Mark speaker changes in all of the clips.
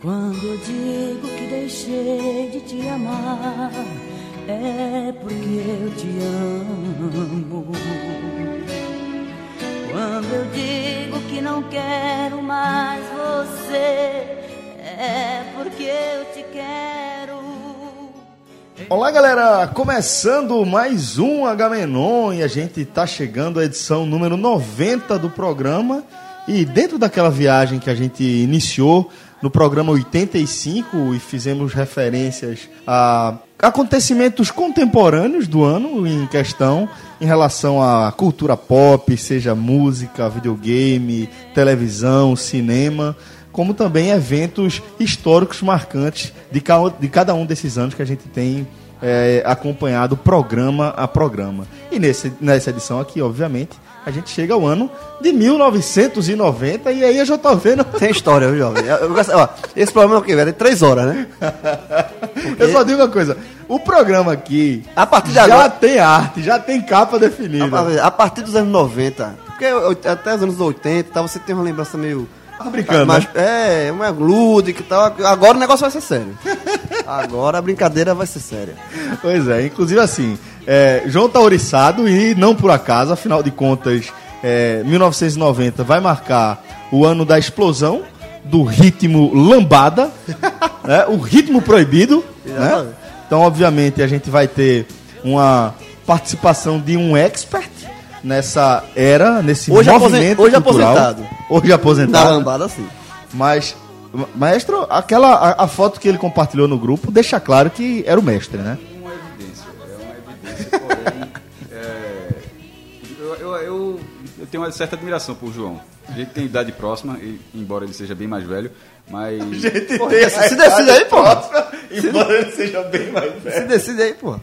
Speaker 1: Quando eu digo que deixei de te amar, é porque eu te amo. Quando eu digo que não quero mais você, é porque eu te quero.
Speaker 2: Olá, galera! Começando mais um Agamenon e a gente tá chegando à edição número 90 do programa. E dentro daquela viagem que a gente iniciou no programa 85 e fizemos referências a acontecimentos contemporâneos do ano em questão, em relação à cultura pop, seja música, videogame, televisão, cinema, como também eventos históricos marcantes de ca- de cada um desses anos que a gente tem é, acompanhado programa a programa. E nesse, nessa edição aqui, obviamente, a gente chega ao ano de 1990 e aí eu já tô vendo.
Speaker 3: Tem história, viu, jovem? Eu- eu gosto- ó, esse programa é o quê? Era de três horas, né?
Speaker 2: Eu só digo uma coisa: o programa aqui
Speaker 3: A partir de
Speaker 2: já
Speaker 3: agora-
Speaker 2: tem arte, já tem capa definida.
Speaker 3: A, a partir dos anos 90, porque eu- eu- até os anos 80 e tal, você tem uma lembrança meio.
Speaker 2: Tá brincando,
Speaker 3: Mas,
Speaker 2: né?
Speaker 3: é, uma glude que tal. Agora o negócio vai ser sério. Agora a brincadeira vai ser séria.
Speaker 2: Pois é, inclusive assim, é, João tá oriçado e não por acaso, afinal de contas, é, 1990 vai marcar o ano da explosão do ritmo lambada, né, o ritmo proibido. Né?
Speaker 3: Exatamente.
Speaker 2: Então, obviamente, a gente vai ter uma participação de um expert nessa era, nesse
Speaker 3: Hoje aposen-
Speaker 2: movimento
Speaker 3: hoje
Speaker 2: cultural.
Speaker 3: aposentado.
Speaker 2: Hoje
Speaker 3: Na
Speaker 2: aposentado.
Speaker 3: lambada, sim.
Speaker 2: Mas, ma- maestro, aquela a, a foto que ele compartilhou no grupo deixa claro que era o mestre, né?
Speaker 4: uma evidência, é uma evidência, porém. é, eu, eu, eu- eu tenho uma certa admiração por João. A gente tem idade próxima, e- embora ele seja bem mais velho, mas.
Speaker 3: Porra, se decide aí, pô.
Speaker 2: Embora ele seja bem mais velho.
Speaker 3: Se decide aí, pô.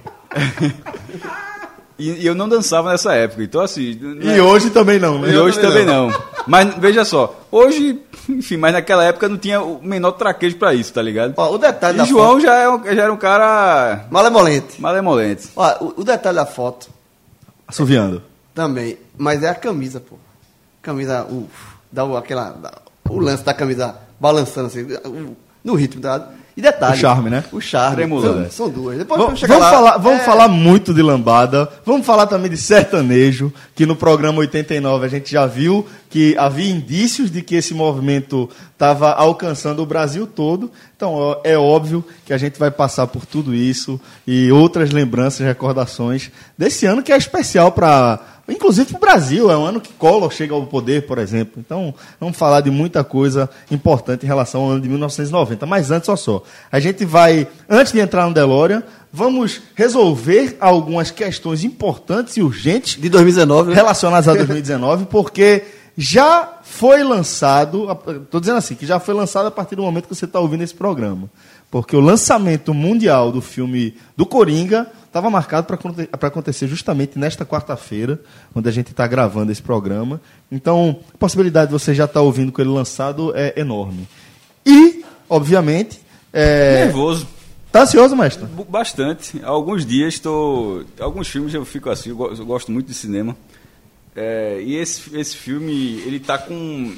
Speaker 4: E, e eu não dançava nessa época, então assim. não é-
Speaker 2: E hoje também não, né?
Speaker 4: E hoje também não. Mas veja só, hoje, enfim, mas naquela época não tinha o menor traquejo pra isso, tá ligado?
Speaker 3: Ó, o detalhe
Speaker 4: E
Speaker 3: da
Speaker 4: João
Speaker 3: foto.
Speaker 4: já, é um- já era um cara
Speaker 3: Malemolente.
Speaker 4: malemolente.
Speaker 3: Ó, o, o detalhe da foto
Speaker 2: Assoviando.
Speaker 3: também, mas é a camisa, pô. Camisa, o, dá o, aquela, dá- o lance da camisa balançando assim, o- no ritmo da. E detalhe.
Speaker 2: O charme, né?
Speaker 3: O charme.
Speaker 4: Tremulando.
Speaker 3: São, são duas. Depois
Speaker 2: Vam-
Speaker 3: quando
Speaker 2: Vamos,
Speaker 3: chegar lá,
Speaker 2: falar, vamos
Speaker 3: é,
Speaker 2: falar muito de lambada, vamos falar também de sertanejo, que no programa 89 a gente já viu que havia indícios de que esse movimento estava alcançando o Brasil todo. Então ó, é óbvio que a gente vai passar por tudo isso e outras lembranças, recordações desse ano que é especial para. Inclusive para o Brasil, é um ano que Collor chega ao poder, por exemplo. Então, vamos falar de muita coisa importante em relação ao ano de 1990. Mas antes, olha só. A gente vai, antes de entrar no DeLorean, Vamos resolver algumas questões importantes e urgentes
Speaker 3: De 2019, né?
Speaker 2: relacionadas a 2019, porque já foi lançado, estou dizendo assim, que já foi lançado a partir do momento que você está ouvindo esse programa. Porque o lançamento mundial do filme do Coringa estava marcado para acontecer justamente nesta quarta-feira, onde a gente está gravando esse programa. Então, a possibilidade de você já estar ouvindo com ele lançado é enorme. E, obviamente, é...
Speaker 4: Nervoso.
Speaker 2: tá ansioso, mestre?
Speaker 4: Bu- Bastante. Alguns dias estou. Alguns filmes eu fico assim, eu go- eu gosto muito de cinema. É, e esse, esse filme, ele tá com.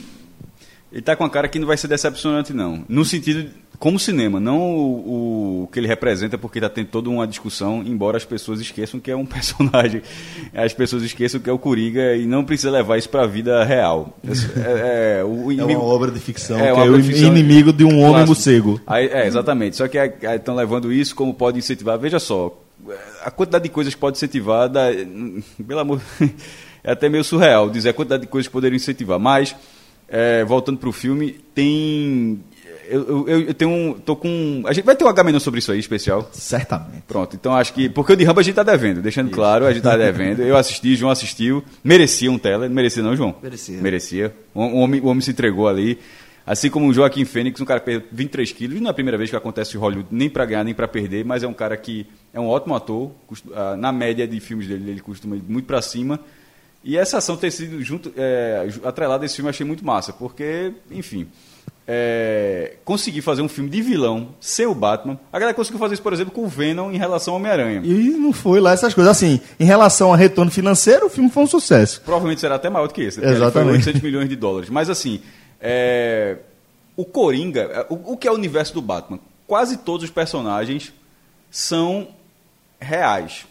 Speaker 4: Ele tá com a cara que não vai ser decepcionante, não. No sentido, de- como cinema, não o, o que ele representa, porque tá tendo toda uma discussão, embora as pessoas esqueçam que é um personagem. As pessoas esqueçam que é o Coringa e não precisa levar isso para a vida real. É, é, o
Speaker 2: É
Speaker 4: inimigo-
Speaker 2: uma obra de ficção, que
Speaker 4: uma
Speaker 2: é
Speaker 4: obra
Speaker 2: o
Speaker 4: de ficção.
Speaker 2: inimigo de um homem
Speaker 4: Clássico.
Speaker 2: morcego.
Speaker 4: Aí, é, exatamente. Só que estão levando isso como pode incentivar. Veja só, a quantidade de coisas que pode incentivar, dá- pelo amor. É até meio surreal dizer a quantidade de coisas que poderiam incentivar. Mas, é, voltando para o filme, tem. Eu, eu, eu tenho um. Tô com. A gente vai ter um h sobre isso aí especial.
Speaker 2: Certamente.
Speaker 4: Pronto, então acho que. Porque o de Rambo a gente tá devendo, deixando claro, a gente tá devendo. Eu assisti, João assistiu. Merecia um tela. Não merecia, não, João?
Speaker 3: Merecia.
Speaker 4: Merecia. O, o homem, o homem se entregou ali. Assim como o Joaquim Fênix, um cara que perdeu 23 quilos. Não é a primeira vez que acontece em Hollywood, nem pra ganhar, nem pra perder, mas é um cara que é um ótimo ator. costu- ah, na média de filmes dele, ele costuma ir muito pra cima. E essa ação ter sido junto, é, ju- atrelada a esse filme, eu achei muito massa, porque, enfim. É, conseguir fazer um filme de vilão sem o Batman. A galera conseguiu fazer isso, por exemplo, com o Venom em relação ao Homem-Aranha.
Speaker 2: E não foi lá essas coisas. Assim, em relação a retorno financeiro, o filme foi um sucesso.
Speaker 4: Provavelmente será até maior do que esse. né? Porque
Speaker 2: Exatamente.
Speaker 4: ele Foi 800 milhões de dólares. Mas assim, é, o Coringa, o, o que é o universo do Batman? Quase todos os personagens são reais.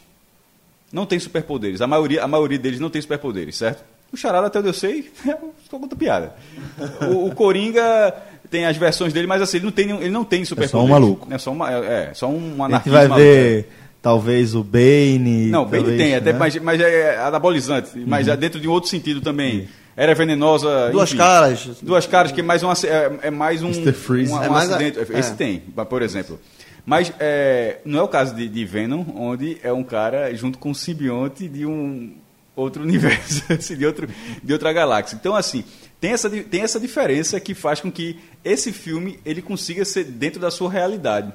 Speaker 4: Não tem superpoderes. A maioria, a maioria deles não tem superpoderes, certo? O Charada, até onde eu sei, é só conta piada. O, o Coringa tem as versões dele, mas assim, ele não tem, nenhum- ele não tem superpoderes.
Speaker 2: um maluco.
Speaker 4: É só, uma, é, é só
Speaker 2: A
Speaker 4: um
Speaker 2: gente
Speaker 4: anarquista
Speaker 2: vai
Speaker 4: maluco. é.
Speaker 2: ver, talvez, o Bane.
Speaker 4: Não, bem
Speaker 2: talvez,
Speaker 4: tem, até,
Speaker 2: né? Uhum.
Speaker 4: mas, mas é anabolizante, mas é dentro de um outro sentido também. Era venenosa.
Speaker 3: Duas caras.
Speaker 4: Duas caras, que é mais um, aci- é, é mais um,
Speaker 2: Mr. Freeze.
Speaker 4: um, um
Speaker 3: É mais a-
Speaker 4: acidente.
Speaker 3: é.
Speaker 4: Esse tem, por exemplo. Mas é, não é o caso de, de Venom, onde é um cara junto com um simbionte de um outro universo, assim, de, outro, de outra galáxia. Então, assim, tem essa, di- tem essa diferença que faz com que esse filme ele consiga ser dentro da sua realidade.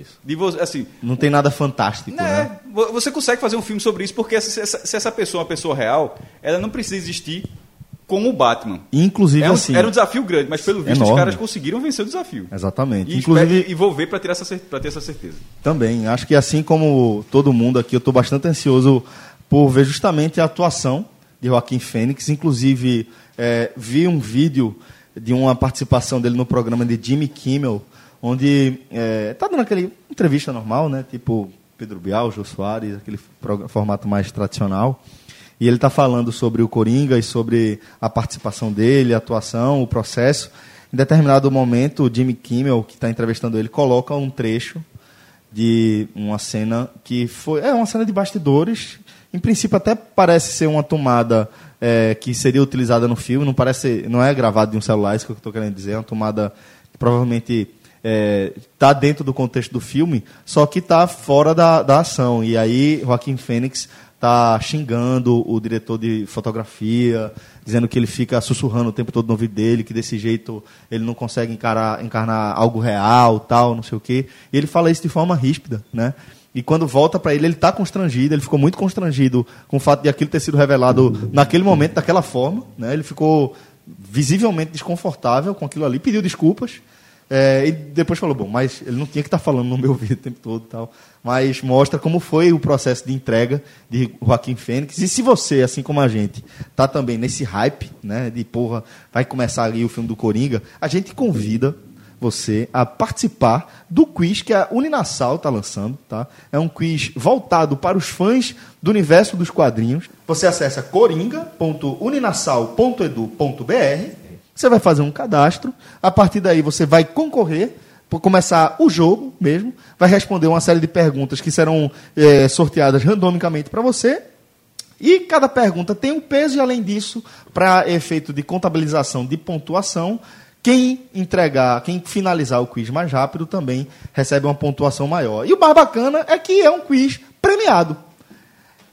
Speaker 2: Isso.
Speaker 4: De você, assim,
Speaker 2: Não tem nada fantástico, né?
Speaker 4: né? Vo- Você consegue fazer um filme sobre isso, porque se essa, se essa pessoa é uma pessoa real, ela não precisa existir como o Batman.
Speaker 2: Inclusive,
Speaker 4: É um-
Speaker 2: assim.
Speaker 4: Era um desafio grande, mas pelo visto os
Speaker 2: Enorme.
Speaker 4: caras conseguiram vencer o desafio.
Speaker 2: Exatamente.
Speaker 4: E,
Speaker 2: Inclusive,
Speaker 4: espero- e vou ver para ter, essa cer- pra ter essa certeza.
Speaker 2: Também. Acho que assim como todo mundo aqui, eu estou bastante ansioso por ver justamente a atuação de Joaquim Fênix. Inclusive, eh, vi um vídeo de uma participação dele no programa de Jimmy Kimmel, onde está dando aquela entrevista normal, né? Tipo Pedro Bial, Jô Soares, aquele prog- formato mais tradicional. E ele está falando sobre o Coringa e sobre a participação dele, a atuação, o processo. Em determinado momento, o Jimmy Kimmel, que está entrevistando ele, coloca um trecho de uma cena que foi é uma cena de bastidores em princípio até parece ser uma tomada é, que seria utilizada no filme não parece não é gravado de um celular isso que eu estou querendo dizer é uma tomada que provavelmente está dentro do contexto do filme só que está fora da, da ação e aí Joaquim Fênix está tá xingando o diretor de fotografia dizendo que ele fica sussurrando o tempo todo no ouvido dele, que desse jeito ele não consegue encarar, encarnar algo real, tal, não sei o quê. E ele fala isso de forma ríspida, né? E quando volta para ele, ele tá constrangido, ele ficou muito constrangido com o fato de aquilo ter sido revelado naquele momento, daquela forma, né? Ele ficou visivelmente desconfortável com aquilo ali, pediu desculpas, é, e depois falou, bom, mas ele não tinha que estar falando no meu ouvido o tempo todo e tal. Mas mostra como foi o processo de entrega de Joaquim Fênix. E se você, assim como a gente, tá também nesse hype, né? De porra, vai começar ali o filme do Coringa, a gente convida você a participar do quiz que a Uninasal está lançando, tá? É um quiz voltado para os fãs do universo dos quadrinhos. Você acessa coringa.uninasal.edu.br você vai fazer um cadastro, a partir daí você vai concorrer, por começar o jogo mesmo, vai responder uma série de perguntas que serão eh, sorteadas randomicamente para você. E cada pergunta tem um peso, e além disso, para efeito de contabilização de pontuação, quem entregar, quem finalizar o quiz mais rápido também recebe uma pontuação maior. E o mais bacana é que é um quiz premiado.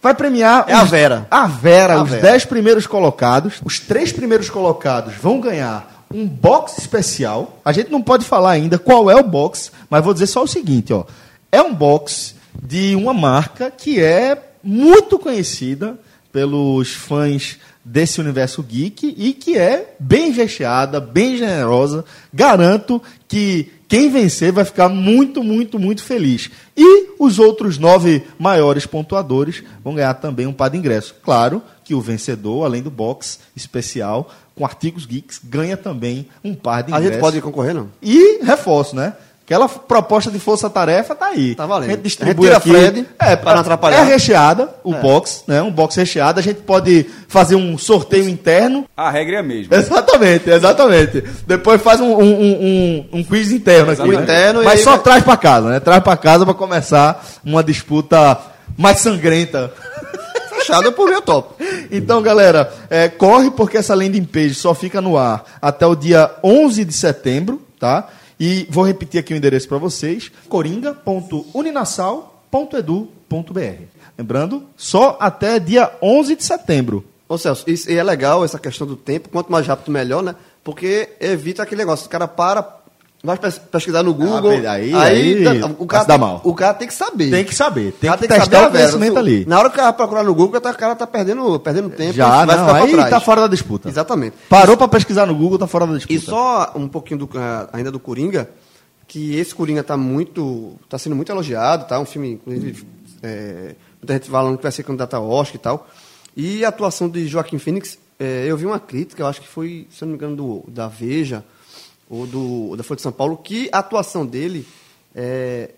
Speaker 2: Vai premiar.
Speaker 3: É a Vera.
Speaker 2: A Vera,
Speaker 3: A
Speaker 2: os
Speaker 3: Vera.
Speaker 2: 10 primeiros colocados. Os três primeiros colocados vão ganhar um box especial. A gente não pode falar ainda qual é o box, mas vou dizer só o seguinte, ó. É um box de uma marca que é muito conhecida pelos fãs desse universo geek e que é bem recheada, bem generosa. Garanto que quem vencer vai ficar muito, muito, muito feliz. E os outros nove maiores pontuadores vão ganhar também um par de ingresso. Claro que o vencedor, além do box especial com artigos geeks, ganha também um par de
Speaker 3: A
Speaker 2: ingressos.
Speaker 3: gente pode concorrer, não?
Speaker 2: E reforço, né? Aquela proposta de força-tarefa tá aí.
Speaker 3: Tá valendo.
Speaker 2: A gente distribui
Speaker 3: Retira
Speaker 2: aqui.
Speaker 3: Fred,
Speaker 2: é,
Speaker 3: pra não atrapalhar.
Speaker 2: É recheada o box, né? Um box recheado. A gente pode fazer um sorteio interno.
Speaker 4: A regra é a mesma.
Speaker 2: Exatamente, exatamente. Depois faz um, um, um, um- um quiz interno aqui.
Speaker 4: Exatamente.
Speaker 2: né?
Speaker 3: Interno
Speaker 2: Mas
Speaker 3: e-
Speaker 2: só traz pra casa, né? Traz pra casa pra começar uma disputa mais sangrenta.
Speaker 3: Fechado por meu top.
Speaker 2: Então, galera, é, corre porque essa landing page só fica no ar até o dia 11 de setembro, tá? E vou repetir aqui o endereço para vocês: coringa.uninasal.edu.br. Lembrando, só até dia 11 de setembro.
Speaker 3: Ô Celso, isso, e é legal essa questão do tempo, quanto mais rápido melhor, né? Porque evita aquele negócio, o cara para, vai pes- pesquisar no Google,
Speaker 2: Ah, aí- aí
Speaker 3: tá- o,
Speaker 2: vai
Speaker 3: cara,
Speaker 2: se dar mal.
Speaker 3: o cara tem que saber.
Speaker 2: Tem que saber,
Speaker 3: O
Speaker 2: tem
Speaker 3: cara
Speaker 2: que testar o
Speaker 3: velho.
Speaker 2: conhecimento ali.
Speaker 3: Na hora que o cara procurar no Google, tá- o cara tá perdendo, perdendo tempo.
Speaker 2: Já,
Speaker 3: vai
Speaker 2: não,
Speaker 3: ficar pra
Speaker 2: aí
Speaker 3: trás.
Speaker 2: tá fora da disputa.
Speaker 3: Exatamente.
Speaker 2: Parou para pesquisar no Google, tá fora da disputa.
Speaker 3: E só um pouquinho do, ah, ainda do Coringa, que esse Coringa está muito. tá sendo muito elogiado, tá? Um filme, inclusive, é, muita gente falando que vai ser candidato a Oscar e tal. E a atuação de Joaquim Phoenix, é, eu vi uma crítica, eu acho que foi, se eu não me engano, do, da Veja, ou, do, ou da Folha de São Paulo, que a atuação dele é,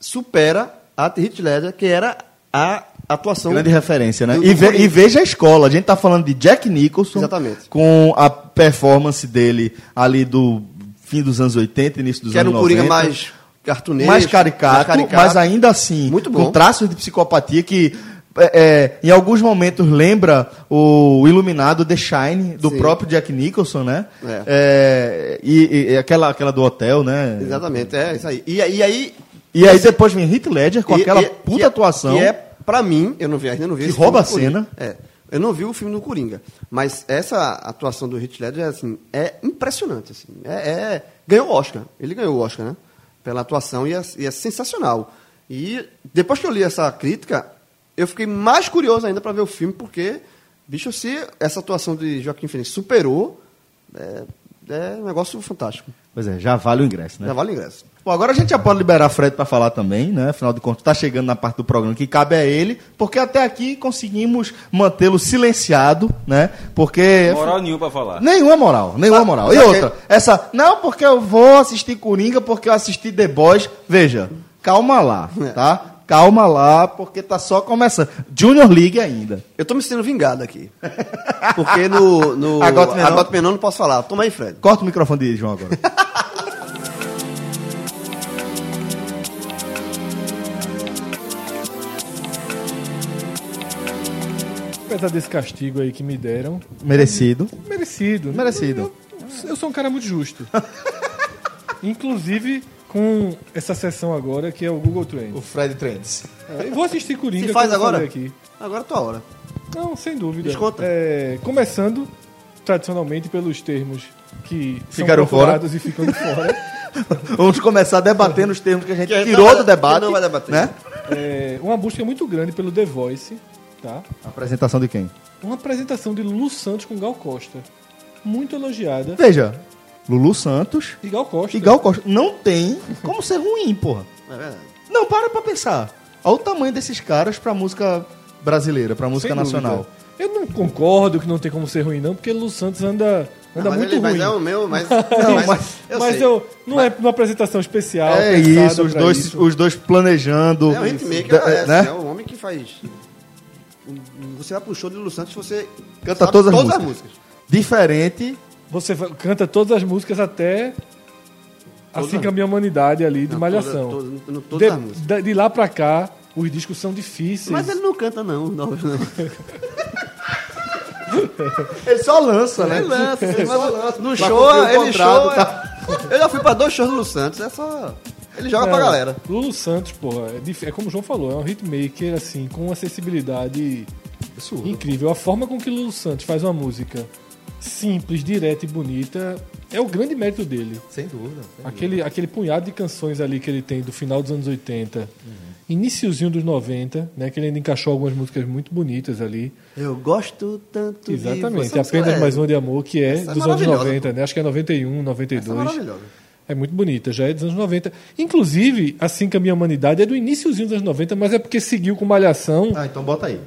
Speaker 3: supera a de Heath Ledger, que era a atuação...
Speaker 2: Grande referência, né?
Speaker 3: do- do
Speaker 2: E, ve- e
Speaker 3: Corinthians.
Speaker 2: veja a escola. A gente tá falando de Jack Nicholson.
Speaker 3: Exatamente.
Speaker 2: Com a performance dele ali do fim dos anos 80, início dos
Speaker 3: Que era um
Speaker 2: anos
Speaker 3: Coringa
Speaker 2: 90.
Speaker 3: mais cartunesco.
Speaker 2: mais caricato, mas ainda assim,
Speaker 3: Muito
Speaker 2: com
Speaker 3: bom.
Speaker 2: traços de psicopatia que é, é, em alguns momentos lembra o iluminado The Shine do
Speaker 3: Sim.
Speaker 2: próprio Jack Nicholson, né?
Speaker 3: É.
Speaker 2: É, e, e- e aquela, aquela do hotel, né?
Speaker 3: Exatamente, é isso aí. E, aí- e aí...
Speaker 2: E aí depois vem Heath Ledger com
Speaker 3: e-
Speaker 2: aquela
Speaker 3: e-
Speaker 2: puta
Speaker 3: e é-
Speaker 2: atuação.
Speaker 3: E é, pra mim, eu não vi, ainda não vi
Speaker 2: Que
Speaker 3: esse
Speaker 2: rouba
Speaker 3: filme do
Speaker 2: a cena.
Speaker 3: Coringa. É, eu não vi o filme do Coringa, mas essa atuação do Heath Ledger, assim, é impressionante, assim. É, é- ganhou o Oscar, ele ganhou o Oscar, né? Pela atuação e é, e é sensacional. E depois que eu li essa crítica, eu fiquei mais curioso ainda pra ver o filme, porque, bicho, se essa atuação de Joaquim Phoenix superou, é, é um negócio fantástico.
Speaker 2: Pois é, já vale o ingresso, né?
Speaker 3: Já vale o ingresso.
Speaker 2: Bom, agora a gente já pode liberar Fred para falar também, né? Afinal de contas, tá chegando na parte do programa que cabe a ele, porque até aqui conseguimos mantê-lo silenciado, né? Porque
Speaker 4: Moral nenhum pra falar.
Speaker 2: Nenhuma moral, nenhuma
Speaker 3: Mas-
Speaker 2: moral. E
Speaker 3: mas aquele-
Speaker 2: outra, essa, não, porque eu vou assistir Coringa, porque eu assisti The Boys. Veja, calma lá,
Speaker 3: É.
Speaker 2: tá? Calma lá, porque tá só começando. Junior League ainda.
Speaker 3: Eu tô me sentindo vingado aqui. Porque no. no
Speaker 2: A Gota Menor?
Speaker 3: a Gota Menor não posso falar. Toma aí, Fred.
Speaker 2: Corta o microfone de João agora.
Speaker 5: Apesar desse castigo aí que me deram,
Speaker 2: Merecido.
Speaker 5: merecido. né?
Speaker 2: Merecido.
Speaker 5: Eu, eu sou um cara muito justo. Inclusive com essa sessão agora que é o Google Trends. É,
Speaker 2: Fred Trends.
Speaker 5: Eu vou assistir Coringa.
Speaker 3: Se faz
Speaker 5: que eu vou
Speaker 3: agora?
Speaker 5: fazer Aqui.
Speaker 3: Agora é tua hora.
Speaker 5: Não, sem dúvida.
Speaker 3: Desconta.
Speaker 5: É, começando tradicionalmente pelos termos que
Speaker 2: Ficaram
Speaker 5: são procurados e ficam de fora.
Speaker 2: Vamos começar a debater nos termos que a gente
Speaker 3: Que
Speaker 2: tirou
Speaker 3: não-
Speaker 2: do debate.
Speaker 3: que não vai debater.
Speaker 2: Né?
Speaker 5: É, uma busca muito grande pelo The Voice, tá?
Speaker 2: Apresentação de quem?
Speaker 5: Uma apresentação de Lu Santos com Gal Costa. Muito elogiada.
Speaker 2: Veja, Lulu Santos
Speaker 5: E Gal Costa.
Speaker 2: e Gal Costa. Não tem como ser ruim, porra.
Speaker 3: É verdade.
Speaker 2: Não, para pra pensar. Olha o tamanho desses caras pra música brasileira, pra música
Speaker 5: Sem
Speaker 2: nacional.
Speaker 5: dúvida. Eu não concordo que não tem como ser ruim, não, porque Lu Santos anda, anda
Speaker 3: mas
Speaker 5: muito
Speaker 3: ele-
Speaker 5: ruim.
Speaker 3: Mas é o meu, mas.
Speaker 2: Não,
Speaker 3: mas,
Speaker 2: mas-
Speaker 3: eu
Speaker 5: mas
Speaker 3: sei.
Speaker 5: eu. Não é uma apresentação especial.
Speaker 2: É
Speaker 5: pensada
Speaker 2: isso, os
Speaker 5: Tá pra
Speaker 2: dois,
Speaker 5: isso.
Speaker 2: os dois planejando.
Speaker 3: É o hitmaker,
Speaker 2: da-
Speaker 3: é,
Speaker 2: né?
Speaker 3: é o homem que faz. um- Você vai pro show de Lu Santos você.
Speaker 2: Canta
Speaker 3: sabe
Speaker 2: todas as músicas.
Speaker 3: músicas.
Speaker 2: Diferente.
Speaker 5: Você fa- canta todas as músicas até. assim que a minha humanidade ali, de
Speaker 3: Não,
Speaker 5: Malhação.
Speaker 3: todas- todas- não, todas as
Speaker 5: de,
Speaker 3: músicas.
Speaker 5: da- de lá pra cá, os discos são difíceis.
Speaker 3: Mas é ele não canta, não. não, não.
Speaker 2: Ele só lança, né?
Speaker 3: Ele lança, ele lança. No
Speaker 2: Pra
Speaker 3: show,
Speaker 2: cumprir o
Speaker 3: ele
Speaker 2: contrato,
Speaker 3: show. é. Eu já fui pra dois shows do Lu Santos, é só. Ele joga pra
Speaker 5: tá? É,
Speaker 3: galera.
Speaker 5: Lulu Santos, porra, é, dif- é como o João falou, é um hitmaker, assim, com uma acessibilidade incrível. A forma com que Lulu Santos faz uma música simples, direta e bonita é o grande mérito dele.
Speaker 2: Sem dúvida.
Speaker 5: Aquele, aquele punhado de canções ali que ele tem do final dos anos 80, iniciozinho dos 90, né, que ele ainda encaixou algumas músicas muito bonitas ali.
Speaker 3: Eu gosto tanto de
Speaker 5: Exatamente,
Speaker 3: você.
Speaker 5: apenas mais uma de amor, que é
Speaker 3: é Essa é
Speaker 5: dos anos
Speaker 3: maravilhosa,
Speaker 5: 90, né? Acho que é 91,
Speaker 3: Essa é
Speaker 5: 92.
Speaker 3: maravilhosa.
Speaker 5: É muito bonita, já é dos anos 90. Inclusive, assim que a minha humanidade é do iníciozinho dos anos 90, mas é porque seguiu com Malhação,
Speaker 2: Ah, então bota aí.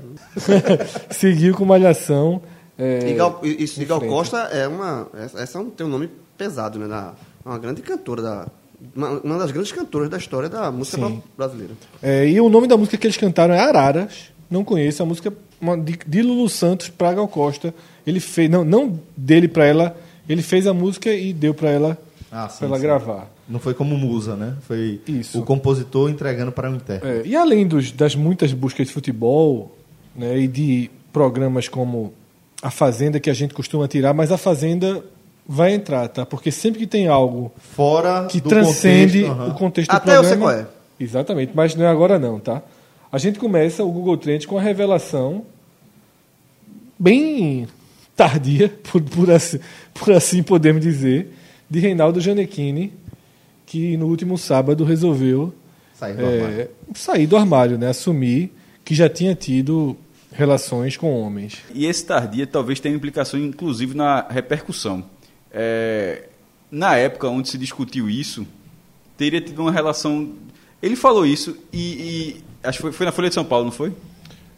Speaker 5: seguiu com Malhação. É,
Speaker 3: E Gal, e- isso,
Speaker 5: em
Speaker 3: e Gal
Speaker 5: frente.
Speaker 3: Costa é uma. Essa essa é um, tem um nome pesado, né? Da, é uma grande cantora da. Uma, uma das grandes cantoras da história da música
Speaker 5: Sim.
Speaker 3: bra- brasileira.
Speaker 5: é, e o nome da música que eles cantaram é Araras. Não conheço a música uma de, de Lulu Santos pra Gal Costa. Ele fez, não, não dele pra ela, ele fez a música e deu pra ela,
Speaker 2: Ah, sim,
Speaker 5: pra ela
Speaker 2: sim.
Speaker 5: gravar.
Speaker 2: Não foi como musa, né? Foi
Speaker 5: Isso.
Speaker 2: o compositor entregando para o intérprete.
Speaker 5: É, e além dos- das muitas buscas de futebol né, e de programas como A Fazenda, que a gente costuma tirar, mas A Fazenda vai entrar, tá? Porque sempre que tem algo
Speaker 2: Fora
Speaker 5: que
Speaker 2: do
Speaker 5: transcende
Speaker 2: contexto, aham.
Speaker 5: o contexto
Speaker 3: Até
Speaker 5: do
Speaker 3: eu
Speaker 5: programa...
Speaker 3: sei qual é.
Speaker 5: Exatamente, mas não é agora não, tá? A gente começa o Google Trends com a revelação bem tardia, por, por assim, por assim podemos dizer, de Reinaldo Gianecchini, que no último sábado resolveu
Speaker 2: Sair do
Speaker 5: é,
Speaker 2: armário.
Speaker 5: sair do armário, né? Assumir que já tinha tido relações com homens.
Speaker 4: E esse tardia talvez tenha implicações, inclusive, na repercussão. É, na época onde se discutiu isso, teria tido uma relação. Ele falou isso e. e- acho que foi, foi na Folha de São Paulo, não foi?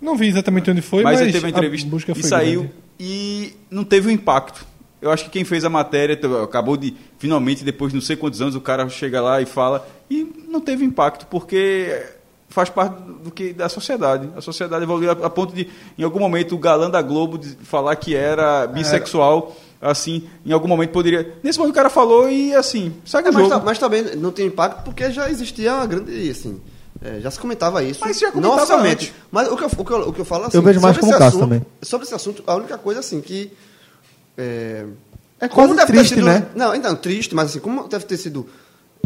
Speaker 5: Não vi exatamente onde foi, mas,
Speaker 4: mas, ele teve uma
Speaker 5: a
Speaker 4: entrevista
Speaker 5: busca
Speaker 4: e
Speaker 5: foi
Speaker 4: saiu
Speaker 5: grande.
Speaker 4: e não teve o impacto. eu acho que quem fez a matéria t- acabou de, finalmente, depois de não sei quantos anos, o cara chega lá e fala. E não teve impacto, porque faz parte do que da sociedade. A sociedade evoluiu a, a ponto de, em algum momento, o galã da Globo de falar que era bissexual. Assim, em algum momento poderia. Nesse momento o cara falou e assim, saca
Speaker 3: É,
Speaker 4: o
Speaker 3: mas,
Speaker 4: jogo.
Speaker 3: tá- mas também não tem impacto porque já existia uma grande. Assim, é, já se comentava isso.
Speaker 4: Mas já comentava
Speaker 3: Não oficialmente.
Speaker 4: antes.
Speaker 3: Mas o que, eu, o, que eu, o que eu falo assim.
Speaker 2: Eu vejo mais
Speaker 3: sobre
Speaker 2: como
Speaker 3: esse
Speaker 2: caso
Speaker 3: assunto-
Speaker 2: também.
Speaker 3: Sobre esse assunto, a única coisa assim que. É,
Speaker 2: É
Speaker 3: como
Speaker 2: quase
Speaker 3: deve ter
Speaker 2: triste,
Speaker 3: sido-
Speaker 2: né?
Speaker 3: Não, então, triste, mas assim, como deve ter sido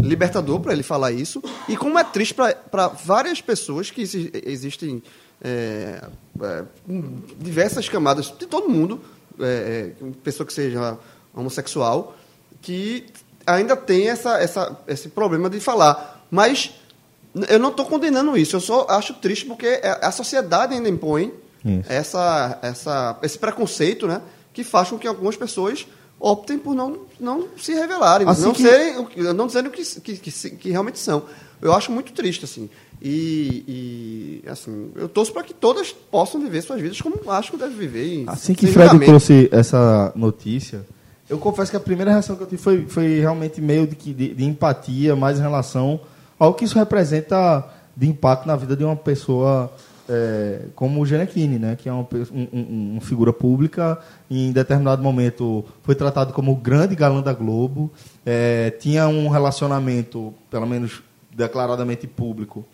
Speaker 3: libertador para ele falar isso, e como é triste para várias pessoas que exi- existem é, é, em diversas camadas de todo mundo, é, é, pessoa que seja homossexual, que ainda tem essa, essa, esse problema de falar. Mas n- eu não estou condenando isso, eu só acho triste porque é, a a sociedade ainda impõe
Speaker 2: Isso.
Speaker 3: essa, essa, esse preconceito, né? Que faz com que algumas pessoas optem por não, não se revelarem,
Speaker 2: Assim
Speaker 3: não,
Speaker 2: que-
Speaker 3: serem, o que- não dizendo o que, que, que, se- que realmente são. Eu acho muito triste, assim. E, e, assim, eu torço para que todas possam viver suas vidas como acho que deve viver. e
Speaker 2: Assim que
Speaker 3: sem
Speaker 2: Fred
Speaker 3: julgamento.
Speaker 2: trouxe essa notícia, eu confesso que a primeira reação que eu tive foi, foi realmente meio de, que- de, de empatia, mais em relação ao que isso representa de impacto na vida de uma pessoa é, como o Genequini, né? que é uma, pe- um- um- uma figura pública e em determinado momento foi tratado como o grande galã da Globo, é, tinha um relacionamento, pelo menos declaradamente público,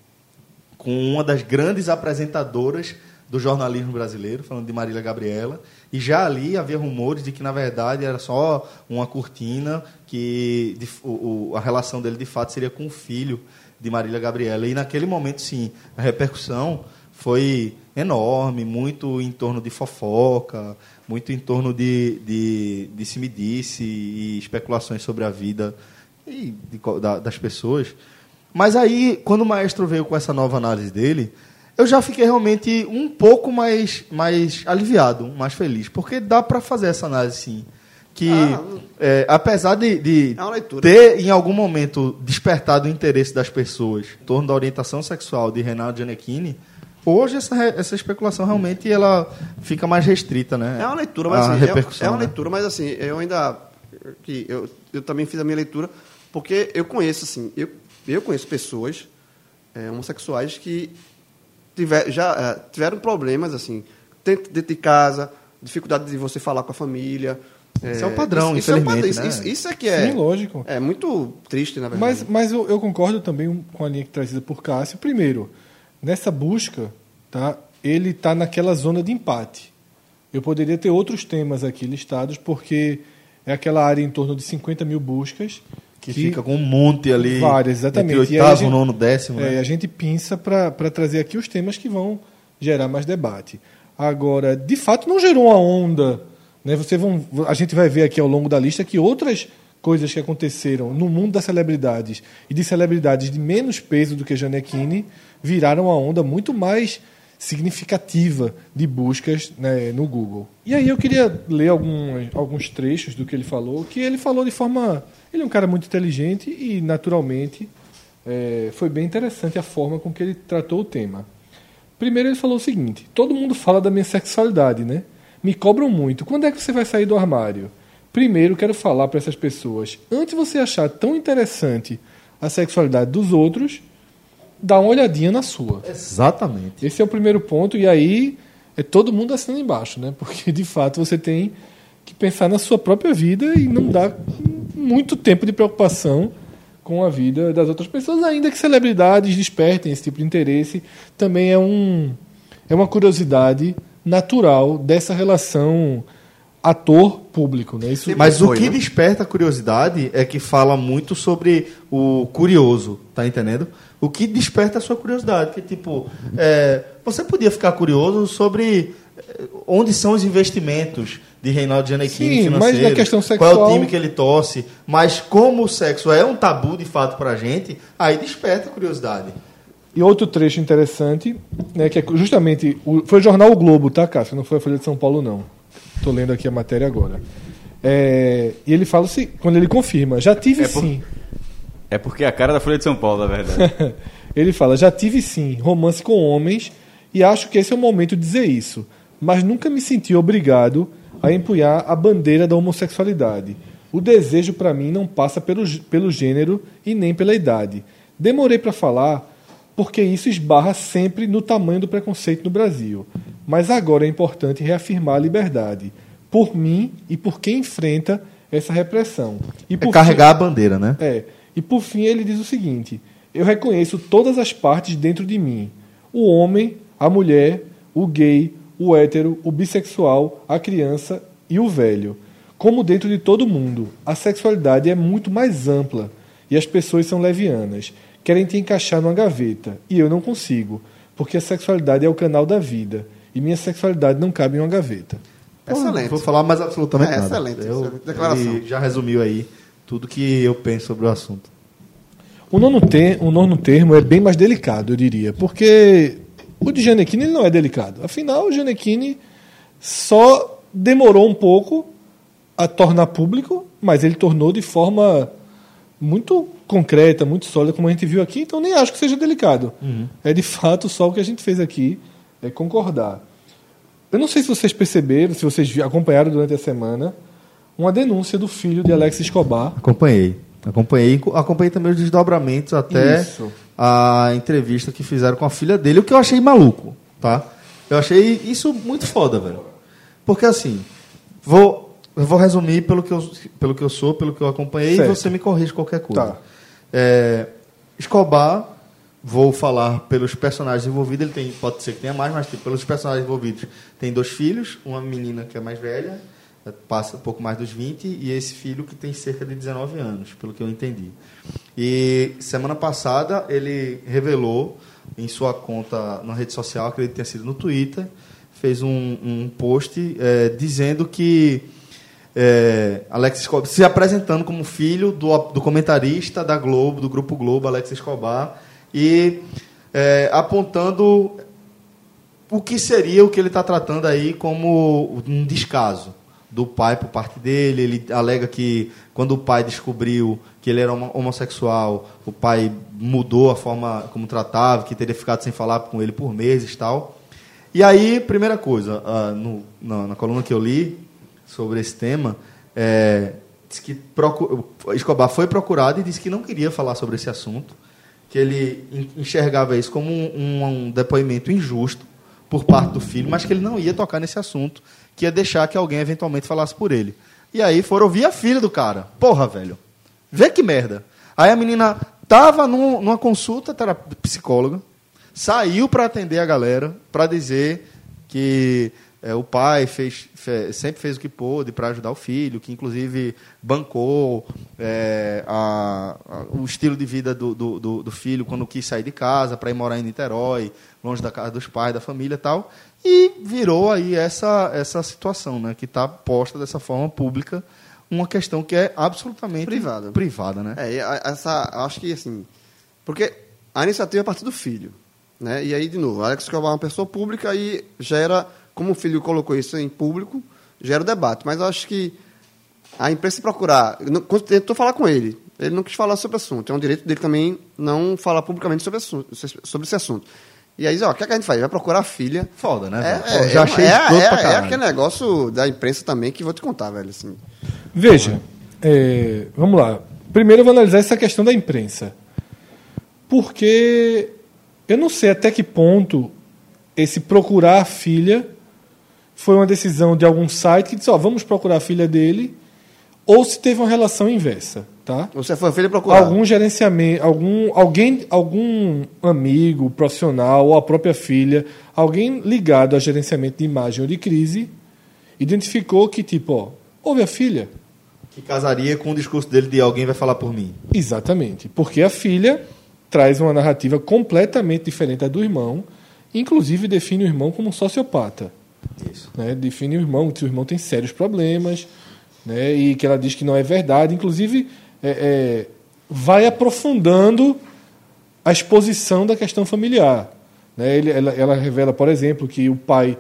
Speaker 2: com uma das grandes apresentadoras do jornalismo brasileiro, falando de Marília Gabriela, e já ali havia rumores de que na verdade era só uma cortina, que de f- o- o- a relação dele de fato seria com o filho de Marília Gabriela. E naquele momento, sim, a repercussão foi enorme, muito em torno de fofoca, muito em torno de, de, de se medice e especulações sobre a vida e de co- da- das pessoas. Mas aí, quando o maestro veio com essa nova análise dele, eu já fiquei realmente um pouco mais, mais aliviado, mais feliz. Porque dá para fazer essa análise, sim. Que,
Speaker 3: Ah.
Speaker 2: é, apesar de, de
Speaker 3: É uma leitura.
Speaker 2: ter, em algum momento, despertado o interesse das pessoas em torno da orientação sexual de Renato Giannettini, hoje essa, re- essa especulação realmente ela fica mais restrita, né?
Speaker 3: É uma leitura, mas
Speaker 2: A
Speaker 3: assim, é-
Speaker 2: repercussão,
Speaker 3: é, uma
Speaker 2: né?
Speaker 3: leitura, mas assim, eu ainda que eu, eu também fiz a minha leitura porque eu conheço assim, eu, eu conheço pessoas é, homossexuais que tiver, já é, tiveram problemas assim, dentro, dentro de casa, dificuldade de você falar com a família.
Speaker 2: Isso é o padrão,
Speaker 3: é o
Speaker 2: infelizmente,
Speaker 3: padrão, isso-
Speaker 2: né?
Speaker 3: isso é que é.
Speaker 5: Sim, lógico.
Speaker 3: É muito triste, na verdade. né?
Speaker 5: Mas, mas eu, eu concordo também um, com a linha que trazida por Cássio. Primeiro, nessa busca, tá, ele está naquela zona de empate. Eu poderia ter outros temas aqui listados, porque é aquela área em torno de 50 mil buscas.
Speaker 2: Que, fica com um monte ali.
Speaker 5: Várias, exatamente.
Speaker 2: Entre
Speaker 5: E aí a
Speaker 2: oitavo,
Speaker 5: gente-
Speaker 2: nono, décimo.
Speaker 5: É,
Speaker 2: né?
Speaker 5: a gente pinça para trazer aqui os temas que vão gerar mais debate. Agora, de fato, não gerou uma onda. Né? Você vão, a gente vai ver aqui ao longo da lista que outras coisas que aconteceram no mundo das celebridades e de celebridades de menos peso do que Janequine viraram uma onda muito mais significativa de buscas né, no Google. E aí eu queria ler algum, alguns trechos do que ele falou, que ele falou de forma... Ele é um cara muito inteligente e, naturalmente, é, foi bem interessante a forma com que ele tratou o tema. Primeiro ele falou o seguinte: todo mundo fala da minha sexualidade, né? Me cobram muito. Quando é que você vai sair do armário? Primeiro quero falar para essas pessoas: antes de você achar tão interessante a sexualidade dos outros, dá uma olhadinha na sua.
Speaker 2: Exatamente.
Speaker 5: Esse é o primeiro ponto, e aí é todo mundo assinando embaixo, né? Porque de fato você tem que pensar na sua própria vida e não dar muito tempo de preocupação com a vida das outras pessoas, ainda que celebridades despertem esse tipo de interesse, também é um é uma curiosidade natural dessa relação ator público, né? Isso
Speaker 2: Mas o
Speaker 3: foi,
Speaker 2: que
Speaker 3: né?
Speaker 2: desperta curiosidade é que fala muito sobre o curioso, tá entendendo? O que desperta a sua curiosidade, que tipo, é, você podia ficar curioso sobre é, onde são os investimentos de Reinaldo Giannettini
Speaker 5: Sim,
Speaker 2: financeiro,
Speaker 5: mas na questão
Speaker 2: qual é
Speaker 5: sexual-
Speaker 2: o time que ele torce, mas como o sexo é um tabu de fato pra gente, aí desperta a curiosidade.
Speaker 5: E outro trecho interessante, né, que é justamente. o- foi o jornal O Globo, tá, Cássio? Não foi a Folha de São Paulo, não. Tô lendo aqui a matéria agora. É, e ele fala assim, quando ele confirma, já tive
Speaker 4: É por-
Speaker 5: sim.
Speaker 4: É porque é a cara da Folha de São Paulo, na verdade.
Speaker 5: ele fala, já tive sim romance com homens e acho que esse é o momento de dizer isso. Mas nunca me senti obrigado a empunhar a bandeira da homossexualidade. O desejo para mim não passa pelo, gê- pelo gênero e nem pela idade. Demorei para falar porque isso esbarra sempre no tamanho do preconceito no Brasil. Mas agora é importante reafirmar a liberdade, por mim e por quem enfrenta essa repressão. E
Speaker 2: É
Speaker 5: por
Speaker 2: carregar a bandeira, né?
Speaker 5: é. E por fim ele diz o seguinte: Eu reconheço todas as partes dentro de mim: o homem, a mulher, o gay, o hétero, o bissexual, a criança e o velho. Como dentro de todo mundo, a sexualidade é muito mais ampla e as pessoas são levianas, querem te encaixar numa gaveta e eu não consigo, porque a sexualidade é o canal da vida e minha sexualidade não cabe em uma gaveta.
Speaker 3: É Excelente.
Speaker 2: Vou falar mais absolutamente
Speaker 3: É,
Speaker 2: nada.
Speaker 3: excelente, excelente.
Speaker 2: Declaração.
Speaker 3: Declaração.
Speaker 2: já resumiu aí tudo que eu penso sobre o assunto.
Speaker 5: O nono, te- o nono termo é bem mais delicado, eu diria, porque o de Gianecchini ele não é delicado. Afinal, o Gianecchini só demorou um pouco a tornar público, mas ele tornou de forma muito concreta, muito sólida, como a gente viu aqui, então nem acho que seja delicado. É de fato só o que a gente fez aqui, é concordar. Eu não sei se vocês perceberam, se vocês vi- acompanharam durante a semana, uma denúncia do filho de Alex Escobar
Speaker 2: Acompanhei. Acompanhei. Inco- Acompanhei também os desdobramentos até
Speaker 5: Isso.
Speaker 2: a entrevista que fizeram com a filha dele, o que eu achei maluco, tá? Eu achei isso muito foda, velho. Porque assim, vou, eu vou resumir pelo que eu, pelo que eu sou, pelo que eu acompanhei,
Speaker 5: Certo.
Speaker 2: e você me corrige qualquer coisa.
Speaker 5: Tá.
Speaker 2: É, Escobar, vou falar pelos personagens envolvidos, ele tem, pode ser que tenha mais, mas tipo, pelos personagens envolvidos, tem dois filhos, uma menina que é mais velha, eh, passa um pouco mais dos 20, e esse filho que tem cerca de 19 anos, pelo que eu entendi. E semana passada ele revelou em sua conta na rede social, acredito que tenha sido no Twitter, fez um, um post eh, dizendo que é, Alex Escobar se apresentando como filho do, do comentarista da Globo, do Grupo Globo, Alex Escobar, e é, apontando o que seria o que ele está tratando aí como um descaso do pai por parte dele. Ele alega que quando o pai descobriu que ele era homo- homossexual, o pai mudou a forma como tratava, que teria ficado sem falar com ele por meses e tal. E aí, primeira coisa, ah, no- na, na coluna que eu li sobre esse tema, é, diz que procu- Escobar foi procurado e disse que não queria falar sobre esse assunto que ele en- enxergava isso como um, um- um depoimento injusto por parte do filho, mas que ele não ia tocar nesse assunto, que ia deixar que alguém eventualmente falasse por ele. E aí foram ouvir a filha do cara. Porra, velho. Vê que merda. Aí a menina tava num- numa consulta tera- psicóloga, saiu para atender a galera, para dizer que é, o pai fez, fe- sempre fez o que pôde para ajudar o filho, que inclusive bancou é, a- a- o estilo de vida do, do- do- do filho quando quis sair de casa para ir morar em Niterói, longe da casa dos pais, da família e tal. E virou aí essa, essa situação, né, que está posta dessa forma pública, uma questão que é absolutamente
Speaker 3: Privada.
Speaker 2: privada né?
Speaker 3: É, e a- essa, eu acho que assim, porque a iniciativa é a partir do filho, né? E aí de novo, Alex Escobar é uma pessoa pública e gera, como o filho colocou isso em público, gera o debate. Mas eu acho que a imprensa procurar, eu não- quando tentou falar com ele, ele não quis falar sobre o assunto. É um direito dele também não falar publicamente sobre, assunto, sobre esse assunto. E aí, ó, o que, é que a gente faz? Vai procurar a filha.
Speaker 2: Foda, né,
Speaker 3: É,
Speaker 2: velho?
Speaker 3: é,
Speaker 2: Eu já
Speaker 3: é-
Speaker 2: achei
Speaker 3: é,
Speaker 2: escroto
Speaker 3: é,
Speaker 2: pra
Speaker 3: é
Speaker 2: caralho.
Speaker 3: aquele negócio da imprensa também que vou te contar, velho. Assim.
Speaker 5: Veja, é, vamos lá. Primeiro eu vou analisar essa questão da imprensa. Porque eu não sei até que ponto esse procurar a filha foi uma decisão de algum site que disse, ó, vamos procurar a filha dele, ou se teve uma relação inversa, tá?
Speaker 3: Você foi a filha procurar.
Speaker 5: Algum gerenciamento, algum, alguém, algum amigo, profissional ou a própria filha, alguém ligado a gerenciamento de imagem ou de crise, identificou que, tipo, ó, houve a filha,
Speaker 2: Que casaria com o discurso dele de alguém vai falar por mim.
Speaker 5: Exatamente, porque a filha traz uma narrativa completamente diferente da do irmão, inclusive define o irmão como um sociopata.
Speaker 2: Isso.
Speaker 5: Né? Define o irmão, que o irmão tem sérios problemas, né? e que ela diz que não é verdade. Inclusive, é, é, vai aprofundando a exposição da questão familiar. Né? Ele- ela, ela revela, por exemplo, que o pai,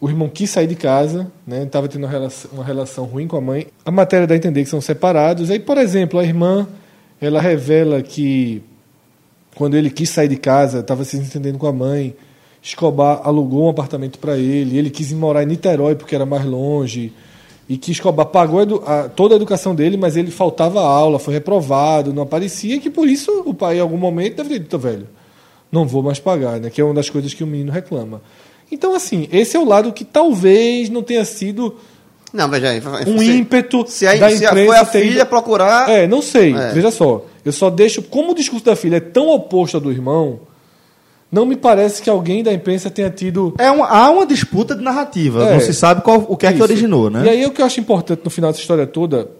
Speaker 5: o irmão quis sair de casa, estava tendo uma relação, uma relação ruim com a mãe. A matéria dá a entender que são separados. Aí, por exemplo, a irmã, ela revela que quando ele quis sair de casa, estava se entendendo com a mãe. Escobar alugou um apartamento para ele. Ele quis ir morar em Niterói porque era mais longe. E que Escobar pagou a edu- a- toda a educação dele, mas ele faltava aula, foi reprovado, não aparecia, e que por isso o pai, em algum momento, deve ter dito, velho, não vou mais pagar, né? Que é uma das coisas que o menino reclama. Então, assim, esse é o lado que talvez não tenha sido
Speaker 3: Não, veja aí.
Speaker 5: um
Speaker 3: se-
Speaker 5: ímpeto
Speaker 3: É, Se, a,
Speaker 5: da
Speaker 3: se a-
Speaker 5: imprensa
Speaker 3: foi a
Speaker 5: ter ido-
Speaker 3: filha procurar.
Speaker 5: É, não sei.
Speaker 3: É.
Speaker 5: Veja só. Eu só deixo. Como o discurso da filha é tão oposto ao do irmão, não me parece que alguém da imprensa tenha tido.
Speaker 2: É uma- há uma disputa de narrativa.
Speaker 5: É.
Speaker 2: Não se sabe qual, o que é que
Speaker 5: Isso.
Speaker 2: originou, né?
Speaker 5: E aí o que eu acho importante no final dessa história toda,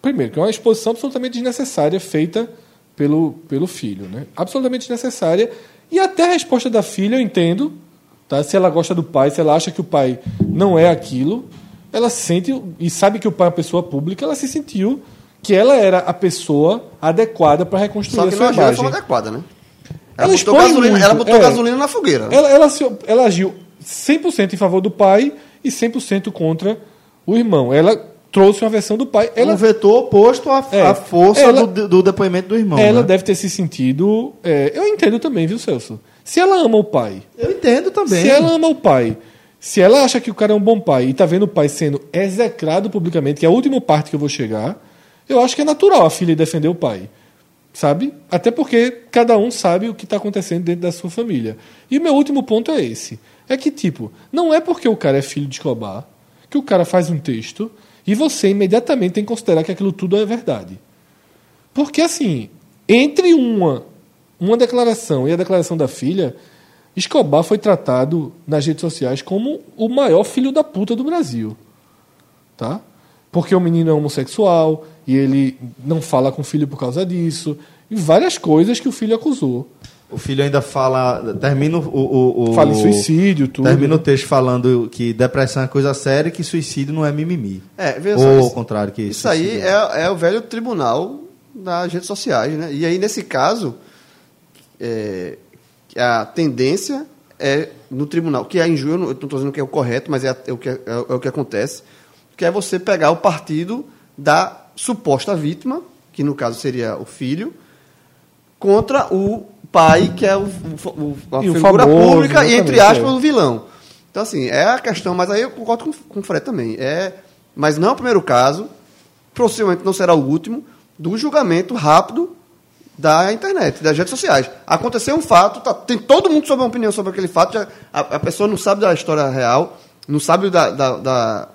Speaker 5: primeiro, que é uma exposição absolutamente desnecessária feita pelo, pelo filho, né? Absolutamente desnecessária. E até a resposta da filha eu entendo, tá? Se ela gosta do pai, se ela acha que o pai não é aquilo, ela sente e sabe que o pai é uma pessoa pública, ela se sentiu que ela era a pessoa adequada para reconstruir
Speaker 3: Só
Speaker 5: a
Speaker 3: que
Speaker 5: sua
Speaker 3: não agiu de
Speaker 5: imagem.
Speaker 3: forma adequada, né?
Speaker 5: Ela
Speaker 3: Ela, botou,
Speaker 5: expõe
Speaker 3: gasolina,
Speaker 5: muito,
Speaker 3: ela botou
Speaker 5: é.
Speaker 3: gasolina na fogueira. né?
Speaker 5: Ela, ela, se- ela agiu 100% em favor do pai e 100% contra o irmão. Ela trouxe uma versão do pai. Ela,
Speaker 2: Um vetor oposto à,
Speaker 5: É.
Speaker 2: à força
Speaker 5: Ela-
Speaker 2: do, do depoimento do irmão.
Speaker 5: ela
Speaker 2: né?
Speaker 5: deve ter se sentido. é, eu entendo também, viu, Celso? Se ela ama o pai,
Speaker 2: Eu entendo também.
Speaker 5: se ela ama o pai, se ela acha que o cara é um bom pai e tá vendo o pai sendo execrado publicamente, que é a última parte que eu vou chegar, eu acho que é natural a filha defender o pai. Sabe? Até porque cada um sabe o que está acontecendo dentro da sua família. E meu último ponto é esse. É que, tipo, não é porque o cara é filho de Escobar que o cara faz um texto e você imediatamente tem que considerar que aquilo tudo é verdade. Porque, assim, entre uma, uma declaração e a declaração da filha, Escobar foi tratado nas redes sociais como o maior filho da puta do Brasil. Tá? Porque o menino é homossexual e ele não fala com o filho por causa disso. E várias coisas que o filho acusou.
Speaker 2: O filho ainda fala. Termina o. o, o-
Speaker 5: Fala em suicídio, tudo.
Speaker 2: Termina o texto falando que depressão é coisa séria e que suicídio não é mimimi.
Speaker 3: É, veja só,
Speaker 2: Ou ao
Speaker 3: isso-
Speaker 2: contrário, que
Speaker 3: Isso aí
Speaker 2: suicídio
Speaker 3: é, é o velho tribunal das redes sociais, né? E aí, nesse caso, é, a tendência é no tribunal, que a injúria, eu não estou dizendo que é o correto, mas é, a- é o que, é, é o que acontece, que é você pegar o partido da suposta vítima, que no caso seria o filho, contra o pai, que é o, o- o- a
Speaker 5: E o
Speaker 3: figura
Speaker 5: famoso,
Speaker 3: pública, e entre
Speaker 5: exatamente,
Speaker 3: aspas,
Speaker 5: é.
Speaker 3: o vilão. Então, assim, é a questão, mas aí eu concordo com, com o Fred também. É, mas não é o primeiro caso, possivelmente não será o último, do julgamento rápido da internet, das redes sociais. Aconteceu um fato, tá- tem todo mundo sob uma opinião sobre aquele fato, já- a, a pessoa não sabe da história real, não sabe da, da, da,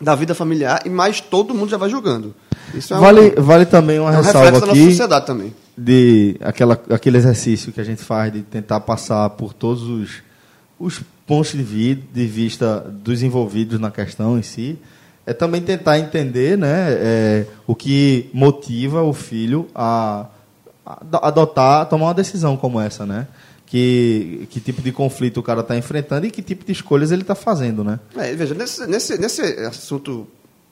Speaker 3: da vida familiar, e mais todo mundo já vai julgando. Isso é um-
Speaker 2: Vale, vale também uma
Speaker 3: é um
Speaker 2: ressalva
Speaker 3: reflexo da nossa
Speaker 2: aqui
Speaker 3: sociedade também.
Speaker 2: de aquela, aquele exercício que a gente faz de tentar passar por todos os, os pontos de, vi, de vista dos envolvidos na questão em si. É também tentar entender né, é, o que motiva o filho a ado- adotar, a tomar uma decisão como essa, né? Que, que tipo de conflito o cara está enfrentando e que tipo de escolhas ele está fazendo, né?
Speaker 3: É, veja, nesse, nesse, nesse assunto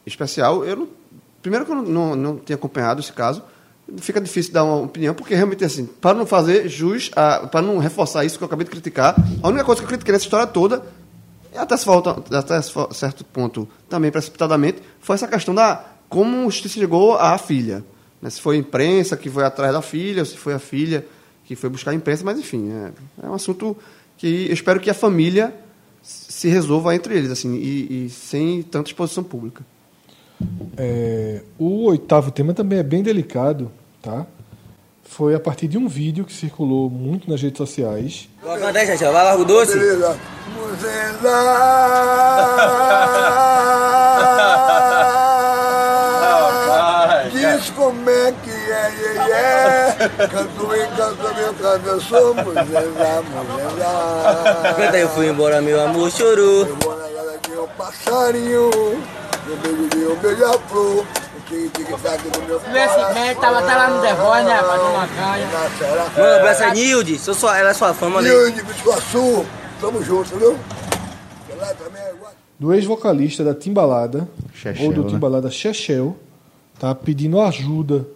Speaker 3: especial, eu não, primeiro que eu não, não, não tinha acompanhado esse caso, fica difícil dar uma opinião, porque realmente, assim, para não fazer jus, a- para não reforçar isso que eu acabei de criticar, a única coisa que eu critiquei nessa história toda, e até, se falta, até se fa- certo ponto também precipitadamente, foi essa questão da como se chegou à filha. né? Se foi a imprensa que foi atrás da filha, ou se foi a filha que foi buscar a imprensa, mas enfim, é, é um assunto que eu espero que a família se resolva entre eles, assim, e, e sem tanta exposição pública.
Speaker 5: É, o oitavo tema também é bem delicado, tá? Foi a partir de um vídeo que circulou muito nas redes sociais.
Speaker 6: Boa conta aí, Xaxão. Vai, larga o doce.
Speaker 7: Beleza.
Speaker 6: Ah,
Speaker 7: Muzenda. Diz como é que é, é, é. Canto e canto, meu canto, sou muzenda,
Speaker 6: Canta aí, eu fui
Speaker 7: muzenda.
Speaker 6: embora, meu amor, chorou.
Speaker 7: Eu vou na galera que é o passarinho. Eu beijo Um de um beija-flor. O tic-tic-tac do meu coração.
Speaker 8: né, tava- tá lá no The Voice, né, rapaz, numa caia.
Speaker 7: Nascerá.
Speaker 6: Manda um abraço a Nilde. Sou sua, ela é sua fama, né?
Speaker 7: Rio de Biscoaçu. Tamo junto, viu? Lá também é igual.
Speaker 5: do ex-vocalista da Timbalada,
Speaker 2: Chechel,
Speaker 5: ou do
Speaker 2: né?
Speaker 5: Timbalada Chechel, tá pedindo ajuda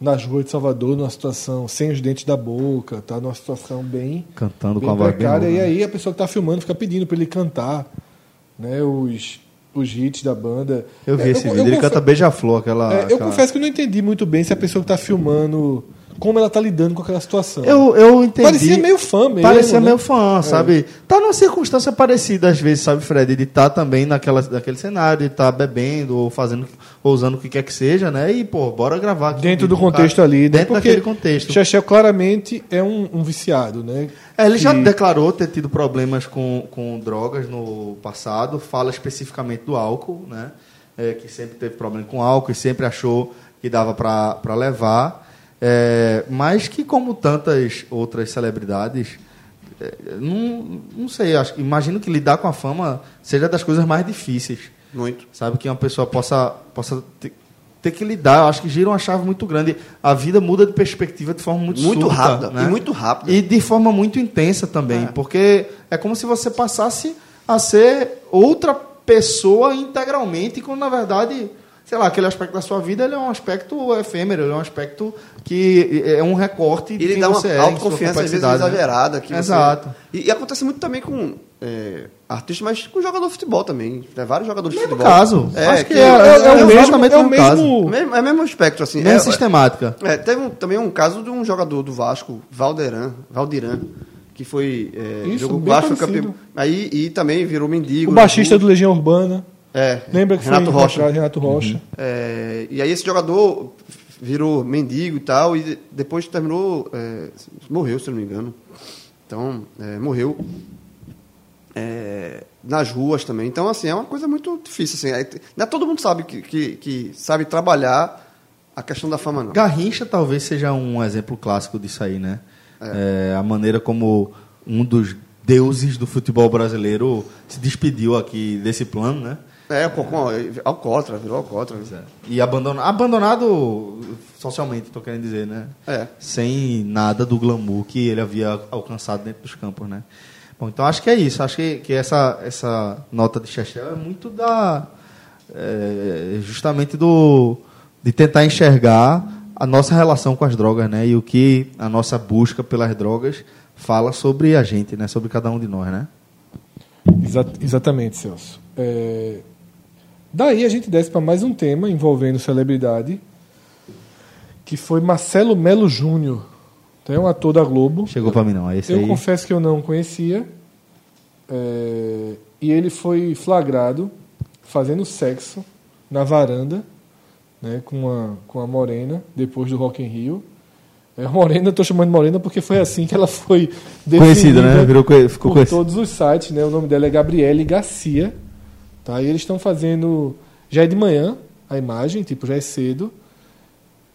Speaker 5: nas ruas de Salvador, numa situação sem os dentes da boca, tá numa situação bem,
Speaker 2: Cantando
Speaker 5: bem
Speaker 2: com a né? voz bem
Speaker 5: precária.
Speaker 2: rouca.
Speaker 5: E aí a pessoa que tá filmando fica pedindo pra ele cantar né, os, os hits da banda.
Speaker 2: Eu vi
Speaker 5: É,
Speaker 2: esse vídeo, ele
Speaker 5: confe-
Speaker 2: canta beija-flor, aquela...
Speaker 5: é, eu
Speaker 2: aquela-
Speaker 5: confesso que eu não entendi muito bem se a pessoa que tá filmando como ela tá lidando com aquela situação.
Speaker 2: Eu, eu entendi.
Speaker 5: Parecia meio fã mesmo,
Speaker 2: Parecia
Speaker 5: né?
Speaker 2: meio fã, sabe? Tá numa circunstância parecida às vezes, sabe, Fred? De tá também naquela, naquele cenário, de tá bebendo ou fazendo, ou usando o que quer que seja, né? E, pô, bora gravar aqui
Speaker 5: Dentro do
Speaker 2: com o cara.
Speaker 5: contexto ali, né?
Speaker 2: Dentro
Speaker 5: Porque
Speaker 2: daquele contexto.
Speaker 5: Chechel claramente é um, um viciado, né?
Speaker 2: É, ele já
Speaker 5: Que-
Speaker 2: declarou ter tido problemas com, com drogas no passado, fala especificamente do álcool, né? É, que sempre teve problema com álcool e sempre achou que dava para levar. É, mas que, como tantas outras celebridades, é, não, não sei, acho, que- imagino que lidar com a fama seja das coisas mais difíceis
Speaker 3: Muito.
Speaker 2: sabe? Que uma pessoa possa, possa ter, ter que lidar. Eu acho que gira uma chave muito grande. A vida muda de perspectiva de forma muito
Speaker 3: Muito
Speaker 2: súbita,
Speaker 3: rápida,
Speaker 2: né?
Speaker 3: e muito rápida.
Speaker 2: E de forma muito intensa também. Porque é como se você passasse a ser outra pessoa integralmente, quando na verdade. Sei lá, aquele aspecto da sua vida ele é um aspecto efêmero, ele é um aspecto que é um recorte
Speaker 3: E ele
Speaker 2: quem
Speaker 3: dá uma
Speaker 2: você é em sua
Speaker 3: autoconfiança, às vezes,
Speaker 2: complexidade, né?
Speaker 3: exagerada. Que você-
Speaker 2: Exato.
Speaker 3: E, e acontece muito também com é, artistas, mas com jogador de futebol também. Né? Vários jogadores de
Speaker 2: Mesmo
Speaker 3: futebol.
Speaker 2: caso. Acho que é,
Speaker 5: é o mesmo-
Speaker 2: exatamente
Speaker 5: é o
Speaker 2: mesmo
Speaker 5: mesmo-
Speaker 2: caso.
Speaker 3: é mesmo, é mesmo espectro, assim.
Speaker 2: Mesma
Speaker 3: É-
Speaker 2: sistemática.
Speaker 3: É, teve um- também um caso de um jogador do Vasco, Valderan, Valdiran, que foi. É,
Speaker 5: Isso,
Speaker 3: jogou
Speaker 5: bem
Speaker 3: Vasco
Speaker 5: parecido.
Speaker 3: campeão. Aí e também virou mendigo.
Speaker 5: O baixista do
Speaker 3: tudo.
Speaker 5: Legião Urbana.
Speaker 3: É,
Speaker 5: Lembra que
Speaker 3: Renato
Speaker 5: foi
Speaker 3: Rocha.
Speaker 5: atrás, Renato
Speaker 2: Uhum.
Speaker 5: Rocha.
Speaker 3: É, e aí esse jogador virou mendigo e tal, e depois terminou. é, morreu, se eu não me engano. Então, é, morreu. É, nas ruas também. Então, assim, é uma coisa muito difícil. Assim. Aí, não é todo mundo sabe que, que, que sabe trabalhar a questão da fama, não.
Speaker 2: Garrincha talvez seja um exemplo clássico disso aí, né? É, a maneira como um dos deuses do futebol brasileiro se despediu aqui desse plano, né?
Speaker 3: É, pô, com, alcoólatra, virou alcoólatra.
Speaker 2: E abandona, abandonado socialmente, tô querendo dizer, né?
Speaker 3: É.
Speaker 2: Sem nada do glamour que ele havia alcançado dentro dos campos, né? Bom, então acho que é isso. Acho que, que essa, essa nota de Chechel é muito da... é, justamente do... De tentar enxergar a nossa relação com as drogas, né? E o que a nossa busca pelas drogas fala sobre a gente, né? Sobre cada um de nós, né?
Speaker 5: Exa- exatamente, Celso. É, Daí a gente desce para mais um tema envolvendo celebridade, que foi Marcelo Melo Júnior. Então é um ator da Globo.
Speaker 2: Chegou pra mim não. É esse
Speaker 5: Eu
Speaker 2: aí.
Speaker 5: confesso que eu não conhecia. É, E ele foi flagrado fazendo sexo na varanda né, com, a, com a Morena, depois do Rock in Rio. É, Morena, eu tô chamando de Morena porque foi assim que ela foi
Speaker 2: Conhecido, né?
Speaker 5: definida
Speaker 2: Virou, conhe- ficou
Speaker 5: por
Speaker 2: conhecido.
Speaker 5: todos os sites, né? O nome dela é Gabriele Garcia. Tá? E eles estão fazendo. Já é de manhã a imagem, tipo, já é cedo.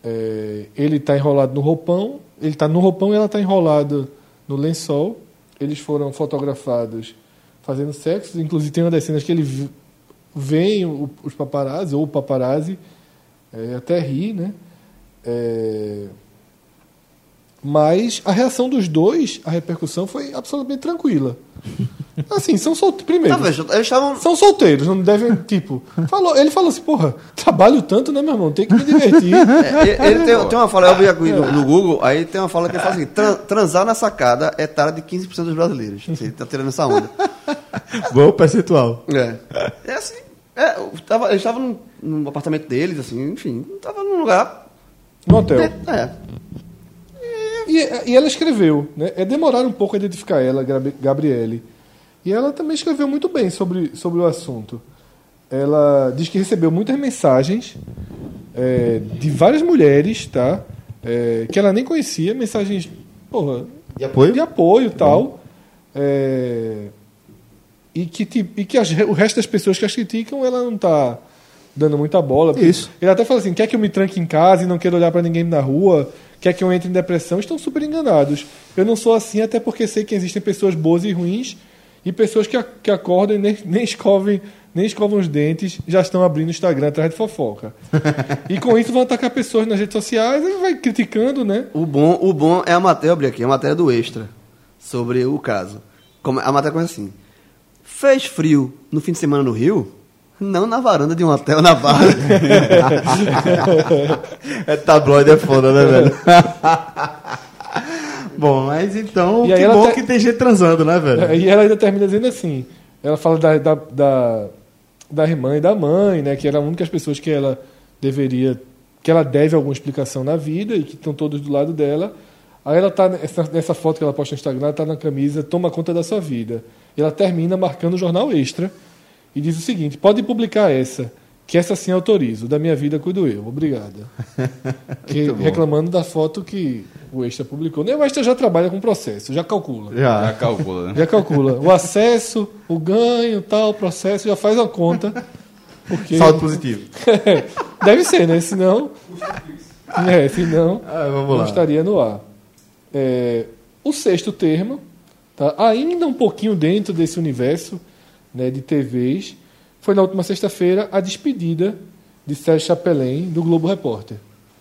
Speaker 5: É, ele está enrolado no roupão, ele está no roupão e ela está enrolada no lençol. Eles foram fotografados fazendo sexo, inclusive tem uma das cenas que ele vi- vem o- os paparazzi ou o paparazzi é, até ri, né? É, mas a reação dos dois, a repercussão foi absolutamente tranquila. Assim, são solteiros.
Speaker 3: Tá,
Speaker 5: Primeiro,
Speaker 3: veja, eles estavam.
Speaker 5: são solteiros, não devem. Tipo, falou, ele falou assim: porra, trabalho tanto, né, meu irmão? Tem que me divertir.
Speaker 3: É, Ele, ele tem, tem uma fala, eu vi aqui no, no Google, aí tem uma fala que ele fala assim: "Tran- transar na sacada é tara de 15% dos brasileiros. Assim, Ele tá tirando essa onda.
Speaker 2: Bom percentual.
Speaker 3: É. É assim. É, eu tava, eles estavam num, num apartamento deles, assim, enfim, tava num lugar.
Speaker 5: No hotel.
Speaker 3: É.
Speaker 5: E, e ela escreveu, né? É demorar um pouco a identificar ela, Gabri- Gabriele. E ela também escreveu muito bem sobre, sobre o assunto. Ela diz que recebeu muitas mensagens é, de várias mulheres, tá? É, que ela nem conhecia, mensagens, porra,
Speaker 2: De apoio?
Speaker 5: de apoio e tal. É, e que, ti- e que as- o resto das pessoas que as criticam, ela não tá dando muita bola. Porque
Speaker 2: Isso.
Speaker 5: Ele até fala assim: quer que eu me tranque em casa e não quero olhar para ninguém na rua? Quer que eu entre em depressão? Estão super enganados. Eu não sou assim, até porque sei que existem pessoas boas e ruins e pessoas que, a- que acordam e nem, nem escovem. Nem escovam os dentes, já estão abrindo o Instagram atrás de fofoca. e com isso vão atacar pessoas nas redes sociais e vai criticando, né?
Speaker 3: O bom, o bom é a matéria, eu abri aqui, a matéria do extra sobre o caso. Como- a matéria começa assim: Fez frio no fim de semana no Rio? Não na varanda de um hotel na Barra.
Speaker 2: É tabloide é foda, né, velho? bom, mas então,
Speaker 5: E aí
Speaker 2: que
Speaker 5: ela
Speaker 2: bom
Speaker 5: tá-
Speaker 2: que tem gente transando, né, velho?
Speaker 5: É, E ela ainda termina dizendo assim: ela fala da, da, da, da irmã e da mãe, né? Que eram as únicas pessoas que ela deveria que ela deve alguma explicação na vida e que estão todos do lado dela. Aí ela tá nessa, nessa foto que ela posta no Instagram, ela tá na camisa Toma Conta da Sua Vida. E ela termina marcando o jornal extra e diz o seguinte: pode publicar essa, que essa sim autorizo, da minha vida cuido eu, obrigada. Que-
Speaker 2: Muito bom.
Speaker 5: reclamando da foto que o extra publicou. Nem o extra já trabalha com processo, já calcula.
Speaker 4: Já
Speaker 2: Já.
Speaker 4: calcula, né?
Speaker 5: Já calcula o acesso, o ganho, tal, o processo, já faz a conta. Porque
Speaker 2: Saldo positivo.
Speaker 5: deve ser, né? Senão. É, senão
Speaker 2: Ah, vamos
Speaker 5: não
Speaker 2: lá.
Speaker 5: estaria no ar. É, o sexto termo, tá? ainda um pouquinho dentro desse universo né, de TVs, foi na última sexta-feira a despedida de Sérgio Chapelain do Globo Repórter.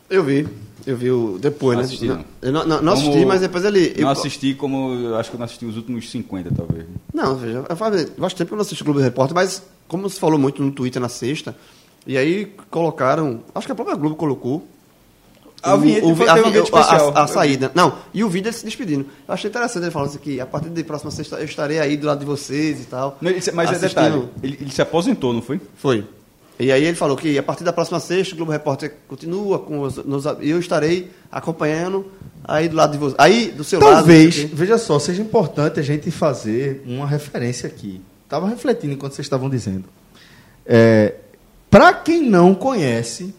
Speaker 3: Eu vi. Eu vi o depois,
Speaker 4: Não
Speaker 3: né?
Speaker 4: assisti, não.
Speaker 3: Eu não, não- não assisti,
Speaker 4: Como-
Speaker 3: mas depois ele. eu-
Speaker 4: Não assisti como. eu Acho que eu não assisti os últimos 50, talvez.
Speaker 3: Não, veja, eu faz faz tempo que eu não assisto o Globo Repórter, mas como se falou muito no Twitter na sexta, e aí colocaram. Acho que a própria Globo colocou.
Speaker 4: A vinheta, Ah, foi-
Speaker 3: a,
Speaker 4: teve uma vinheta
Speaker 3: a-
Speaker 4: especial.
Speaker 3: a- a
Speaker 4: Eu vi.
Speaker 3: saída. Não, e o vídeo ele se despedindo. Eu achei interessante ele falando assim que a partir da próxima sexta eu estarei aí do lado de vocês e tal.
Speaker 4: Não, ele se- mas é
Speaker 3: assistindo.
Speaker 4: detalhe, ele, ele se aposentou, não foi?
Speaker 3: Foi. E aí ele falou que a partir da próxima sexta o Globo Repórter continua com os, nos, e eu estarei acompanhando aí do lado de vocês. Aí, do seu lado. não
Speaker 2: Talvez,
Speaker 3: sei o quê.
Speaker 2: né? veja só, seja importante a gente fazer uma referência aqui. Estava refletindo enquanto vocês estavam dizendo. É, Para quem não conhece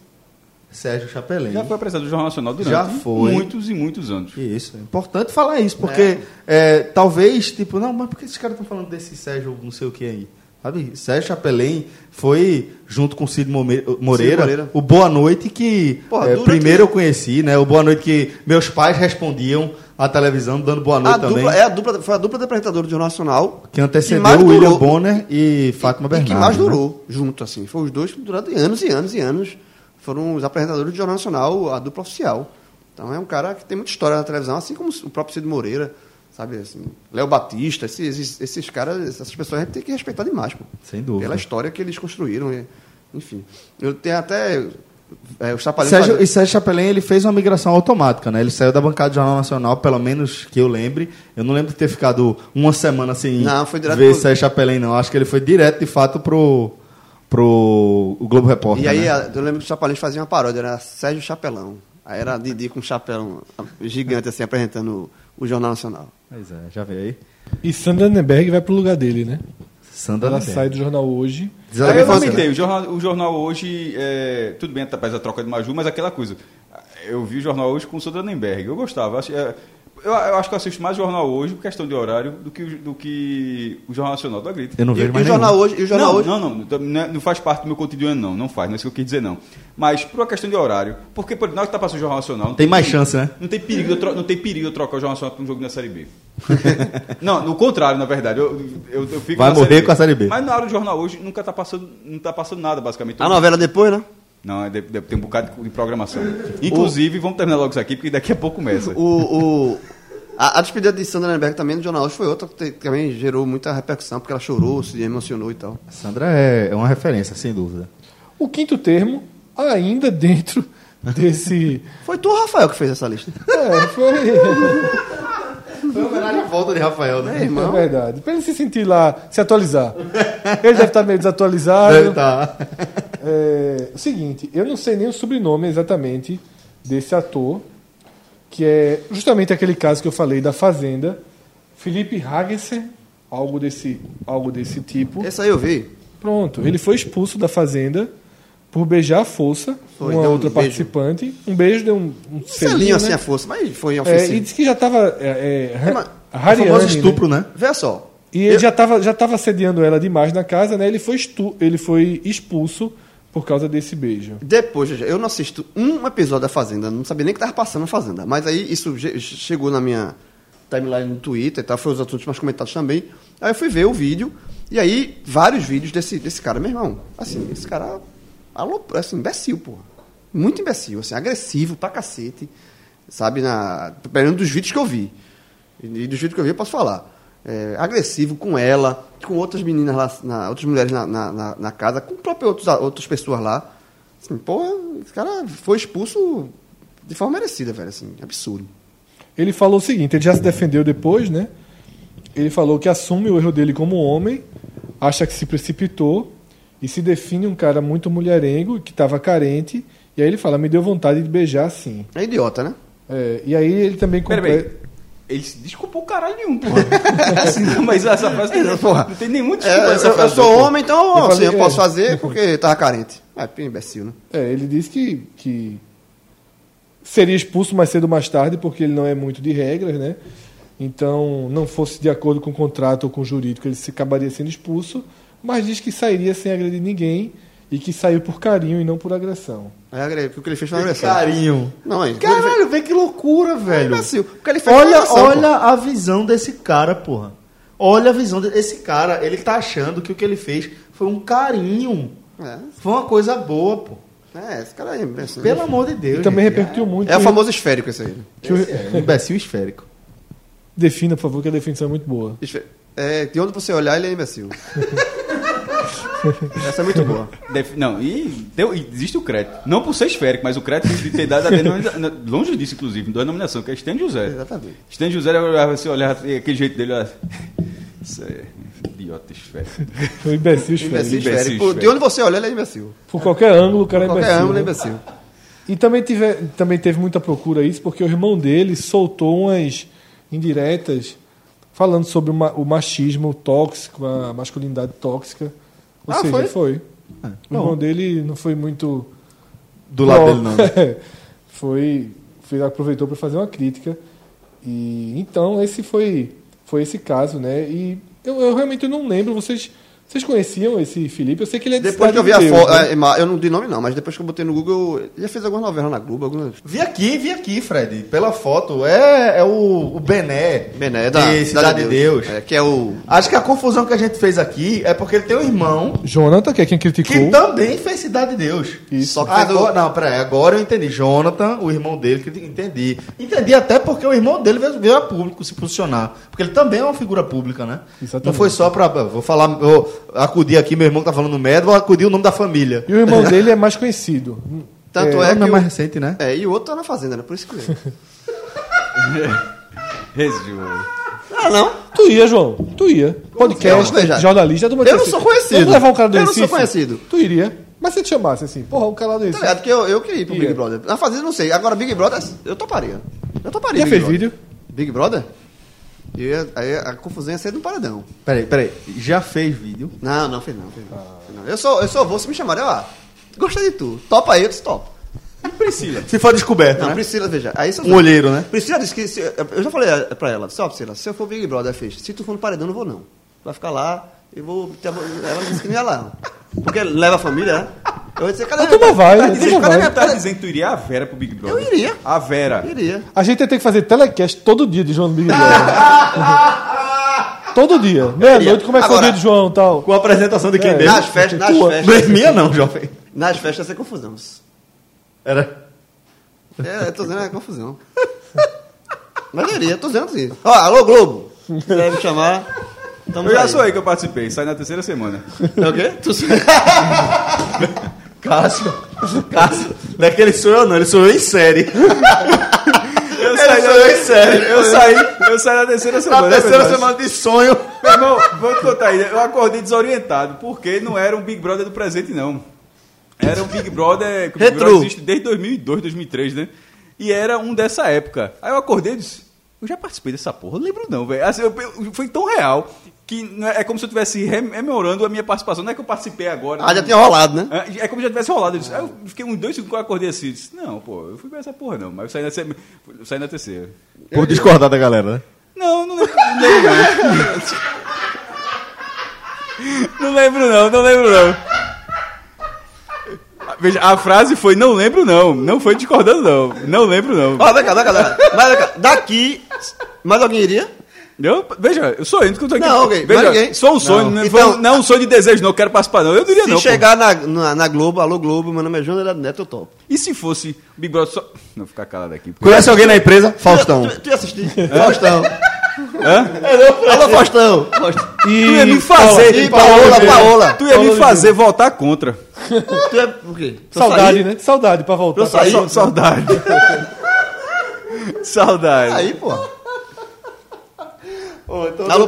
Speaker 2: Sérgio Chapelin,
Speaker 4: Já foi apresentado do Jornal Nacional durante
Speaker 2: Já foi.
Speaker 4: muitos e muitos anos.
Speaker 2: Isso, é importante falar isso, porque é, talvez, tipo, não, mas por que esses caras estão falando desse Sérgio não sei o que aí? Sabe, Sérgio Chapelin foi, junto com Cid Mome- Moreira,
Speaker 3: Moreira.
Speaker 2: o Boa Noite que
Speaker 3: Porra,
Speaker 2: é,
Speaker 3: durante-
Speaker 2: primeiro eu conheci, né? O Boa Noite que meus pais respondiam à televisão dando boa noite
Speaker 3: A
Speaker 2: também.
Speaker 3: dupla, é a dupla, foi a dupla de apresentadora do Jornal Nacional.
Speaker 2: Que
Speaker 3: que
Speaker 2: antecedeu
Speaker 3: mais
Speaker 2: o William
Speaker 3: durou.
Speaker 2: Bonner e Fátima
Speaker 3: E
Speaker 2: Bernardo.
Speaker 3: que mais
Speaker 2: né?
Speaker 3: durou junto, assim. Foi os dois que durante anos e anos e anos. Foram os apresentadores do Jornal Nacional, a dupla oficial. Então é um cara que tem muita história na televisão, assim como o próprio Cid Moreira, sabe? Assim, Léo Batista, esses, esses, esses caras, essas pessoas a gente tem que respeitar demais, pô.
Speaker 2: Sem dúvida.
Speaker 3: Pela história que eles construíram, e- enfim. Eu tenho até. É, os Trapalhões
Speaker 2: Sérgio,
Speaker 3: fazem-
Speaker 2: e Sérgio Chapelin ele fez uma migração automática, né? Ele saiu da bancada do Jornal Nacional, pelo menos que eu lembre. Eu não lembro de ter ficado uma semana sem
Speaker 3: Não, foi direto
Speaker 2: ver
Speaker 3: pro-
Speaker 2: Sérgio Chapelin, não. Acho que ele foi direto, de fato, pro, pro o Globo Repórter.
Speaker 3: E aí,
Speaker 2: né?
Speaker 3: a- eu lembro que os Chapalhões faziam uma paródia, era Sérgio Chapelão. Aí era Didi com um chapéu gigante, assim, apresentando o, o Jornal Nacional.
Speaker 2: Pois é, já veio aí.
Speaker 5: E Sandra Nenberg vai pro lugar dele, né?
Speaker 2: Sandra
Speaker 5: Ela
Speaker 2: Nenberg.
Speaker 5: sai do jornal hoje.
Speaker 4: Aí
Speaker 2: Desagradável,
Speaker 4: eu
Speaker 2: né?
Speaker 4: lamentei, o jornal, o jornal hoje, é, tudo bem, apesar da troca de Maju, mas aquela coisa, eu vi o jornal hoje com o Sandra Nenberg, eu gostava, acho- é, eu, eu acho que eu assisto mais jornal hoje, por questão de horário, do que, o- do que o Jornal Nacional, do Agrito.
Speaker 2: Eu não
Speaker 3: E,
Speaker 2: vejo
Speaker 3: e o
Speaker 2: mais
Speaker 3: jornal hoje, e o jornal
Speaker 4: não,
Speaker 3: hoje
Speaker 4: não, não, não, não é- não faz parte do meu cotidiano, não, não faz, não é isso que eu quis dizer, não. Mas por uma questão de horário, porque por, na hora que tá passando o Jornal Nacional... não
Speaker 2: Tem mais
Speaker 4: perigo-
Speaker 2: chance, né?
Speaker 4: Não tem perigo, de eu tro- não tem perigo de eu trocar o Jornal Nacional por um jogo na Série B. não, no contrário, na verdade, eu, eu, eu fico
Speaker 2: Vai
Speaker 4: na
Speaker 2: morrer com a Série B.
Speaker 4: Mas na hora do jornal hoje nunca tá passando, não tá passando nada, basicamente.
Speaker 3: A novela depois, né?
Speaker 4: Não, é de- de- tem um bocado de- de programação. Inclusive, vamos terminar logo isso aqui, porque daqui a pouco começa.
Speaker 3: O, o- a, a despedida de Sandra Nenberg também no Jornal Hoje foi outra que te- também gerou muita repercussão, porque ela chorou, se emocionou e tal.
Speaker 2: Sandra é, é uma referência, sem dúvida.
Speaker 5: O quinto termo, ainda dentro desse.
Speaker 3: Foi tu, Rafael, que fez essa lista.
Speaker 5: É, foi.
Speaker 2: Foi homenagem à volta Tá de Rafael, né?
Speaker 5: É verdade. Pra ele se sentir lá, se atualizar. Ele deve estar meio desatualizado.
Speaker 2: Deve
Speaker 3: tá.
Speaker 2: estar.
Speaker 5: É, o seguinte, eu não sei nem o sobrenome exatamente desse ator, que é justamente aquele caso que eu falei da Fazenda. Felipe Hagensen, algo desse, algo desse tipo.
Speaker 3: Essa aí eu vi.
Speaker 5: Pronto, ele foi expulso da Fazenda por beijar a força,
Speaker 3: Foi,
Speaker 5: uma
Speaker 3: deu um
Speaker 5: outra
Speaker 3: beijo.
Speaker 5: participante. Um beijo, deu um, um
Speaker 3: Selinho,
Speaker 5: selinho,
Speaker 3: assim
Speaker 5: né?
Speaker 3: a força, mas foi
Speaker 5: É, e
Speaker 3: ofensivo.
Speaker 5: disse que já estava é, é,
Speaker 3: É, mas-
Speaker 2: O
Speaker 5: Hariane,
Speaker 2: famoso
Speaker 5: né?
Speaker 2: estupro, né?
Speaker 3: Vê só.
Speaker 5: E ele já estava já tava assediando ela demais na casa, né? Ele foi, estu- ele foi expulso por causa desse beijo.
Speaker 3: Depois, Gegé, eu não assisto um episódio da Fazenda, não sabia nem que tava passando na Fazenda. Mas aí isso ge- chegou na minha timeline no Twitter e tal, foi os assuntos mais comentados também. Aí eu fui ver o vídeo, e aí vários vídeos desse, desse cara, meu irmão. Assim, esse cara aloprou, assim, imbecil, porra. Muito imbecil, assim, agressivo pra cacete. Sabe, na. Pelo dos vídeos que eu vi. E do jeito que eu vi, eu posso falar. É, agressivo com ela, com outras meninas lá, na- outras mulheres na, na- na- na casa, com próprias outros, outras pessoas lá. Assim, porra, esse cara foi expulso de forma merecida, velho. Assim, absurdo.
Speaker 5: Ele falou o seguinte, ele já se defendeu depois, né? Ele falou que assume o erro dele como homem, acha que se precipitou e se define um cara muito mulherengo, que estava carente e E aí ele fala, me deu vontade de beijar sim.
Speaker 3: É idiota, né?
Speaker 5: É, e aí ele também
Speaker 4: Pera,
Speaker 5: comple-
Speaker 4: peraí. Ele se desculpou caralho nenhum, porra. assim, não, mas essa frase tem,
Speaker 3: Porra.
Speaker 4: não tem nenhuma
Speaker 3: É,
Speaker 4: desculpa
Speaker 3: eu,
Speaker 4: nessa
Speaker 3: eu
Speaker 4: frase.
Speaker 3: sou
Speaker 4: não,
Speaker 3: homem, então
Speaker 5: Eu
Speaker 3: assim,
Speaker 5: falei,
Speaker 3: eu posso
Speaker 5: é.
Speaker 3: fazer porque tava carente. É, que imbecil, né?
Speaker 5: É, ele disse que, que seria expulso mais cedo ou mais tarde, porque ele não é muito de regras, né? Então, não fosse de acordo com o contrato ou com o jurídico, ele se acabaria sendo expulso, mas diz que sairia sem agredir ninguém e que saiu por carinho e não por agressão.
Speaker 3: Aí, agredi- porque o que ele fez foi uma agressão.
Speaker 2: Carinho.
Speaker 3: Não, é. um
Speaker 2: Caralho, vê que loucura, velho.
Speaker 3: imbecil. Porque ele fez uma
Speaker 2: Olha,
Speaker 3: agressão,
Speaker 2: olha a visão desse cara, porra. Olha a visão desse cara. Ele tá achando que o que ele fez foi um carinho.
Speaker 3: pô. É,
Speaker 2: Foi uma coisa boa, pô.
Speaker 3: é, esse cara é imbecil.
Speaker 2: Pelo amor de Deus.
Speaker 5: E também
Speaker 2: gente.
Speaker 5: repercutiu muito.
Speaker 3: É o
Speaker 5: que-
Speaker 3: famoso esférico esse aí. né?
Speaker 5: que o-
Speaker 2: É, um imbecil esférico.
Speaker 5: Defina, por favor, que a definição é muito boa.
Speaker 3: Esfe- É, de onde você olhar, ele é imbecil. Essa é muito boa.
Speaker 4: Def- não, e, deu- e existe o crédito. Não por ser esférico, mas o crédito de ter dado a denomina- na- longe disso, inclusive, duas nominações, que é Stan José.
Speaker 3: Exatamente.
Speaker 4: Stan José, você olhar assim, aquele jeito dele, olha, isso é idiota esférico.
Speaker 2: é
Speaker 5: O imbecil, esférico.
Speaker 3: Imbecil,
Speaker 4: Imbecil,
Speaker 3: esférico.
Speaker 4: esférico.
Speaker 3: De onde você olhar, ele é imbecil.
Speaker 5: Por qualquer ângulo, o cara é
Speaker 3: Qualquer
Speaker 5: imbecil.
Speaker 3: ângulo, ele é
Speaker 5: né?
Speaker 3: imbecil.
Speaker 5: E também, tive, também teve muita procura isso, porque o irmão dele soltou umas indiretas falando sobre o, ma- o machismo tóxico, a masculinidade tóxica. Ou
Speaker 3: Ah,
Speaker 5: seja,
Speaker 3: foi? É.
Speaker 5: foi. o irmão dele não foi muito. É.
Speaker 2: Do lado dele,
Speaker 3: né?
Speaker 2: não.
Speaker 5: foi, foi- Aproveitou para fazer uma crítica. E então esse foi, foi esse caso, né? E eu, eu realmente não lembro, vocês. Vocês conheciam esse Felipe? Eu sei que ele é de
Speaker 3: Depois que eu vi a
Speaker 5: Cidade de Deus,
Speaker 3: foto,
Speaker 5: né?
Speaker 3: eu não dei nome não, mas depois que eu botei no Google, ele já fez algumas novelas na Globo, algumas...
Speaker 2: Vi aqui, vi aqui, Fred. Pela foto. É, é o, o Bené.
Speaker 3: Bené, é da
Speaker 2: de Cidade de Deus.
Speaker 3: É, que é o...
Speaker 2: Acho que a confusão que a gente fez aqui é porque ele tem um irmão
Speaker 5: Jonathan, que é quem
Speaker 2: que
Speaker 5: criticou.
Speaker 2: também fez Cidade de Deus.
Speaker 5: Isso.
Speaker 3: Só que fez
Speaker 2: Agora,
Speaker 3: o...
Speaker 2: não, peraí, agora eu entendi. Jonathan, o irmão dele, que entendi. Entendi até porque o irmão dele veio, veio a público se posicionar. Porque ele também é uma figura pública, né?
Speaker 5: Exatamente.
Speaker 2: Não foi só pra. Vou falar, vou acudir aqui, meu irmão que tá falando merda, vou acudir o nome da família.
Speaker 5: E o irmão dele é mais conhecido.
Speaker 3: Tanto
Speaker 2: É,
Speaker 3: é, que
Speaker 2: não é
Speaker 3: o-
Speaker 2: mais recente, né?
Speaker 3: É, e o outro tá na Fazenda, né? Por isso que... eu-
Speaker 4: Resumo.
Speaker 3: ah, não?
Speaker 5: Tu ia, João. Tu ia. Podcast,
Speaker 3: eu vou beijar?
Speaker 5: jornalista, tu
Speaker 3: né, Eu não sou conhecido.
Speaker 5: Vamos levar um cara do
Speaker 3: Eu não sou
Speaker 5: Recife?
Speaker 3: conhecido.
Speaker 5: Tu iria. Mas se te chamasse assim, porra, um cara lá do
Speaker 3: Tá
Speaker 5: Recife.
Speaker 3: ligado? Porque eu, eu queria ir pro Big
Speaker 5: Ia.
Speaker 3: Brother. Na Fazenda, não sei. Agora, Big Brother, eu toparia. Eu toparia
Speaker 5: Já
Speaker 3: Big
Speaker 5: fez
Speaker 3: Brother.
Speaker 5: vídeo?
Speaker 3: Big Brother? E aí, aí a confusão ia ser no paradão.
Speaker 2: Peraí, peraí. Já fez vídeo.
Speaker 3: Não, não fez não. Fez não.
Speaker 2: Ah.
Speaker 3: Fez não. Eu, só, eu só vou se me chamarem, ó. Gostei de tu. Topa aí, eu disse topo.
Speaker 2: Se for descoberto,
Speaker 3: Não,
Speaker 2: né?
Speaker 3: Priscila, veja. Aí só
Speaker 2: Um olheiro, né?
Speaker 3: Priscila disse que. se- eu já falei pra ela, só Priscila, se eu for Big Brother, ela fez. Se tu for no paredão, eu não vou não. Vai ficar lá, eu vou. ter- Ela disse que não ia lá. não. Porque leva a família, né? Eu ia dizer, cadê
Speaker 5: A turma Ah, vai,
Speaker 3: Tá
Speaker 5: a
Speaker 3: dizendo,
Speaker 5: turma
Speaker 3: cadê
Speaker 5: vai.
Speaker 3: minha
Speaker 4: Tá
Speaker 3: pedra?
Speaker 4: dizendo que tu iria a Vera pro Big Brother?
Speaker 3: Eu iria.
Speaker 4: A Vera.
Speaker 3: Iria.
Speaker 5: A gente ia ter que fazer telecast todo dia de João do Big Brother. todo dia. Meia-noite começa o
Speaker 3: Agora-
Speaker 5: dia de João e tal.
Speaker 2: Com a apresentação de quem
Speaker 5: É.
Speaker 2: mesmo?
Speaker 3: Nas festas, nas
Speaker 5: Tua-
Speaker 2: Não é
Speaker 3: festas. assim.
Speaker 2: minha, não, jovem.
Speaker 3: Nas festas ia ser confusão.
Speaker 2: Era.
Speaker 3: É, eu tô dizendo, é confusão. Mas eu iria, tô dizendo assim. Ó, alô, Globo. Você vai me chamar. Tamo
Speaker 4: Eu já
Speaker 3: aí.
Speaker 4: sou aí que eu participei, sai na terceira semana.
Speaker 3: É o quê? Tu
Speaker 2: Cássio. Cássio. Não é que ele sou eu, não. Ele sou eu em série.
Speaker 4: Eu
Speaker 2: Ele sou eu em série.
Speaker 4: Eu saí, eu saí na terceira semana.
Speaker 2: Na
Speaker 4: é
Speaker 2: terceira
Speaker 4: verdade.
Speaker 2: semana de sonho.
Speaker 4: Meu irmão, vou te contar aí. Eu acordei desorientado, porque não era um Big Brother do presente, não. Era um Big Brother que o Big
Speaker 3: Retrô.
Speaker 4: Brother existe desde 2002, 2003, né? E era um dessa época. Aí eu acordei e disse, eu já participei dessa porra, eu lembro não, velho. Assim, eu- eu- foi tão real que não é é como se eu estivesse rememorando a minha participação. Não é que eu participei agora.
Speaker 3: Ah, já
Speaker 4: não-
Speaker 3: tinha rolado, né?
Speaker 4: é é como se já tivesse rolado. Eu, disse, aí eu fiquei uns dois segundos quando eu acordei assim. eu Disse, não, pô, eu fui pra essa porra não. Mas eu saí na, semi- eu saí na terceira.
Speaker 2: Por discordar da galera, né?
Speaker 4: Não, não lembro não. Lembro, não. não lembro não, não lembro não. Veja, a frase foi não lembro não. Não foi discordando não. Não lembro não.
Speaker 3: Ó, vem cá, vem cá, vem cá. Mas vem cá, daqui, mais alguém iria?
Speaker 4: Eu, veja, eu sou indo que eu tô aqui.
Speaker 3: Não, ok,
Speaker 4: veja,
Speaker 3: mas ninguém-
Speaker 4: sou um sonho, não,
Speaker 3: Então-
Speaker 4: foi um- não é um sonho de desejo não, quero participar não. Eu diria
Speaker 3: Se
Speaker 4: não. pô.
Speaker 3: chegar na, na, na Globo, alô Globo, meu nome é Júnior Neto, eu topo.
Speaker 4: E se fosse o Big Brother só... Não, ficar calado aqui. porque-
Speaker 2: Conhece alguém na empresa? Faustão.
Speaker 3: Tu, tu, tu ia assistir? Faustão.
Speaker 4: Hã?
Speaker 3: alô Faustão. Faustão.
Speaker 4: Tu ia me
Speaker 3: E
Speaker 4: fazer...
Speaker 3: Paola, Paola.
Speaker 4: Tu ia me fazer votar contra.
Speaker 3: Tu é o quê? Tu
Speaker 5: Saudade,
Speaker 3: sair?
Speaker 5: né? Saudade pra voltar.
Speaker 3: Eu
Speaker 2: Tá
Speaker 3: saí.
Speaker 4: Sa- Saudade.
Speaker 5: é
Speaker 4: Saudade.
Speaker 3: Tá Aí, pô. alô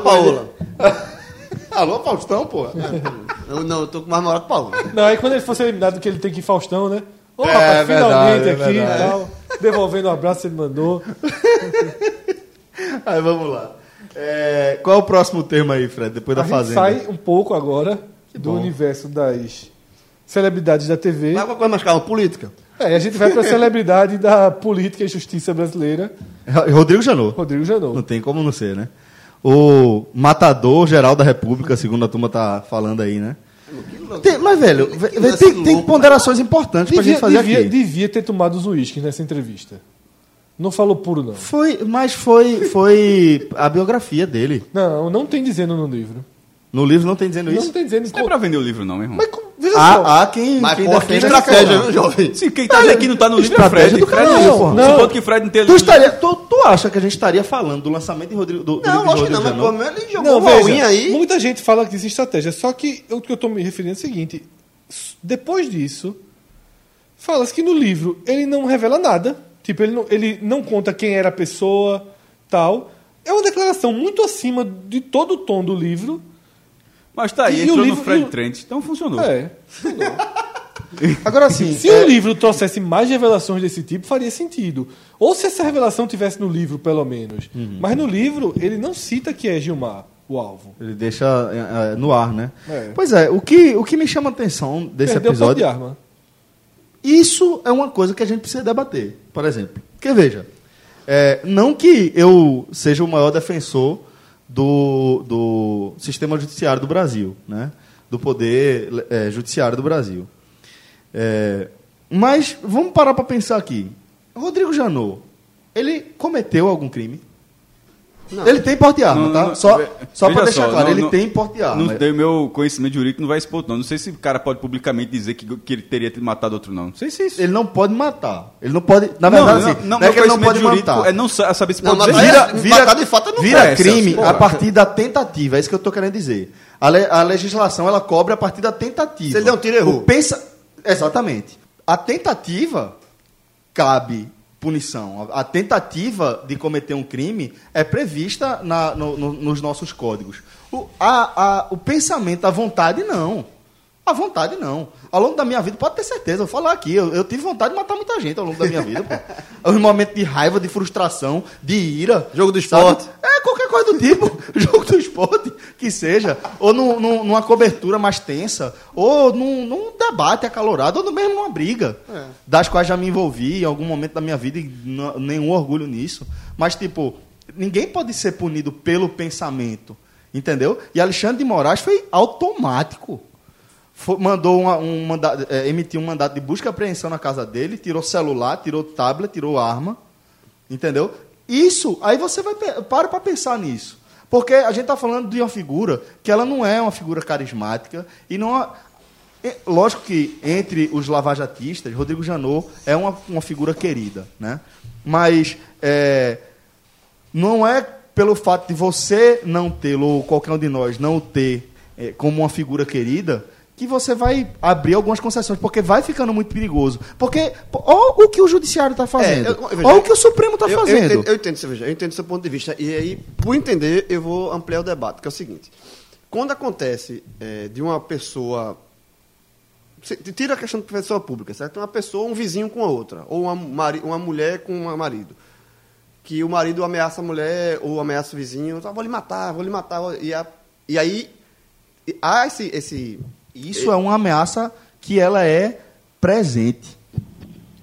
Speaker 3: Paola.
Speaker 2: então Alô, Faustão, porra.
Speaker 3: Eu, não, eu tô com mais moral que Paola.
Speaker 5: Não, aí quando ele fosse eliminado, que ele tem que ir Faustão, né? Ô Ô, rapaz, finalmente
Speaker 2: verdade, é
Speaker 5: aqui
Speaker 2: verdade.
Speaker 5: e tal. Devolvendo o abraço que ele mandou.
Speaker 2: Aí vamos lá. É, qual é o próximo termo aí, Fred? Depois da
Speaker 5: a gente
Speaker 2: fazenda.
Speaker 5: sai um pouco agora do universo das celebridades da TV.
Speaker 3: Mas uma coisa mais calma, política.
Speaker 5: É, a gente vai para a celebridade da política e justiça brasileira,
Speaker 2: Rodrigo Janot.
Speaker 5: Rodrigo
Speaker 2: Não
Speaker 5: Janot.
Speaker 2: tem como não ser, né? O matador geral da República, segundo a turma tá falando aí, né? Tem- mas, velho, ve- ve-
Speaker 3: lance
Speaker 2: tem, tem
Speaker 3: louco,
Speaker 2: ponderações importantes pra gente fazer
Speaker 5: devia,
Speaker 2: aqui.
Speaker 5: devia ter tomado os uísques nessa entrevista. Não falou puro, não.
Speaker 2: Foi, mas foi, foi a biografia dele.
Speaker 5: Não, não tem dizendo no livro.
Speaker 2: No livro não tem dizendo
Speaker 5: Não
Speaker 2: isso.
Speaker 5: tem dizendo...
Speaker 4: Não é pra vender o livro, não, meu irmão.
Speaker 5: Mas como- veja só.
Speaker 2: Há, há quem,
Speaker 3: Mas
Speaker 2: quem
Speaker 3: porra, que
Speaker 2: defende essa
Speaker 3: estratégia,
Speaker 2: questão.
Speaker 3: viu, jovem?
Speaker 5: assim?
Speaker 4: Sim, quem tá aqui não tá no livro é
Speaker 2: estratégia
Speaker 4: Fred.
Speaker 2: do
Speaker 4: Fred
Speaker 2: caralho,
Speaker 4: não,
Speaker 2: porra.
Speaker 4: não. Supondo que Fred não tenha
Speaker 2: Tu,
Speaker 4: lido.
Speaker 2: estaria, tu, tu acha que a gente estaria falando do lançamento de Rodrigo, do, do livro
Speaker 3: Não,
Speaker 2: de
Speaker 3: lógico que
Speaker 2: Rodrigo
Speaker 3: não, mas
Speaker 2: Janot?
Speaker 3: pelo menos ele jogou
Speaker 5: Não,
Speaker 3: uma
Speaker 5: veja,
Speaker 3: aulinha aí.
Speaker 5: muita gente fala que existe estratégia, só que o que eu estou me referindo é o seguinte, s- depois disso, fala-se que no livro ele não revela nada, tipo, ele não, ele não conta quem era a pessoa, tal, é uma declaração muito acima de todo o tom do livro,
Speaker 4: Mas tá aí,
Speaker 5: E o
Speaker 4: entrou
Speaker 5: livro-
Speaker 4: no Fred
Speaker 5: e o-
Speaker 4: Trent, então funcionou.
Speaker 5: é,
Speaker 2: Agora sim.
Speaker 5: se o livro trouxesse mais revelações desse tipo, faria sentido, ou se essa revelação tivesse no livro, pelo menos, mas no livro ele não cita que é Gilmar o alvo.
Speaker 2: Ele deixa eh, eh, no ar, né?
Speaker 5: É.
Speaker 2: Pois é, o que, o que me chama a atenção desse
Speaker 5: Perdeu o ponto de
Speaker 2: episódio.
Speaker 5: arma.
Speaker 2: Isso é uma coisa que a gente precisa debater, por exemplo. Porque veja, eh, não que eu seja o maior defensor do, do sistema judiciário do Brasil, né? do poder eh, judiciário do Brasil. Eh, mas vamos parar para pensar aqui. Rodrigo Janot, ele cometeu algum crime? Ele tem porte de arma,
Speaker 4: Não,
Speaker 2: tá?
Speaker 4: não,
Speaker 2: só
Speaker 4: ve-
Speaker 2: só
Speaker 4: veja
Speaker 2: para deixar
Speaker 4: só,
Speaker 2: claro,
Speaker 4: não,
Speaker 2: ele
Speaker 4: não-
Speaker 2: tem porte de arma. né?
Speaker 4: Não, daí o meu conhecimento jurídico não vai expor, não. Não sei se o cara pode publicamente dizer que, que ele teria matado outro, não. Não sei se é isso.
Speaker 2: Ele não pode matar. Ele não pode. Na verdade, assim, não, é que ele não
Speaker 4: conhecimento
Speaker 2: pode matar.
Speaker 4: é não sa- saber se
Speaker 3: Não,
Speaker 4: pode
Speaker 3: mas
Speaker 4: dizer.
Speaker 3: vira-
Speaker 2: vira,
Speaker 3: Matar de fato não
Speaker 2: vira
Speaker 4: é, Celso,
Speaker 2: crime
Speaker 4: porra.
Speaker 2: a partir da tentativa. É isso que eu estou querendo dizer. A, le- a legislação ela cobre a partir da tentativa.
Speaker 3: Se ele der um tiro, errou.
Speaker 2: O Pensa, exatamente. A tentativa cabe punição. A a tentativa de cometer um crime é prevista na- no- no- nos nossos códigos. O, a- a- o pensamento, a vontade, não. A vontade, não. Ao longo da minha vida, pode ter certeza, eu vou falar aqui, eu, eu tive vontade de matar muita gente ao longo da minha vida. Pô. Um momento de raiva, de frustração, de ira.
Speaker 3: Jogo do
Speaker 2: sabe?
Speaker 3: esporte.
Speaker 2: É, qualquer coisa do tipo. Jogo do esporte, que seja. Ou num- num- numa cobertura mais tensa. Ou num, num debate acalorado. Ou mesmo numa briga. Das quais já me envolvi em algum momento da minha vida. E n- nenhum orgulho nisso. Mas, tipo, ninguém pode ser punido pelo pensamento. Entendeu? E Alexandre de Moraes foi automático. Fo- mandou uma- um mandado, é, emitiu um mandato de busca e apreensão na casa dele, tirou celular, tirou tablet, tirou arma, entendeu? Isso, aí você vai pe- para para pensar nisso, porque a gente está falando de uma figura que ela não é uma figura carismática e não é, é, lógico que entre os lavajatistas Rodrigo Janot é uma, uma figura querida, né? Mas é, não é pelo fato de você não tê-lo, ou qualquer um de nós não o ter eh, como uma figura querida, que você vai abrir algumas concessões, porque vai ficando muito perigoso. Porque, olha o que o judiciário está fazendo,
Speaker 3: É, eu- eu-
Speaker 2: olha o que o Supremo está
Speaker 3: Eu- eu
Speaker 2: fazendo.
Speaker 3: entendo- Eu, entendo, você veja, eu entendo seu ponto de vista. E aí, por entender, eu vou ampliar o debate, que é o seguinte. Quando acontece eh, de uma pessoa. você Tira a questão de pessoa pública, certo? Uma pessoa, um vizinho com a outra, ou uma, mari- uma mulher com um marido. Que o marido ameaça a mulher ou ameaça o vizinho, ah, vou lhe matar, vou lhe matar. E, a- e aí e há esse, esse.
Speaker 2: Isso é uma ameaça que ela é presente.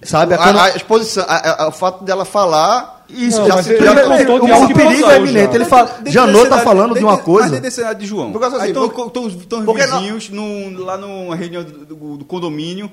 Speaker 2: Sabe?
Speaker 3: A,
Speaker 2: É quando-
Speaker 3: a exposição, a- a- o fato dela falar.
Speaker 2: Isso,
Speaker 5: Não,
Speaker 2: já
Speaker 5: mas
Speaker 2: se
Speaker 5: ele
Speaker 2: já-
Speaker 5: contou de
Speaker 2: o,
Speaker 5: algo que
Speaker 2: perigo
Speaker 5: passou
Speaker 2: é
Speaker 5: já.
Speaker 2: iminente. Ele fala,
Speaker 4: Dentro
Speaker 2: Janot
Speaker 4: da
Speaker 2: está
Speaker 4: cidade-
Speaker 2: falando de
Speaker 4: dentro-
Speaker 2: uma
Speaker 4: Mas
Speaker 2: coisa.
Speaker 4: dentro da cidade de João.
Speaker 3: Por causa assim, porque-
Speaker 4: Estão os tão os
Speaker 3: porque não-
Speaker 4: vizinhos num- lá numa reunião do, do- do condomínio,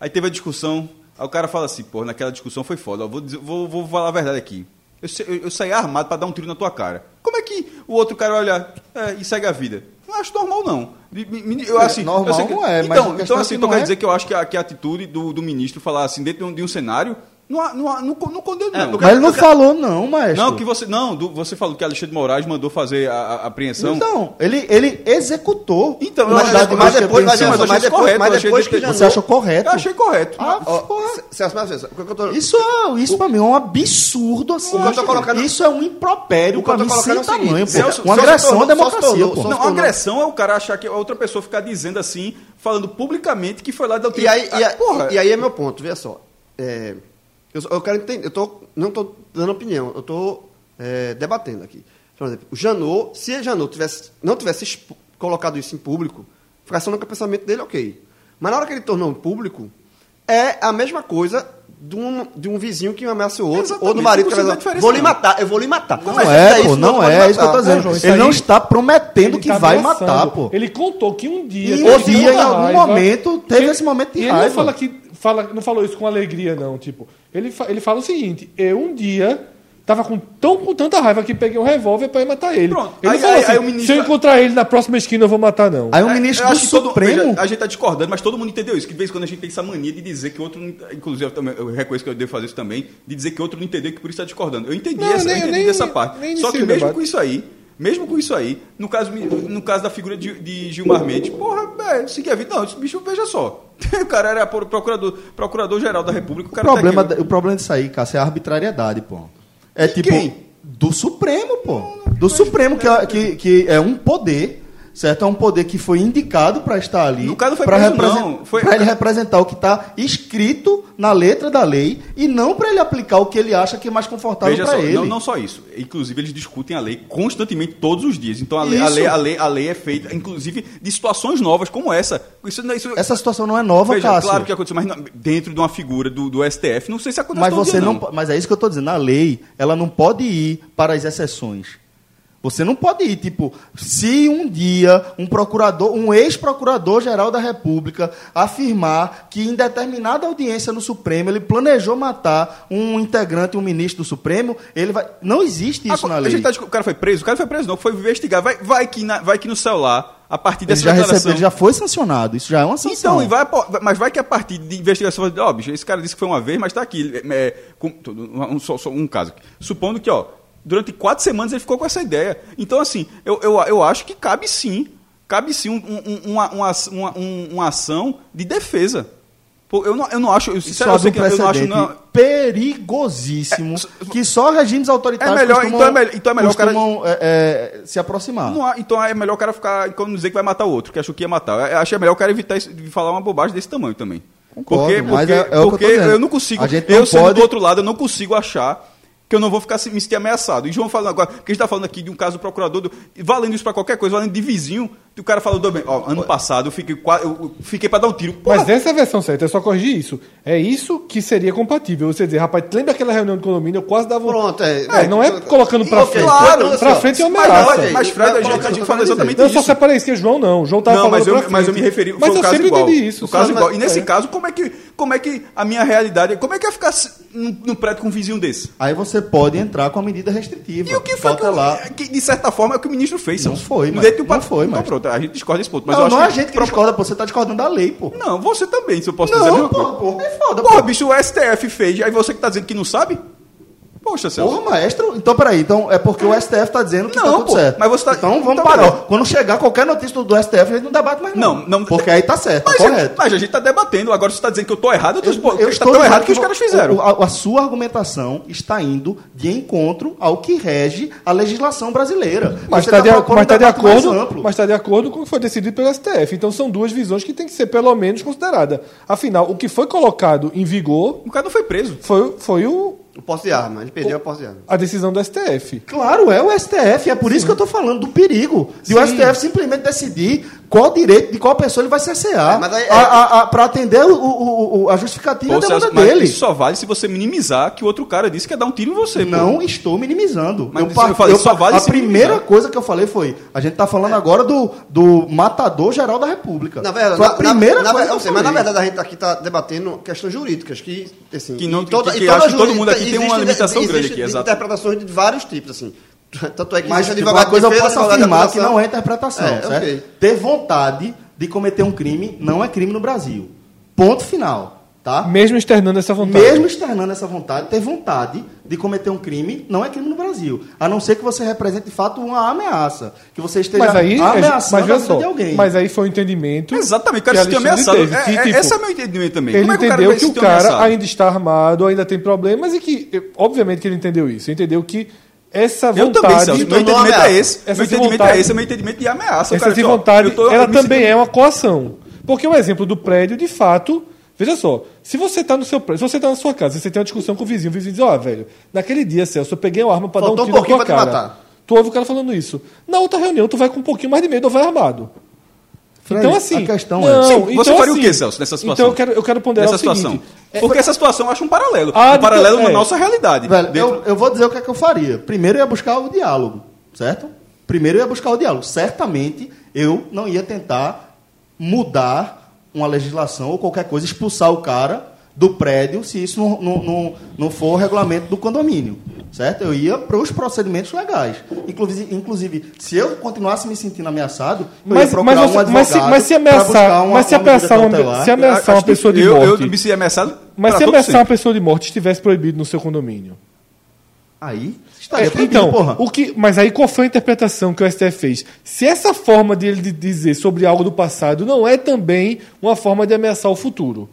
Speaker 4: aí teve a discussão, aí o cara fala assim, pô, naquela discussão foi foda, ó, vou, dizer- vou, vou falar a verdade aqui. Eu, sa- eu- eu saí armado pra dar um tiro na tua cara. Como é que o outro cara olha é, e segue a vida? Não acho normal, não. Me- me- Eu, assim,
Speaker 2: normal
Speaker 4: eu sei que-
Speaker 2: não é, mas a
Speaker 4: Então,
Speaker 2: questão
Speaker 4: então
Speaker 2: é
Speaker 4: assim,
Speaker 2: que
Speaker 4: eu
Speaker 2: não é-
Speaker 4: quero dizer que eu acho que a, que a atitude do, do ministro falar assim, dentro de um, de um cenário, Não, não, não, não condenou.
Speaker 3: É,
Speaker 4: não.
Speaker 3: porque-
Speaker 2: Mas ele não falou, não, maestro.
Speaker 4: Não, que você. Não, do- você falou que Alexandre de Moraes mandou fazer a, a apreensão.
Speaker 2: Então, ele, ele executou.
Speaker 4: Então,
Speaker 2: o
Speaker 4: mas-
Speaker 2: mandado de
Speaker 4: mas
Speaker 2: busca e
Speaker 4: depois- mas
Speaker 2: apreensão.
Speaker 4: depois- mas depois- mas depois que é
Speaker 2: Você achou correto?
Speaker 4: Eu achei correto.
Speaker 2: Ah,
Speaker 3: Ó,
Speaker 2: porra.
Speaker 3: Se- Celso, mas Celso, o que eu tô-
Speaker 2: Isso, é- isso pra mim é um absurdo assim.
Speaker 3: O que eu tô colocando-
Speaker 2: Isso é um impropério
Speaker 3: O que eu
Speaker 2: pra
Speaker 3: tô
Speaker 2: mim
Speaker 3: colocando
Speaker 2: sem
Speaker 3: é o seguinte,
Speaker 2: tamanho, pô.
Speaker 3: Celso-
Speaker 2: Uma
Speaker 3: Celso
Speaker 2: agressão à
Speaker 3: tornou- só
Speaker 2: democracia,
Speaker 3: tornou-
Speaker 2: pô.
Speaker 3: só
Speaker 4: Não,
Speaker 3: tornou-
Speaker 4: agressão é o cara achar que a outra pessoa ficar dizendo assim, falando publicamente que foi lá da
Speaker 3: E aí,
Speaker 4: Ah,
Speaker 3: e, aí- e aí é meu ponto, veja só. É, eu, só- eu quero entender, eu tô, não estou dando opinião, eu estou debatendo aqui. Por exemplo, o Janot, se o Janot tivesse, não tivesse expo- colocado isso em público, ficasse só no pensamento dele, ok. Mas na hora que ele tornou em público, é a mesma coisa de um, de um vizinho que ameaça o outro, ou do
Speaker 4: Exatamente,
Speaker 3: marido que
Speaker 4: não precisa
Speaker 3: ameaça
Speaker 4: de diferença,
Speaker 3: Vou lhe
Speaker 4: não.
Speaker 3: matar, eu vou lhe matar.
Speaker 2: Não,
Speaker 3: Mas se
Speaker 2: é,
Speaker 3: fizer
Speaker 2: pô,
Speaker 3: isso,
Speaker 2: não
Speaker 3: pode
Speaker 2: é, é isso que eu tô
Speaker 3: matar.
Speaker 2: dizendo.
Speaker 5: João, isso
Speaker 2: ele não
Speaker 5: aí-
Speaker 2: está prometendo que
Speaker 5: tá
Speaker 2: vai
Speaker 5: ameaçando.
Speaker 2: matar, pô.
Speaker 5: Ele contou que um dia.
Speaker 2: E
Speaker 5: teve
Speaker 2: um dia,
Speaker 5: uma
Speaker 2: em algum
Speaker 5: raiva,
Speaker 2: momento, teve esse momento de
Speaker 5: e Ele
Speaker 2: raiva.
Speaker 5: não, fala que, fala, não falou isso com alegria, não. Tipo, ele, fa- ele fala o seguinte: eu um dia. Tava com, tão, com tanta raiva que peguei um revólver pra ir matar ele.
Speaker 4: Pronto.
Speaker 5: Ele
Speaker 4: Aí-
Speaker 5: não falou
Speaker 4: aí-
Speaker 5: assim,
Speaker 4: aí o ministro-
Speaker 5: se eu encontrar ele na próxima esquina, eu vou matar, não.
Speaker 2: Aí o ministro
Speaker 4: É, eu
Speaker 2: do
Speaker 4: acho que todo-
Speaker 2: Supremo.
Speaker 4: veja, a gente tá discordando, mas todo mundo entendeu isso. Que de vez em quando a gente tem essa mania de dizer que outro. não- Inclusive, eu, também, eu reconheço que eu devo fazer isso também. De dizer que outro não entendeu que por isso está discordando. Eu entendi,
Speaker 5: Não,
Speaker 4: essa,
Speaker 5: nem-
Speaker 4: eu entendi
Speaker 5: nem-
Speaker 4: essa parte.
Speaker 5: nem
Speaker 4: Só
Speaker 5: inicio
Speaker 4: que
Speaker 5: o
Speaker 4: mesmo
Speaker 5: debate.
Speaker 4: com isso aí. Mesmo com isso aí, no caso, no caso da figura de, de Gilmar Mendes, porra, é, seguir a vida. Não, esse bicho, veja só. O cara era pro- procurador- procurador-geral da República. O,
Speaker 2: O
Speaker 4: cara tá aqui.
Speaker 2: problema, da- o problema disso aí, Cássio, é a arbitrariedade, pô. É
Speaker 4: De
Speaker 2: tipo.
Speaker 4: quem?
Speaker 2: Do Supremo, pô. Do Supremo, que é, que, que é um poder, certo? É um poder que foi indicado pra estar ali.
Speaker 4: No caso, não foi
Speaker 2: pra
Speaker 4: preso,
Speaker 2: represen-
Speaker 4: não. Foi-
Speaker 2: pra ele representar o que tá escrito na letra da lei e não pra ele aplicar o que ele acha que é mais confortável
Speaker 4: Veja
Speaker 2: pra
Speaker 4: só,
Speaker 2: ele.
Speaker 4: Não, não só isso. Inclusive, eles discutem a lei constantemente todos os dias. Então, a lei, a
Speaker 2: Isso.
Speaker 4: lei, a lei, a lei é feita, inclusive, de situações novas como essa. Isso, não- isso,
Speaker 2: Essa situação não é nova,
Speaker 4: veja,
Speaker 2: Cássio.
Speaker 4: claro que aconteceu, mas não- dentro de uma figura do, do STF, não sei se aconteceu
Speaker 2: Mas
Speaker 4: todo
Speaker 2: você
Speaker 4: dia,
Speaker 2: não, po- mas é isso que eu tô dizendo. A lei, ela não pode ir para as exceções. Você não pode ir, tipo, se um dia um procurador, um ex-procurador geral da República afirmar que em determinada audiência no Supremo ele planejou matar um integrante, um ministro do Supremo, ele vai não existe isso
Speaker 4: Ah,
Speaker 2: na
Speaker 4: a
Speaker 2: lei.
Speaker 4: gente tá discu- o cara foi preso? O cara foi preso, não. Foi investigar. Vai, vai, que, na- vai que no celular, a partir
Speaker 2: Ele
Speaker 4: dessa
Speaker 2: já
Speaker 4: declaração...
Speaker 2: recebeu, ele já foi sancionado. Isso já é uma sanção.
Speaker 4: Então, e vai, apo- mas vai que a partir de investigação, você fala, ó, bicho, esse cara disse que foi uma vez, mas tá aqui. é, com- todo- um, um- só, só um caso. aqui. Supondo que, ó, durante quatro semanas ele ficou com essa ideia. Então, assim, eu, eu, eu acho que cabe sim, cabe sim um- um- um- uma, uma, uma- um- uma ação de defesa. Pô, eu, não, eu não acho, eu,
Speaker 2: Isso
Speaker 4: sinceramente, eu,
Speaker 2: abre
Speaker 4: sei
Speaker 2: um
Speaker 4: é que eu não acho...
Speaker 2: precedente
Speaker 4: Não,
Speaker 2: perigosíssimo
Speaker 4: É,
Speaker 2: que só regimes autoritários
Speaker 4: É melhor,
Speaker 2: costumam,
Speaker 4: então é melhor- então é melhor o cara-
Speaker 2: costumam, é, é, se aproximar.
Speaker 4: Não há- então é melhor o cara ficar, quando dizer que vai matar o outro, que achou que ia matar. Eu acho que é melhor o cara evitar isso- de falar uma bobagem desse tamanho também.
Speaker 2: Concordo,
Speaker 4: porque
Speaker 2: mas
Speaker 4: porque,
Speaker 2: é- é o que eu tô
Speaker 4: porque eu,
Speaker 2: dizendo.
Speaker 4: não consigo.
Speaker 2: A gente
Speaker 4: eu
Speaker 2: não
Speaker 4: sendo
Speaker 2: pode-
Speaker 4: do outro lado, eu não consigo achar que eu não vou ficar se- me sentir ameaçado. E João falando agora, porque a gente tá falando aqui de um caso do procurador, do- valendo isso para qualquer coisa, valendo de vizinho, que o cara falou do bem. Ó, ano passado eu fiquei, qua- eu fiquei para dar um tiro. Porra,
Speaker 5: Mas essa é a versão certa, é só corrigir isso. É isso que seria compatível. Você dizer, rapaz, lembra aquela reunião de condomínio? Eu quase dava um.
Speaker 3: Pronto,
Speaker 5: é. não é colocando pra
Speaker 3: Ok,
Speaker 5: frente.
Speaker 3: claro,
Speaker 5: pra
Speaker 3: senhor.
Speaker 5: frente é uma
Speaker 4: mas,
Speaker 5: ameaça.
Speaker 4: mas, mas Fred, a gente, a gente falou exatamente
Speaker 5: eu
Speaker 4: isso.
Speaker 5: só separei isso que é João não. João tava
Speaker 4: não,
Speaker 5: falando
Speaker 4: mas eu,
Speaker 5: pra frente.
Speaker 4: mas eu me referi.
Speaker 5: Mas
Speaker 4: foi o
Speaker 5: eu
Speaker 4: caso
Speaker 5: sempre
Speaker 4: igual.
Speaker 5: entendi isso.
Speaker 4: O caso
Speaker 5: sabe?
Speaker 4: igual. E nesse
Speaker 5: É.
Speaker 4: caso, como é que, como é que a minha realidade, como é que ia ficar se- num, num prédio com um vizinho desse?
Speaker 2: Aí você pode entrar com a medida restritiva.
Speaker 4: E o que foi que,
Speaker 2: Falta
Speaker 4: eu-
Speaker 2: lá.
Speaker 4: que, de certa forma, é o que o ministro fez.
Speaker 2: Não
Speaker 4: Celso.
Speaker 2: foi,
Speaker 4: Do
Speaker 2: mas-
Speaker 4: jeito que o
Speaker 2: não
Speaker 4: pat-
Speaker 2: foi,
Speaker 4: Então
Speaker 2: mas-
Speaker 4: pronto, a gente discorda desse ponto. Mas eu
Speaker 2: não,
Speaker 4: acho
Speaker 2: não é a gente que
Speaker 4: pro-
Speaker 2: discorda, pô. Você tá discordando da lei, pô.
Speaker 4: Não, você também, se eu posso dizer a
Speaker 2: Não,
Speaker 4: mesma
Speaker 2: pô,
Speaker 4: coisa.
Speaker 2: pô. É foda,
Speaker 4: Porra,
Speaker 2: pô.
Speaker 4: bicho, o STF fez, aí você que tá dizendo que não sabe? Poxa, Celso.
Speaker 2: Porra, maestro. Então, peraí. Então, é porque o STF tá dizendo que
Speaker 4: Não,
Speaker 2: tá tudo
Speaker 4: pô,
Speaker 2: certo.
Speaker 4: mas você tá-
Speaker 2: Então, vamos
Speaker 4: então,
Speaker 2: parar.
Speaker 4: beleza.
Speaker 2: Quando chegar qualquer notícia do, do STF, a gente não debate mais não.
Speaker 4: Não, não.
Speaker 2: Porque aí tá certo, tá
Speaker 4: Mas,
Speaker 2: correto.
Speaker 4: mas a gente tá debatendo. Agora você tá dizendo que eu tô errado, eu tô, pô, tá
Speaker 2: estou
Speaker 4: tão
Speaker 2: dizendo
Speaker 4: errado que os caras fizeram.
Speaker 2: o- A, a sua argumentação está indo de encontro ao que rege a legislação brasileira.
Speaker 5: Mas
Speaker 2: Você
Speaker 5: está de,
Speaker 2: propondo um
Speaker 5: mas tá de
Speaker 2: debate mais
Speaker 5: acordo,
Speaker 2: amplo.
Speaker 5: mas tá de acordo com o que foi decidido pelo STF. Então são duas visões que tem que ser pelo menos considerada. Afinal, o que foi colocado em vigor
Speaker 4: O cara não foi preso.
Speaker 5: foi, foi o,
Speaker 3: O posse de arma, ele perdeu a posse de arma.
Speaker 5: a decisão do STF.
Speaker 2: Claro, é o STF. É por isso que eu estou falando do perigo de o
Speaker 5: Sim.
Speaker 2: STF simplesmente decidir qual direito de qual pessoa ele vai cercear
Speaker 3: Mas aí-
Speaker 2: para atender o, o- o- a
Speaker 5: é
Speaker 2: justificativa
Speaker 4: Pô,
Speaker 2: da demanda
Speaker 4: Celso, mas
Speaker 2: dele.
Speaker 4: Isso só vale se você minimizar que o outro cara disse que ia dar um tiro em você. pô.
Speaker 2: Não estou minimizando.
Speaker 4: Mas isso
Speaker 2: par-
Speaker 4: eu falei, só vale
Speaker 2: a
Speaker 4: se
Speaker 2: primeira
Speaker 4: minimizar.
Speaker 2: coisa que eu falei foi: a gente está falando agora do, do matador geral da República.
Speaker 3: Na verdade,
Speaker 2: foi a
Speaker 3: na-
Speaker 2: primeira
Speaker 3: na- na-
Speaker 2: coisa. que
Speaker 3: eu
Speaker 2: eu
Speaker 3: sei, mas na
Speaker 2: falei.
Speaker 3: verdade a gente tá aqui está debatendo questões jurídicas que assim,
Speaker 4: Que não-
Speaker 3: em toda-
Speaker 4: que-
Speaker 3: em
Speaker 4: que
Speaker 3: toda
Speaker 4: acho que todo
Speaker 3: jurídica
Speaker 4: mundo aqui tem uma
Speaker 3: existe-
Speaker 4: limitação grande
Speaker 3: existe
Speaker 4: aqui, exato.
Speaker 3: interpretações de vários tipos assim. Tanto é que
Speaker 2: Mas
Speaker 3: existe
Speaker 2: tipo, uma
Speaker 3: advogado de
Speaker 2: coisa eu
Speaker 3: defesa,
Speaker 2: posso
Speaker 3: advogado de
Speaker 2: afirmar que
Speaker 3: acusação.
Speaker 2: não é interpretação.
Speaker 3: É,
Speaker 2: certo?
Speaker 3: ok.
Speaker 2: Ter vontade de cometer um crime não é crime no Brasil. Ponto final.
Speaker 3: tá?
Speaker 5: Mesmo externando essa vontade.
Speaker 2: Mesmo externando essa vontade, ter vontade de cometer um crime não é crime no Brasil. A não ser que você represente de fato uma ameaça. Que você esteja
Speaker 5: Mas aí, mas
Speaker 2: ameaçando a
Speaker 5: veja
Speaker 2: vida
Speaker 5: só,
Speaker 2: de alguém.
Speaker 5: mas aí foi o entendimento.
Speaker 4: Exatamente, o
Speaker 5: que
Speaker 4: cara se tem
Speaker 5: Alexandre
Speaker 4: ameaçado.
Speaker 5: teve, que,
Speaker 4: É, é,
Speaker 5: tipo,
Speaker 4: esse é meu entendimento também.
Speaker 5: Ele
Speaker 4: Como é que o cara
Speaker 5: entendeu
Speaker 4: vai
Speaker 5: que
Speaker 4: se
Speaker 5: o
Speaker 4: ter
Speaker 5: cara
Speaker 4: ameaçado?
Speaker 5: ainda está armado, ainda tem problemas e que, eu- obviamente, que ele entendeu isso. Ele entendeu que essa
Speaker 4: Eu
Speaker 5: vontade.
Speaker 4: também, Celso. Meu
Speaker 3: tornou
Speaker 4: entendimento é
Speaker 3: ameaça.
Speaker 4: esse.
Speaker 5: Essa
Speaker 4: Meu entendimento
Speaker 5: vontade-
Speaker 4: é esse. É meu entendimento de ameaça. O
Speaker 5: essa
Speaker 4: cara diz, ó,
Speaker 5: vontade,
Speaker 4: eu tô- eu
Speaker 5: ela
Speaker 4: me
Speaker 5: também é uma coação. Porque o exemplo do prédio, de fato, veja só, se você está no seu prédio, se você está na sua casa, você tem uma discussão com o vizinho, o vizinho diz, ó, velho, naquele dia, Celso, eu peguei uma arma para dar um
Speaker 3: Faltou um
Speaker 5: tiro na
Speaker 3: pouquinho
Speaker 5: tua
Speaker 3: pra te
Speaker 5: cara.
Speaker 3: matar.
Speaker 5: Tu ouve o cara falando isso. Na outra reunião, tu vai com um pouquinho mais de medo ou vai armado.
Speaker 2: Fred,
Speaker 5: então, assim.
Speaker 2: a questão é-
Speaker 5: não,
Speaker 4: Sim,
Speaker 5: então,
Speaker 4: você faria o
Speaker 5: assim,
Speaker 4: quê, Celso, nessa situação?
Speaker 5: Então, eu quero, eu quero ponderar
Speaker 4: nessa
Speaker 5: o seguinte.
Speaker 4: situação.
Speaker 5: É,
Speaker 4: Porque essa situação eu acho um paralelo.
Speaker 5: Ah,
Speaker 4: um paralelo
Speaker 5: então,
Speaker 4: na
Speaker 5: é.
Speaker 4: nossa realidade.
Speaker 2: Velho,
Speaker 4: Dentro-
Speaker 2: eu, eu vou dizer o que é que eu faria. Primeiro eu ia buscar o diálogo, certo? Primeiro eu ia buscar o diálogo. Certamente eu não ia tentar mudar uma legislação ou qualquer coisa, expulsar o cara do prédio se isso não, não, não, não for o regulamento do condomínio, certo? Eu ia para os procedimentos legais. Inclusive, inclusive, se eu continuasse me sentindo ameaçado, eu ia
Speaker 5: Mas,
Speaker 2: procurar
Speaker 5: mas,
Speaker 2: um
Speaker 5: você- mas, se,
Speaker 2: advogado
Speaker 5: mas se
Speaker 2: pra buscar
Speaker 5: ameaçar,
Speaker 2: uma-
Speaker 5: mas se
Speaker 2: uma medida
Speaker 5: ameaçar, uma,
Speaker 2: cautelar.
Speaker 5: se ameaçar uma
Speaker 4: acho que
Speaker 5: pessoa de
Speaker 4: eu,
Speaker 5: morte.
Speaker 4: Eu me sinto ameaçado.
Speaker 5: mas
Speaker 4: pra
Speaker 5: se
Speaker 4: todo
Speaker 5: ameaçar uma
Speaker 4: sempre.
Speaker 5: pessoa de morte estivesse proibido no seu condomínio.
Speaker 2: Tá Aí estaria
Speaker 5: É,
Speaker 2: proibido,
Speaker 5: então,
Speaker 2: porra.
Speaker 5: o que, mas aí qual foi a interpretação que o STF fez? Se essa forma dele de dizer sobre algo do passado não é também uma forma de ameaçar o futuro.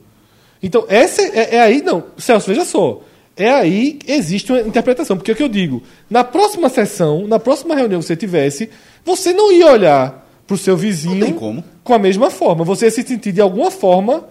Speaker 5: Então, essa é, é aí, não, Celso, veja só. É aí que existe uma interpretação. Porque é o que eu digo? Na próxima sessão, na próxima reunião que você tivesse, você não ia olhar para o seu vizinho
Speaker 4: Não tem como.
Speaker 5: com a mesma forma. Você ia se sentir de alguma forma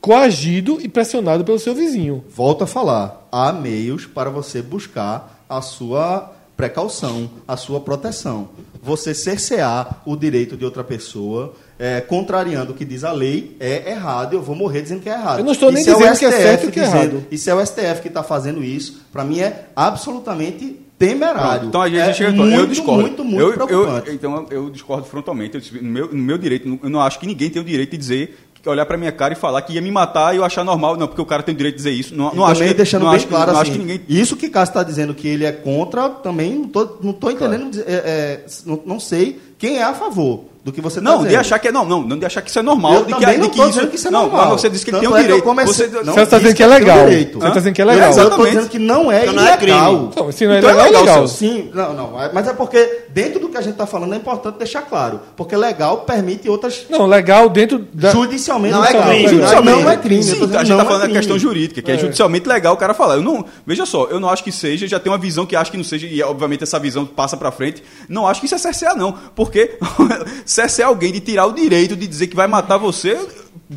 Speaker 5: coagido e pressionado pelo seu vizinho.
Speaker 2: Volto a falar, há meios para você buscar a sua precaução, a sua proteção. Você cercear o direito de outra pessoa, é, contrariando o que diz a lei, é errado. Eu vou morrer dizendo que é errado.
Speaker 5: Eu não estou nem
Speaker 2: Isso o
Speaker 5: dizendo que é
Speaker 2: STF
Speaker 5: certo e que é
Speaker 2: dizendo-
Speaker 5: errado.
Speaker 2: Isso é o STF que está fazendo isso. Para mim é absolutamente temerário.
Speaker 4: Então a gente
Speaker 2: é
Speaker 4: chega
Speaker 2: muito,
Speaker 4: eu discordo.
Speaker 2: muito, muito
Speaker 4: eu,
Speaker 2: preocupante.
Speaker 4: Eu, então eu eu discordo frontalmente. Eu disse, no, meu, no meu direito, no- eu não acho que ninguém tem o direito de dizer, que olhar pra minha cara e falar que ia me matar e eu achar normal. Não, porque o cara tem o direito de dizer isso. Não,
Speaker 2: E
Speaker 4: não acho
Speaker 2: também
Speaker 4: que,
Speaker 2: deixando
Speaker 4: não
Speaker 2: bem
Speaker 4: acho que-
Speaker 2: claro
Speaker 4: não
Speaker 2: assim,
Speaker 4: acho que ninguém
Speaker 2: isso que Cássio está dizendo que ele é contra, também não tô, não tô entendendo, é, é, não, não sei quem é a favor do que você está
Speaker 4: Não,
Speaker 2: tá dizendo.
Speaker 4: de achar que é não, não, não de achar que isso é normal,
Speaker 2: Eu
Speaker 4: de que,
Speaker 2: também
Speaker 4: de
Speaker 2: não tô dizendo que isso é normal.
Speaker 4: mas você disse que ele
Speaker 2: Tanto
Speaker 4: tem um
Speaker 2: é que eu
Speaker 4: direito.
Speaker 2: comecei-
Speaker 4: Você-
Speaker 2: não,
Speaker 5: Você está
Speaker 2: diz
Speaker 5: dizendo que é
Speaker 2: que tem
Speaker 5: legal. Você
Speaker 2: direito.
Speaker 5: está dizendo que é
Speaker 2: Mas
Speaker 5: legal.
Speaker 2: eu estou
Speaker 4: Exatamente.
Speaker 2: dizendo que não é
Speaker 3: Então não é
Speaker 2: ilegal.
Speaker 3: crime.
Speaker 5: Então, se não é
Speaker 4: Então é
Speaker 5: legal, é
Speaker 4: legal,
Speaker 5: legal.
Speaker 4: Celso.
Speaker 2: Sim, não, não. é- Mas é porque dentro do que a gente está falando é importante deixar claro. Porque legal permite outras.
Speaker 5: Não, legal dentro da.
Speaker 2: Judicialmente
Speaker 3: Não é
Speaker 2: legal. Não
Speaker 3: crime,
Speaker 2: é crime.
Speaker 4: Judicialmente-
Speaker 2: Não é crime.
Speaker 4: Sim,
Speaker 2: eu tô
Speaker 4: a
Speaker 2: dizendo
Speaker 4: gente
Speaker 2: não
Speaker 4: tá
Speaker 2: é
Speaker 4: falando da
Speaker 2: crime.
Speaker 4: questão jurídica, que é. judicialmente legal o cara falar. Eu não, veja só, eu não acho que seja, já tem uma visão que acho que não seja, e obviamente essa visão passa pra frente. Não acho que isso é cercear, não. Porque cercear alguém de tirar o direito de dizer que vai matar você.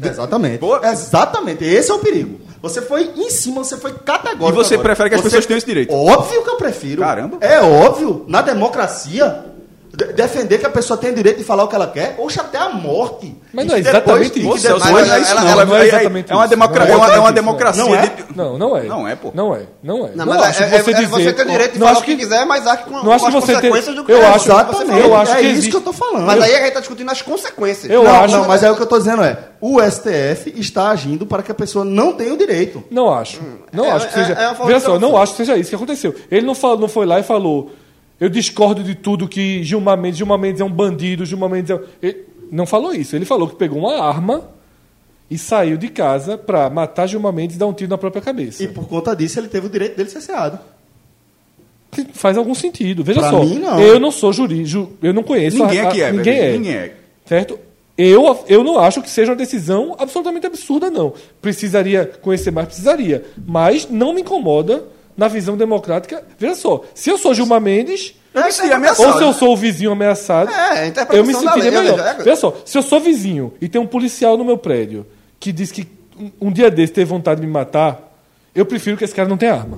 Speaker 2: Exatamente.
Speaker 4: Boa.
Speaker 2: Exatamente. Esse é o perigo. Você foi em cima, você foi categórico.
Speaker 4: E você prefere que as pessoas tenham esse direito?
Speaker 2: Óbvio que eu prefiro.
Speaker 4: Caramba.
Speaker 2: É óbvio. Na democracia, de- defender que a pessoa tem o direito de falar o que ela quer, ou até a morte.
Speaker 5: Mas não é
Speaker 2: E que depois-
Speaker 5: exatamente
Speaker 2: e que
Speaker 5: isso.
Speaker 4: Ô, Celso,
Speaker 2: depois-
Speaker 4: mas
Speaker 3: ela-
Speaker 4: é isso
Speaker 3: ela-
Speaker 4: não,
Speaker 3: ela
Speaker 5: não é
Speaker 4: é-
Speaker 5: exatamente
Speaker 4: é uma
Speaker 5: isso.
Speaker 4: democra-
Speaker 5: Não é
Speaker 4: é uma- é uma
Speaker 5: exatamente
Speaker 4: democracia.
Speaker 2: isso, não é?
Speaker 4: de-
Speaker 5: Não, não é.
Speaker 4: Não é, pô.
Speaker 5: Não é, não é.
Speaker 3: Não,
Speaker 5: Não,
Speaker 3: mas
Speaker 5: acho
Speaker 3: é,
Speaker 5: que
Speaker 3: é-
Speaker 5: você
Speaker 3: é,
Speaker 5: dizer...
Speaker 3: você tem o direito de
Speaker 5: não
Speaker 3: falar
Speaker 5: acho
Speaker 3: o que quiser, mas acho que com,
Speaker 5: não acho
Speaker 3: com as
Speaker 5: que você tem-
Speaker 3: consequências do que
Speaker 5: eu
Speaker 3: é,
Speaker 5: acho-
Speaker 3: do que você
Speaker 2: Exatamente.
Speaker 5: Eu
Speaker 3: falou.
Speaker 5: acho
Speaker 2: é
Speaker 5: que
Speaker 2: isso
Speaker 5: existe-
Speaker 2: que eu tô falando.
Speaker 3: Mas aí a gente tá discutindo as consequências.
Speaker 5: Eu
Speaker 2: não,
Speaker 5: acho-
Speaker 2: não, mas aí o que eu tô dizendo é, o STF está agindo para que a pessoa não tenha o direito.
Speaker 5: Não acho. Não
Speaker 3: é-
Speaker 5: acho que
Speaker 3: é-
Speaker 5: seja.
Speaker 3: é uma forma
Speaker 5: Veja
Speaker 3: de
Speaker 5: só, não
Speaker 3: solução.
Speaker 5: acho que seja isso que aconteceu. Ele não, falou, não foi lá e falou: eu discordo de tudo que Gilmar Mendes, Gilmar Mendes é um bandido, Gilmar Mendes é. um-" Ele não falou isso. Ele falou que pegou uma arma e saiu de casa pra matar Gilmar Mendes e dar um tiro na própria cabeça.
Speaker 2: E por conta disso ele teve o direito dele ser ceado.
Speaker 5: Que Faz algum sentido. Veja
Speaker 2: Pra
Speaker 5: só.
Speaker 2: mim, não.
Speaker 5: Eu não sou jurídico, eu não conheço
Speaker 4: Ninguém
Speaker 5: a- a-
Speaker 4: aqui é,
Speaker 5: ninguém
Speaker 4: velho.
Speaker 5: é.
Speaker 4: Ninguém é.
Speaker 5: Certo? Eu, eu não acho que seja uma decisão absolutamente absurda, não. Precisaria conhecer mais, precisaria. Mas não me incomoda na visão democrática. Veja só, se eu sou Gilmar Mendes,
Speaker 4: Eu me sinto
Speaker 5: ou
Speaker 2: tá-
Speaker 4: ameaçado.
Speaker 5: se eu sou o vizinho ameaçado,
Speaker 3: É, a interpretação
Speaker 5: eu me
Speaker 3: da
Speaker 5: sentiria
Speaker 3: lei, eu
Speaker 5: melhor.
Speaker 3: vejo, é-
Speaker 5: Veja só, se eu sou vizinho e tem um policial no meu prédio que diz que um- um dia desse teve vontade de me matar, eu prefiro que esse cara não tenha arma.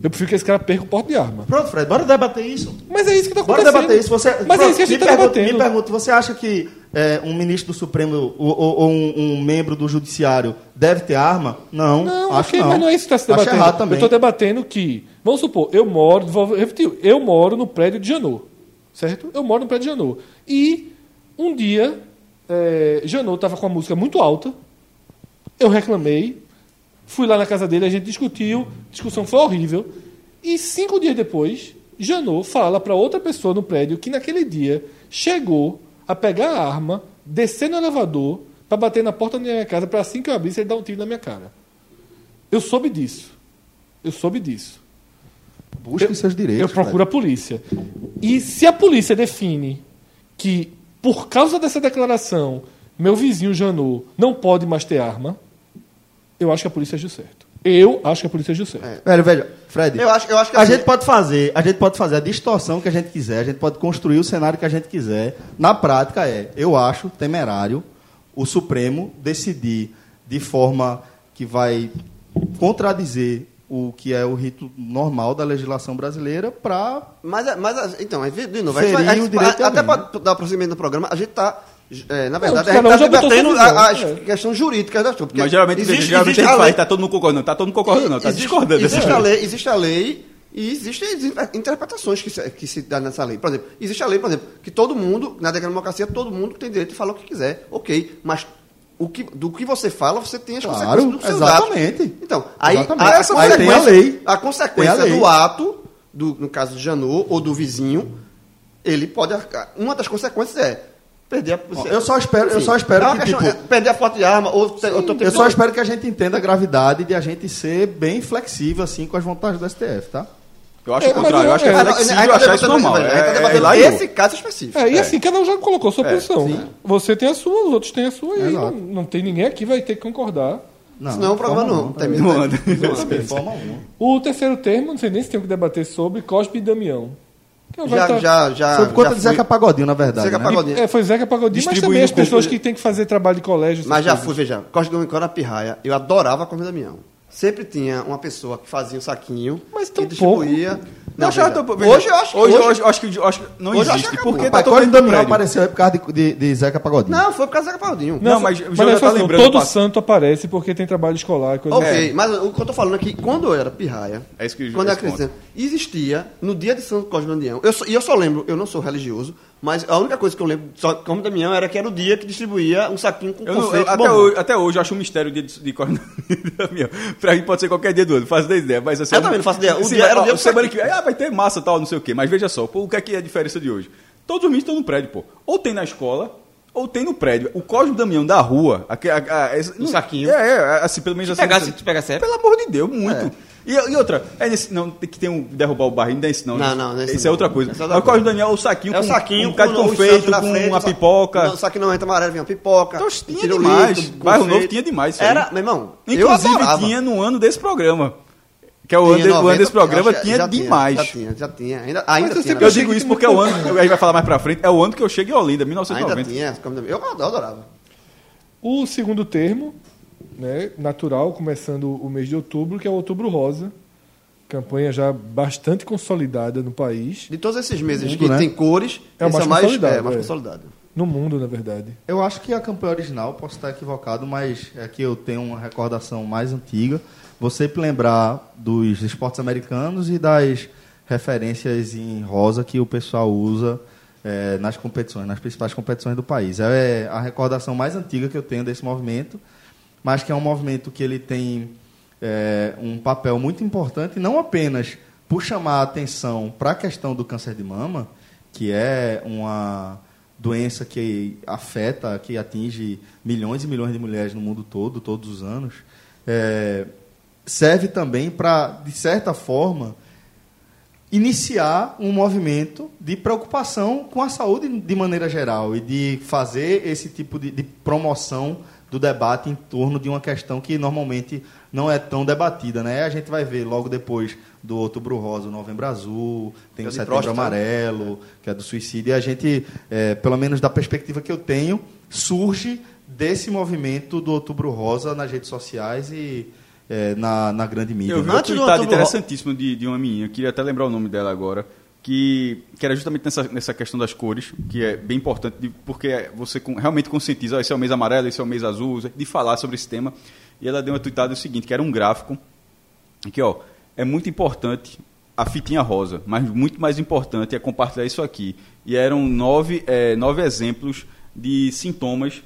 Speaker 5: Eu prefiro que esse cara perca o porte de arma.
Speaker 2: Pronto, Fred, bora debater isso.
Speaker 5: Mas é isso que está
Speaker 2: Bora
Speaker 5: acontecendo.
Speaker 2: debater isso. Você,
Speaker 5: Mas
Speaker 2: Pronto,
Speaker 5: é isso que a gente
Speaker 2: me
Speaker 5: está
Speaker 2: pergunta-
Speaker 5: debatendo.
Speaker 2: Me pergunto, você acha que é, um ministro do Supremo ou, ou- ou um, um membro do Judiciário deve ter arma? Não,
Speaker 5: Não,
Speaker 2: acho
Speaker 5: ok,
Speaker 2: não.
Speaker 5: mas não é isso que está se
Speaker 2: Acho
Speaker 5: debatendo.
Speaker 2: errado
Speaker 5: Eu
Speaker 2: também.
Speaker 5: estou debatendo que, vamos supor, eu moro, vou repetir, eu moro no prédio de Janô, certo? Eu moro no prédio de Janô. E um dia, é, Janô estava com a música muito alta, eu reclamei, fui lá na casa dele, a gente discutiu, a discussão foi horrível. E cinco dias depois, Janot fala para outra pessoa no prédio que naquele dia chegou a pegar a arma, descer no elevador, para bater na porta da minha casa, para assim que eu abrisse ele dar um tiro na minha cara. Eu soube disso. Eu soube disso.
Speaker 2: Busque
Speaker 5: Eu-
Speaker 2: seus direitos.
Speaker 5: eu
Speaker 4: né?
Speaker 5: procuro a polícia. E se a polícia define que, por causa dessa declaração, meu vizinho Janô não pode mais ter arma, eu acho que a polícia agiu certo. Eu acho que a polícia agiu certo.
Speaker 4: É,
Speaker 2: Velho, velho, Fred.
Speaker 3: Eu acho- eu acho que
Speaker 2: a
Speaker 3: assim-
Speaker 2: gente pode fazer, a gente pode fazer a distorção que a gente quiser, a gente pode construir o cenário que a gente quiser. Na prática é, eu acho temerário o Supremo decidir de forma que vai contradizer o que é o rito normal da legislação brasileira para
Speaker 3: Mas, a- mas a- então, aí, de novo, a
Speaker 2: Seria
Speaker 3: gente, vai- a gente-
Speaker 2: o direito
Speaker 3: a-
Speaker 2: à
Speaker 3: até
Speaker 2: vida.
Speaker 3: para dar prosseguimento no programa, a gente está, na verdade,
Speaker 5: cada um
Speaker 3: a gente está
Speaker 5: já botou
Speaker 3: debatendo
Speaker 5: sua visão,
Speaker 3: a- as
Speaker 5: é.
Speaker 3: questões jurídicas das coisas. porque
Speaker 4: Mas geralmente,
Speaker 3: existe-
Speaker 4: geralmente
Speaker 3: existe
Speaker 4: a gente
Speaker 3: lei-
Speaker 4: faz, tá todo mundo concordando. Não tá todo mundo concordando, não. Tá
Speaker 3: existe-
Speaker 4: discordando. dessa
Speaker 3: Existe
Speaker 4: lei.
Speaker 3: a lei, existe a lei e existem as interpretações que se, que se dá nessa lei. Por exemplo, existe a lei, por exemplo, que todo mundo, na democracia, todo mundo tem direito de falar o que quiser. Ok, mas o que, do que você fala, você tem as
Speaker 2: Claro,
Speaker 3: consequências do seu
Speaker 2: exatamente.
Speaker 3: Então, aí,
Speaker 2: Exatamente.
Speaker 3: aí essa
Speaker 2: Aí tem a
Speaker 3: consequência-
Speaker 2: lei.
Speaker 3: a consequência
Speaker 2: Tem a lei.
Speaker 3: do ato, do, no caso de Janot ou do vizinho, ele pode. arcar- Uma das consequências é perder a.
Speaker 2: eu só espero- eu só espero
Speaker 3: é uma
Speaker 2: que,
Speaker 3: questão-
Speaker 2: tipo-
Speaker 3: é perder a foto de arma, ou ter- ou ter-
Speaker 2: Eu só espero que a gente entenda a gravidade de a gente ser bem flexível assim com as vantagens do STF, tá?
Speaker 4: Eu acho o
Speaker 5: É, mas
Speaker 4: contrário.
Speaker 5: eu-
Speaker 4: Eu acho que é
Speaker 5: é,
Speaker 3: Ah, não,
Speaker 4: flexível
Speaker 3: a gente tá
Speaker 4: achar isso
Speaker 3: debatendo-
Speaker 4: normal.
Speaker 3: a gente tá
Speaker 4: É- é
Speaker 3: debatendo
Speaker 4: lá e
Speaker 3: esse caso específico.
Speaker 5: É, e assim, cada um já colocou a
Speaker 4: É,
Speaker 5: sua posição. Você tem a sua, os outros têm a sua, e não,
Speaker 2: Exato.
Speaker 5: não tem ninguém aqui vai ter que concordar.
Speaker 2: Não,
Speaker 3: Senão o problema
Speaker 2: forma
Speaker 3: não, tá
Speaker 2: alguma.
Speaker 3: tem
Speaker 4: outro.
Speaker 3: mesmo.
Speaker 2: De forma alguma.
Speaker 5: O terceiro termo, não sei nem se tem o que debater sobre, Cosme e Damião. Que é o
Speaker 3: Já,
Speaker 4: tá-
Speaker 5: Walter-
Speaker 3: já, já.
Speaker 2: Sob conta
Speaker 3: já
Speaker 2: de
Speaker 3: fui-
Speaker 2: Zeca é Pagodinho, na verdade.
Speaker 3: Zeca
Speaker 2: né?
Speaker 3: Pagodinho.
Speaker 5: É, foi Zeca Pagodinho, mas
Speaker 4: Distribuindo
Speaker 5: também as
Speaker 4: com-
Speaker 5: pessoas que têm que fazer trabalho de colégio. essas
Speaker 3: Mas já
Speaker 5: coisas.
Speaker 3: fui, veja, Costa do Rincão era pirraia. Eu adorava a Costa do Damião. Sempre tinha uma pessoa que fazia um saquinho
Speaker 5: Mas tão
Speaker 3: e distribuía.
Speaker 4: Não,
Speaker 3: Não,
Speaker 4: achava
Speaker 3: veja,
Speaker 4: tão- veja,
Speaker 3: hoje eu acho que.
Speaker 4: hoje,
Speaker 3: hoje-
Speaker 4: hoje- eu acho que eu acho que não
Speaker 3: hoje eu acho
Speaker 4: existe.
Speaker 3: que
Speaker 4: porque
Speaker 3: acabou.
Speaker 4: tá
Speaker 2: Mas
Speaker 4: todo
Speaker 2: Cosme
Speaker 4: mundo
Speaker 2: Damião
Speaker 4: prédio.
Speaker 2: apareceu aí por causa de, de, de Zeca Pagodinho.
Speaker 3: Não, foi por causa do Zeca Pagodinho.
Speaker 5: Não,
Speaker 4: Não, mas
Speaker 5: mas,
Speaker 4: o
Speaker 5: mas
Speaker 4: João
Speaker 5: é
Speaker 4: já tá
Speaker 5: só assim,
Speaker 4: lembrando do
Speaker 5: todo
Speaker 4: passado.
Speaker 5: santo aparece porque tem trabalho de escolar e coisa assim.
Speaker 3: Ok, mas o que eu tô falando é que quando eu era pirraia,
Speaker 4: É isso que-
Speaker 3: quando eu
Speaker 4: esse
Speaker 3: era criança, existia, no dia de São Cosme e Damião, eu só- e eu só lembro, eu não sou religioso, mas a única coisa que eu lembro de São Cosme e Damião era que era o dia que distribuía um saquinho com
Speaker 4: Eu não-
Speaker 3: confeito
Speaker 4: eu- até,
Speaker 3: bombom.
Speaker 4: hoje, até hoje eu acho um mistério o dia de, de Coronel Damião. Pra mim pode ser qualquer dia do ano, não faço nem ideia. Mas, assim,
Speaker 3: Eu
Speaker 4: um-
Speaker 3: também não faço ideia. O
Speaker 4: Sim,
Speaker 3: dia
Speaker 4: mas,
Speaker 3: era o
Speaker 4: ó,
Speaker 3: dia do
Speaker 4: semana
Speaker 3: saquinho.
Speaker 4: que vem, ah, vai ter massa tal, não sei o quê. Mas veja só, pô, o que é, que é a diferença de hoje? Todos os ministros estão no prédio, pô. Ou tem na escola, ou tem no prédio. O Cosme Damião da rua, aque- a- a- esse- não-
Speaker 3: saquinho.
Speaker 4: É, é, assim, pelo menos assim.
Speaker 3: pegasse-
Speaker 4: assim,
Speaker 3: se pegasse época.
Speaker 4: Pelo amor de Deus, muito. E, e outra, é nesse, não, tem que tem um derrubar o barril, não é esse não.
Speaker 3: Não, não, não é esse
Speaker 4: Isso é
Speaker 3: não.
Speaker 4: outra coisa.
Speaker 3: Essa é
Speaker 4: Mas
Speaker 3: outra
Speaker 4: o Cosme
Speaker 3: coisa.
Speaker 4: Damião é o saquinho
Speaker 3: É o
Speaker 4: com-
Speaker 3: saquinho
Speaker 4: com um bocado de confeito,
Speaker 3: na
Speaker 4: com
Speaker 3: frente,
Speaker 4: uma
Speaker 3: o sa-
Speaker 4: pipoca.
Speaker 3: Não, só que não entra amarelo, vinha pipoca.
Speaker 4: Então, tinha
Speaker 3: pirulito,
Speaker 4: demais. Bairro Novo
Speaker 3: confeito.
Speaker 4: tinha demais isso aí.
Speaker 3: Era, meu irmão, eu
Speaker 4: Inclusive
Speaker 3: adorava.
Speaker 4: tinha no ano desse programa. Que é o
Speaker 3: Tinha
Speaker 4: ano, de- o ano
Speaker 3: 90,
Speaker 4: desse programa,
Speaker 3: eu acho que é,
Speaker 4: tinha
Speaker 3: já
Speaker 4: demais.
Speaker 3: Já tinha, já tinha. Ainda, ainda
Speaker 5: eu
Speaker 3: tinha.
Speaker 5: sempre
Speaker 4: Eu
Speaker 3: né?
Speaker 4: digo isso porque é o ano, a gente vai falar mais pra frente, é o ano que eu chego em Olinda,
Speaker 3: Ainda
Speaker 4: 1990.
Speaker 3: tinha. Cosme e Damião. Eu adorava.
Speaker 5: O segundo termo, né, natural, começando o mês de outubro, que é o Outubro Rosa. Campanha já bastante consolidada no país,
Speaker 3: De todos esses meses
Speaker 2: Mundo,
Speaker 3: que
Speaker 2: né?
Speaker 3: tem cores,
Speaker 5: É o
Speaker 3: esse
Speaker 5: mais consolidado,
Speaker 3: É, mais
Speaker 5: é.
Speaker 3: consolidado.
Speaker 5: no mundo, na verdade.
Speaker 2: Eu acho que a campanha original, posso estar equivocado, mas é que eu tenho uma recordação mais antiga. Você sempre lembrar dos esportes americanos e das referências em rosa que o pessoal usa eh, nas competições, nas principais competições do país. É a recordação mais antiga que eu tenho desse movimento, mas que é um movimento que ele tem eh, um papel muito importante, não apenas por chamar a atenção para a questão do câncer de mama, que é uma doença que afeta, que atinge milhões e milhões de mulheres no mundo todo, todos os anos, é, serve também para, de certa forma, iniciar um movimento de preocupação com a saúde de maneira geral e de fazer esse tipo de, de promoção do debate em torno de uma questão que normalmente não é tão debatida, né? A gente vai ver logo depois do Outubro Rosa, o Novembro Azul, tem
Speaker 3: É
Speaker 2: o
Speaker 3: de
Speaker 2: Setembro
Speaker 3: próstata.
Speaker 2: Amarelo, que é do suicídio, e a gente, é, pelo menos da perspectiva que eu tenho, surge desse movimento do Outubro Rosa nas redes sociais e é, na, na grande mídia. né?
Speaker 4: Eu vi um
Speaker 3: Antes do
Speaker 4: tweetado
Speaker 3: Outubro
Speaker 4: interessantíssimo de, de uma menina, eu queria até lembrar o nome dela agora, que, que era justamente nessa, nessa questão das cores, que é bem importante, de- porque você com- realmente conscientiza, ó, esse é o mês amarelo, esse é o mês azul, de falar sobre esse tema. E ela deu uma tweetada o seguinte, que era um gráfico, que ó, é muito importante a fitinha rosa, mas muito mais importante é compartilhar isso aqui. E eram nove, eh, nove exemplos de sintomas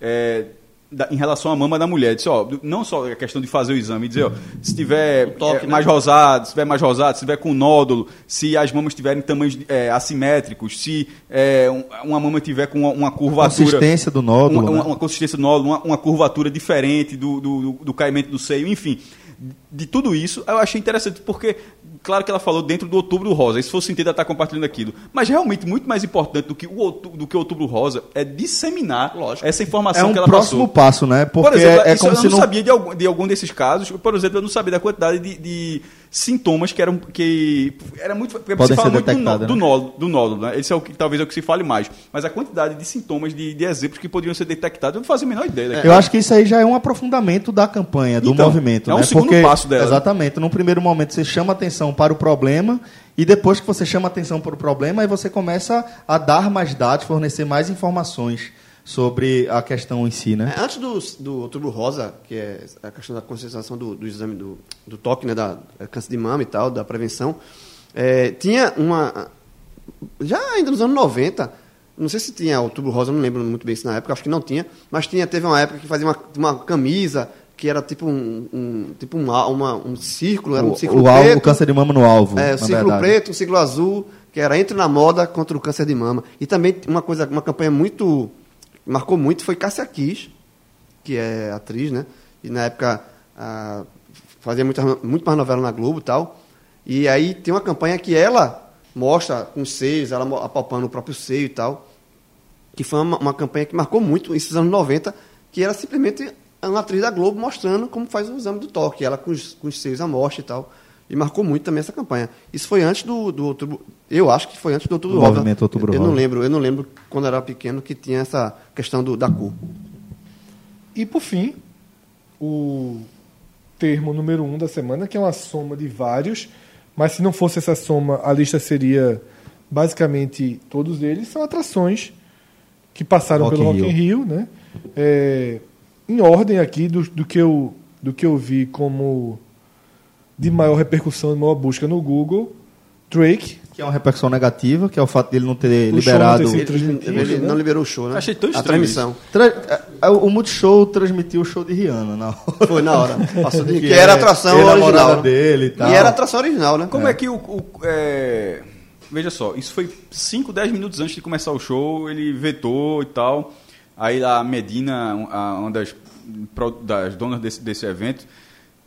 Speaker 4: eh, da- em relação à mama da mulher. Disse, ó, do- não só a questão de fazer o exame, dizer, ó, se tiver eh, mais rosado, se tiver mais rosado, se tiver com nódulo, se as mamas tiverem tamanhos eh, assimétricos, se eh, um- uma mama tiver com uma, uma curvatura
Speaker 2: Consistência do nódulo,
Speaker 4: uma,
Speaker 2: né?
Speaker 4: uma- uma consistência do nódulo, uma, uma curvatura diferente do, do, do- do caimento do seio, enfim. de tudo isso, eu achei interessante, porque, claro que ela falou dentro do Outubro Rosa, isso foi o sentido de estar tá compartilhando aquilo. Mas realmente, muito mais importante do que o Outubro, do que o Outubro Rosa é disseminar essa
Speaker 2: É
Speaker 4: informação
Speaker 2: um
Speaker 4: Tá que ela
Speaker 2: próximo
Speaker 4: passou.
Speaker 2: passo, né? Porque
Speaker 4: Por exemplo,
Speaker 2: é, é
Speaker 4: isso
Speaker 2: como
Speaker 4: eu
Speaker 2: se
Speaker 4: não
Speaker 2: não...
Speaker 4: sabia de algum, de algum desses casos. Por exemplo, eu não sabia da quantidade de, de sintomas que eram. Que era muito. porque
Speaker 2: Podem
Speaker 4: se fala
Speaker 2: ser
Speaker 4: muito do, nó-
Speaker 2: detectados,
Speaker 4: do
Speaker 2: né?
Speaker 4: nódulo, do nódulo, né? Esse é o que talvez é o que se fale mais. Mas a quantidade de sintomas, de, de exemplos que poderiam ser detectados, eu não fazia a menor ideia. daquilo.
Speaker 2: Eu acho que isso aí já é um aprofundamento da campanha, do
Speaker 4: né? Então,
Speaker 2: movimento.
Speaker 4: é um
Speaker 2: né?
Speaker 4: segundo passo dela.
Speaker 2: Exatamente. Num primeiro momento você chama atenção para o problema e depois que você chama atenção para o problema, aí você começa a dar mais dados, fornecer mais informações sobre a questão em si, né?
Speaker 3: É, Antes do, do Outubro Rosa, que é a questão da conscientização do, do exame do, do toque, né, da, da câncer de mama e tal, da prevenção, é, tinha uma. Já ainda nos anos 90, não sei se tinha Outubro Rosa, não lembro muito bem se na época, acho que não tinha, mas tinha, teve uma época que fazia uma, uma camisa que era tipo um, um- tipo um, al- uma, um círculo, era um círculo
Speaker 2: o, alvo-
Speaker 3: preto.
Speaker 2: o câncer de mama no alvo.
Speaker 3: É,
Speaker 2: na
Speaker 3: o ciclo
Speaker 2: verdade.
Speaker 3: preto, o ciclo azul, que era entre na moda contra o câncer de mama. E também uma coisa, uma campanha muito marcou muito foi Cássia Kiss, que é atriz, né? E na época ah, fazia muita, muito mais novela na Globo e tal. E aí tem uma campanha que ela mostra com seios, ela mo- apalpando o próprio seio e tal que foi uma, uma campanha que marcou muito esses anos 90, que era simplesmente uma atriz da Globo mostrando como faz o exame do toque, ela com os, com os seios à mostra e tal. E marcou muito também essa campanha. Isso foi antes do, do outubro. Eu acho que foi antes do outubro
Speaker 2: Do
Speaker 3: rosa.
Speaker 2: movimento Outubro
Speaker 3: eu, eu não
Speaker 2: Rosa.
Speaker 3: lembro, eu não lembro quando era pequeno que tinha essa questão do, da cor.
Speaker 5: E por fim, o termo número um da semana, que é uma soma de vários, mas se não fosse essa soma, a lista seria basicamente todos eles, são atrações que passaram
Speaker 2: Rock
Speaker 5: pelo
Speaker 2: in
Speaker 5: Rock in Rio, né? É, em ordem aqui do, do, que eu, do que eu vi como de maior repercussão, de maior busca no Google, Drake,
Speaker 2: Que é uma repercussão negativa, que é o fato dele não ter
Speaker 5: O show
Speaker 2: liberado.
Speaker 5: não ter sido
Speaker 3: Ele,
Speaker 5: transmitido,
Speaker 3: ele
Speaker 5: né?
Speaker 3: não liberou o show, né?
Speaker 4: Achei tão
Speaker 3: A
Speaker 4: estranho
Speaker 3: transmissão.
Speaker 2: Tra- é, O Multishow transmitiu o show de Rihanna na hora.
Speaker 3: Foi na hora. Passou de, que,
Speaker 2: é-
Speaker 3: era a atração
Speaker 2: ele é a namorada
Speaker 3: original. né?
Speaker 2: dele e tal.
Speaker 3: era a atração original, né?
Speaker 4: Como é, que o. o- é, Veja só, isso foi 5, 10 minutos antes de começar o show, ele vetou e tal. Aí a Medina, um- a- uma das, pro- das donas desse, desse evento,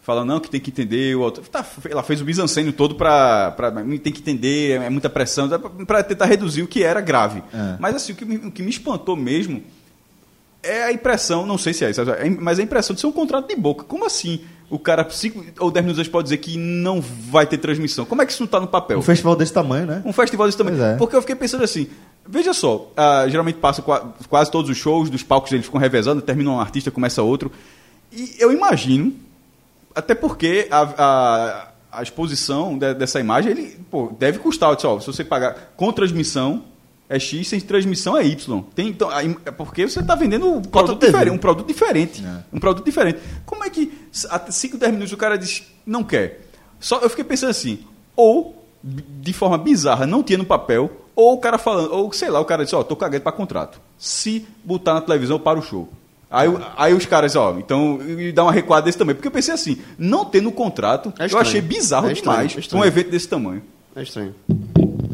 Speaker 4: fala, não, que tem que entender. O autor... tá, ela fez o bizancênio todo para... Tem que entender, é muita pressão, para tentar reduzir o que era grave.
Speaker 2: É.
Speaker 4: Mas assim, o que, me, o que me espantou mesmo é a impressão, não sei se é isso, é- mas a impressão de ser um contrato de boca. Como assim o cara, 5 ou 10 minutos antes, pode dizer que não vai ter transmissão? Como é que isso não está no papel?
Speaker 2: Um festival desse tamanho, né?
Speaker 4: Um festival desse também.
Speaker 2: Pois é.
Speaker 4: Porque eu fiquei pensando assim, veja só, ah, geralmente passa qua- quase todos os shows dos palcos, eles ficam revezando, termina um artista, começa outro. E eu imagino, até porque a, a, a exposição de- dessa imagem, ele pô, deve custar. Eu disse, ó, se você pagar com transmissão, é X, sem transmissão é Y. Tem, então, a im- é porque você está vendendo um produto,
Speaker 3: TV.
Speaker 4: diferente, um produto diferente. Um produto diferente. Como é que s- há 5, 10 minutos o cara diz não quer? Só, eu fiquei pensando assim, ou b- de forma bizarra, não tinha no papel, ou o cara falando, ou sei lá, o cara disse, ó, tô cagando para contrato. Se botar na televisão, para o show. Aí, o- aí os caras, ó, então, e dá uma recuada desse também. Porque eu pensei assim, não ter no contrato,
Speaker 3: É
Speaker 4: eu
Speaker 3: estranho.
Speaker 4: achei bizarro
Speaker 3: É estranho,
Speaker 4: demais
Speaker 3: é estranho.
Speaker 4: um evento desse tamanho.
Speaker 3: É estranho.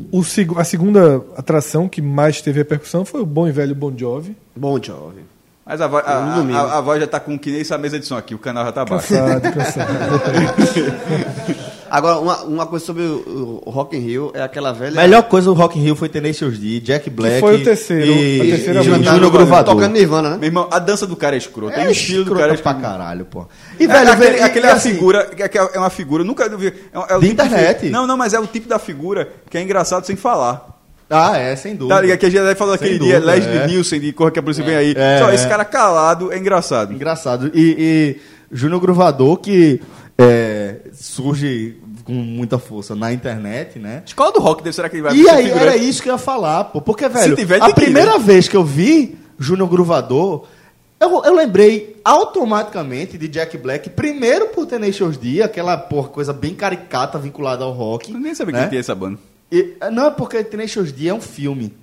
Speaker 5: o, seg- a segunda atração que mais teve repercussão foi o bom e velho Bon Jovi.
Speaker 3: Bom jovem.
Speaker 4: Mas a, voz- a,
Speaker 3: No domingo.
Speaker 4: a- a voz já tá com que nem essa mesa de som aqui, o canal já tá baixo.
Speaker 5: Cansado, cansado.
Speaker 3: Agora, uma, uma coisa sobre o, o Rock in Rio é aquela velha...
Speaker 2: Melhor coisa do Rock in Rio foi Tenacious D, Jack Black.
Speaker 5: foi o terceiro,
Speaker 2: E,
Speaker 5: a terceira
Speaker 2: e
Speaker 5: música.
Speaker 2: Júnior Gruvador.
Speaker 3: Tocando Nirvana, né?
Speaker 4: Meu irmão, a dança do cara é escrota, é, o estilo do
Speaker 2: escrota
Speaker 4: cara é
Speaker 2: pra
Speaker 4: escroto.
Speaker 2: caralho, pô.
Speaker 4: E, velho, aquele, aquele é,
Speaker 2: a
Speaker 4: uma figura, é que é uma figura, nunca vi. É, um- é o
Speaker 2: De
Speaker 4: tipo
Speaker 2: internet.
Speaker 4: não, não, mas é o tipo da figura que é engraçado sem falar.
Speaker 2: Ah, é, sem dúvida.
Speaker 4: Tá ligado? Que a gente falou
Speaker 2: Sem
Speaker 4: aquele dia,
Speaker 2: dúvida,
Speaker 4: Leslie
Speaker 2: é.
Speaker 4: Nielsen, de Corra que a Polícia vem aí.
Speaker 2: É,
Speaker 4: Só,
Speaker 2: é.
Speaker 4: Esse cara calado é engraçado.
Speaker 2: Engraçado. E, e Júnior Gruvador, que é, surge com muita força na internet, né?
Speaker 4: Escola do rock, deve- será que ele vai
Speaker 2: E
Speaker 4: ser
Speaker 2: aí,
Speaker 4: figurante?
Speaker 2: era isso que eu ia falar, pô. Porque, velho,
Speaker 4: tiver, tem
Speaker 2: a
Speaker 4: que ir,
Speaker 2: primeira
Speaker 4: né?
Speaker 2: vez que eu vi Júnior Gruvador, eu, eu lembrei automaticamente de Jack Black, primeiro por Tenacious D, aquela porra, coisa bem caricata vinculada ao rock.
Speaker 4: Eu nem sabia
Speaker 2: né?
Speaker 4: que tinha essa banda.
Speaker 2: E- não, é porque Tenacious D é um filme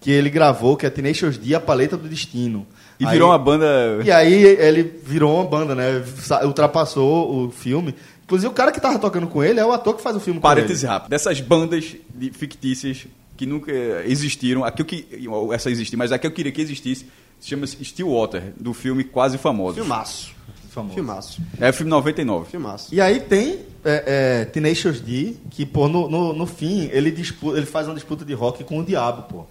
Speaker 2: que ele gravou, que é Tenacious D, A Paleta do Destino.
Speaker 4: E
Speaker 2: Aí-
Speaker 4: virou uma banda.
Speaker 2: E aí ele virou uma banda, né? Sa- Ultrapassou o filme. Inclusive, o cara que tava tocando com ele é o ator que faz o filme
Speaker 4: Parêntese
Speaker 2: com ele.
Speaker 4: rápido. Dessas bandas de- fictícias que nunca eh, existiram, aqui eu que. Essa existe, mas aqui eu queria que existisse, se chama Stillwater, do filme Quase Famosos.
Speaker 3: Filmaço.
Speaker 2: famoso.
Speaker 3: Filmaço.
Speaker 4: É o filme 99.
Speaker 3: Filmaço.
Speaker 2: E aí tem é, é, Tenacious D, que, pô, no, no, no fim, ele, disputa, ele faz uma disputa de rock com o diabo, pô.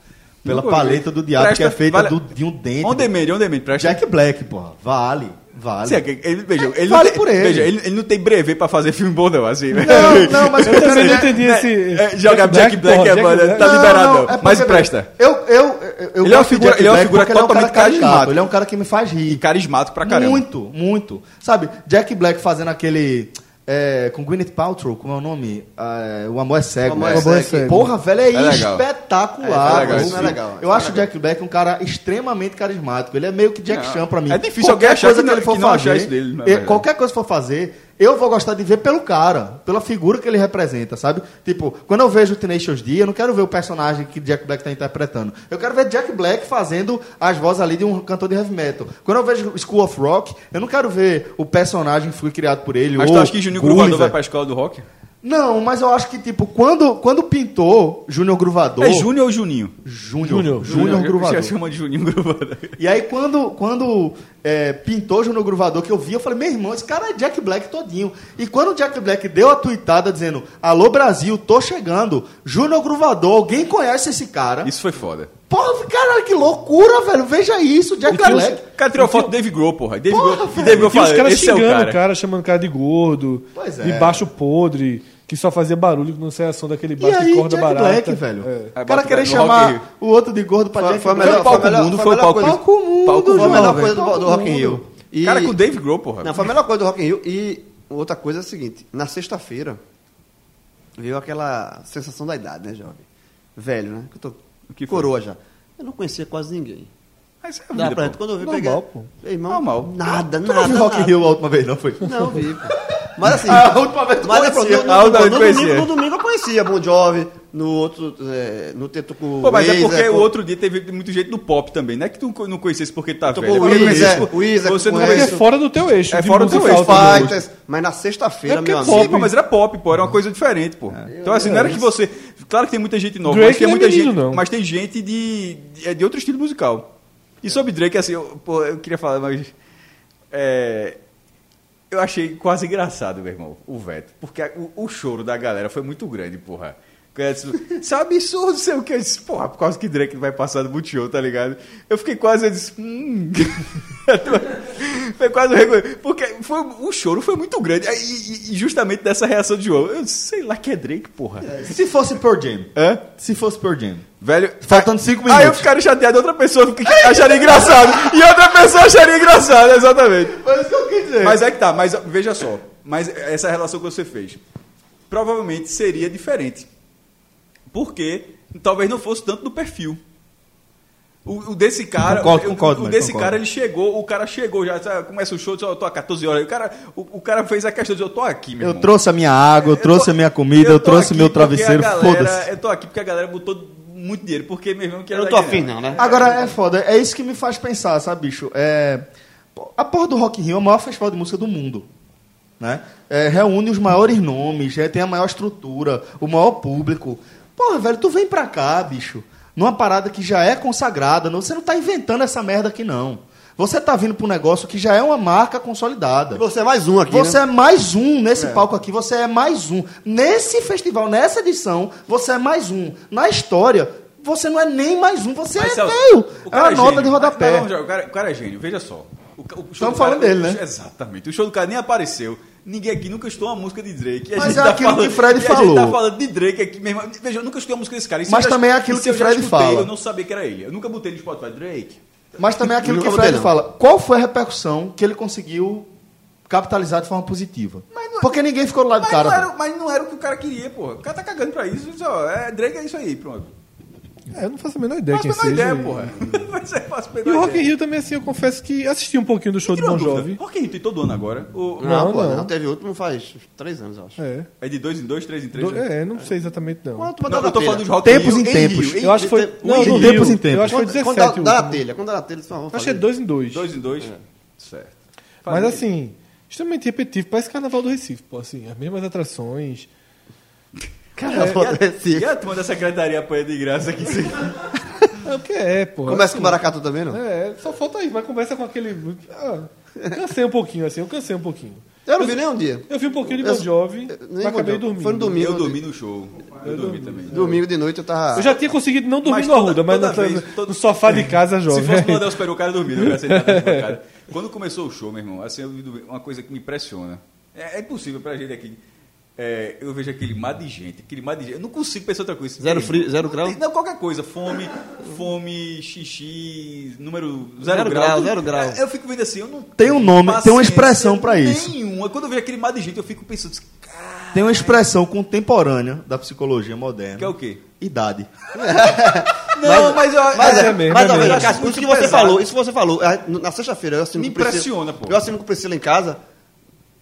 Speaker 2: Pela
Speaker 4: Nunca vi.
Speaker 2: paleta do diabo,
Speaker 4: Presta-
Speaker 2: que é feita
Speaker 4: vale-
Speaker 2: do- de um dente.
Speaker 4: On demand, on demand. Presta
Speaker 2: Jack Black, porra. Vale, vale.
Speaker 4: Assim, é que ele, veja, ele
Speaker 2: Fale
Speaker 4: não tem,
Speaker 2: por ele.
Speaker 4: Veja, ele, ele não tem brevet pra fazer filme bom, não, assim.
Speaker 2: Não, não, mas
Speaker 5: Eu também não
Speaker 2: é-
Speaker 5: entendi
Speaker 4: É,
Speaker 5: esse.
Speaker 4: é, joga Jack Black,
Speaker 5: porra,
Speaker 4: é, mano, tá-
Speaker 2: Não,
Speaker 4: liberado,
Speaker 2: não, é
Speaker 4: mas
Speaker 2: porque,
Speaker 4: presta.
Speaker 2: Eu, eu, eu- eu
Speaker 4: Ele é uma
Speaker 2: gosto de
Speaker 4: figura-
Speaker 2: Jack
Speaker 4: ele é uma
Speaker 2: Black
Speaker 4: figura
Speaker 2: porque ele é um cara
Speaker 4: totalmente
Speaker 2: caricato,
Speaker 4: carismático.
Speaker 2: Ele é um cara que me faz rir.
Speaker 4: E carismático pra caramba.
Speaker 2: Muito, muito. Sabe, Jack Black fazendo aquele. é, com Gwyneth Paltrow, como é o nome? Ah, é, o Amor é Cego.
Speaker 3: O Amor
Speaker 2: né?
Speaker 3: é Cego. Cego.
Speaker 2: Porra, velho, é,
Speaker 4: É legal.
Speaker 2: espetacular.
Speaker 4: É, é legal,
Speaker 2: o
Speaker 4: isso é
Speaker 2: filme.
Speaker 3: legal,
Speaker 2: Eu
Speaker 3: isso é
Speaker 2: acho o Jack Black um cara extremamente carismático. Ele é meio que Jack
Speaker 4: Não,
Speaker 2: Chan pra mim.
Speaker 4: é difícil alguém achar que não- que não achar isso dele, na
Speaker 2: eu-
Speaker 4: verdade.
Speaker 2: qualquer coisa que for fazer, eu vou gostar de ver pelo cara, pela figura que ele representa, sabe? Tipo, quando eu vejo o Tenacious D, eu não quero ver o personagem que Jack Black tá interpretando. Eu quero ver Jack Black fazendo as vozes ali de um cantor de heavy metal. Quando eu vejo School of Rock, eu não quero ver o personagem que foi criado por ele.
Speaker 4: Mas
Speaker 2: ou
Speaker 4: tu acha que Juninho
Speaker 2: Gulliver.
Speaker 4: Gruvador vai pra escola do rock?
Speaker 2: Não, mas eu acho que, tipo, quando, quando pintou Júnior Gruvador...
Speaker 4: É Júnior ou Juninho?
Speaker 2: Júnior. Júnior.
Speaker 4: Eu
Speaker 2: Gruvador.
Speaker 4: chama de Juninho Gruvador.
Speaker 2: E aí, quando, quando é, pintou Júnior Gruvador, que eu vi, eu falei, meu irmão, esse cara é Jack Black todinho. E quando o Jack Black deu a tuitada dizendo, alô Brasil, tô chegando, Júnior Gruvador, alguém conhece esse cara?
Speaker 4: Isso foi foda.
Speaker 2: Porra, caralho, que loucura, velho, veja isso, Jack
Speaker 4: O cara,
Speaker 2: Black.
Speaker 4: o cara tirou foto do Dave Grohl, porra. Dave
Speaker 2: é- Porra,
Speaker 4: Grohl, e
Speaker 2: velho.
Speaker 4: Dave Grohl
Speaker 5: E os
Speaker 4: fala,
Speaker 5: caras
Speaker 4: esse é o
Speaker 5: xingando
Speaker 4: cara.
Speaker 5: o cara, chamando o cara de gordo,
Speaker 2: Pois
Speaker 5: de
Speaker 2: é.
Speaker 5: baixo podre, que só fazia barulho quando saía a som daquele
Speaker 2: E
Speaker 5: baixo de
Speaker 2: aí,
Speaker 5: corda
Speaker 2: Jack
Speaker 5: barata.
Speaker 2: Black, velho. O
Speaker 5: É.
Speaker 2: cara
Speaker 4: Aí bota
Speaker 2: querer
Speaker 4: no Rock in Rio.
Speaker 2: chamar o outro de gordo pra
Speaker 3: Foi-
Speaker 2: Jack
Speaker 3: foi a
Speaker 2: Black.
Speaker 3: melhor-
Speaker 2: palco
Speaker 3: foi a melhor-
Speaker 2: mundo,
Speaker 3: foi a
Speaker 2: foi o
Speaker 3: melhor
Speaker 2: palco
Speaker 3: coisa.
Speaker 2: Palco mundo,
Speaker 4: Palco
Speaker 3: Foi a melhor
Speaker 2: jovem,
Speaker 3: coisa do,
Speaker 2: palco
Speaker 3: do Rock in
Speaker 2: mundo.
Speaker 3: Rio. E-
Speaker 4: Cara, com o Dave Grohl, porra.
Speaker 3: Não, foi a melhor coisa do Rock in Rio. E outra coisa é a seguinte, na sexta-feira veio aquela sensação da idade, né, jovem? Velho, né? Que eu tô
Speaker 4: que foi?
Speaker 3: coroa já. Eu não conhecia quase ninguém.
Speaker 4: Ah, isso é
Speaker 3: Dá
Speaker 4: vida,
Speaker 3: pra
Speaker 4: pô.
Speaker 3: quando eu vi
Speaker 5: Normal,
Speaker 3: pegar...
Speaker 5: pô.
Speaker 3: Meu Irmão,
Speaker 4: Normal.
Speaker 3: Nada,
Speaker 2: Tu
Speaker 3: nada,
Speaker 2: não viu Rock in
Speaker 3: nada.
Speaker 2: Rio a última vez, não foi?
Speaker 3: Não, vi. pô. Mas assim.
Speaker 2: A última vez tu
Speaker 3: mas, pô,
Speaker 2: conhecia.
Speaker 3: No, no,
Speaker 4: A última
Speaker 3: no,
Speaker 4: vez tu
Speaker 3: domingo,
Speaker 4: conhecia.
Speaker 3: no domingo eu conhecia Bon Jovi, no outro. É, no Teto com
Speaker 4: Pô, mas é porque
Speaker 3: Weezer,
Speaker 4: o
Speaker 3: com-
Speaker 4: outro dia teve muito jeito do pop também. Não é que tu não conhecesse porque ele tá
Speaker 3: Tocou
Speaker 4: velho.
Speaker 3: o
Speaker 4: é porque
Speaker 3: Weezer,
Speaker 4: conhece por-
Speaker 3: o Weezer
Speaker 4: Você não
Speaker 3: com
Speaker 5: Porque é
Speaker 4: conhece...
Speaker 3: isso.
Speaker 5: fora do teu eixo.
Speaker 4: É
Speaker 5: de
Speaker 4: fora do teu
Speaker 5: musical
Speaker 4: eixo,
Speaker 5: também.
Speaker 3: Fighters. Mas na sexta-feira,
Speaker 5: É porque
Speaker 3: meu
Speaker 5: pop,
Speaker 4: Sim,
Speaker 3: amigo.
Speaker 4: pô, mas era pop, pô, era uma coisa diferente, pô. Então, assim, não era que você. Claro que tem muita gente nova,
Speaker 5: Drake
Speaker 4: mas tem
Speaker 5: não é
Speaker 4: muita
Speaker 5: menino,
Speaker 4: gente.
Speaker 5: não.
Speaker 4: Mas tem gente de, de, é de outro estilo musical. E sobre Drake, assim, eu, pô, eu queria falar, mas. é, eu achei quase engraçado, meu irmão, o veto. Porque a- o, o choro da galera foi muito grande, porra. Que eu disse, Isso é um absurdo, sei o que. Eu disse, porra, por causa que Drake vai passar do Multishow, tá ligado? Eu fiquei quase, eu disse, hum. foi quase um rego- Porque foi, o choro foi muito grande. E, e- e justamente dessa reação de João. Eu disse, sei lá que é Drake, porra.
Speaker 2: Se fosse Pearl Jam.
Speaker 4: Hã?
Speaker 2: Se fosse Pearl Jam.
Speaker 4: Velho.
Speaker 2: Faltando cinco minutos.
Speaker 4: Aí eu ficaram chateado, outra pessoa fica- acharia engraçado. E outra pessoa acharia engraçado, exatamente.
Speaker 2: Mas isso que eu quis dizer.
Speaker 4: Mas é que tá, mas veja só. Mas essa relação que você fez provavelmente seria diferente. Porque talvez não fosse tanto do perfil. O, o desse cara,
Speaker 2: Concordo,
Speaker 4: o-
Speaker 2: concordo,
Speaker 4: o,
Speaker 2: mas
Speaker 4: desse
Speaker 2: concordo.
Speaker 4: cara, ele chegou, o cara chegou já, sabe, começa o show, diz, ó, eu tô há 14 horas. O cara, o, o cara fez a questão de eu tô aqui, meu
Speaker 2: Eu
Speaker 4: irmão.
Speaker 2: trouxe a minha água, eu trouxe
Speaker 4: tô-
Speaker 2: a minha comida, eu,
Speaker 4: tô
Speaker 2: trouxe
Speaker 4: aqui
Speaker 2: meu
Speaker 4: porque a
Speaker 2: travesseiro,
Speaker 4: galera-
Speaker 2: foda-se.
Speaker 4: Eu tô aqui porque a galera botou muito dinheiro, porque meu irmão que
Speaker 3: Eu não tô afim, não, né?
Speaker 2: Agora é foda, é isso que me faz pensar, sabe, bicho? É, pô, a porra do Rock in Rio é o maior festival de música do mundo. Né? É, reúne os maiores nomes, é, tem a maior estrutura, o maior público. Porra, velho, tu vem pra cá, bicho, numa parada que já é consagrada, não, você não tá inventando essa merda aqui, não. Você tá vindo pra um negócio que já é uma marca consolidada.
Speaker 3: E Você é mais um aqui.
Speaker 2: Você
Speaker 3: né?
Speaker 2: é mais um nesse palco aqui, você é mais um. Nesse festival, nessa edição, você é mais um. Na história, você não é nem mais um, você
Speaker 4: Mas,
Speaker 2: é
Speaker 4: Celso,
Speaker 2: meio.
Speaker 4: o
Speaker 2: É
Speaker 4: cara
Speaker 2: uma nota
Speaker 4: gênio.
Speaker 2: de rodapé.
Speaker 4: Não, não, o, cara, o cara é gênio, veja só. O ca- o show
Speaker 2: Estamos
Speaker 4: do cara-
Speaker 2: falando dele, né?
Speaker 4: Exatamente. O show do cara nem apareceu. Ninguém aqui nunca escutou uma música de Drake. E a
Speaker 2: Mas
Speaker 4: gente
Speaker 2: é
Speaker 4: tá
Speaker 2: aquilo que
Speaker 4: falando-
Speaker 2: Fred
Speaker 4: e
Speaker 2: falou.
Speaker 4: A gente tá falando de Drake aqui mesmo. Veja, eu nunca escutei uma música desse cara. E se
Speaker 2: Mas
Speaker 4: eu já-
Speaker 2: também é aquilo
Speaker 4: e se
Speaker 2: que
Speaker 4: eu já
Speaker 2: Fred
Speaker 4: escutei,
Speaker 2: fala.
Speaker 4: Eu não sabia que era ele. Eu nunca botei ele no Spotify. Drake.
Speaker 2: Mas também é aquilo que
Speaker 3: Nunca
Speaker 2: o
Speaker 3: botei,
Speaker 2: Fred
Speaker 3: não.
Speaker 2: fala. Qual foi a repercussão que ele conseguiu capitalizar de forma positiva?
Speaker 4: Mas não-
Speaker 2: Porque ninguém ficou do lado
Speaker 4: Mas,
Speaker 2: do cara.
Speaker 4: não
Speaker 2: velho.
Speaker 4: era, mas não era o que o cara queria, porra. O cara tá cagando pra isso. Só, é, Drake é isso aí, pronto.
Speaker 5: É, eu não faço a menor ideia
Speaker 4: Faço a
Speaker 5: quem
Speaker 4: menor
Speaker 5: seja.
Speaker 4: ideia,
Speaker 5: e-
Speaker 4: porra. Mas é, faço a
Speaker 5: E
Speaker 4: menor
Speaker 5: o Rock in
Speaker 4: ideia.
Speaker 5: Rio também, assim, eu confesso que assisti um pouquinho do show do
Speaker 4: Tira uma
Speaker 5: Bon
Speaker 4: dúvida.
Speaker 5: Jovi.
Speaker 4: Rock in Rio tem todo ano agora. O-
Speaker 5: Não,
Speaker 3: Não, pô,
Speaker 5: não.
Speaker 3: não. Teve último faz três anos, eu acho.
Speaker 5: É.
Speaker 4: É de dois em dois, três em três.
Speaker 5: Do-
Speaker 4: né?
Speaker 5: é, não sei exatamente não.
Speaker 3: Quando
Speaker 4: Não, eu tô falando dos Rock
Speaker 2: Tempos
Speaker 4: Rio,
Speaker 2: em tempos.
Speaker 4: Rio, em-
Speaker 5: Eu acho que foi.
Speaker 3: de-
Speaker 5: Não,
Speaker 2: de
Speaker 5: no
Speaker 2: tempos
Speaker 5: Rio.
Speaker 2: em tempos.
Speaker 5: Eu acho que foi
Speaker 3: Quando dá,
Speaker 5: 17.
Speaker 3: dá
Speaker 5: o
Speaker 3: na telha, quando dá na telha, eles falam, vamos
Speaker 5: último. Acho que é
Speaker 3: fazer.
Speaker 5: 2 em 2.
Speaker 4: Dois em dois.
Speaker 3: É.
Speaker 4: Certo.
Speaker 5: Mas
Speaker 4: Faz
Speaker 5: assim, extremamente repetitivo. Parece Carnaval do Recife, pô. Assim, as mesmas atrações.
Speaker 3: Cara,
Speaker 4: E a- e
Speaker 3: foda-se.
Speaker 4: a turma da secretaria apanha de graça aqui. sim.
Speaker 5: É o que é, pô.
Speaker 3: Começa
Speaker 5: Assim,
Speaker 3: com o Maracatu também, não?
Speaker 5: É, só falta isso, mas começa com aquele. Ah, Cansei um pouquinho, assim, eu cansei um pouquinho.
Speaker 3: Eu não vi nem um dia.
Speaker 5: Eu vi um pouquinho de
Speaker 3: Eu-
Speaker 5: Bon Jovi,
Speaker 3: eu- nem
Speaker 5: mas
Speaker 3: Bon
Speaker 5: acabei
Speaker 3: Jovi.
Speaker 5: dormindo.
Speaker 3: Foi no domingo.
Speaker 4: Eu dormi no show. Eu dormi também.
Speaker 3: Domingo de noite eu tava.
Speaker 5: Eu já tinha conseguido não dormir
Speaker 4: Mas
Speaker 5: no
Speaker 4: toda-
Speaker 5: Arruda, mas
Speaker 4: toda
Speaker 5: na-
Speaker 4: vez, toda-
Speaker 5: no sofá de casa,
Speaker 4: Se
Speaker 5: jovem.
Speaker 4: fosse
Speaker 2: né?
Speaker 4: mandar Mandel Peru, o cara dormia, não ia ser nada pra cara. Quando começou o show, meu irmão, assim, eu vi uma coisa que me impressiona. É, é impossível pra gente aqui. É, eu vejo aquele mar de gente, aquele mar de gente. Eu não consigo pensar outra coisa.
Speaker 3: Zero frio- zero
Speaker 4: Não
Speaker 3: grau?
Speaker 4: tem- Não, qualquer coisa. Fome, fome, xixi, número zero,
Speaker 3: Zero
Speaker 4: grau.
Speaker 3: grau,
Speaker 4: tudo.
Speaker 3: zero grau.
Speaker 4: É, Eu fico vendo assim, eu não
Speaker 2: Tem um nome, tem uma
Speaker 4: paciência
Speaker 2: expressão pra isso.
Speaker 4: Nenhuma. Quando eu vejo aquele mar de gente, eu fico pensando, assim, cara,
Speaker 2: Tem uma expressão contemporânea da psicologia moderna.
Speaker 4: que é o quê?
Speaker 2: Idade.
Speaker 4: Não, mas, eu...
Speaker 3: Mas,
Speaker 5: é
Speaker 3: é,
Speaker 5: mesmo, é
Speaker 3: mas talvez,
Speaker 5: mesmo.
Speaker 3: Cássio, isso que você falou, isso que você falou, é, no- na sexta-feira eu assino
Speaker 4: Me
Speaker 3: com Priscila-
Speaker 4: impressiona, pô.
Speaker 3: Eu assino com Priscila em casa.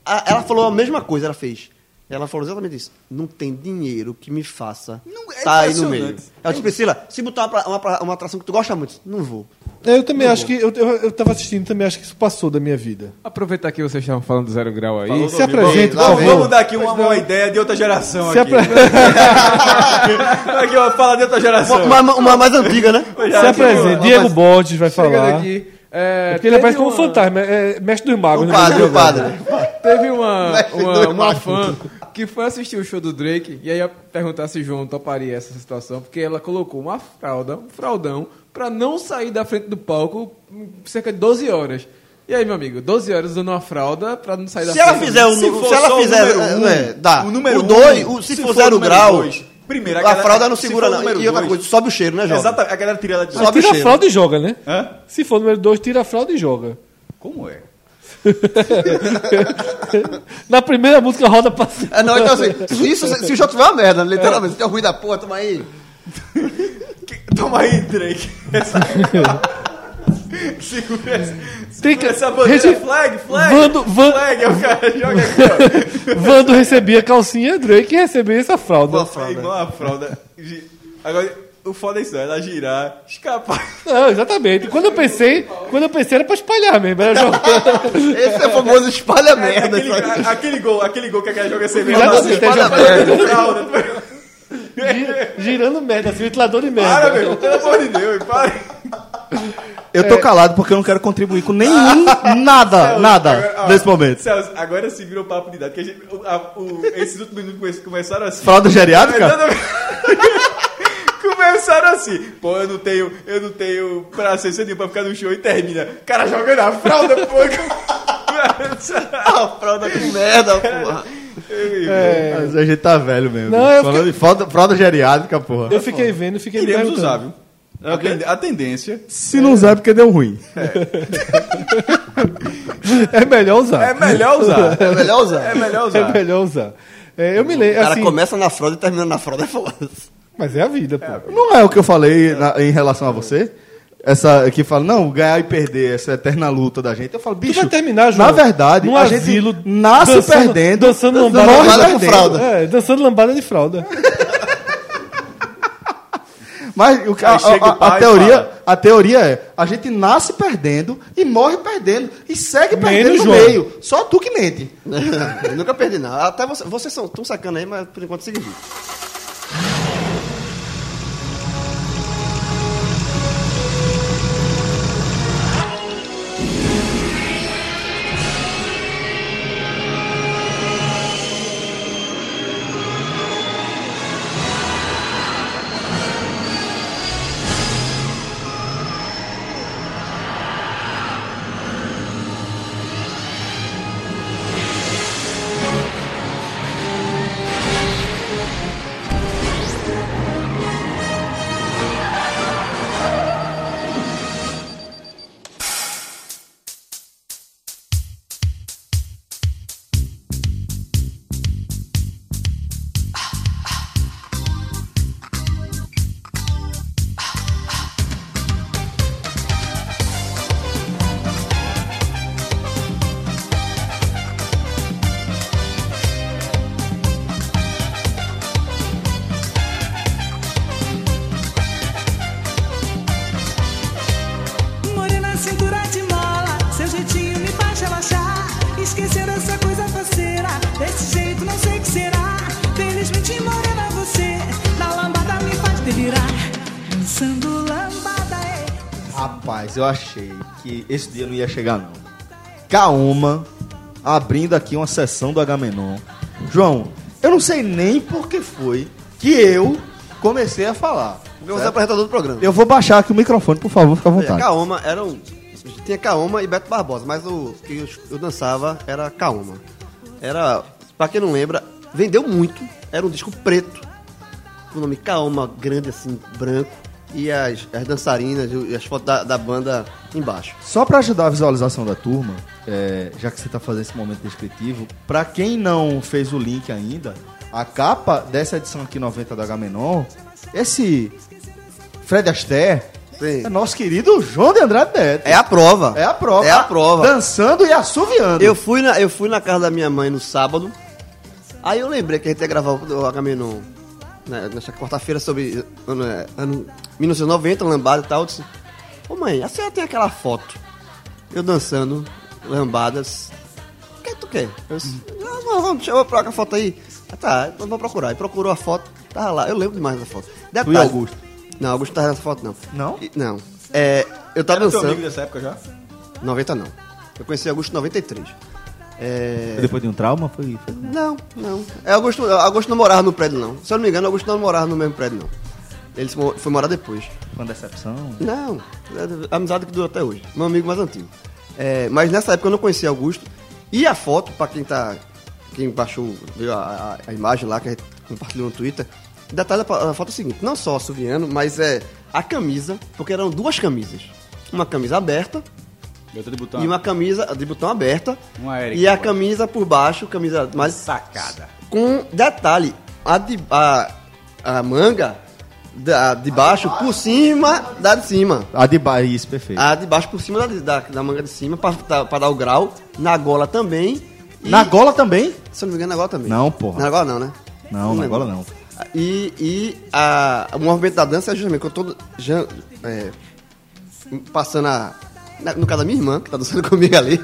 Speaker 3: a- ela falou a mesma coisa, ela fez. Ela falou exatamente isso. Não tem dinheiro que me faça
Speaker 4: Não, é
Speaker 3: tá aí no meio.
Speaker 4: impressionante.
Speaker 3: Ela disse, Priscila, se botar uma, pra- uma, pra- uma atração que tu gosta muito, não vou.
Speaker 5: É, Eu também acho que. Eu, eu, eu tava assistindo também, acho que isso passou da minha vida.
Speaker 9: Aproveitar que vocês estavam falando do zero grau aí.
Speaker 4: Falou
Speaker 5: se
Speaker 4: domingo.
Speaker 5: apresente,
Speaker 4: é Vamos-
Speaker 5: por favor.
Speaker 4: Vamos dar aqui uma, uma ideia de outra geração
Speaker 5: Se
Speaker 4: aqui. aqui, ó, fala de outra geração.
Speaker 3: Uma, uma- uma mais antiga, né?
Speaker 5: Se apresente, Diego Borges vai
Speaker 9: Chega
Speaker 5: falar.
Speaker 9: daqui. É,
Speaker 5: É porque
Speaker 9: teve
Speaker 5: ele aparece como
Speaker 9: uma-
Speaker 5: fantasma, é, é mestre dos magos.
Speaker 3: O
Speaker 5: né?
Speaker 3: Um padre, o padre.
Speaker 9: Teve uma, uma,
Speaker 4: é
Speaker 3: dois
Speaker 9: uma
Speaker 3: malucos.
Speaker 9: fã que foi assistir o show do Drake e aí ia perguntar se João toparia essa situação, porque ela colocou uma fralda, um fraldão, pra não sair da frente do palco hum, cerca de 12 horas. E aí, meu amigo, 12 horas usando uma fralda pra não sair da
Speaker 3: Se
Speaker 9: frente.
Speaker 3: ela fizer o
Speaker 4: Se
Speaker 3: nu-
Speaker 4: for
Speaker 3: se ela
Speaker 4: só o
Speaker 3: fizer,
Speaker 4: número
Speaker 3: é,
Speaker 4: um,
Speaker 3: é, dá.
Speaker 4: o número
Speaker 3: o dois,
Speaker 4: um,
Speaker 3: o- se,
Speaker 4: se
Speaker 3: for
Speaker 4: for o
Speaker 3: zero
Speaker 4: número
Speaker 3: grau,
Speaker 4: dois, primeiro, a
Speaker 3: a,
Speaker 4: galera-
Speaker 3: fralda não
Speaker 4: se
Speaker 3: segura
Speaker 4: for o
Speaker 3: não.
Speaker 4: número
Speaker 3: E outra
Speaker 4: dois.
Speaker 3: coisa, sobe o cheiro, né, jovem?
Speaker 4: Exatamente, a galera tira ela de
Speaker 5: Ah,
Speaker 3: Sobe
Speaker 5: tira a
Speaker 3: cheiro.
Speaker 5: fralda e joga, né?
Speaker 4: Hã?
Speaker 5: Se for número 2, tira a fralda e joga.
Speaker 4: Como é?
Speaker 5: Na primeira música roda passa.
Speaker 4: Ah,
Speaker 3: É, não, então assim, se isso, se o show tiver uma merda, literalmente, se tiver ruim da porra, toma aí.
Speaker 4: Que- Toma aí, Drake. Essa... segura essa,
Speaker 5: Tem que-
Speaker 4: segura essa bandeira. é
Speaker 5: Regi-
Speaker 4: Flag, flag.
Speaker 5: Vando- van-
Speaker 4: Flag, é o cara joga aqui,
Speaker 5: Vando recebia calcinha, Drake recebia essa fralda.
Speaker 4: ó. É igual a fralda. Gi- Agora, o foda é isso, ela girar, escapar.
Speaker 5: Não, exatamente. Quando eu pensei, quando eu pensei era pra espalhar mesmo. Era jogar.
Speaker 3: Esse é o famoso espalha
Speaker 4: É,
Speaker 3: merda.
Speaker 4: aquele,
Speaker 3: sabe?
Speaker 4: a- aquele gol, aquele gol que a cara joga sem
Speaker 5: Já
Speaker 4: merda.
Speaker 5: você
Speaker 3: espalha
Speaker 5: já-
Speaker 3: merda.
Speaker 4: Fralda.
Speaker 5: Gira- girando merda, assim, ventilador de
Speaker 4: Para,
Speaker 5: merda.
Speaker 4: meu irmão, pelo amor de Deus, para.
Speaker 2: Eu tô calado porque eu não quero contribuir com nenhum, nada, nada,
Speaker 4: Agora, ó,
Speaker 2: nesse momento.
Speaker 4: Celso, agora se virou papo de idade, que a gente, o- a- o- esses últimos minutos come- começaram assim.
Speaker 2: Fralda geriátrica?
Speaker 4: Começaram assim, pô, eu não tenho, eu não tenho pra ser cedinho pra ficar no show e termina. O cara jogando a fralda, pô.
Speaker 3: A fralda que merda, porra.
Speaker 4: É,
Speaker 2: Mas a gente tá velho mesmo.
Speaker 5: Não, eu
Speaker 2: Falando de fralda, fralda geriátrica, porra.
Speaker 5: Eu fiquei vendo,
Speaker 2: É,
Speaker 5: fiquei me
Speaker 2: então.
Speaker 4: Iremos usar,
Speaker 5: perguntando.
Speaker 4: viu?
Speaker 3: É
Speaker 4: A tende- A tendência
Speaker 2: Se não usar é porque deu ruim.
Speaker 5: É melhor usar.
Speaker 4: é melhor usar.
Speaker 3: É melhor usar.
Speaker 4: É melhor
Speaker 5: É
Speaker 4: usar.
Speaker 5: melhor usar. É, eu me
Speaker 3: O
Speaker 5: lembro,
Speaker 3: cara
Speaker 5: assim,
Speaker 3: começa na fralda e termina na fralda, é foda.
Speaker 5: mas é a vida, pô.
Speaker 2: Não é o que eu falei na- em relação a você? Essa que fala, não, ganhar e perder, essa eterna luta da gente. Eu falo, bicho,
Speaker 5: vai terminar, João,
Speaker 2: na verdade,
Speaker 5: num
Speaker 2: a gente
Speaker 5: asilo,
Speaker 2: nasce
Speaker 5: dançando-
Speaker 2: perdendo,
Speaker 5: dançando lambada-
Speaker 2: morre
Speaker 3: Lambada com
Speaker 2: perdendo.
Speaker 3: fralda.
Speaker 5: É, dançando lambada de fralda.
Speaker 2: Mas o que- a,
Speaker 4: Aí chega
Speaker 2: a-
Speaker 4: o pai
Speaker 2: a
Speaker 4: e
Speaker 2: teoria,
Speaker 4: fala.
Speaker 2: a teoria é: a gente nasce perdendo e morre perdendo e segue
Speaker 5: Menos
Speaker 2: perdendo no
Speaker 5: João.
Speaker 2: meio. Só tu que mente.
Speaker 3: Eu nunca perdi, não. Até você, vocês são tão sacando aí, mas por enquanto segue vivo.
Speaker 10: Morena, cintura de mola, seu jeitinho me faz relaxar. Esquecer essa coisa faceira, desse jeito não sei o que será. Felizmente, morena, você na lambada me faz delirar. Dançando lambada, é.
Speaker 2: Rapaz, eu achei que esse dia não ia chegar, não. Kaoma abrindo aqui uma sessão do Agamenon. João, eu não sei nem por que foi que eu comecei a falar.
Speaker 4: é
Speaker 3: Meu
Speaker 2: certo?
Speaker 3: apresentador do programa.
Speaker 2: Eu vou baixar aqui o microfone, por favor, fica à
Speaker 3: Olha,
Speaker 2: vontade.
Speaker 3: Kaoma era um. Tinha Kaoma e Beto Barbosa, mas o que eu, eu dançava era Kaoma. Era, pra quem não lembra, vendeu muito. Era um disco preto, com o nome Kaoma, grande assim, branco. E as, as dançarinas e as fotos da, da banda embaixo.
Speaker 2: Só para ajudar a visualização da turma, é, já que você está fazendo esse momento descritivo, para quem não fez o link ainda, a capa dessa edição aqui 90 da Gamenon, esse Fred Astaire
Speaker 3: Sim.
Speaker 2: é nosso querido João de Andrade Neto.
Speaker 3: É a prova.
Speaker 2: É a prova.
Speaker 3: É a prova.
Speaker 2: Dançando e assoviando.
Speaker 3: Eu fui, na, eu fui na casa da minha mãe no sábado. Aí eu lembrei que a gente ia gravar o o Agamenon né, nessa quarta-feira sobre ano, é, ano 1990, lambada e tal. Eu disse, ô mãe, a senhora tem aquela foto. Eu dançando, lambadas. O que tu quer? Eu disse,
Speaker 2: Uhum.
Speaker 3: ah, não, vamos, deixa eu procurar a foto aí. Ah, tá, eu vou procurar. E procurou a foto, tava lá. Eu lembro demais da foto. Detalhe,
Speaker 2: Augusto?
Speaker 3: Não, Augusto tava nessa foto, não.
Speaker 2: Não?
Speaker 3: E- não. É, eu tava dançando.
Speaker 4: dessa época já?
Speaker 2: né?
Speaker 3: 90 não. Eu conheci Augusto em 93. É...
Speaker 2: Depois de um trauma, foi. foi-
Speaker 3: Não, não. É, Augusto, Augusto não morava no prédio, não. Se eu não me engano, Augusto não morava no mesmo prédio, não. Ele se mo- foi morar depois.
Speaker 2: Uma decepção.
Speaker 3: Não, é a amizade que dura até hoje. Meu amigo mais antigo. É, mas nessa época eu não conhecia Augusto. E a foto, pra quem tá. Quem baixou, viu a, a- a imagem lá que a gente compartilhou no Twitter. Detalhe a a foto é o seguinte: não só assoviando, mas é a camisa, porque eram duas camisas. Uma camisa aberta
Speaker 4: Eu tô debutando.
Speaker 3: e uma camisa de botão aberta.
Speaker 4: Tá. Uma Eric,
Speaker 3: e a
Speaker 4: pô.
Speaker 3: camisa por baixo, camisa mais.
Speaker 4: Sacada.
Speaker 3: Com detalhe, a, de, a, a manga da, de baixo por cima da de cima.
Speaker 2: A de Bahia, isso, perfeito.
Speaker 3: A de baixo por cima da, de- da, da manga de cima, pra, tá- pra dar o grau. Na gola também. E-
Speaker 2: Na gola também?
Speaker 3: Se eu não me engano, na gola também.
Speaker 2: Não, porra.
Speaker 3: Na gola não, né?
Speaker 2: Não, na
Speaker 3: lembro. É
Speaker 2: gola não.
Speaker 3: E, e a, o movimento da dança é justamente que eu tô já, é, passando a. na- no caso da minha irmã, que tá dançando comigo ali.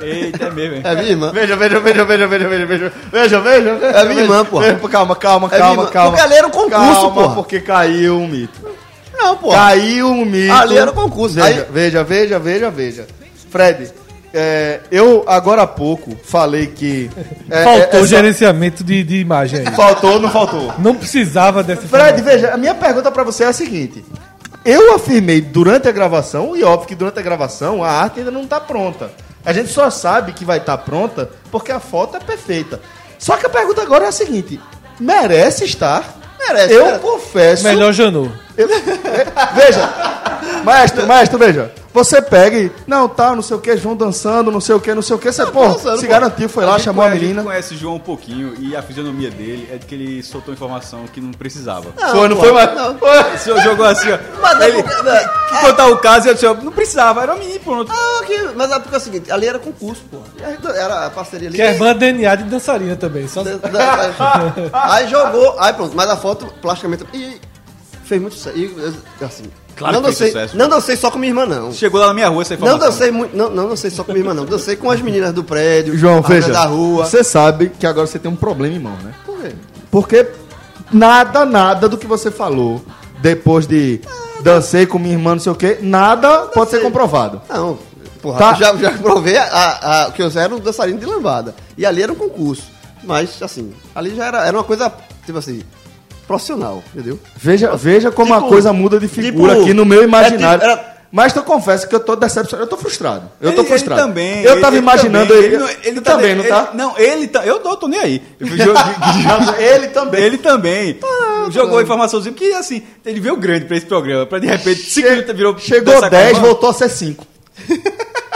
Speaker 4: Eita, é mesmo, hein?
Speaker 3: É minha irmã.
Speaker 2: Veja, veja, veja, veja, veja, veja, veja, veja, veja.
Speaker 3: É minha irmã, porra.
Speaker 2: Veja, Calma, calma,
Speaker 3: É minha
Speaker 2: calma,
Speaker 3: irmã.
Speaker 2: calma.
Speaker 3: Porque ali era um concurso,
Speaker 2: calma,
Speaker 3: porra.
Speaker 2: porque caiu um mito.
Speaker 3: Não, pô.
Speaker 2: Caiu um mito.
Speaker 3: Ali era o concurso,
Speaker 2: Veja,
Speaker 3: aí-
Speaker 2: veja, veja, veja, veja. Fred, é, eu agora há pouco falei que... é, é,
Speaker 5: Faltou
Speaker 2: essa-
Speaker 5: gerenciamento de, de imagem aí.
Speaker 2: Faltou, não faltou?
Speaker 5: Não precisava dessa
Speaker 2: Fred,
Speaker 5: informação.
Speaker 2: veja, a minha pergunta pra você é a seguinte. Eu afirmei durante a gravação, e óbvio que durante a gravação a arte ainda não tá pronta. A gente só sabe que vai estar pronta porque a foto é perfeita. Só que a pergunta agora é a seguinte: merece estar?
Speaker 3: Merece,
Speaker 2: Eu
Speaker 3: merece.
Speaker 2: confesso.
Speaker 5: Melhor Janu.
Speaker 2: Veja, maestro, maestro, veja. Você pega e. Não, tá, não sei o que, João dançando, não sei o que, não sei o que. Você, pô,
Speaker 3: dançando,
Speaker 2: se
Speaker 3: pô.
Speaker 2: garantiu, foi lá, chamou a
Speaker 4: gente
Speaker 2: menina.
Speaker 4: conhece o João um pouquinho e a fisionomia dele é de que ele soltou informação que não precisava.
Speaker 2: Foi, não foi mais.
Speaker 3: Não.
Speaker 4: O senhor jogou assim, ó.
Speaker 3: Mas,
Speaker 4: ele
Speaker 3: é porque, né,
Speaker 4: que contar o caso e eu disse, ó, não precisava, era um menino e pronto.
Speaker 3: ah, ok, mas é porque é o seguinte, ali era concurso, pô. Era a parceria ali.
Speaker 5: Que é irmã DNA de dançarina também. Só... é,
Speaker 3: Da- da- da- aí jogou, aí pronto, mas a foto plasticamente. E fez muito sucesso. E, assim,
Speaker 4: Claro
Speaker 3: não
Speaker 4: que fez
Speaker 3: dancei,
Speaker 4: sucesso.
Speaker 3: Não dancei só com minha irmã, não.
Speaker 4: Chegou lá na minha rua essa
Speaker 3: Não
Speaker 4: informação.
Speaker 2: um.
Speaker 3: dancei muito. Não, não dancei só com minha irmã, não. Dancei com as meninas do prédio,
Speaker 2: João,
Speaker 3: as meninas
Speaker 2: veja.
Speaker 3: da rua.
Speaker 2: Você sabe que agora você tem um problema em mão, né?
Speaker 3: Por quê?
Speaker 2: Porque nada, nada do que você falou depois de dancei com minha irmã, não sei o quê, nada pode ser comprovado.
Speaker 3: Não, porra,
Speaker 2: Tá.
Speaker 3: eu já, já provei a, a- a- que eu era um dançarino de lambada. E ali era um concurso. Mas, assim, ali já era, era uma coisa, tipo assim, profissional, entendeu?
Speaker 2: Veja, veja como
Speaker 3: Tipo,
Speaker 2: a coisa muda de figura
Speaker 3: tipo,
Speaker 2: aqui no meu imaginário.
Speaker 3: é tipo, era-
Speaker 2: Mas eu confesso que eu tô decepcionado. Eu tô frustrado. Eu tô
Speaker 4: Ele-
Speaker 2: frustrado.
Speaker 4: Ele também.
Speaker 2: Eu
Speaker 4: ele-
Speaker 2: tava
Speaker 4: ele
Speaker 2: imaginando
Speaker 4: também,
Speaker 2: ele.
Speaker 4: não-
Speaker 2: Tu também, não tá?
Speaker 4: ele- não, ele tá. Eu não tô nem aí. Eu fui jo-
Speaker 2: Ele também.
Speaker 4: Ele também. Jogou a informaçãozinha, porque assim, ele veio grande pra esse programa, pra de repente, 5 minutos virou.
Speaker 2: Chegou
Speaker 4: dança
Speaker 2: 10,
Speaker 4: com a mão.
Speaker 2: voltou a ser 5.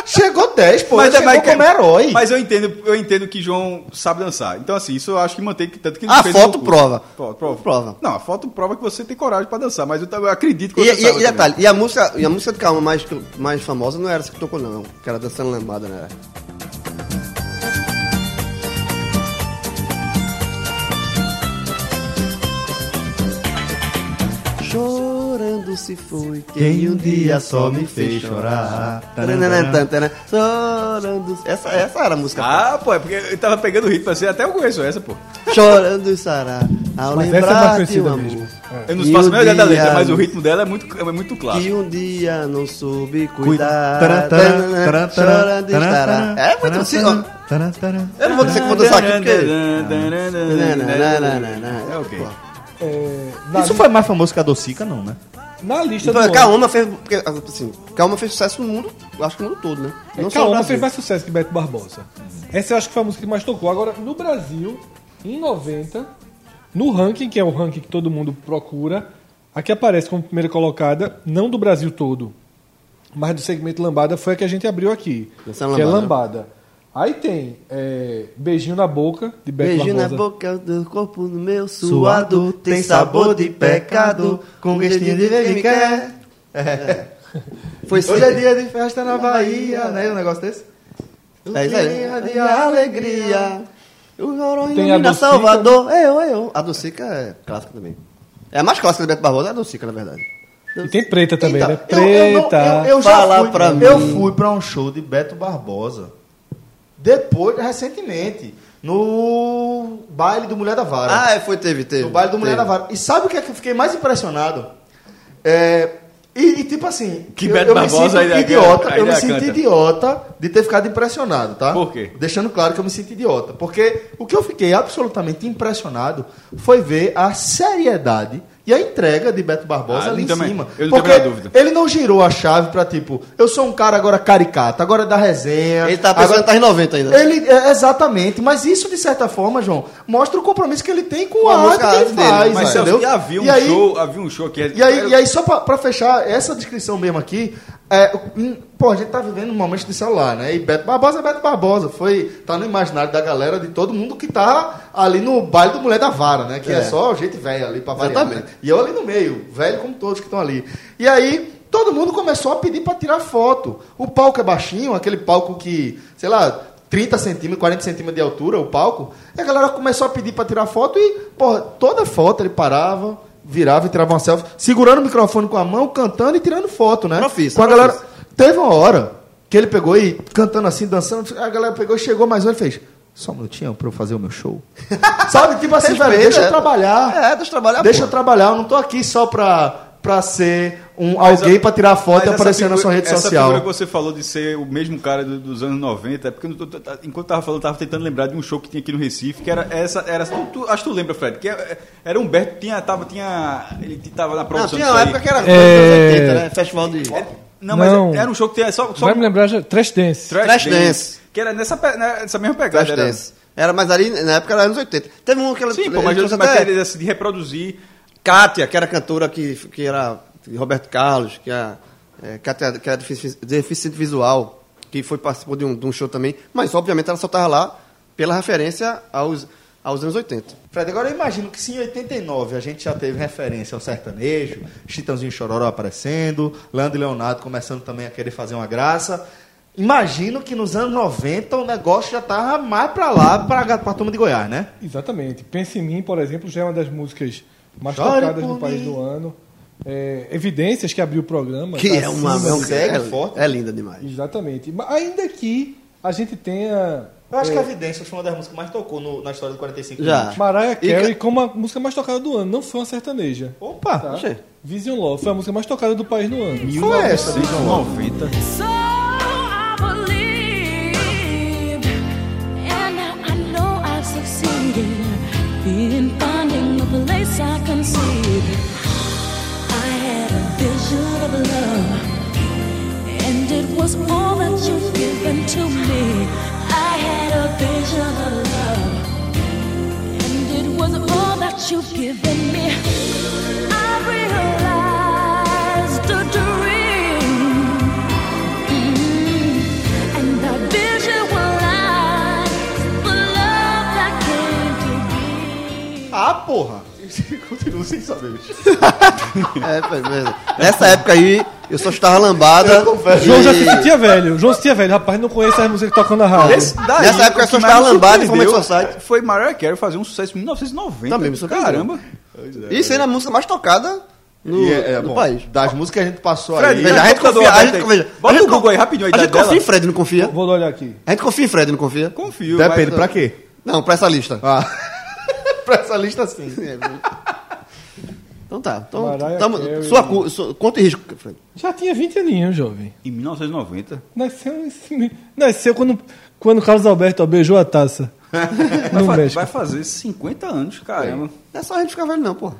Speaker 2: Chegou 10, pô.
Speaker 4: Mas,
Speaker 2: Mas,
Speaker 4: é-
Speaker 2: chegou
Speaker 4: mas,
Speaker 2: como herói.
Speaker 4: mas eu entendo, eu entendo que João sabe dançar. Então, assim, isso eu acho que mantém que tanto que ele
Speaker 3: A
Speaker 4: não o
Speaker 3: foto
Speaker 4: concurso.
Speaker 3: prova.
Speaker 4: Pro- Prova.
Speaker 3: Prova.
Speaker 4: Não, a foto prova que você tem coragem pra dançar, mas eu, tam- eu acredito que
Speaker 3: E,
Speaker 4: você
Speaker 3: e,
Speaker 4: sabe
Speaker 3: e
Speaker 4: também.
Speaker 3: detalhe, e a música, e a música de Calma mais, mais famosa não era essa que tocou, não. Que era dançando lambada, né? Chorando se foi quem um dia só me fez chorar. Tananã, Ah. tantanã, Chorando. Essa, essa era a música.
Speaker 4: Ah, pô, é porque eu tava pegando o ritmo assim, até eu conheço essa, pô.
Speaker 3: Chorando e sará. Ao
Speaker 5: Mas essa é mais
Speaker 3: lembrar,
Speaker 5: conhecida
Speaker 3: teu amor.
Speaker 5: mesmo.
Speaker 4: Eu não
Speaker 3: E
Speaker 4: faço a
Speaker 3: o
Speaker 4: menor ideia da letra,
Speaker 3: dia
Speaker 4: mas o ritmo dela é muito, é muito
Speaker 3: Que
Speaker 4: claro.
Speaker 3: um dia não soube
Speaker 2: Cuida-
Speaker 3: cuidar.
Speaker 2: Taran, taran, taran,
Speaker 3: Chorando
Speaker 2: taran,
Speaker 3: estará.
Speaker 2: taran,
Speaker 3: É muito assim, ó.
Speaker 2: taran, taran, taran.
Speaker 3: Eu não vou dizer que vou dançar aqui porque.
Speaker 4: É ok.
Speaker 5: É, na,
Speaker 2: Isso foi mais famoso que a Docica, não, né?
Speaker 5: na lista
Speaker 3: Então,
Speaker 5: do ano.
Speaker 3: Kaoma fez. porque, Assim, Kaoma fez sucesso no mundo, eu acho que no mundo todo, né?
Speaker 5: É,
Speaker 3: Não só no
Speaker 5: Calma
Speaker 3: Brasil.
Speaker 5: fez mais sucesso que Beto Barbosa. Essa eu acho que foi a música que mais tocou. Agora, no Brasil, em 90, no ranking, que é o ranking que todo mundo procura, aqui aparece como primeira colocada, não do Brasil todo, mas do segmento Lambada, foi a que a gente abriu aqui.
Speaker 3: Essa é
Speaker 5: que é
Speaker 3: Lambada.
Speaker 5: Lambada. Aí tem é, Beijinho na Boca, de Beto
Speaker 3: Beijinho na
Speaker 5: Barbosa.
Speaker 3: boca do corpo no meu suado, tem sabor de pecado, com gostinho de é. ver quem quer. Foi sim.
Speaker 2: Hoje é dia de festa na Bahia, né? Um negócio desse.
Speaker 3: É isso aí. de alegria. O Noronha
Speaker 5: Tem a
Speaker 3: mina
Speaker 5: Dulcica,
Speaker 3: Salvador. Eu, eu. A Dulcica é clássica também. É a mais clássica do Beto Barbosa, é a Dulcica, na verdade.
Speaker 5: E tem Preta também,
Speaker 3: Então, eu-
Speaker 5: né?
Speaker 3: eu não-
Speaker 5: Preta.
Speaker 2: Eu, eu já
Speaker 3: Fala
Speaker 2: fui,
Speaker 3: pra
Speaker 2: Eu
Speaker 3: mim.
Speaker 2: fui pra um show de Beto Barbosa. Depois, recentemente. No baile do Mulher da Vara.
Speaker 3: Ah, é, foi, teve, teve.
Speaker 2: No baile do Mulher
Speaker 3: teve.
Speaker 2: da Vara. E sabe o que é que eu fiquei mais impressionado? É, e, e tipo assim,
Speaker 4: Que
Speaker 2: eu,
Speaker 4: Beto
Speaker 2: eu me
Speaker 4: Barbosa
Speaker 2: sinto
Speaker 4: ainda-
Speaker 2: idiota, eu
Speaker 4: ainda
Speaker 2: me sinto
Speaker 4: canta.
Speaker 2: idiota de ter ficado impressionado, tá?
Speaker 4: Por quê?
Speaker 2: Deixando claro que eu me sinto idiota. Porque o que eu fiquei absolutamente impressionado foi ver a seriedade e a entrega de Beto Barbosa
Speaker 4: Ah,
Speaker 2: ali em
Speaker 4: também.
Speaker 2: cima.
Speaker 4: Eu não tenho
Speaker 2: porque
Speaker 4: a menor dúvida.
Speaker 2: ele não girou a chave pra tipo, eu sou um cara agora caricato, agora é da resenha.
Speaker 3: Ele tá pensando
Speaker 2: agora...
Speaker 3: que tá em 90 ainda.
Speaker 2: Ele, é, exatamente, mas isso de certa forma, João, mostra o compromisso que ele tem com,
Speaker 3: Com a
Speaker 2: a arte que
Speaker 3: música, a
Speaker 2: ele
Speaker 3: arte dele.
Speaker 2: faz,
Speaker 4: Mas
Speaker 2: entendeu?
Speaker 4: Celso, e havia um
Speaker 2: Ah. E aí-
Speaker 4: show, havia um show que
Speaker 2: E aí, e aí só pra, pra fechar essa descrição mesmo aqui, é, hum, pô, a gente tá vivendo um momento de celular, né? E Beto Barbosa é Beto Barbosa, foi, tá no imaginário da galera, de todo mundo que tá ali no baile do Mulher da Vara, né? Que é,
Speaker 3: É.
Speaker 2: só gente velha ali pra variar.
Speaker 3: Exatamente.
Speaker 2: né? E eu ali no meio, velho como todos que estão ali. E aí, todo mundo começou a pedir pra tirar foto. O palco é baixinho, aquele palco que, sei lá, 30 centímetros, 40 centímetros de altura, o palco. E a galera começou a pedir pra tirar foto e, porra, toda foto ele parava, virava e tirava uma selfie, segurando o microfone com a mão, cantando e tirando foto, né?
Speaker 3: Profissa,
Speaker 2: com a
Speaker 3: profissa.
Speaker 2: galera. Teve uma hora que ele pegou e cantando assim, dançando, a galera pegou e chegou mais um e fez. Só um minutinho pra eu fazer o meu show. Sabe? Tipo assim, velho,
Speaker 3: Respeita,
Speaker 2: deixa eu
Speaker 3: é.
Speaker 2: trabalhar.
Speaker 3: É, deixa eu trabalhar,
Speaker 2: Deixa
Speaker 3: pô.
Speaker 2: eu trabalhar, eu não tô aqui só pra, pra ser um, alguém pra tirar foto e
Speaker 4: Mas
Speaker 2: aparecer na
Speaker 4: essa
Speaker 2: sua rede
Speaker 4: figura- Essa figura
Speaker 2: social.
Speaker 4: que você falou de ser o mesmo cara do- dos anos 90, é porque eu não tô- tá- enquanto eu tava falando, eu tava tentando lembrar de um show que tinha aqui no Recife, que era essa. Era, tu, tu- acho que tu lembra, Fred, que é- era Humberto, tinha, tava, tinha. Ele tava na
Speaker 3: Não,
Speaker 4: produção.
Speaker 3: tinha
Speaker 4: disso
Speaker 3: uma
Speaker 4: aí. É,
Speaker 3: época que era
Speaker 5: É.
Speaker 3: 80, né? Festival de.
Speaker 4: Não, mas
Speaker 5: Não.
Speaker 4: era um show que tinha só. só
Speaker 5: Vai me lembrar, já, Trash Dance.
Speaker 4: Trash,
Speaker 3: Trash
Speaker 4: Dance,
Speaker 3: Dance.
Speaker 4: Que era nessa, pe- nessa mesma pegada.
Speaker 3: Flash
Speaker 4: era-
Speaker 3: Dance. Era, mas ali na época era anos 80. Teve um que ela.
Speaker 4: Sim, pô, mas
Speaker 3: ele
Speaker 4: eu
Speaker 3: trouxe
Speaker 4: mas
Speaker 3: até
Speaker 4: ele, assim, de reproduzir.
Speaker 3: Kátia, que era cantora que, que era de Roberto Carlos, que era, é, Kátia, que era defici- deficiente visual, que foi participou de um, de um show também, mas obviamente ela só estava lá pela referência aos, aos anos 80.
Speaker 2: Fred, agora eu imagino que se em 89 a gente já teve referência ao sertanejo, Chitãozinho e Chororó aparecendo, Leandro e Leonardo começando também a querer fazer uma graça. Imagino que nos anos 90 o negócio já tava mais pra lá, pra, pra turma de Goiás, né?
Speaker 5: Exatamente. Pense em mim, por exemplo, já é uma das músicas mais
Speaker 2: Chore
Speaker 5: tocadas
Speaker 2: por
Speaker 5: no país
Speaker 2: mim.
Speaker 5: do ano. É, Evidências que abriu o programa.
Speaker 3: Que
Speaker 5: tá
Speaker 3: é uma
Speaker 5: acima
Speaker 3: é, um-
Speaker 2: segue
Speaker 3: é-
Speaker 2: forte.
Speaker 3: é linda demais.
Speaker 5: Exatamente. Mas ainda que a gente tenha é,
Speaker 2: Eu acho que a Evidência foi uma das músicas que mais tocou no- na história do 45
Speaker 3: Já.
Speaker 2: minutos.
Speaker 5: Mariah
Speaker 3: E
Speaker 5: Carey como a música mais tocada do ano. Não foi uma sertaneja.
Speaker 2: Opa!
Speaker 5: Tá?
Speaker 3: achei.
Speaker 5: Vision Law foi a música mais tocada do país no ano.
Speaker 2: Qual é essa? Vision Love?
Speaker 10: So I believe, and now I know I've succeeded in finding the place I conceived. I had a vision of love, and it was all that you've given to me. I had a vision of love, and it was all that you've given me. I realized a dream. And I visualize the love that came to be.
Speaker 2: Ah, porra! Continuo sem saber, bicho.
Speaker 3: É, foi mesmo. Nessa época aí, eu só estava lambada.
Speaker 2: Eu confesso.
Speaker 5: João já se
Speaker 3: e-
Speaker 5: sentia velho. João se sentia velho. Rapaz, não conhece as músicas que tocam na rádio.
Speaker 4: Esse daí,
Speaker 3: Nessa época
Speaker 4: o que
Speaker 3: só
Speaker 4: mais
Speaker 3: estava
Speaker 4: me
Speaker 3: lambado em
Speaker 4: surpreendeu
Speaker 3: Fomento Society.
Speaker 4: Foi Mariah Carey fazer um sucesso em 1990.
Speaker 3: Também me surpreendeu.
Speaker 4: Caramba.
Speaker 3: Isso aí era a música mais tocada no,
Speaker 2: E é- é,
Speaker 3: no
Speaker 2: bom,
Speaker 3: país.
Speaker 2: Das músicas que a gente passou
Speaker 4: Fred,
Speaker 2: aí.
Speaker 3: Veja, a gente
Speaker 4: computador
Speaker 3: confia, a
Speaker 4: aberto
Speaker 3: gente,
Speaker 4: aí.
Speaker 3: veja,
Speaker 4: Bota
Speaker 3: a gente
Speaker 4: no Google aí, rapidinho, a
Speaker 3: A
Speaker 4: idade
Speaker 3: gente confia em
Speaker 4: dela.
Speaker 3: Fred, não confia?
Speaker 5: Vou olhar aqui.
Speaker 3: A gente confia em Fred, não confia?
Speaker 4: Confio.
Speaker 2: Depende,
Speaker 4: mas-
Speaker 2: pra quê?
Speaker 3: Não, pra essa lista.
Speaker 2: Ah.
Speaker 3: pra essa lista assim. então tá. Então,
Speaker 5: Mariah
Speaker 3: tamo-
Speaker 5: Carey.
Speaker 3: sua, cu- sua- conta e risco, Fred.
Speaker 5: Já tinha 20 aninhos, jovem.
Speaker 4: Em 1990?
Speaker 5: Nasceu, esse- nasceu quando, quando Carlos Alberto ó, beijou a taça.
Speaker 4: Vai,
Speaker 5: no
Speaker 4: fa-
Speaker 5: México.
Speaker 4: vai fazer 50 anos, caramba.
Speaker 3: Não é só a gente ficar velho, não, porra.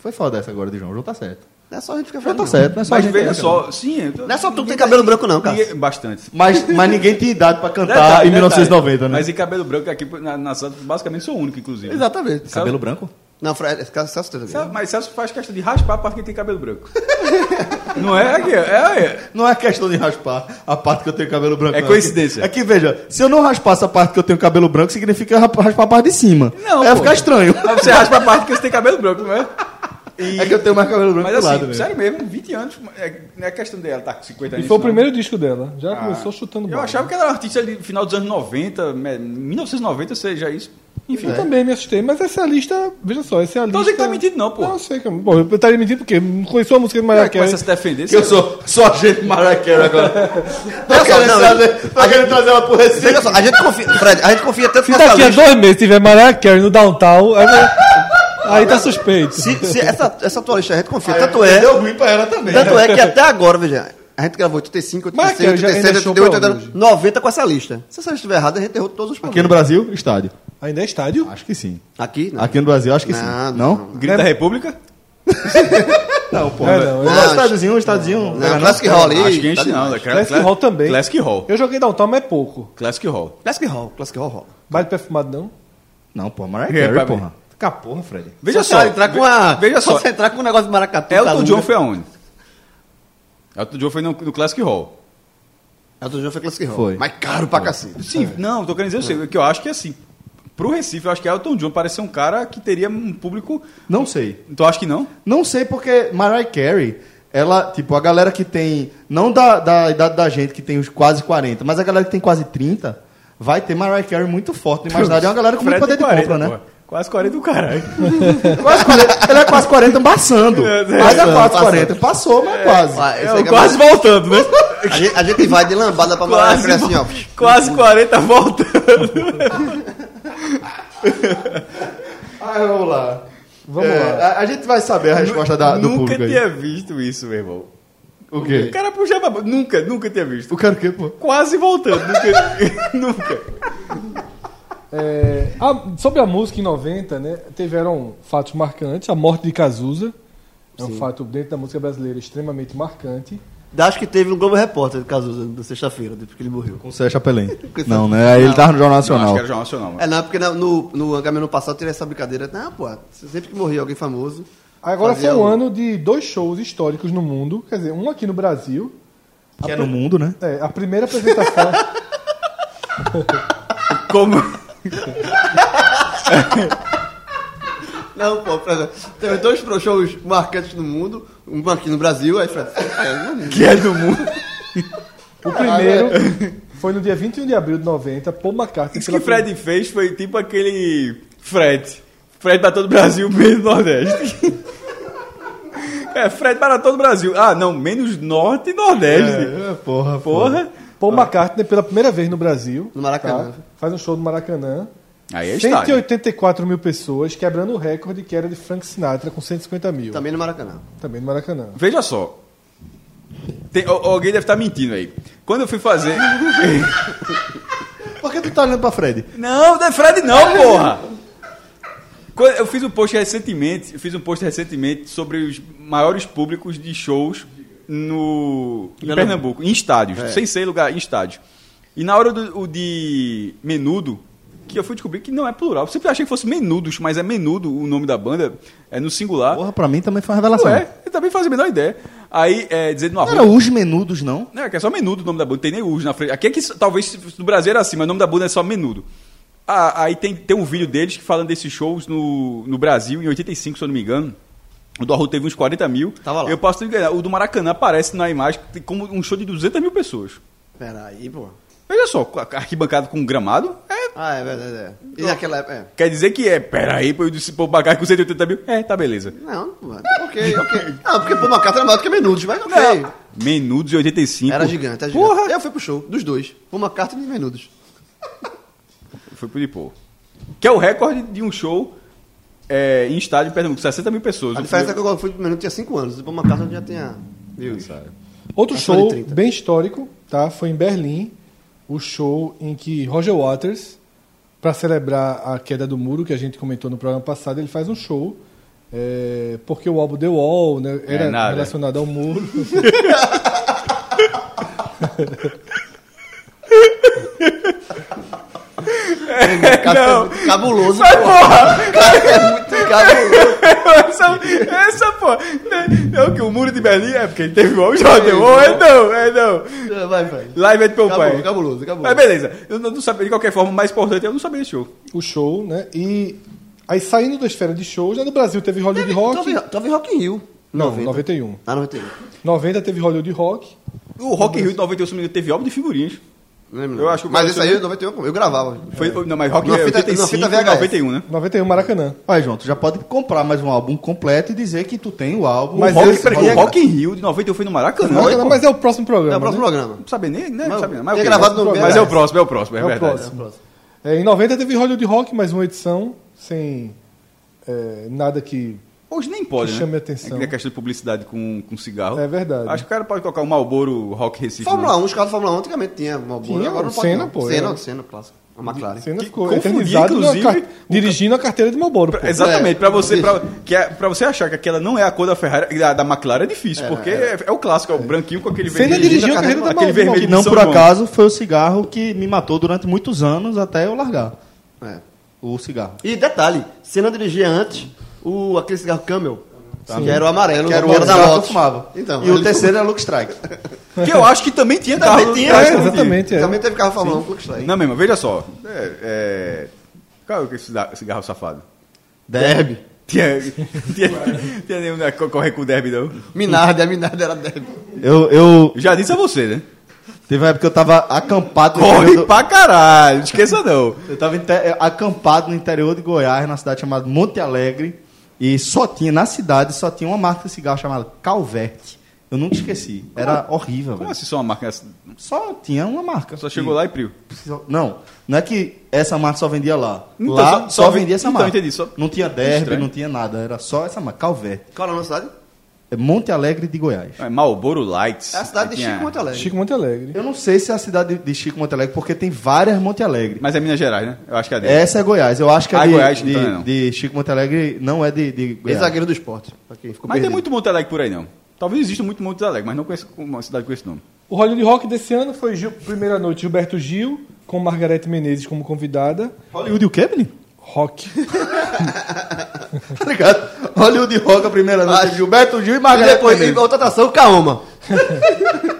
Speaker 2: Foi foda essa agora de João. João tá certo.
Speaker 3: Não é só a gente ficar
Speaker 2: João
Speaker 3: velho.
Speaker 2: tá
Speaker 3: não.
Speaker 2: certo, não é só a
Speaker 4: Mas
Speaker 2: gente
Speaker 4: veja
Speaker 2: é,
Speaker 4: só, sim. eu tô-
Speaker 3: Não é só tu que
Speaker 4: ninguém
Speaker 3: tem cabelo branco, não, cara.
Speaker 4: ninguém- Bastante.
Speaker 2: Mas, mas ninguém tinha idade pra cantar
Speaker 4: Detalhe,
Speaker 2: Tá, em 1990,
Speaker 4: detalhe.
Speaker 2: né?
Speaker 4: Mas em cabelo branco aqui na, na Santos, basicamente sou o único, inclusive.
Speaker 3: Exatamente.
Speaker 2: Cabelo branco?
Speaker 3: Não, Fred, é Celso Celso teve.
Speaker 4: Celso- Mas Celso faz questão de raspar para quem tem cabelo branco. Não é aqui, é, é.
Speaker 2: Não é questão de raspar a parte que eu tenho cabelo branco.
Speaker 4: É
Speaker 2: não.
Speaker 4: coincidência.
Speaker 2: É que, é que, veja, se eu não raspar essa parte que eu tenho cabelo branco, significa rap- raspar a parte de cima.
Speaker 4: Não,
Speaker 2: Vai
Speaker 4: pô.
Speaker 2: ficar estranho.
Speaker 4: Mas você raspa a parte que você tem cabelo branco, não é?
Speaker 2: É que eu tenho mais cabelo branco
Speaker 4: Mas
Speaker 2: do
Speaker 4: assim,
Speaker 2: lado. né? velho.
Speaker 4: sério mesmo, 20 anos, é- não é questão dela estar com 50
Speaker 5: E
Speaker 4: anos.
Speaker 5: foi o
Speaker 4: não.
Speaker 5: primeiro disco dela. Já começou chutando
Speaker 4: né? Ah. Eu
Speaker 5: bola.
Speaker 4: achava que ela era artista ali no final dos anos 90, me- 1990 seja isso.
Speaker 5: Enfim, também me assustei, mas essa é lista, veja só, essa é a
Speaker 4: é. Então
Speaker 5: lista.
Speaker 4: você que tá mentindo, não, pô.
Speaker 5: Não, eu sei, cara. Bom, eu estaria mentindo porque não conheço a música do Mariah
Speaker 4: Ela começa a é
Speaker 5: Carey.
Speaker 4: se defender.
Speaker 2: É, Que eu sou só gente maraqueiro agora. Tá
Speaker 3: Não,
Speaker 2: querendo,
Speaker 3: não,
Speaker 2: trazer, tá querendo trazer ela pro Recife?
Speaker 3: Veja só, a gente confia, Fred, a gente confia tanto
Speaker 5: Se
Speaker 3: nessa
Speaker 5: daqui a
Speaker 3: lista.
Speaker 5: Tá dois meses tiver Mariah Carey no downtown, aí, vai- aí tá suspeito.
Speaker 3: Se, se essa, essa tua lista a gente confia, tanto
Speaker 2: Eu
Speaker 3: é.
Speaker 2: Deu ruim pra ela também.
Speaker 3: Tanto é que até agora, veja, a gente gravou 85,
Speaker 5: Mas
Speaker 3: 86,
Speaker 5: aqui, já- ainda
Speaker 3: 87,
Speaker 5: show
Speaker 3: 88,
Speaker 5: pra
Speaker 3: 89, 90 com essa lista. Se essa lista estiver errada, a gente errou todos os
Speaker 2: Aqui no
Speaker 3: problemas.
Speaker 2: Brasil, estádio.
Speaker 5: Ainda é estádio?
Speaker 2: Acho que sim.
Speaker 3: Aqui? Não.
Speaker 2: Aqui no Brasil, acho que
Speaker 3: Não,
Speaker 2: sim. Não?
Speaker 3: não.
Speaker 4: Grita da República?
Speaker 2: Não, pô.
Speaker 5: É, não,
Speaker 2: velho.
Speaker 5: eu-
Speaker 2: Um estádiozinho, um estádiozinho.
Speaker 3: Não, Classic Hall ali.
Speaker 4: Acho que
Speaker 3: tá
Speaker 4: enche não.
Speaker 3: demais.
Speaker 4: né?
Speaker 5: Classic
Speaker 4: Cla-
Speaker 5: Hall também.
Speaker 4: Classic Hall.
Speaker 5: Eu joguei downtown, mas é pouco.
Speaker 4: Classic Hall.
Speaker 3: Classic Hall, Classic Hall rola.
Speaker 5: Baile perfumado não?
Speaker 2: Não, pô, Mariah
Speaker 4: É, pra
Speaker 2: Carey,
Speaker 4: mim.
Speaker 2: porra. Caporra, Fred.
Speaker 4: Veja
Speaker 3: se
Speaker 4: só.
Speaker 3: ela entrar com a,
Speaker 4: Veja
Speaker 3: se
Speaker 4: só.
Speaker 3: você entrar com um negócio de maracatu.
Speaker 4: Elton
Speaker 3: calunga-
Speaker 4: John foi aonde? Elton John foi no, no Classic Hall.
Speaker 3: Elton John foi Classic Hall.
Speaker 2: Foi.
Speaker 3: Mas caro pra cacete. É.
Speaker 4: Sim, não, tô querendo dizer eu sei, o que eu acho que é assim. Pro Recife, eu acho que Elton John parece ser um cara que teria um público.
Speaker 2: Não sei.
Speaker 4: Tu acha que não?
Speaker 2: Não sei porque Mariah Carey, ela, tipo, a galera que tem, não da, da idade da gente, que tem os quase 40, mas a galera que tem quase 30, vai ter Mariah Carey muito forte no imaginário. É uma galera com muito poder
Speaker 4: Fred
Speaker 2: de
Speaker 4: tem
Speaker 2: compra, né?
Speaker 4: pô. Quase 40 do caralho.
Speaker 3: É,
Speaker 2: Quase 40, ela é quase 40 embaçando. Mas é quase
Speaker 3: Passando,
Speaker 2: 40. Passou, mas quase.
Speaker 3: Ah, esse aí que é
Speaker 4: Quase
Speaker 3: mais-
Speaker 4: voltando, né?
Speaker 3: a, gente, a gente vai de lambada pra Mariah
Speaker 4: Quase,
Speaker 3: Carey assim, ó.
Speaker 4: quase 40 tá voltando.
Speaker 2: Ah, vamos lá.
Speaker 5: Vamos
Speaker 2: É,
Speaker 5: lá.
Speaker 2: A, a gente vai saber a resposta da, do
Speaker 4: Nunca
Speaker 2: público aí.
Speaker 4: tinha visto isso, meu irmão.
Speaker 2: O
Speaker 4: O
Speaker 2: quê?
Speaker 4: cara puxava. Nunca, nunca tinha visto.
Speaker 2: O cara o quê, pô?
Speaker 4: Quase voltando. Nunca. nunca.
Speaker 5: É, a- sobre a música em 90, né? Tiveram fatos marcantes. A morte de Cazuza é um fato dentro da música brasileira extremamente marcante.
Speaker 3: Acho que teve no Globo Repórter de Cazuza, na sexta-feira, depois que ele morreu.
Speaker 2: Com o Sérgio Chapelin. Não, né? Aí ele tava no Jornal
Speaker 4: Não, acho
Speaker 2: Nacional.
Speaker 4: que era Jornal Nacional. mano.
Speaker 3: É, não, porque na- no, no Angamin ano passado teve essa brincadeira. Não, pô, sempre que morria alguém famoso.
Speaker 5: Agora
Speaker 3: fazia
Speaker 5: foi um
Speaker 3: o-
Speaker 5: ano de dois shows históricos no mundo. Quer dizer, um aqui no Brasil.
Speaker 2: Que é no mundo, né?
Speaker 5: É, a primeira apresentação.
Speaker 4: Como.
Speaker 3: Não, pô, Fred, teve dois pro- shows marcantes no mundo, um aqui no Brasil, aí Fred. é, não-
Speaker 4: Que é do mundo.
Speaker 5: O primeiro foi no dia 21 de abril de 90, Paul McCartney.
Speaker 4: Isso
Speaker 5: pela
Speaker 4: que Fred fez foi tipo aquele. Fred. Fred para todo o Brasil, menos Nordeste. É, Fred para todo o Brasil. Ah, não, menos Norte e Nordeste.
Speaker 2: É, porra,
Speaker 4: Porra.
Speaker 5: Paul McCartney pela primeira vez no Brasil.
Speaker 3: Ah. No Maracanã.
Speaker 5: tá? Faz um show no Maracanã.
Speaker 4: Aí é estádio.
Speaker 5: 184 mil pessoas, quebrando o recorde que era de Frank Sinatra com 150 mil.
Speaker 3: Também no Maracanã.
Speaker 5: Também no Maracanã.
Speaker 4: Veja só. Tem- al- alguém deve estar mentindo aí. Quando eu fui fazer.
Speaker 2: Por que tu tá olhando pra Fred?
Speaker 4: Não, não é Fred não, porra! Quando- Eu fiz um post recentemente, eu fiz um post recentemente sobre os maiores públicos de shows no em Pernambuco, em estádios,
Speaker 2: É.
Speaker 4: sem ser lugar, em estádios. E na hora do o de Menudo, que eu fui descobrir que não é plural. Eu sempre achei que fosse Menudos, mas é Menudo o nome da banda, é no singular.
Speaker 2: Porra, pra mim também foi uma
Speaker 4: não
Speaker 2: revelação.
Speaker 4: é, eu também fazia a menor ideia. Aí, é, dizendo uma
Speaker 2: Não era os menudos, não?
Speaker 4: não, é que é só menudo o nome da banda, não tem nem urge na frente. Aqui é que s- talvez se fosse no Brasil era assim, mas o nome da banda é só menudo. Ah, aí tem, tem um vídeo deles que falando desses shows no, no Brasil, em 85, se eu não me engano. O do Arru teve uns 40 mil.
Speaker 3: Tava lá.
Speaker 4: Eu posso te enganar. O do Maracanã aparece na imagem como um show de 200 mil pessoas.
Speaker 3: Peraí, pô.
Speaker 4: Veja só, com a- arquibancada com gramado é
Speaker 3: Ah, é verdade, é. E naquela época. É.
Speaker 4: Quer dizer que é, peraí, pra eu disse- pra eu pagar com 180 mil? É, tá beleza.
Speaker 3: Não, pô, ok, ok. Ah, porque pô, McCartney é maior do que Menudos, mas ok.
Speaker 4: Não. Menudos e 85.
Speaker 3: Era gigante, era gigante.
Speaker 4: Porra!
Speaker 3: Eu fui pro show, dos dois. Pô, McCartney e Menudos.
Speaker 4: Foi pro Dipô. Que é o recorde de um show é, em estádio em Pernambuco, 60 mil pessoas.
Speaker 3: A
Speaker 4: O
Speaker 3: diferença é que
Speaker 4: primeiro-
Speaker 3: eu fui do menino tinha 5 anos. Depois uma casa já tinha. Viu? isso? Passou
Speaker 5: Outro
Speaker 3: de
Speaker 5: show
Speaker 3: 30.
Speaker 5: bem histórico, tá? Foi em Berlim, o show em que Roger Waters, para celebrar a queda do muro que a gente comentou no programa passado, ele faz um show é, porque o álbum The Wall né, era
Speaker 4: É, nada.
Speaker 5: relacionado ao muro.
Speaker 3: O cara é muito cabuloso.
Speaker 4: Vai,
Speaker 3: pô.
Speaker 4: porra!
Speaker 3: O cara é muito cabuloso.
Speaker 4: essa, essa, pô. É o que? O muro de Berlim é porque ele teve o Jordan. Ou é não, é não.
Speaker 3: Vai, vai.
Speaker 4: Live é de meu pai.
Speaker 3: Cabuloso, cabuloso, cabuloso.
Speaker 4: Mas beleza, eu não, não sabia, de qualquer forma, o mais importante é eu não sabia desse show.
Speaker 5: o show, né? E aí saindo da esfera de show, já no Brasil teve Hollywood Rock.
Speaker 3: Tava- Tava em Rock in Rio.
Speaker 5: Não,
Speaker 3: 90.
Speaker 5: 91.
Speaker 3: Ah, 91.
Speaker 5: 90 teve Hollywood Rock.
Speaker 4: O Rock in Rio de 91, se não me engano, teve álbum de figurinhas.
Speaker 3: Não lembro,
Speaker 4: Eu
Speaker 3: não.
Speaker 4: acho que o
Speaker 3: Mas
Speaker 4: Brasil-
Speaker 3: esse aí, 91, pô, eu gravava.
Speaker 4: Foi, Não, mas Rock in
Speaker 3: Na
Speaker 4: Rio é
Speaker 3: fita- na
Speaker 4: 85
Speaker 3: fita
Speaker 4: e
Speaker 3: VHS.
Speaker 4: 91, né?
Speaker 5: 91, Maracanã.
Speaker 2: Vai, João, tu já pode comprar mais um álbum completo e dizer que tu tem o álbum.
Speaker 4: Mas
Speaker 2: O
Speaker 4: Rock,
Speaker 2: Rock-
Speaker 4: peraí,
Speaker 2: Rock-
Speaker 4: o Rock in Rio de 91 foi no Maracanã.
Speaker 5: Maracanã,
Speaker 4: né?
Speaker 5: mas é o próximo programa.
Speaker 3: É o próximo
Speaker 5: né?
Speaker 3: programa.
Speaker 4: Não sabe nem, né? Não,
Speaker 3: Mas-
Speaker 4: sabe, não. Mas,
Speaker 3: tem
Speaker 4: ok.
Speaker 3: gravado no
Speaker 4: mas é o
Speaker 3: VHS.
Speaker 4: próximo, é o próximo, é,
Speaker 5: É o
Speaker 4: verdade.
Speaker 5: próximo. É, em 90 teve Hollywood Rock, mais uma edição, sem é, nada que.
Speaker 4: Hoje nem pode,
Speaker 5: Que
Speaker 4: né?
Speaker 5: chame a atenção.
Speaker 4: É que a questão de publicidade com, com cigarro.
Speaker 5: É verdade.
Speaker 4: Acho que o cara pode colocar um Malboro Rock Recife.
Speaker 3: Fórmula 1, os carros da Fórmula 1 antigamente tinha uma boa.
Speaker 5: Tinha,
Speaker 3: agora não pode.
Speaker 5: Senna,
Speaker 3: não.
Speaker 5: pô,
Speaker 3: Senna,
Speaker 5: era.
Speaker 3: Senna, clássico. A McLaren.
Speaker 5: Senna
Speaker 4: que
Speaker 5: ficou
Speaker 4: confundia,
Speaker 5: eternizado na
Speaker 4: inclusive,
Speaker 5: car- dirigindo a carteira de Malboro. um, pô.
Speaker 4: Pra- Exatamente, pra você,
Speaker 3: não
Speaker 4: pra, que é, pra você achar que aquela não é a cor da Ferrari, da, da McLaren é difícil, porque é, é o clássico, é o branquinho com aquele
Speaker 5: Senna
Speaker 4: vermelho.
Speaker 5: dirigiu a carreira da
Speaker 4: aquele
Speaker 5: Malboro.
Speaker 4: vermelho
Speaker 2: que
Speaker 4: de
Speaker 2: não
Speaker 4: São
Speaker 2: por
Speaker 4: João.
Speaker 2: acaso foi o cigarro que me matou durante muitos anos até eu largar
Speaker 3: É.
Speaker 2: o cigarro.
Speaker 3: E detalhe, Senna dirigia antes o, aquele cigarro Camel, tá? que era o amarelo,
Speaker 2: Que era o
Speaker 3: que era
Speaker 2: cigarro que eu
Speaker 3: Lotus.
Speaker 2: fumava.
Speaker 3: Então,
Speaker 2: e o
Speaker 3: ele
Speaker 2: terceiro era Luke Strike.
Speaker 4: Que eu acho que também tinha
Speaker 3: Também
Speaker 4: carro.
Speaker 3: tinha,
Speaker 4: eu acho que
Speaker 5: É, exatamente.
Speaker 3: fumava.
Speaker 5: É.
Speaker 3: Também teve carro Fórmula 1 com o Strike.
Speaker 4: Não, mesmo, veja só. É, é... Qual é o que é esse da- cigarro safado?
Speaker 3: Derby.
Speaker 4: Tinha, tinha, tinha nenhum né, co- correr com o derby, não.
Speaker 3: Minardi, a Minardi era Derby.
Speaker 2: Eu, eu
Speaker 4: Já disse a você, né?
Speaker 2: teve uma época que eu tava acampado no
Speaker 4: Corre
Speaker 2: interior do-
Speaker 4: pra caralho, esqueça não.
Speaker 2: eu tava inte- acampado no interior de Goiás, na cidade chamada Monte Alegre, e só tinha na cidade só tinha uma marca de cigarro chamada Calvert. Eu nunca esqueci. Era horrível,
Speaker 4: Como
Speaker 2: velho.
Speaker 4: assim só uma marca? dessa?
Speaker 2: Só tinha uma marca.
Speaker 4: Só chegou lá e priu.
Speaker 2: Só- Não, não é que essa marca só vendia lá.
Speaker 4: Então,
Speaker 2: lá
Speaker 4: só-
Speaker 2: só,
Speaker 4: só ven-
Speaker 2: vendia essa
Speaker 4: então,
Speaker 2: marca.
Speaker 4: entendi, só-
Speaker 2: Não tinha derby,
Speaker 4: Estranho.
Speaker 2: não tinha nada. Era só essa marca, Calvert.
Speaker 3: Qual era a nossa cidade?
Speaker 2: É Monte Alegre de Goiás.
Speaker 4: É, Malboro Lights.
Speaker 3: É a cidade de
Speaker 4: Tinha-
Speaker 3: Chico Monte Alegre.
Speaker 5: Chico Monte Alegre.
Speaker 2: Eu não sei se é a cidade de Chico Monte Alegre, porque tem várias Monte Alegre.
Speaker 4: Mas é Minas Gerais, né? Eu acho que é dele.
Speaker 2: Essa é Goiás. Eu acho que é
Speaker 4: Ah,
Speaker 2: de,
Speaker 4: Goiás,
Speaker 2: de,
Speaker 4: então, não.
Speaker 2: de Chico Monte Alegre, não é de, de Goiás.
Speaker 3: Ex-zagueiro do esporte. Pra quem ficou
Speaker 4: Mas tem
Speaker 3: perdido.
Speaker 4: muito Monte Alegre por aí, não. Talvez exista muito Monte Alegre, mas não conheço uma cidade com esse nome.
Speaker 5: O Hollywood Rock desse ano foi Gil- primeira noite Gilberto Gil, com Margarete Menezes como convidada.
Speaker 2: Hollywood e o quê, menino?
Speaker 5: Rock.
Speaker 2: Tá ligado? Hollywood Rock a primeira noite.
Speaker 3: Ah,
Speaker 2: Gilberto Gil e
Speaker 3: E
Speaker 2: Margareth
Speaker 3: depois, em
Speaker 2: Menezes.
Speaker 3: contratação, Kaoma.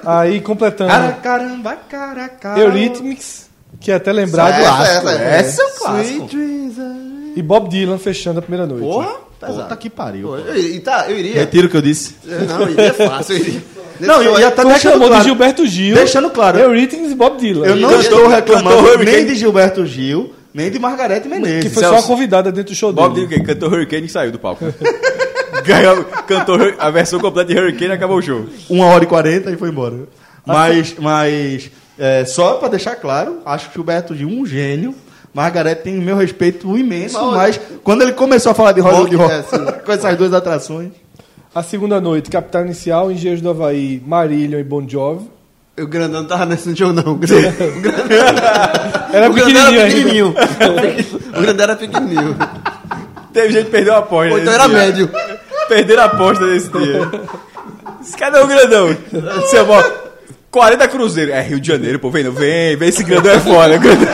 Speaker 5: Aí completando
Speaker 2: Cara, caramba, cara, cara.
Speaker 5: Eurythmics, que é até lembrado.
Speaker 3: Essa,
Speaker 2: clássico.
Speaker 3: essa, essa.
Speaker 2: Essa é um clássico.
Speaker 3: Sweet dreams are-
Speaker 5: E Bob Dylan fechando a primeira noite.
Speaker 3: Porra,
Speaker 2: Puta
Speaker 3: pesado.
Speaker 2: que pariu.
Speaker 3: Pô,
Speaker 2: pô.
Speaker 3: eu- E tá, eu iria.
Speaker 2: Retiro o que eu disse.
Speaker 11: É,
Speaker 3: Não, eu iria fácil, eu iria.
Speaker 2: Não,
Speaker 3: Nesse
Speaker 2: e-
Speaker 3: show
Speaker 2: e
Speaker 3: aí-
Speaker 2: até
Speaker 5: Tu
Speaker 2: deixando
Speaker 5: chamou de
Speaker 2: claro-
Speaker 5: Gilberto Gil.
Speaker 2: Deixando claro, eu,
Speaker 5: Eurythmics e Bob Dylan.
Speaker 2: eu não
Speaker 3: Cantou-
Speaker 4: um
Speaker 2: estou reclamando
Speaker 4: cantou Hurricane.
Speaker 2: nem de Gilberto Gil, nem de Margareth Menezes.
Speaker 5: que foi só
Speaker 4: Celso.
Speaker 5: a convidada dentro do show
Speaker 4: Bob
Speaker 5: dele.
Speaker 4: Dylan, que cantou Hurricane e saiu do palco. Ganhou, cantou Hur- a versão completa de Hurricane e acabou o show.
Speaker 2: Uma hora e quarenta e foi embora. Mas, mas é, só pra deixar claro, acho que o Gilberto Gil é um gênio. Margareth tem o meu respeito imenso,
Speaker 3: Mas-
Speaker 2: mas quando ele começou a falar de Hollywood
Speaker 3: Rock,
Speaker 2: Rock,
Speaker 3: é, sim.
Speaker 2: com essas duas atrações,
Speaker 5: A segunda noite, Capital Inicial, Engenheiros do Havaí, Marillion e Bon Jovi.
Speaker 3: O Grandão não tava nesse show, não. O Grandão, o Grandão-
Speaker 5: Era
Speaker 3: o Grandão
Speaker 5: pequenininho
Speaker 3: era
Speaker 5: ainda.
Speaker 3: pequenininho. o Grandão era pequenininho.
Speaker 4: Teve gente que perdeu a aposta.
Speaker 3: Ou então
Speaker 4: nesse
Speaker 3: era
Speaker 4: dia.
Speaker 3: médio.
Speaker 4: Perderam a aposta nesse dia. Esse cara é um grandão. Seu bom. 40 Cruzeiro. É Rio de Janeiro, pô. Vem, não, vem, vem. Esse grandão é fora. Grandão-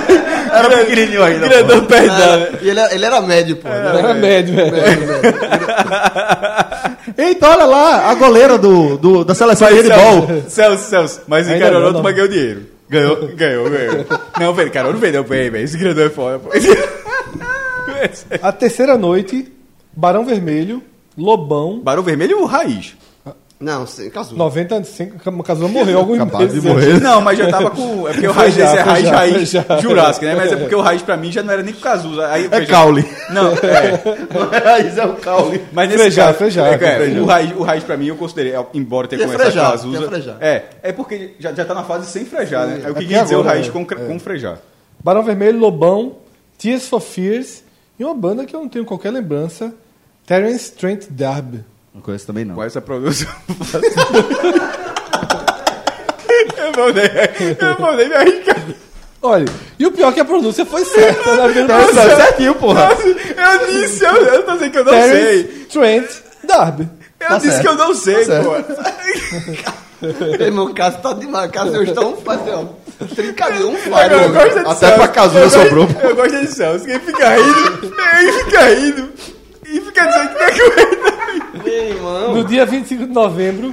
Speaker 2: era um pequenininho ainda. pô.
Speaker 4: Grandão perdão. né?
Speaker 3: E ele, era- ele era médio, pô.
Speaker 2: É.
Speaker 3: Ele
Speaker 5: Era médio, é. velho.
Speaker 2: Eita, olha lá, a goleira do, do- da seleção de handball.
Speaker 4: Celso, Celso, Celso. Mas em
Speaker 5: Ainda não,
Speaker 4: Carolina, tu
Speaker 5: não.
Speaker 4: ganhou dinheiro. Ganhou, ganhou, ganhou. Não, velho, cara, não vendeu bem, velho. Esse grandão é fora, pô.
Speaker 5: A terceira noite, Barão Vermelho, Lobão.
Speaker 4: Barão Vermelho ou Raiz?
Speaker 3: Não, sem caso.
Speaker 5: 95, o Cazuza morreu alguns
Speaker 2: Acabado de
Speaker 5: meses
Speaker 2: morrer.
Speaker 5: antes.
Speaker 4: Não, mas já tava com. É porque o
Speaker 5: Foi
Speaker 4: Raiz
Speaker 5: já,
Speaker 4: esse é
Speaker 5: foi
Speaker 4: Raiz,
Speaker 5: já,
Speaker 4: Raiz
Speaker 5: foi já.
Speaker 4: Jurássico, né? Mas é porque o Raiz pra mim já não era nem com Cazuza. Aí,
Speaker 2: É
Speaker 4: veja,
Speaker 2: caule.
Speaker 4: Não, é.
Speaker 2: Raiz é o caule.
Speaker 4: Mas nesse
Speaker 5: Frejá,
Speaker 4: caso,
Speaker 5: Frejá,
Speaker 4: é, é,
Speaker 5: Frejá.
Speaker 4: o, raiz, o Raiz pra mim eu considerei, é, embora tenha
Speaker 3: Ia
Speaker 4: começado com
Speaker 3: frejar,
Speaker 4: Cazuza.
Speaker 3: ia frejar.
Speaker 4: É, é porque já, já tá na fase sem frejar, né? É o que
Speaker 5: Aqui
Speaker 4: quer dizer o
Speaker 5: agora,
Speaker 4: Raiz
Speaker 5: é.
Speaker 4: com, cre- com frejar.
Speaker 5: Barão Vermelho, Lobão, Tears for Fears e uma banda que eu não tenho qualquer lembrança, Terence Trent D'Arby.
Speaker 2: Não conheço também, não.
Speaker 4: Qual é essa produção? eu mandei, eu mandei me arriscar.
Speaker 5: Olha, e o pior é que a pronúncia foi certa na verdade.
Speaker 2: Tá certinho, porra.
Speaker 4: Eu disse, eu, eu tô dizendo que eu não sei.
Speaker 5: Terence Trent D'Arby.
Speaker 4: Eu disse que eu não
Speaker 5: Tá
Speaker 4: sei, pô.
Speaker 11: Meu irmão, Cássio tá demais. Cássio hoje tá um fazendo um trincadão,
Speaker 4: Eu,
Speaker 11: um
Speaker 4: eu
Speaker 11: flagra.
Speaker 4: gosto de
Speaker 2: Até pra casuda
Speaker 4: eu
Speaker 2: sobrou.
Speaker 4: Gosto, eu gosto de Celso. Quem fica rindo, ele fica rindo. E fica dizendo que tá aguentando.
Speaker 5: No dia 25 de novembro,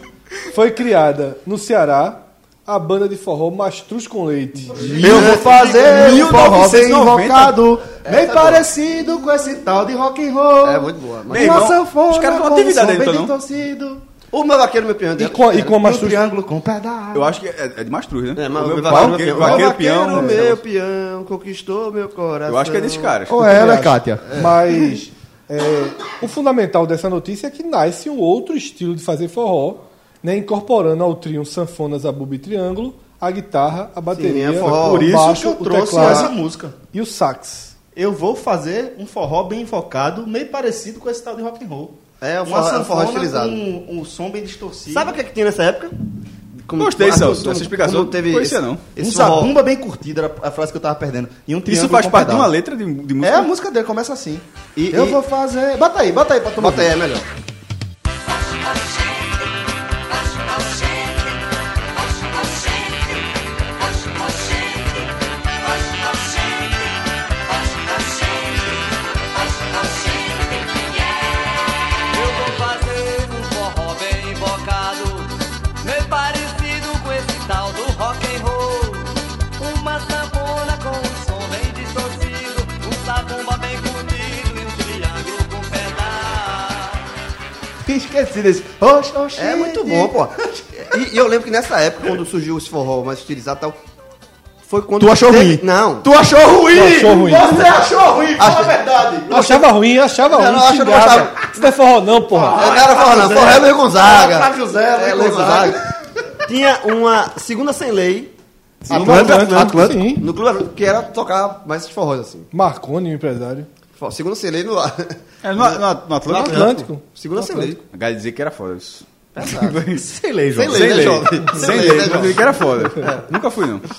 Speaker 5: foi criada no Ceará a banda de forró Mastruz com Leite.
Speaker 2: Eu vou fazer um forró bem
Speaker 4: 1990.
Speaker 2: invocado, bem parecido com esse tal de rock and roll.
Speaker 11: É muito boa.
Speaker 4: Meu irmão, os caras tão atividade aí, então, não?
Speaker 2: torcido.
Speaker 11: O meu vaqueiro, meu peão.
Speaker 5: E com, e com a
Speaker 2: Um
Speaker 5: Mastruz.
Speaker 2: triângulo com pedaço.
Speaker 4: Eu acho que é, é de Mastruz, né?
Speaker 11: É, mas
Speaker 4: O meu
Speaker 11: o
Speaker 4: pau,
Speaker 11: vaqueiro,
Speaker 4: aquele-
Speaker 11: meu peão.
Speaker 4: vaqueiro
Speaker 11: Vaqueiro,
Speaker 4: peão.
Speaker 11: meu peão, conquistou meu coração.
Speaker 4: Eu acho que é desses caras.
Speaker 2: Ou
Speaker 5: Eu
Speaker 2: ela,
Speaker 5: acho.
Speaker 2: Kátia?
Speaker 5: Mas é, o fundamental dessa notícia é que nasce um outro estilo de fazer forró, né, incorporando ao trio sanfonas, a e triângulo, a guitarra, a bateria,
Speaker 11: é forró.
Speaker 5: o
Speaker 2: Por isso
Speaker 5: baixo,
Speaker 2: que eu
Speaker 5: o
Speaker 2: trouxe
Speaker 5: teclado
Speaker 2: essa música.
Speaker 5: e o sax.
Speaker 2: Eu vou fazer um forró bem invocado, meio parecido com esse tal de rock and roll.
Speaker 11: É, um
Speaker 2: Uma
Speaker 11: forró- é um forró
Speaker 2: sanfona
Speaker 11: estilizado.
Speaker 2: com Um, som bem distorcido.
Speaker 11: Sabe o que, é que tinha nessa época? Como-
Speaker 4: Gostei,
Speaker 11: como-
Speaker 4: Celso,
Speaker 11: como-
Speaker 4: dessa explicação.
Speaker 11: como teve
Speaker 4: Conhecia
Speaker 11: esse-
Speaker 4: não.
Speaker 11: Esse
Speaker 2: um
Speaker 11: forró.
Speaker 2: zabumba bem curtido era a frase que eu tava perdendo. E um
Speaker 4: Isso
Speaker 2: triângulo
Speaker 4: faz
Speaker 2: com
Speaker 4: parte de uma
Speaker 2: pedal.
Speaker 4: letra de, de
Speaker 2: É
Speaker 4: música.
Speaker 2: a música dele, começa assim.
Speaker 11: E-
Speaker 2: eu
Speaker 11: e-
Speaker 2: vou fazer. Bota aí, bota aí pra tomar.
Speaker 11: Bota aí, é melhor.
Speaker 12: Eu vou fazer um forró bem invocado, meio parecido com esse tal do rock and roll. Uma sanfona com um som bem distorcido, um sabumba bem curtido e um triângulo com pedal.
Speaker 2: Esqueci desse. Oxe, oxe.
Speaker 11: É muito bom, pô. E, e eu lembro que nessa época, quando surgiu esse forró mais estilizado e tal, foi quando.
Speaker 2: Tu achou ruim?
Speaker 11: Não.
Speaker 2: Tu achou ruim!
Speaker 5: Tu achou ruim.
Speaker 2: Você achou ruim, fala a
Speaker 11: Achei.
Speaker 2: verdade!
Speaker 5: Achava ruim, achava
Speaker 11: Não,
Speaker 5: ruim.
Speaker 11: não, acho que eu
Speaker 5: xingava.
Speaker 11: gostava.
Speaker 5: Isso não é forró não, porra.
Speaker 11: Não era forró, não. Forró é Luiz Gonzaga.
Speaker 2: Ah, Flávio Zé, Luiz
Speaker 11: É, Luiz
Speaker 2: Gonzaga.
Speaker 11: Gonzaga. Tinha uma segunda sem lei.
Speaker 5: Atlântico,
Speaker 11: no Clube Atlântico,
Speaker 5: Atlântico, sim.
Speaker 11: No Clube Atlântico, que era tocar mais esses forrós, assim.
Speaker 5: Marconi, o empresário.
Speaker 11: Forró- Segunda sem lei no, no Atlântico.
Speaker 4: É no, no, no Atlântico.
Speaker 5: Atlântico.
Speaker 11: Segunda sem lei.
Speaker 4: A galera dizia que era foda isso.
Speaker 2: Sem lei,
Speaker 11: Sem
Speaker 2: João.
Speaker 11: lei, né, jovem?
Speaker 4: Sem
Speaker 11: né, É.
Speaker 4: lei, mas
Speaker 11: jovem?
Speaker 4: dizia que era foda. Nunca fui, não.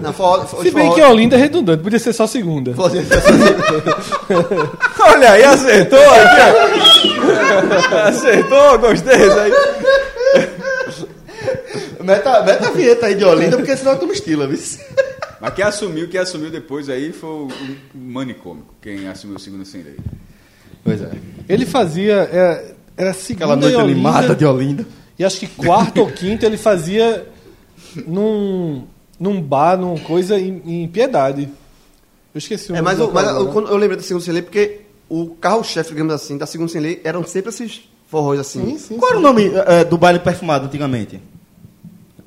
Speaker 11: Não, forró- os
Speaker 5: Se bem
Speaker 11: forró-
Speaker 5: que Olinda é redundante, podia ser só segunda.
Speaker 4: Olha aí, acertou aqui, ó. Acertou, gostei disso aí.
Speaker 2: Meta, meta É a vinheta aí de Olinda, porque senão tu me estila, viu?
Speaker 4: Mas quem assumiu, quem assumiu depois aí foi o o manicômico, quem assumiu o segundo sem lei.
Speaker 2: Pois é.
Speaker 5: Ele fazia. Era, era segunda
Speaker 2: Aquela noite
Speaker 5: e Olinda,
Speaker 2: animada de Olinda.
Speaker 5: E acho que quarta ou quinta ele fazia num, num bar, numa coisa em, em piedade. Eu esqueci o
Speaker 11: É,
Speaker 5: nome
Speaker 11: mas,
Speaker 5: do
Speaker 11: o-
Speaker 5: local
Speaker 11: mas eu,
Speaker 2: né?
Speaker 5: agora.
Speaker 11: quando eu lembrei da Segunda Sem Lei porque o carro-chefe, digamos assim, da Segunda Sem Lei eram sempre esses forróis assim.
Speaker 5: Sim, sim,
Speaker 2: Qual era o nome eh, do baile perfumado antigamente?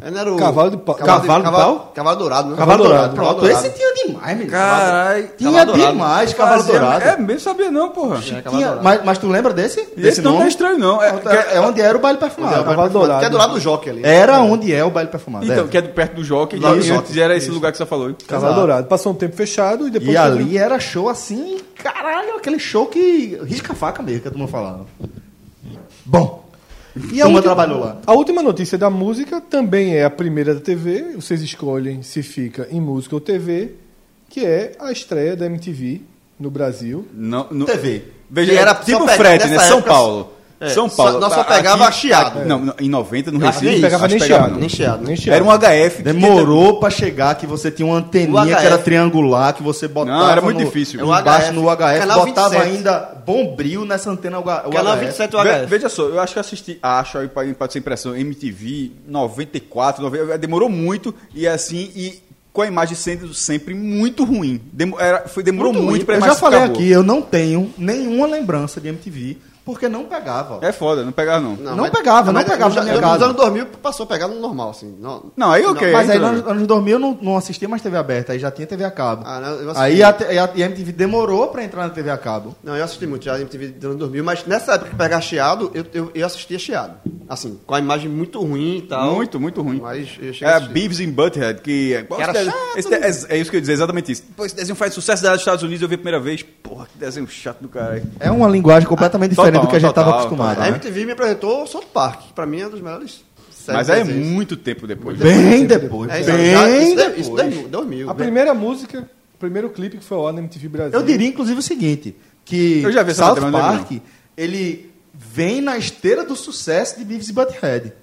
Speaker 11: É, não era o-
Speaker 5: Cavalo de pau.
Speaker 2: Cavalo de
Speaker 11: cavalo,
Speaker 2: pau?
Speaker 11: Cavalo dourado, né?
Speaker 5: Cavalo dourado.
Speaker 11: Cavalo
Speaker 2: Pronto,
Speaker 11: dourado.
Speaker 2: esse tinha demais, menino.
Speaker 4: Caralho,
Speaker 2: tinha
Speaker 11: Cavalo Dourado.
Speaker 2: demais, Cavalo Dourado.
Speaker 4: É, mesmo sabia não, porra.
Speaker 11: É, Cavalo
Speaker 2: Tinha-
Speaker 11: dourado.
Speaker 2: mas, mas tu lembra desse?
Speaker 4: E esse não tá estranho, não. É, que é-
Speaker 2: É, é onde era o baile perfumado.
Speaker 5: Cavalo Dourado.
Speaker 11: Que é do lado do jockey ali.
Speaker 2: Era onde é o baile perfumado.
Speaker 4: então,
Speaker 2: é.
Speaker 4: que é do- perto do jockey,
Speaker 11: Lá do
Speaker 4: e antes
Speaker 11: jockey.
Speaker 4: era esse lugar que você falou. hein?
Speaker 5: Cavalo Dourado. Passou um tempo fechado e
Speaker 11: é
Speaker 5: depois.
Speaker 2: E ali era show assim, caralho, aquele show que risca a faca mesmo, que a turma falava. Bom,
Speaker 5: E
Speaker 2: a turma trabalhou lá.
Speaker 5: A última notícia da música também é a primeira da TV. Vocês escolhem se fica em música ou TV, que é a estreia da MTV no Brasil.
Speaker 4: Não, no-
Speaker 2: TV.
Speaker 4: Veja,
Speaker 11: Que
Speaker 4: era
Speaker 11: era
Speaker 4: tipo
Speaker 11: só pe-
Speaker 4: frete, né?
Speaker 11: nessa
Speaker 4: São
Speaker 11: época,
Speaker 4: Paulo.
Speaker 11: é,
Speaker 4: São
Speaker 11: só-
Speaker 4: Paulo.
Speaker 11: nós só
Speaker 4: Tá,
Speaker 11: pegava chiado.
Speaker 4: Não, não, em 90 no
Speaker 11: Acho
Speaker 4: Recife.
Speaker 11: que
Speaker 4: acho
Speaker 11: nem isso,
Speaker 4: que
Speaker 5: pegava nem
Speaker 4: pegava,
Speaker 5: chiado,
Speaker 4: não.
Speaker 11: Nem
Speaker 2: né?
Speaker 11: chiado.
Speaker 5: Nem chiado.
Speaker 4: Era um HF. que
Speaker 2: demorou pra chegar que você tinha uma
Speaker 11: O
Speaker 2: anteninha
Speaker 11: HF.
Speaker 2: que era triangular, que você botava.
Speaker 4: Não, era muito
Speaker 2: no-
Speaker 4: difícil.
Speaker 11: É o
Speaker 2: Embaixo
Speaker 11: HF.
Speaker 2: no HF,
Speaker 11: Canal
Speaker 2: botava
Speaker 11: 27.
Speaker 2: ainda bombril nessa antena UHF.
Speaker 11: Canal 27
Speaker 4: Ve-
Speaker 11: UHF.
Speaker 4: Veja só, eu acho que eu assisti, acho aí para essa impressão, MTV 94, 90, é, demorou muito e assim e com a imagem sendo sempre muito ruim. Demo- era- foi, demorou muito, pra
Speaker 2: Eu
Speaker 4: imagem
Speaker 2: já falei
Speaker 4: ficar boa.
Speaker 2: aqui, eu não tenho nenhuma lembrança de MTV, porque não pegava.
Speaker 4: É foda, não pegava não.
Speaker 2: Não pegava, não pegava na
Speaker 11: Nos,
Speaker 2: minha
Speaker 11: nos
Speaker 2: casa.
Speaker 11: anos 2000 passou a pegar no normal, assim. Não,
Speaker 4: Não, aí ok.
Speaker 2: Mas aí
Speaker 4: entra.
Speaker 2: nos anos 2000 eu não, não assistia mais TV aberta, aí já tinha TV a cabo.
Speaker 11: Ah, não, eu assisti.
Speaker 2: aí a, te- a- e a MTV demorou pra entrar na TV a cabo.
Speaker 11: Não, eu assisti muito já MTV dos anos 2000, mas nessa época que pegar chiado, eu, eu, eu assistia chiado.
Speaker 3: Assim, com a imagem muito ruim e tal.
Speaker 4: Muito, muito ruim.
Speaker 3: Mas eu cheguei a
Speaker 4: É
Speaker 3: assistir.
Speaker 4: Beavis and Butthead, que... é-
Speaker 3: era
Speaker 4: esse
Speaker 3: chato,
Speaker 4: esse de- é, é isso que eu ia dizer, exatamente isso. Pô, esse desenho faz sucesso lá nos Estados Unidos, eu vi a primeira vez. Porra, que desenho chato do caralho.
Speaker 2: É uma linguagem completamente
Speaker 4: Ah,
Speaker 2: diferente
Speaker 4: Total,
Speaker 2: do que a gente estava
Speaker 4: total,
Speaker 2: acostumado.
Speaker 3: A
Speaker 2: né?
Speaker 3: MTV me apresentou South Park, que pra mim é um dos melhores. séries
Speaker 4: Mas
Speaker 3: de
Speaker 4: é
Speaker 3: desenhos.
Speaker 4: muito tempo depois.
Speaker 2: Bem depois.
Speaker 3: É, isso, já-
Speaker 2: Bem
Speaker 3: isso, daí-
Speaker 2: depois.
Speaker 3: isso daí é mu- 2000.
Speaker 5: A
Speaker 3: bem-
Speaker 5: primeira música, o primeiro clipe que foi ao ar na MTV Brasil.
Speaker 2: Eu diria, inclusive, o seguinte: que
Speaker 4: Eu já vi essa
Speaker 2: South
Speaker 4: matéria, mas não lembro,
Speaker 2: Park, ele vem na esteira do sucesso de Beavis e Butthead.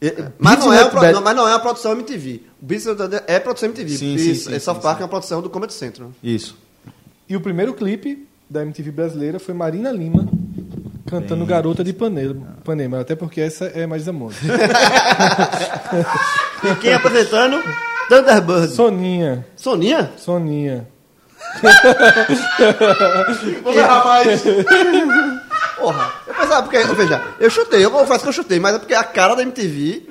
Speaker 2: E-
Speaker 3: Mas
Speaker 2: Beavis
Speaker 3: não,
Speaker 2: e
Speaker 3: é a pro-
Speaker 2: Butthead-
Speaker 3: não, mas não é a produção MTV. O Beatles and the- é produção MTV.
Speaker 2: Sim,
Speaker 3: e
Speaker 2: sim, sim,
Speaker 3: e South
Speaker 2: sim,
Speaker 3: Park é uma produção do Comedy Central.
Speaker 2: Isso.
Speaker 5: E o primeiro clipe da MTV brasileira foi Marina Lima cantando Garota de Ipanema, Ipanema, até porque essa é mais da música.
Speaker 3: E quem é apresentando? Thunderbird.
Speaker 5: Soninha,
Speaker 3: Soninha?
Speaker 5: Soninha.
Speaker 3: Porra, rapaz. Porra. Eu pensava, porque, veja, eu chutei, eu confesso que eu chutei, mas é porque a cara da MTV,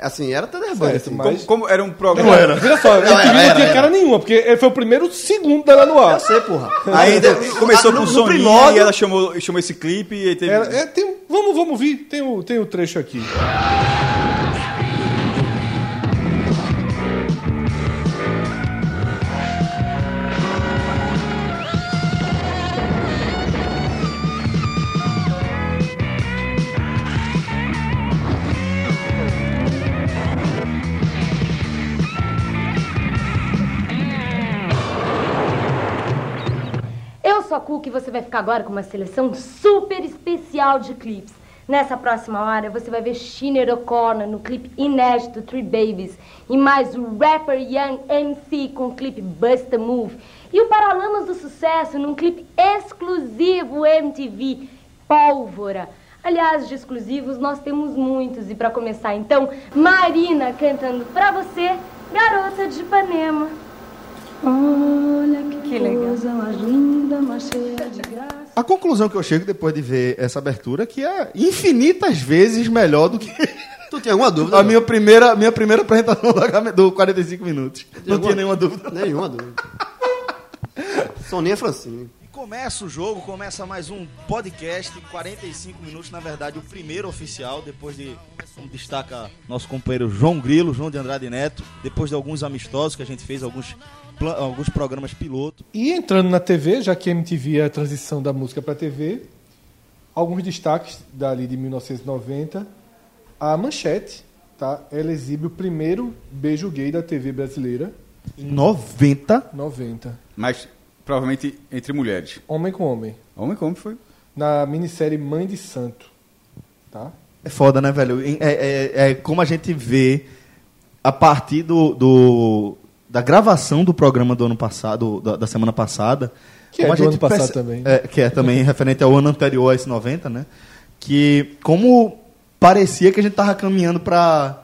Speaker 3: assim, era Thunderbird.
Speaker 5: Certo,
Speaker 3: assim.
Speaker 5: mas...
Speaker 4: Como era um
Speaker 5: Não
Speaker 4: programa...
Speaker 5: era. Vira só, a MTV não tinha cara nenhuma, porque foi o primeiro segundo dela no
Speaker 3: Eu
Speaker 5: ar.
Speaker 3: sei, porra.
Speaker 4: Aí
Speaker 3: Aí
Speaker 4: de- começou
Speaker 3: Então, no-
Speaker 4: com
Speaker 3: no
Speaker 4: Soninha
Speaker 3: primórdio-
Speaker 4: e ela chamou, chamou esse clipe e teve...
Speaker 5: Era- é, tem um- vamos, vamos ouvir, tem o, tem o trecho aqui.
Speaker 11: Eu sou a Cu que você vai ficar agora com uma seleção super especial de clipes. Nessa próxima hora você vai ver Shiner O'Connor no clipe inédito Three Babies e mais o rapper Young MC com o clipe Bust a Move e o Paralamas do Sucesso num clipe exclusivo MTV Pólvora. Aliás, de exclusivos nós temos muitos e para começar então, Marina cantando pra você Garota de Ipanema. Olha que, coisa mais linda, mais cheia de graça.
Speaker 2: A conclusão que eu chego depois de ver essa abertura é que é infinitas vezes melhor do que
Speaker 3: Tu tem alguma dúvida?
Speaker 2: a minha primeira, minha primeira apresentação do H- do 45 minutos. Não tinha nenhuma dúvida.
Speaker 3: Nenhuma dúvida. Soninha Francine.
Speaker 2: Começa o jogo, começa mais um podcast, 45 minutos, na verdade, o primeiro oficial, depois de, como destaca nosso companheiro João Grilo, João de Andrade Neto, depois de alguns amistosos que a gente fez, alguns, pla- alguns programas piloto.
Speaker 5: E entrando na TV, já que a MTV é a transição da música para TV, alguns destaques dali de 1990. A Manchete, tá? Ela exibe o primeiro beijo gay da TV brasileira,
Speaker 2: Em 90,
Speaker 5: 90.
Speaker 4: Mas provavelmente entre mulheres.
Speaker 5: Homem com homem.
Speaker 4: Homem como foi? né?
Speaker 5: Na minissérie Mãe de Santo, tá?
Speaker 2: é foda, né, velho? É, é- é como a gente vê a partir do, do- da gravação do programa do ano passado, da, da semana passada.
Speaker 5: Que é
Speaker 2: como
Speaker 5: do ano passado
Speaker 2: perce-
Speaker 5: também.
Speaker 2: É, que é também referente ao ano anterior a esse 90, né? Que como parecia que a gente tava caminhando para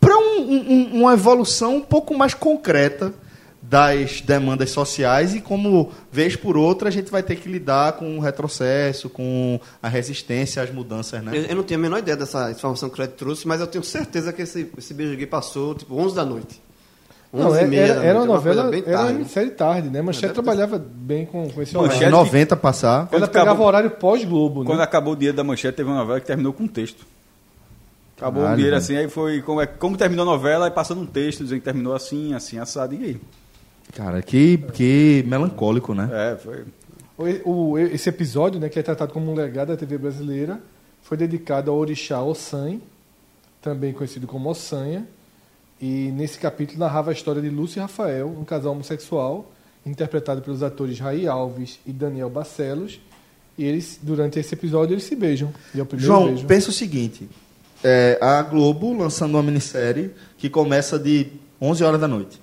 Speaker 2: para uma evolução um pouco mais concreta das demandas sociais e como vez por outra a gente vai ter que lidar com o retrocesso, com a resistência às mudanças, né?
Speaker 3: Eu, eu não tenho a menor ideia dessa informação que o Fred trouxe, mas eu tenho certeza que esse, esse beijo gay passou, tipo, 11 da noite. 11
Speaker 5: Não,
Speaker 3: e
Speaker 5: era,
Speaker 3: meia da
Speaker 5: era,
Speaker 3: noite, é
Speaker 5: era uma
Speaker 3: coisa
Speaker 5: novela,
Speaker 3: bem
Speaker 5: era uma
Speaker 3: tarde.
Speaker 5: minissérie tarde, né? Manchete trabalhava bem com, com esse
Speaker 4: Manchete-
Speaker 5: horário.
Speaker 2: Em 90 É passar.
Speaker 5: Ela
Speaker 4: Quando
Speaker 5: pegava
Speaker 4: acabou-
Speaker 5: horário pós-Globo, né?
Speaker 4: Quando acabou o dinheiro da manchete, teve uma novela que terminou com um texto. Acabou
Speaker 2: Caralho,
Speaker 4: o dinheiro
Speaker 2: velho.
Speaker 4: assim, aí foi. Como, é, como terminou a novela, aí passando um texto dizendo que terminou assim, assim, assado, e aí?
Speaker 2: Cara, que, que melancólico, né?
Speaker 4: É, foi.
Speaker 5: O- o- esse episódio, né, que é tratado como um legado da TV brasileira, foi dedicado ao orixá Ossan, também conhecido como Ossanha, e nesse capítulo narrava a história de Lúcio e Rafael, um casal homossexual, interpretado pelos atores Ray Alves e Daniel Barcelos, e eles, durante esse episódio, eles se beijam. E é o primeiro
Speaker 2: João,
Speaker 5: beijo.
Speaker 2: pensa o seguinte: é, a Globo lançando uma minissérie que começa de 11 horas da noite.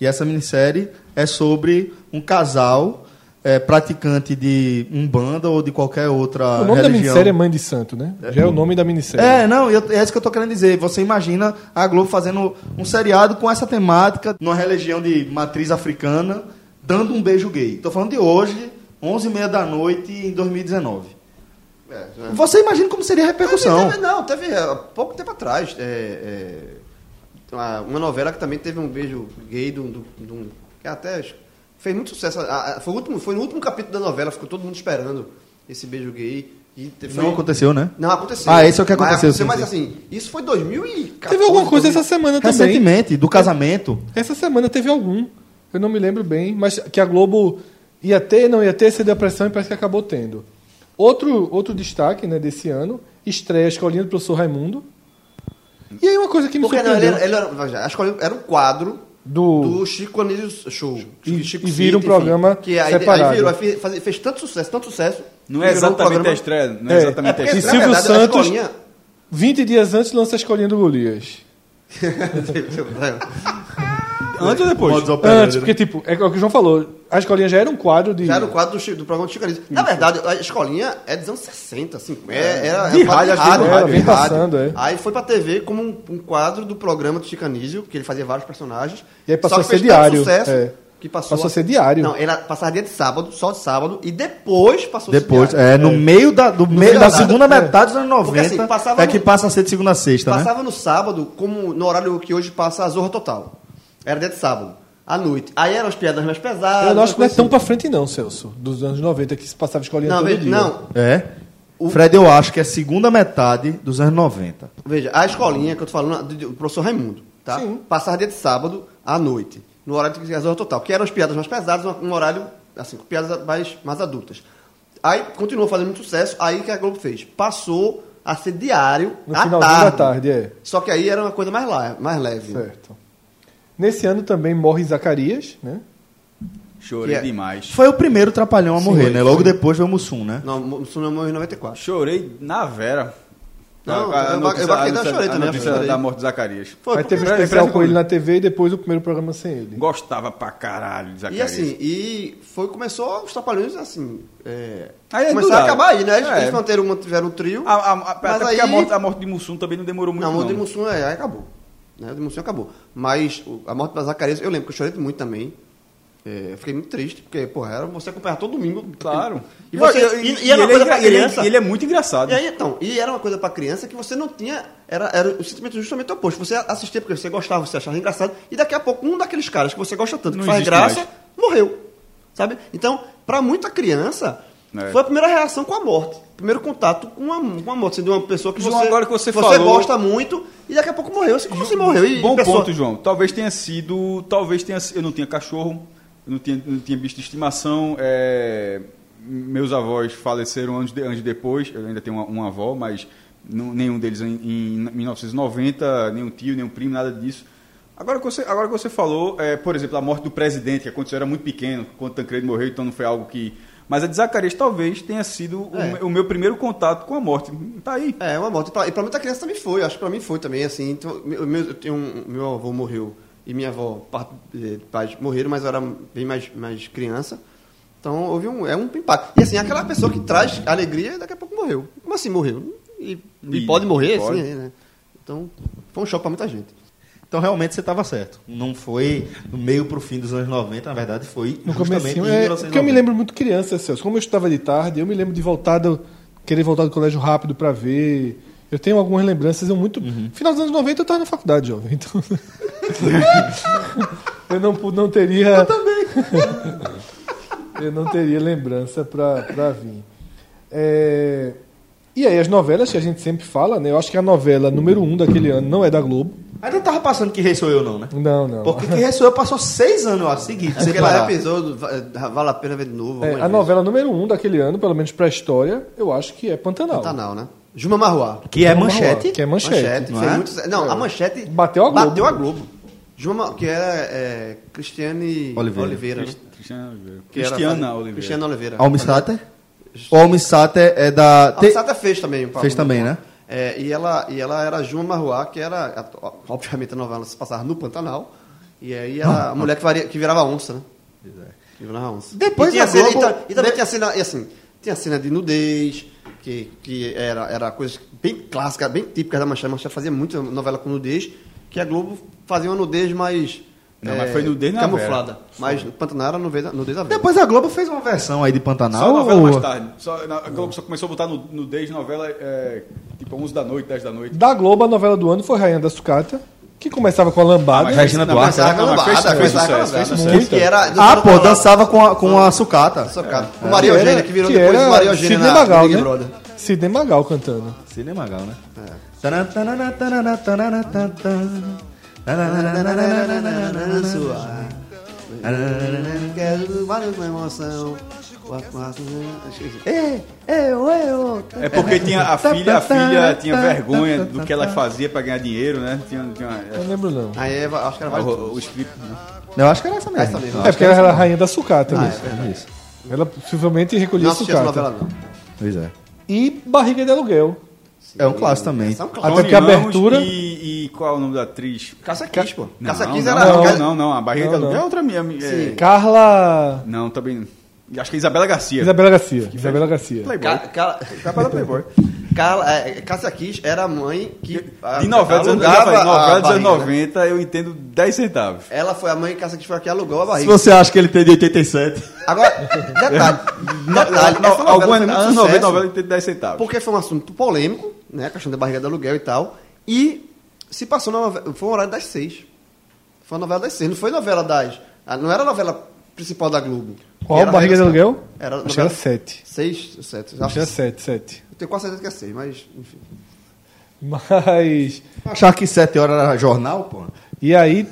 Speaker 2: E essa minissérie é sobre um casal é, praticante de umbanda ou de qualquer outra
Speaker 5: O nome da
Speaker 2: religião.
Speaker 5: minissérie é Mãe de Santo, né? Já é o nome da minissérie.
Speaker 2: É, não, eu- é isso que eu tô querendo dizer. Você imagina a Globo fazendo um seriado com essa temática, numa religião de matriz africana, dando um beijo gay. Tô falando de hoje, 11h30 da noite, em 2019.
Speaker 3: É, é.
Speaker 2: Você imagina como seria a repercussão.
Speaker 3: Teve, teve- não, teve há pouco tempo atrás. é, é, uma, uma novela que também teve um beijo gay de um. de um- de um- que até fez muito sucesso. A- a- foi, o último, foi no último capítulo da novela, ficou todo mundo esperando esse beijo gay. E te-
Speaker 2: Não aconteceu, né?
Speaker 3: Não aconteceu.
Speaker 2: Ah, esse é o que
Speaker 3: Mas
Speaker 2: aconteceu, sim,
Speaker 3: Mas,
Speaker 2: sim.
Speaker 3: assim, isso foi 2014.
Speaker 5: Teve alguma coisa essa semana também.
Speaker 2: Recentemente, do casamento.
Speaker 5: Essa semana teve algum. Eu não me lembro bem, mas que a Globo ia ter, não ia ter, cedeu a pressão e parece que acabou tendo. Outro, outro destaque né, desse ano, estreia a escolinha do professor Raimundo. E aí uma coisa que me
Speaker 3: Porque não, ele é-
Speaker 5: surpreendeu.
Speaker 3: era, ele era- veja, acho que ele era um quadro
Speaker 5: do,
Speaker 3: Chico Anísio Show.
Speaker 5: E-
Speaker 3: Chico
Speaker 5: e
Speaker 3: Cid,
Speaker 5: vira um
Speaker 3: enfim,
Speaker 5: programa
Speaker 3: que aí,
Speaker 5: separado.
Speaker 3: Aí virou, aí fe- faz- fez tanto sucesso, tanto sucesso.
Speaker 4: Não
Speaker 3: que
Speaker 4: é
Speaker 3: virou um
Speaker 4: exatamente
Speaker 3: programa-
Speaker 4: a estreia. Não é, exatamente a
Speaker 3: porque,
Speaker 5: E
Speaker 4: estreia.
Speaker 3: na
Speaker 5: Silvio
Speaker 3: verdade, a
Speaker 5: Santos,
Speaker 3: escolinha-
Speaker 5: 20 dias antes, lança a escolinha do Golias.
Speaker 4: Antes ou depois?
Speaker 2: Modus operandi,
Speaker 5: Antes,
Speaker 2: né?
Speaker 5: porque, tipo, é o que o João falou, a escolinha já era um quadro de.
Speaker 3: Já era o quadro do, Chico- do programa do Chico Anísio. Na verdade, a escolinha é dos anos 60, 50. É, era,
Speaker 2: De
Speaker 3: era um quadro
Speaker 2: rádio, acho que
Speaker 5: era, vem
Speaker 3: de rádio.
Speaker 5: passando, é.
Speaker 3: Aí foi pra TV como um, um quadro do programa do Chico Anísio, que ele fazia vários personagens.
Speaker 5: E aí passou
Speaker 3: Só
Speaker 5: a
Speaker 3: que
Speaker 5: ser
Speaker 3: fez tanto
Speaker 5: diário,
Speaker 3: sucesso
Speaker 5: é.
Speaker 3: que passou,
Speaker 5: Passou a ser diário.
Speaker 3: Não, era passava dia de sábado, só de sábado, e depois passou a
Speaker 2: Depois,
Speaker 3: ser diário.
Speaker 2: é, no meio da, do meio
Speaker 3: meio
Speaker 2: da,
Speaker 3: da-
Speaker 2: segunda
Speaker 3: é.
Speaker 2: metade dos anos 90
Speaker 3: Porque, assim, passava
Speaker 2: é que
Speaker 3: no-
Speaker 2: passa a ser de segunda a sexta, né?
Speaker 3: Passava no sábado, como no horário que hoje passa a Zorra Total. Era dia de sábado, à noite. Aí eram as piadas mais pesadas.
Speaker 5: Eu acho que não é
Speaker 3: coisa
Speaker 5: tão
Speaker 3: assim.
Speaker 5: pra frente, não, Celso. Dos anos 90 que se passava a escolinha
Speaker 3: Não,
Speaker 5: todo
Speaker 3: veja,
Speaker 5: dia.
Speaker 3: não,
Speaker 2: É. Fred, eu acho que é segunda metade dos anos 90.
Speaker 3: Veja, a escolinha que eu tô falando, do- do professor Raimundo, tá?
Speaker 5: Sim.
Speaker 3: Passava dia de sábado à noite, no horário de Zorra Total, que eram as piadas mais pesadas, um- um horário, assim, com piadas mais, mais adultas. Aí continuou fazendo muito sucesso, aí o que a Globo fez? Passou a ser diário
Speaker 5: No
Speaker 3: à
Speaker 5: finalzinho
Speaker 3: tarde.
Speaker 5: da tarde, é.
Speaker 3: Só que aí era uma coisa mais, la- mais leve.
Speaker 5: Certo. Nesse ano também morre Zacarias, né?
Speaker 4: Chorei
Speaker 3: Que é-
Speaker 4: demais.
Speaker 2: Foi o primeiro trapalhão a morrer, né? Logo depois veio o Mussum, né?
Speaker 3: Não, o Suno morreu em 94.
Speaker 4: Chorei na vera.
Speaker 3: Não,
Speaker 4: A- a
Speaker 3: eu-
Speaker 4: notícia-
Speaker 3: eu- eu-
Speaker 4: a
Speaker 3: eu
Speaker 4: notícia-
Speaker 3: chorei
Speaker 4: a
Speaker 3: também, eu
Speaker 4: notícia
Speaker 3: chorei.
Speaker 4: da morte de Zacarias.
Speaker 3: Foi,
Speaker 5: Aí
Speaker 3: porque
Speaker 5: teve um
Speaker 3: era
Speaker 5: especial
Speaker 3: especial
Speaker 5: com ele na TV e depois o primeiro programa sem ele.
Speaker 4: Gostava pra caralho de
Speaker 3: E
Speaker 4: Zacarias.
Speaker 3: assim, e foi, começou os trapalhões assim. É,
Speaker 4: Aí é
Speaker 3: começaram a
Speaker 4: duraram.
Speaker 3: acabar aí, né? Eles,
Speaker 4: É.
Speaker 3: eles manteram, mantiveram um trio.
Speaker 4: A, a, a-
Speaker 3: mas
Speaker 4: até porque
Speaker 3: aí-
Speaker 4: a morte, a morte de Mussum também não demorou muito.
Speaker 3: Não, a morte de
Speaker 4: não.
Speaker 3: Mussum é, aí acabou. Né? A de Mussum acabou. Mas o- a morte da Zacarias, eu lembro que eu chorei muito também. É, eu fiquei muito triste, porque, porra, era você acompanhar todo domingo.
Speaker 4: Claro.
Speaker 3: E, você,
Speaker 4: Não,
Speaker 3: e, e era uma
Speaker 4: ele, é
Speaker 3: coisa
Speaker 4: engra-
Speaker 3: pra
Speaker 4: ele, é-
Speaker 3: criança.
Speaker 4: ele é muito engraçado.
Speaker 3: E aí, então, e era uma coisa pra criança que você não tinha. Era, era o sentimento justamente oposto. Você assistia porque você gostava, você achava engraçado, e daqui a pouco um daqueles caras que você gosta tanto,
Speaker 4: Não
Speaker 3: que faz
Speaker 4: existe
Speaker 3: graça,
Speaker 4: mais.
Speaker 3: morreu. Sabe? Então, pra muita criança,
Speaker 4: É.
Speaker 3: foi a primeira reação com a morte. Primeiro contato com uma, com a morte, sendo uma pessoa que
Speaker 4: João,
Speaker 3: você,
Speaker 4: um agora que você falou-
Speaker 3: gosta muito, e daqui a pouco morreu. Assim, como você morreu? E
Speaker 4: Bom
Speaker 3: pessoa-
Speaker 4: ponto, João. Talvez tenha sido. Talvez tenha sido. Eu não tinha cachorro, eu não tinha, não tinha bicho de estimação. é, meus avós faleceram anos, de, anos depois. Eu ainda tenho uma, uma avó, mas não- nenhum deles em, em 1990, nenhum tio, nenhum primo, nada disso. Agora que você, agora que você falou, é, por exemplo, a morte do presidente, que aconteceu, eu era muito pequeno, quando Tancredo morreu, então não foi algo que. Mas a de Zacarias talvez tenha sido o
Speaker 3: É.
Speaker 4: me- o, meu primeiro contato com a morte. Tá aí.
Speaker 3: É, uma morte. E pra, e pra muita criança também foi. Acho que pra mim foi também, assim. Então, meu, meu- eu tenho um- meu avô morreu e minha avó, parte de pais morreram, mas eu era bem mais, mais criança. Então, houve um, é um impacto. E assim, aquela pessoa que traz alegria e daqui a pouco morreu. Como assim morreu? E, e
Speaker 4: E
Speaker 3: pode morrer,
Speaker 4: pode.
Speaker 3: assim, né? Então, foi um choque pra muita gente.
Speaker 2: Então realmente você estava certo. Não foi do meio pro fim dos anos 90, na verdade foi
Speaker 5: No
Speaker 2: justamente
Speaker 5: comecinho,
Speaker 2: em
Speaker 5: é,
Speaker 2: 1990.
Speaker 5: porque eu me lembro muito criança, Celso. Como eu estudava de tarde, eu me lembro de voltar do, querer voltar do colégio rápido pra ver. Eu tenho algumas lembranças, eu muito... Final dos anos 90 eu tava na faculdade, jovem, então... eu não, pu- não teria... Eu também. eu não teria lembrança pra, pra vir. É, E aí, as novelas que a gente sempre fala, né? Eu acho que a novela número um daquele ano não é da Globo.
Speaker 2: Aí não tava passando que rei sou eu não, né?
Speaker 5: Não, não.
Speaker 2: Porque que rei sou eu passou seis anos ó, seguidos. sem
Speaker 3: É Aquele
Speaker 2: parar.
Speaker 3: episódio, va- eh, vale a pena ver de novo.
Speaker 5: É,
Speaker 3: algumas
Speaker 5: a
Speaker 3: vezes.
Speaker 5: novela número um daquele ano, pelo menos pra história, eu acho que é Pantanal.
Speaker 3: Pantanal, né? Juma Marruá.
Speaker 2: Que é
Speaker 5: Vamos
Speaker 2: manchete.
Speaker 5: lá, Que é manchete.
Speaker 3: não,
Speaker 2: não é?
Speaker 3: não a manchete
Speaker 5: Bateu a Globo.
Speaker 3: Bateu a Globo. Juma Ma- que era é, Cristiane
Speaker 2: Oliveira.
Speaker 3: Oliveira. né?
Speaker 4: Crist- Cristiana Oliveira.
Speaker 3: Que era-
Speaker 4: Cristiana Oliveira.
Speaker 3: Cristiana Oliveira.
Speaker 2: Almissáter? O Almissáter é da...
Speaker 3: A Sata fez também. um papo
Speaker 2: Fez também,
Speaker 3: bom.
Speaker 2: né?
Speaker 3: É, e, ela, e ela era Juma Marruá, que era, a- obviamente, a novela se passava no Pantanal. E aí
Speaker 2: Ah,
Speaker 3: era a mulher que, varia- que virava onça, né?
Speaker 4: é.
Speaker 3: Que virava onça.
Speaker 2: Depois
Speaker 3: e tinha
Speaker 2: a
Speaker 3: cena-
Speaker 2: Globo-
Speaker 3: e, ta- e também tinha cena, e assim, tinha cena de nudez, que, que era, era coisa bem clássica, bem típica da Manchete. A Manchete fazia muita novela com nudez, que a Globo fazia uma nudez mais... é,
Speaker 4: Não, mas foi nudez na
Speaker 3: Camuflada. Mas no Pantanal era nudez, nudez à vera.
Speaker 2: Depois a Globo fez uma versão aí de Pantanal.
Speaker 4: Só a novela
Speaker 2: ou-
Speaker 4: mais tarde. Só, na, a Globo só começou a botar no, no 10 novela, é, tipo 11 da noite, 10 da noite.
Speaker 5: Da Globo, a novela do ano foi Rainha da Sucata. Que começava com a lambada.
Speaker 2: mas Regina
Speaker 3: Não,
Speaker 2: Duarte
Speaker 3: começava
Speaker 2: era-
Speaker 3: com a
Speaker 2: mas fez
Speaker 3: lambada,
Speaker 2: sucesso,
Speaker 3: começava
Speaker 2: fez
Speaker 3: com a
Speaker 2: sucesso,
Speaker 3: lambada.
Speaker 2: fez sucesso.
Speaker 3: Que era-
Speaker 2: Ah, pô, dançava com a, com a É, sucata.
Speaker 3: Sucata. Com Maria Eugênia, que virou depois
Speaker 5: era
Speaker 3: Maria Eugênia
Speaker 5: Sidney
Speaker 3: na-
Speaker 5: Magal,
Speaker 3: no Big
Speaker 5: né?
Speaker 3: Brother.
Speaker 5: Sidney Magal cantando.
Speaker 2: Sidney Magal, né?
Speaker 3: Sua. Quero várias na emoção. Quatro, quatro, né? É, eu, eu.
Speaker 4: É porque tinha a filha, a filha tinha vergonha do que ela fazia pra ganhar dinheiro, né? Tinha, tinha
Speaker 5: Eu não lembro não.
Speaker 3: Aí é, acho que era
Speaker 4: é,
Speaker 3: mais.
Speaker 4: o, o script, né?
Speaker 2: Eu acho que era essa mesmo.
Speaker 3: Essa mesmo.
Speaker 5: É porque ela era a rainha da sucata.
Speaker 3: Ah,
Speaker 5: né?
Speaker 3: é
Speaker 5: isso.
Speaker 3: verdade.
Speaker 2: Isso.
Speaker 5: Ela possivelmente recolhia
Speaker 3: Não assistia essa
Speaker 2: tá-
Speaker 3: novela,
Speaker 5: sucata.
Speaker 3: não.
Speaker 2: Pois é.
Speaker 5: E barriga de aluguel.
Speaker 2: É um clássico também.
Speaker 3: Essa é um clássico.
Speaker 5: Até
Speaker 4: Tony
Speaker 5: porque a
Speaker 4: Ramos
Speaker 5: abertura-
Speaker 4: E, e qual é o nome da atriz?
Speaker 3: Caça Kiss, pô.
Speaker 4: Não,
Speaker 3: Caça Kiss
Speaker 4: não,
Speaker 3: era.
Speaker 4: Não,
Speaker 3: Caça-
Speaker 4: não, não. A barriga
Speaker 5: Não,
Speaker 4: de aluguel
Speaker 5: não.
Speaker 4: é outra minha. minha- é-
Speaker 5: Carla.
Speaker 4: Não, também. Acho que é Isabela Garcia.
Speaker 5: Isabela Garcia. Isabela Garcia.
Speaker 3: Ca- Ca- Capa da Playboy. Carla, é, Cássia Kiss era a mãe que. a-
Speaker 4: De novela dos anos, eu já
Speaker 3: alugava
Speaker 4: falei, novela
Speaker 3: a
Speaker 4: dos anos
Speaker 3: barriga, né?
Speaker 4: 90, eu entendo 10 centavos.
Speaker 3: Ela foi a mãe que Cássia Kiss foi a que alugou a
Speaker 2: Se
Speaker 3: barriga.
Speaker 2: você acha que ele tem de 87.
Speaker 3: Agora, detalhe. detalhe
Speaker 4: Não,
Speaker 3: essa novela
Speaker 4: alguma-
Speaker 3: foi muito
Speaker 4: anos 90,
Speaker 3: sucesso,
Speaker 4: novela eu entendo 10 centavos.
Speaker 3: Porque foi um assunto polêmico, né? A questão da barriga do aluguel e tal. E se passou na novela. Foi um horário das seis. Foi uma novela das seis. Não foi novela das. ah, Não era a novela principal da Globo.
Speaker 5: Qual
Speaker 3: Era-
Speaker 5: barriga de
Speaker 3: era-
Speaker 5: aluguel?
Speaker 3: Era
Speaker 5: Acho que
Speaker 3: novela- Tá.
Speaker 5: era 7.
Speaker 3: Seis, sete.
Speaker 5: Acho que era 7, 7.
Speaker 3: Eu tenho quase certeza que é seis, mas enfim.
Speaker 5: Mas.
Speaker 2: Achar que 7 horas era jornal, pô.
Speaker 5: E aí,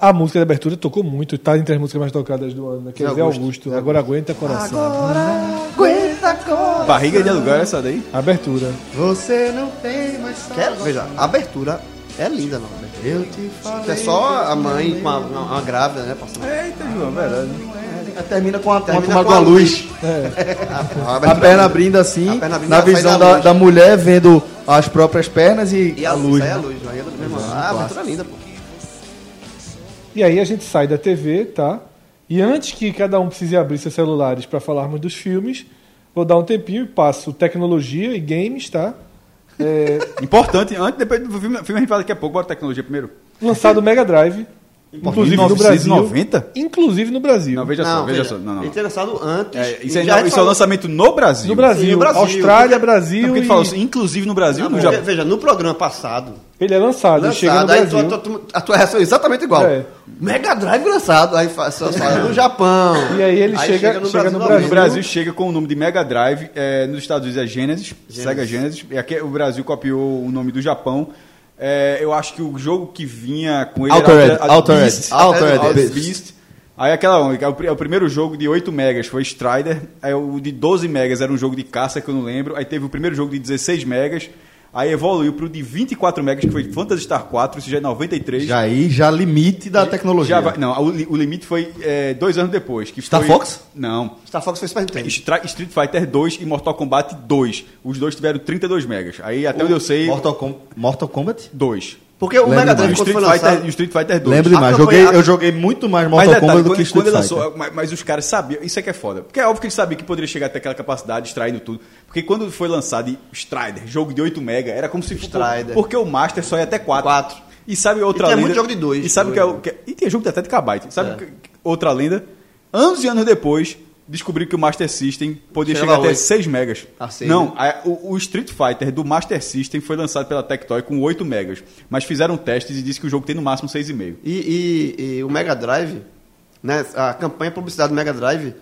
Speaker 5: a música de abertura tocou muito. Tá entre as músicas mais tocadas do ano, né? Que é
Speaker 3: De
Speaker 5: Zé
Speaker 3: Augusto.
Speaker 5: Augusto. Agora aguenta coração.
Speaker 4: Barriga de aluguel era essa daí?
Speaker 5: Abertura.
Speaker 2: Você não tem mais.
Speaker 3: Quero, veja, a abertura é linda, não. né?
Speaker 2: Eu te falei.
Speaker 3: É só a mãe com a, uma, uma grávida, né? Passando. É,
Speaker 4: Eita, João, verdade.
Speaker 2: Termina com a, com a tomada
Speaker 3: Termina com a Ah,
Speaker 2: da luz.
Speaker 3: A, é
Speaker 2: A perna abrindo assim,
Speaker 3: A perna abrindo,
Speaker 2: na
Speaker 3: ela sai
Speaker 2: visão
Speaker 3: da
Speaker 2: da,
Speaker 3: luz.
Speaker 2: da mulher vendo as próprias pernas e,
Speaker 3: E
Speaker 2: a luz.
Speaker 3: Sai a
Speaker 2: né?
Speaker 3: luz, né? Irmão, a abertura é linda, pô.
Speaker 5: E aí a gente sai da TV, tá? E antes que cada um precise abrir seus celulares para falarmos dos filmes, vou dar um tempinho e passo tecnologia e games, tá? É,
Speaker 4: Importante, antes, depois do filme, filme a gente fala daqui a pouco, bora tecnologia primeiro.
Speaker 5: lançado o Mega Drive, inclusive no Brasil.
Speaker 4: 1990?
Speaker 5: Inclusive no Brasil.
Speaker 4: Não, veja só, veja só. Não, não.
Speaker 3: Ele tinha lançado antes.
Speaker 4: É, isso
Speaker 3: e
Speaker 4: é,
Speaker 3: Então, já
Speaker 4: não, isso é o
Speaker 3: falou-
Speaker 4: lançamento no Brasil.
Speaker 5: No Brasil,
Speaker 3: Sim, no Brasil.
Speaker 5: Austrália,
Speaker 4: Não,
Speaker 5: Brasil.
Speaker 4: porque
Speaker 5: e-
Speaker 4: tu falou assim, inclusive no Brasil,
Speaker 3: Não,
Speaker 4: no
Speaker 3: porque,
Speaker 4: Japão.
Speaker 3: Veja, no programa passado,
Speaker 5: Ele é lançado, ele chega no
Speaker 3: lançado, aí
Speaker 5: Brasil.
Speaker 3: tua, tua, tua- a tua reação é exatamente igual.
Speaker 5: É.
Speaker 3: Mega Drive lançado, aí fa- só fala
Speaker 4: É.
Speaker 3: no Japão.
Speaker 5: E aí ele chega- chega no
Speaker 4: No
Speaker 5: Brasil.
Speaker 4: Brasil chega com o nome de Mega Drive, é, nos Estados Unidos é Genesis, Sega Genesis, e aqui o Brasil copiou o nome do Japão. É, eu acho que o jogo que vinha com ele
Speaker 2: Altered,
Speaker 4: era
Speaker 2: Altered,
Speaker 4: Beast,
Speaker 2: Altered
Speaker 4: Altered
Speaker 2: Beast.
Speaker 4: Beast. Aí aquela onda, é o, pri- é o primeiro jogo de 8 megas foi Strider, aí o de 12 megas era um jogo de caça que eu não lembro, aí teve o primeiro jogo de 16 megas, aí evoluiu pro de 24 megas que foi Phantasy Star 4, isso já é 93.
Speaker 2: Já aí, já limite da tecnologia.
Speaker 4: Já vai- não, o, li- o limite foi é, dois anos depois. Que
Speaker 2: Star
Speaker 4: foi-
Speaker 2: Fox?
Speaker 4: Não.
Speaker 3: Star Fox foi Super Nintendo.
Speaker 4: Stra- Street Fighter 2 e Mortal Kombat 2. Os dois tiveram 32 megas. Aí, até onde eu sei,
Speaker 2: Mortal, Com- Mortal Kombat?
Speaker 4: 2.
Speaker 3: Porque o
Speaker 2: Lembra
Speaker 3: Mega
Speaker 4: E o
Speaker 3: Drive, quando foi
Speaker 4: Street, Fighter, e o
Speaker 3: lançado...
Speaker 4: Street Fighter 2.
Speaker 2: Lembro
Speaker 3: A
Speaker 2: demais, joguei,
Speaker 3: campanha-
Speaker 2: eu joguei muito mais
Speaker 4: Mas,
Speaker 2: Mortal Kombat
Speaker 4: detalhe,
Speaker 2: do
Speaker 4: quando,
Speaker 2: que
Speaker 4: quando
Speaker 2: Street
Speaker 4: ele
Speaker 2: Fighter.
Speaker 4: lançou, mas, mas os caras sabiam, isso é que é foda. Porque é óbvio que eles sabiam que poderia chegar até aquela capacidade, extraindo tudo. Porque quando foi lançado e Strider, jogo de 8 mega, era como se fosse.
Speaker 3: Strider.
Speaker 4: Porque o Master só ia até 4.
Speaker 3: Quatro.
Speaker 4: E sabe
Speaker 3: E
Speaker 4: outra
Speaker 3: tem
Speaker 4: lenda.
Speaker 3: muito jogo de dois.
Speaker 4: E sabe o que é o
Speaker 3: Dois. É.
Speaker 4: que é- E tem jogo de até de Kbyte. Sabe o que- que- outra lenda? Anos e anos depois, descobriram que o Master System podia
Speaker 3: Chegava
Speaker 4: chegar até
Speaker 3: oito.
Speaker 4: 6 megas.
Speaker 3: Ah, seis,
Speaker 4: Não,
Speaker 3: né?
Speaker 4: a- o, o Street Fighter do Master System foi lançado pela Tectoy com 8 megas. Mas fizeram testes e disse que o jogo tem no máximo 6,5.
Speaker 3: E, e- e o Mega Drive, né, a campanha publicidade do Mega Drive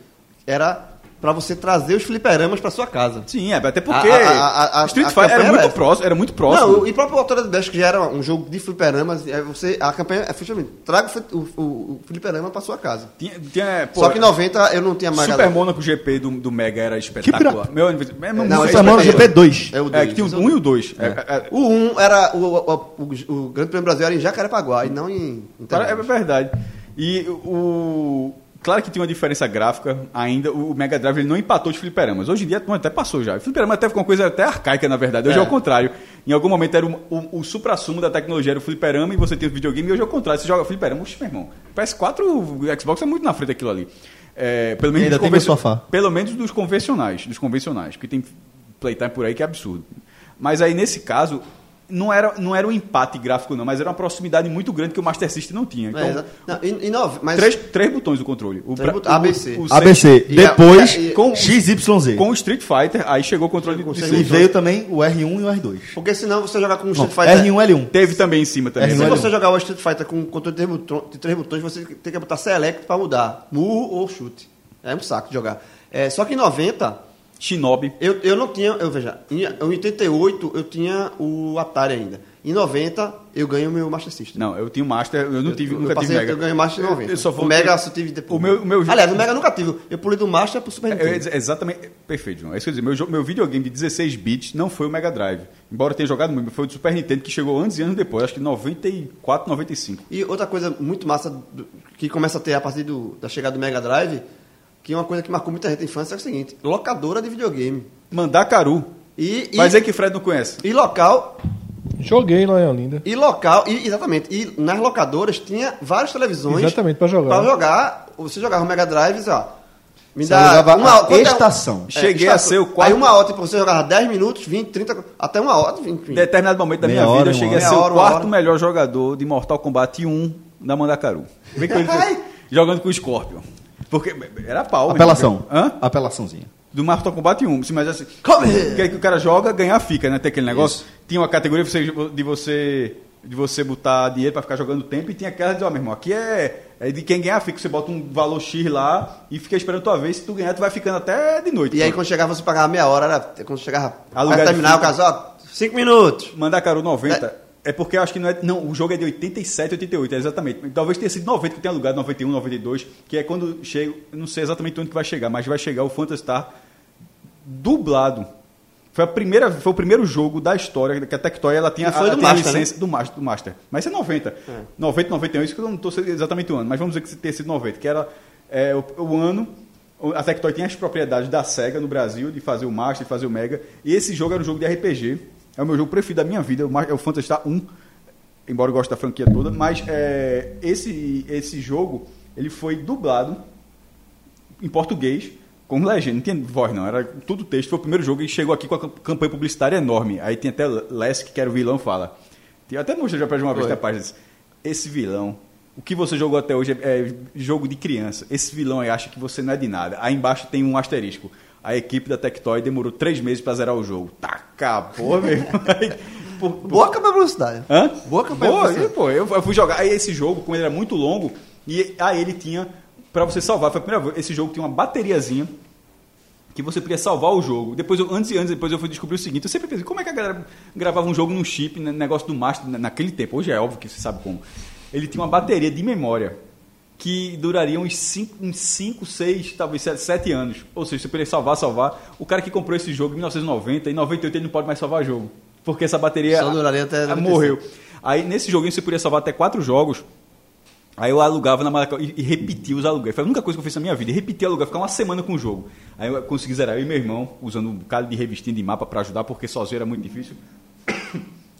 Speaker 3: era pra você trazer os fliperamas pra sua casa.
Speaker 4: Sim, é, até porque
Speaker 3: A- a- a- a-
Speaker 4: Street
Speaker 3: a
Speaker 4: Fighter era
Speaker 3: campanha
Speaker 4: muito
Speaker 3: era essa.
Speaker 4: próximo, era muito próximo.
Speaker 3: Não, e o próprio Autora do Dash, que já era um jogo de fliperamas, é você, a campanha é justamente, traga o, fli- o, o- o fliperama pra sua casa.
Speaker 4: tinha, tinha, pô,
Speaker 3: Só que em 90 eu não tinha Mega
Speaker 4: Super
Speaker 3: Drive.
Speaker 4: Monaco GP do, do Mega era espetacular.
Speaker 2: pirata.
Speaker 4: Meu aniversário. É, meu
Speaker 3: Não,
Speaker 4: muito-
Speaker 2: Super Mario
Speaker 3: é-
Speaker 2: GP2.
Speaker 3: É o
Speaker 4: é, que tinha
Speaker 3: dois.
Speaker 4: o 1 e o 2. É, é,
Speaker 3: O 1 era. O, o, o- o Grande Prêmio do Brasil era em Jacarepaguá e não em. em
Speaker 4: é, é
Speaker 3: Interlagos.
Speaker 4: verdade. E o. Claro que tinha uma diferença gráfica ainda. O Mega Drive ele não empatou os fliperamas. Hoje em dia, mano, até passou já. O fliperama até ficou uma coisa até arcaica, na verdade. Hoje é,
Speaker 3: É.
Speaker 4: o contrário. Em algum momento era o, o, o supra-sumo da tecnologia, era o fliperama e você tem o videogame. E hoje é o contrário. Você joga fliperama, oxe, meu irmão. PS4, o Xbox é muito na frente daquilo ali. É, pelo menos
Speaker 2: Ainda
Speaker 4: dos
Speaker 2: tem meu
Speaker 4: convencio-
Speaker 2: sofá.
Speaker 4: Pelo menos dos convencionais, dos convencionais, porque tem playtime por aí que é absurdo. Mas aí nesse caso, não era, não era um empate gráfico, não, mas era uma proximidade muito grande que o Master System não tinha. Então,
Speaker 3: É, exa- não, e- e nove, mas-
Speaker 4: três, três botões do controle. O,
Speaker 3: Três
Speaker 4: pra-
Speaker 3: bot-
Speaker 4: o-
Speaker 3: ABC.
Speaker 4: o seis-
Speaker 2: ABC,
Speaker 4: e a-
Speaker 2: depois
Speaker 4: e- com,
Speaker 2: XYZ.
Speaker 4: com o Street Fighter, aí chegou o controle de
Speaker 2: E
Speaker 4: seis.
Speaker 2: veio também o R1 e o R2.
Speaker 3: Porque senão você jogar com o
Speaker 2: Não,
Speaker 3: Street Fighter.
Speaker 2: R1 L1.
Speaker 4: Teve também em cima também.
Speaker 2: R1
Speaker 3: Se
Speaker 4: né?
Speaker 2: L1.
Speaker 3: você jogar o Street Fighter com controle de três, botões, de três botões, você tem que botar select pra mudar. Murro ou chute. É um saco de jogar. É, só que em 90,
Speaker 4: Shinobi.
Speaker 3: eu, eu não tinha. Eu veja, em, em 88 eu tinha o Atari ainda. Em 90, eu ganho o meu Master System.
Speaker 4: Não, eu tinha o Master, eu não tive,
Speaker 3: eu,
Speaker 4: nunca
Speaker 3: eu passei,
Speaker 4: tive Mega.
Speaker 3: Eu ganho Master em 90.
Speaker 4: Eu só vou-
Speaker 3: o Mega eu só tive depois.
Speaker 4: O meu- o meu-
Speaker 3: Aliás, o Mega eu nunca tive. Eu pulei do Master pro Super
Speaker 4: É,
Speaker 3: Nintendo.
Speaker 4: é, ex- exatamente. Perfeito, João. É isso que eu ia dizer. Meu, jo- meu videogame de 16 bits não foi o Mega Drive. Embora eu tenha jogado muito, foi o do Super Nintendo que chegou anos e anos depois, acho que 94, 95.
Speaker 3: E outra coisa muito massa do- que começa a ter a partir do- da chegada do Mega Drive, que é uma coisa que marcou muita gente na infância, é o seguinte: locadora de videogame.
Speaker 4: Mandar Caru.
Speaker 3: E, e,
Speaker 4: Vai dizer é que Fred não conhece.
Speaker 3: e local,
Speaker 5: Joguei lá em Olinda.
Speaker 3: e local, e, exatamente. E nas locadoras tinha várias televisões.
Speaker 5: Exatamente, pra jogar.
Speaker 3: Pra jogar, você jogava o Mega Drive, ó. Me
Speaker 2: Você
Speaker 3: dá
Speaker 2: alugava a
Speaker 3: uma quanto é-
Speaker 2: estação.
Speaker 4: Cheguei a ser o quarto-
Speaker 3: Aí uma hora, tipo, você jogava 10 minutos, 20, 30, até uma hora, 20
Speaker 4: Em
Speaker 3: minutos.
Speaker 4: determinado momento da
Speaker 2: Meia
Speaker 4: minha
Speaker 2: hora,
Speaker 4: vida, eu
Speaker 2: uma
Speaker 4: cheguei
Speaker 3: hora.
Speaker 4: a ser
Speaker 3: Meia
Speaker 4: o
Speaker 3: hora, uma
Speaker 4: quarto
Speaker 3: hora.
Speaker 4: melhor jogador de Mortal Kombat 1 da Mandacaru. Vem com ele,
Speaker 3: Ai!
Speaker 4: jogando com o Scorpion. Porque era pau.
Speaker 2: Apelação.
Speaker 4: entendeu? Hã?
Speaker 2: Apelaçãozinha.
Speaker 4: Do Mortal Kombat 1. Se imagina assim. Que, que o cara joga, ganhar fica, né? Tem aquele negócio. Tinha uma categoria de você, de você, de você botar dinheiro pra ficar jogando tempo e tinha aquela de, ó, meu irmão, aqui é, é de quem ganhar fica. Você bota um valor X lá e fica esperando a tua vez. Se tu ganhar, tu vai ficando até de noite.
Speaker 3: E aí quando chegava, você pagava meia hora, era, quando chegava,
Speaker 4: Alugar
Speaker 3: pra
Speaker 4: de
Speaker 3: terminar o
Speaker 4: fita.
Speaker 3: caso, ó, 5 minutos.
Speaker 4: Mandacaru 90. É porque eu acho que não é. Não, o jogo é de 87, 88, é exatamente. Talvez tenha sido 90 que tenha lugar, 91, 92, que é quando chega. eu Não sei exatamente onde que vai chegar, mas vai chegar o Phantastar dublado. Foi, a primeira, foi o primeiro jogo da história que a Tectoy ela tinha,
Speaker 3: E foi
Speaker 4: ela
Speaker 3: do
Speaker 4: tinha a
Speaker 3: Master, né?
Speaker 4: licença do, Master, do Master. Mas isso é 90. 90, 91, isso que eu não estou exatamente o ano, mas vamos dizer que tenha sido 90, que era é, o, o ano. A Tectoy tinha as propriedades da SEGA no Brasil, de fazer o Master, de fazer o Mega. E esse jogo era um jogo de RPG. É o meu jogo preferido da minha vida, o Mas- é o Phantastar 1. Embora eu goste da franquia toda, mas é, esse, esse jogo ele foi dublado em português, com legenda. Não tinha voz, não. Era tudo texto. Foi o primeiro jogo e chegou aqui com a cam- campanha publicitária enorme. Aí tem até Lesk, que era o vilão, fala. Eu até mostrei já pra ele uma vez na página. disse, Esse vilão, o que você jogou até hoje é, é jogo de criança. Esse vilão aí acha que você não é de nada. Aí embaixo tem um asterisco. A equipe da Tectoy demorou três meses pra zerar o jogo. Taca, pô, meu. Aí, por- por-
Speaker 3: Boa campanha publicitária.
Speaker 4: Hã?
Speaker 3: Boa campanha
Speaker 4: Boa,
Speaker 3: publicitária.
Speaker 4: e, pô, eu, eu fui jogar. Aí esse jogo, como ele era muito longo, e aí ele tinha. Pra você salvar, foi a primeira vez. Esse jogo tinha uma bateriazinha que você podia salvar o jogo. Depois, eu, antes e antes, depois eu fui descobrir o seguinte. Eu sempre pensei, como é que a galera gravava um jogo num chip, né, negócio do Master, na- naquele tempo? Hoje é óbvio que você sabe como. Ele tinha uma bateria de memória que duraria uns 5, 6, talvez 7 anos. Ou seja, você podia salvar, salvar. O cara que comprou esse jogo em 1990, em 98 ele não pode mais salvar jogo. Porque essa bateria
Speaker 3: Só duraria até
Speaker 4: ah,
Speaker 3: 95.
Speaker 4: morreu. Aí nesse joguinho você podia salvar até quatro jogos. Aí eu alugava na Maracau e, e repetia os aluguéis. Foi a única coisa que eu fiz na minha vida. Repetir aluguel, ficar uma semana com o jogo. Aí eu consegui zerar. Eu e meu irmão, usando um bocado de revistinha de mapa pra ajudar, porque sozinho era muito difícil.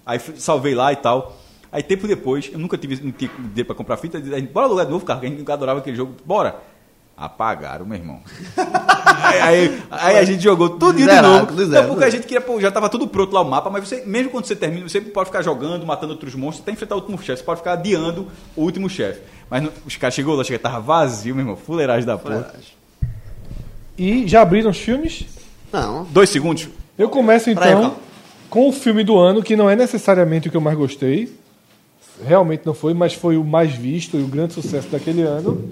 Speaker 4: Aí fui- salvei lá e tal. Aí tempo depois, eu nunca tive não tinha dinheiro pra comprar fita. A gente, bora alugar de novo, cara, que a gente adorava aquele jogo. Bora! Apagaram, meu irmão. aí, aí- aí a gente jogou tudo de
Speaker 3: Zerado,
Speaker 4: novo.
Speaker 3: do
Speaker 4: Não,
Speaker 3: zero.
Speaker 4: porque a gente queria, pô, já tava tudo pronto lá o mapa, mas você, mesmo quando você termina, você pode ficar jogando, matando outros monstros, até enfrentar o último chefe. Você pode ficar adiando o último chefe. Mas não- os caras chegou lá, chega, tava vazio, meu irmão. Fuleiragem da porra.
Speaker 5: E já abriram os filmes?
Speaker 3: Não,
Speaker 4: Dois segundos.
Speaker 5: Eu começo
Speaker 3: Pra
Speaker 5: então
Speaker 3: época.
Speaker 5: com o filme do ano, que não é necessariamente o que eu mais gostei. Realmente não foi, mas foi o mais visto e o grande sucesso daquele ano.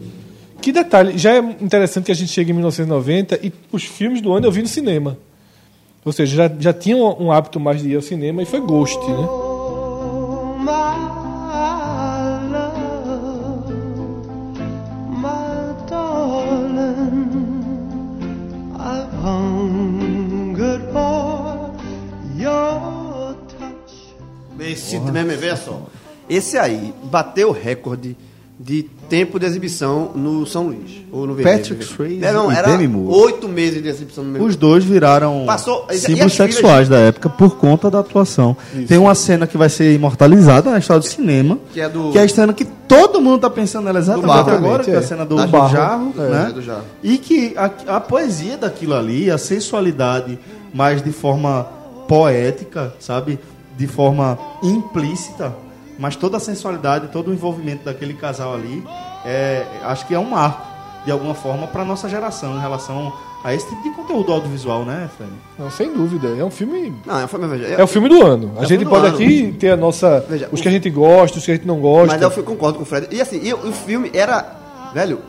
Speaker 5: Que detalhe, já é interessante que a gente chega em 1990 e os filmes do ano eu vi no cinema. Ou seja, já, já tinha um, um hábito mais de ir ao cinema e foi Ghost, né?
Speaker 3: Esse meme, veja só. Esse aí bateu o recorde de tempo de exibição no São Luís. Ou no Vermelho.
Speaker 2: Patrick Swayze
Speaker 3: Não, não,
Speaker 2: e
Speaker 3: era
Speaker 2: Demi Moore.
Speaker 3: oito meses de exibição no mesmo.
Speaker 2: Os dois viraram
Speaker 3: Passou- e- e as
Speaker 2: símbolos
Speaker 3: filhas-
Speaker 2: sexuais da época por conta da atuação. Tem uma cena que vai ser imortalizada na história do cinema,
Speaker 3: que é do-
Speaker 2: a cena que todo mundo tá pensando nela exatamente
Speaker 3: barro,
Speaker 2: agora,
Speaker 3: exatamente,
Speaker 2: que é a cena do,
Speaker 3: Da- do
Speaker 2: barro,
Speaker 3: jarro,
Speaker 2: né?
Speaker 3: é, do jarro.
Speaker 2: E que a, a poesia daquilo ali, a sensualidade, mas de forma poética, sabe? de forma implícita, mas toda a sensualidade, todo o envolvimento daquele casal ali, é, acho que é um marco, de alguma forma, para nossa geração em relação a esse tipo de conteúdo audiovisual, né, Fred?
Speaker 5: Não, sem dúvida. É um filme.
Speaker 3: Não, é um filme- veja,
Speaker 5: É o filme do ano.
Speaker 3: É
Speaker 5: A
Speaker 3: o
Speaker 5: gente
Speaker 3: filme do
Speaker 5: pode
Speaker 3: ano.
Speaker 5: aqui ter a nossa.
Speaker 3: Veja,
Speaker 5: os que a gente gosta, os que a gente não gosta.
Speaker 3: Mas eu fui- concordo com o Fred. E assim, e o o filme era, velho,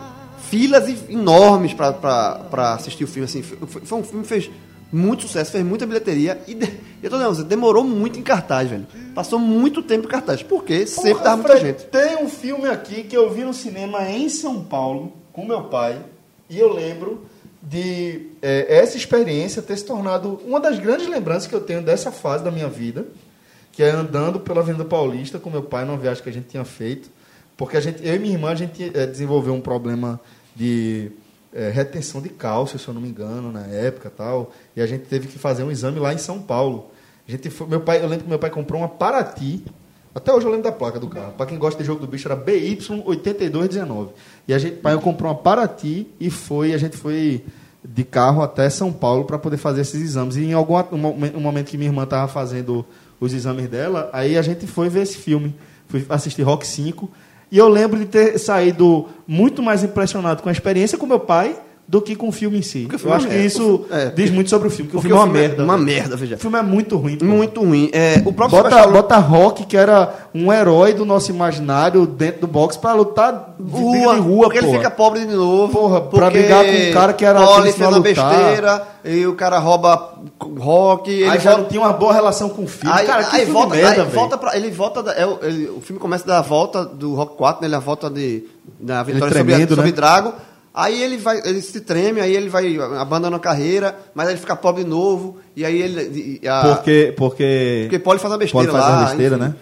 Speaker 3: filas e- enormes pra, pra, pra assistir o filme. Assim, foi, foi um filme que fez muito sucesso, fez muita bilheteria. E de- eu tô dizendo, demorou muito em cartaz, velho. Passou muito tempo em cartaz. Porque sempre
Speaker 2: Porra,
Speaker 3: tava muita
Speaker 2: Fred,
Speaker 3: gente.
Speaker 2: Tem um filme aqui que eu vi no cinema em São Paulo com meu pai e eu lembro de é, essa experiência ter se tornado uma das grandes lembranças que eu tenho dessa fase da minha vida, que é andando pela Avenida Paulista com meu pai numa viagem que a gente tinha feito, porque a gente, eu e minha irmã a gente é, desenvolveu um problema de é, retenção de cálcio, se eu não me engano, na época tal, e a gente teve que fazer um exame lá em São Paulo. A gente foi, meu pai, eu lembro que meu pai comprou uma Paraty até hoje eu lembro da placa do carro. Pra quem gosta de jogo do bicho, era BY8219. E a gente, pai, eu comprou uma Paraty e foi, a gente foi de carro até São Paulo para poder fazer esses exames. E em algum at- um momen- um momento que minha irmã tava fazendo os exames dela, aí a gente foi ver esse filme. Fui assistir Rock 5. E eu lembro de ter saído muito mais impressionado com a experiência com meu pai do que com o filme em si.
Speaker 3: Porque o
Speaker 2: Eu
Speaker 3: filme é
Speaker 2: acho
Speaker 3: uma
Speaker 2: que
Speaker 3: merda.
Speaker 2: isso
Speaker 3: É, porque-
Speaker 2: diz muito sobre o filme, que o
Speaker 3: porque
Speaker 2: filme é
Speaker 3: o
Speaker 2: uma
Speaker 3: filme é
Speaker 2: merda.
Speaker 3: uma
Speaker 2: velho.
Speaker 3: merda, veja.
Speaker 2: O filme é muito ruim. pô.
Speaker 3: Muito ruim. É, o próprio
Speaker 2: Bota, bota Rock, que era um herói do nosso imaginário dentro do box pra lutar de briga
Speaker 3: Rua,
Speaker 2: de rua,
Speaker 3: porque ele
Speaker 2: porra.
Speaker 3: fica pobre de novo.
Speaker 2: Porra, pra
Speaker 3: porque
Speaker 2: brigar com um cara que era
Speaker 3: Olha,
Speaker 2: aquele que
Speaker 3: fez uma
Speaker 2: vai lutar.
Speaker 3: besteira, e o cara rouba rock.
Speaker 2: Aí
Speaker 3: Ele
Speaker 2: já
Speaker 3: volta-
Speaker 2: não tinha uma boa relação com o filho.
Speaker 3: Aí,
Speaker 2: cara, que
Speaker 3: aí
Speaker 2: filme
Speaker 3: volta,
Speaker 2: merda,
Speaker 3: aí
Speaker 2: velho.
Speaker 3: volta pra, ele volta, da- é o- ele- o filme começa da volta do Rock 4, né? Ele é a volta de, da vitória
Speaker 2: tremendo,
Speaker 3: sobre, sobre
Speaker 2: né?
Speaker 3: Drago. Aí ele vai, ele se treme, aí ele vai abandonando a carreira, mas aí ele fica pobre de novo, e aí ele. e a-
Speaker 2: Porque, porque...
Speaker 3: porque pode fazer uma besteira
Speaker 2: Pode fazer
Speaker 3: lá.
Speaker 2: uma besteira,
Speaker 3: enfim.
Speaker 2: né?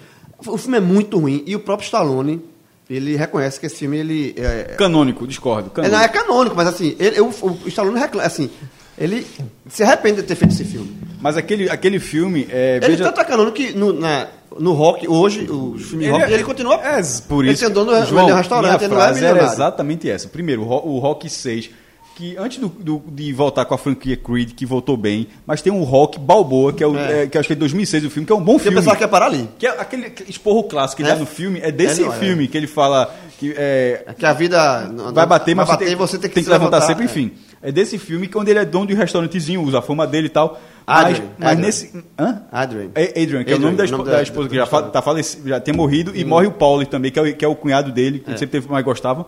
Speaker 3: O filme é muito ruim. E o próprio Stallone, ele reconhece que esse filme, ele. É,
Speaker 4: Canônico, discordo.
Speaker 3: é,
Speaker 4: Canônico.
Speaker 3: não, é canônico, mas assim, ele, o, o Stallone reclama, assim, ele se arrepende de ter feito esse filme.
Speaker 4: Mas aquele, aquele filme é.
Speaker 3: Ele tanto é canônico que no, na- no rock, hoje, o filme rock, ele continua...
Speaker 4: É, por
Speaker 3: ele
Speaker 4: isso.
Speaker 3: tem dono do-
Speaker 4: João,
Speaker 3: do restaurante,
Speaker 4: minha
Speaker 3: ele não é
Speaker 4: frase era
Speaker 3: milionário.
Speaker 4: exatamente essa. Primeiro, o Ro- o Rock 6, que antes do- do- de voltar com a franquia Creed, que voltou bem, mas tem um Rock Balboa, que é, o,
Speaker 3: É.
Speaker 4: é, que acho que é de 2006 o filme, que é um bom
Speaker 3: Porque o
Speaker 4: filme.
Speaker 3: pessoal quer parar ali.
Speaker 4: Que é aquele esporro clássico que ele
Speaker 3: É.
Speaker 4: dá no filme, é desse
Speaker 3: É, não, é.
Speaker 4: filme que ele fala que é,
Speaker 3: Que a vida... não-
Speaker 4: vai bater, mas
Speaker 3: vai bater
Speaker 4: você,
Speaker 3: e você
Speaker 4: tem,
Speaker 3: tem que, se
Speaker 4: levantar, sempre,
Speaker 3: é.
Speaker 4: enfim. É desse filme que onde ele é dono de um restaurantezinho, usa a fama dele e tal.
Speaker 3: Adrian,
Speaker 4: mas mas
Speaker 3: Adrian.
Speaker 4: nesse. Hã?
Speaker 3: Ah, Adrian.
Speaker 4: É Adrian, que é o
Speaker 3: Adrian,
Speaker 4: nome da,
Speaker 3: o
Speaker 4: espo-
Speaker 3: nome
Speaker 4: da
Speaker 3: da- Uhum.
Speaker 4: esposa
Speaker 3: do
Speaker 4: que já, fa- tá faleci- já tem morrido, e morre o Pauli também, que é o, que é o cunhado dele, que sempre teve mais gostava.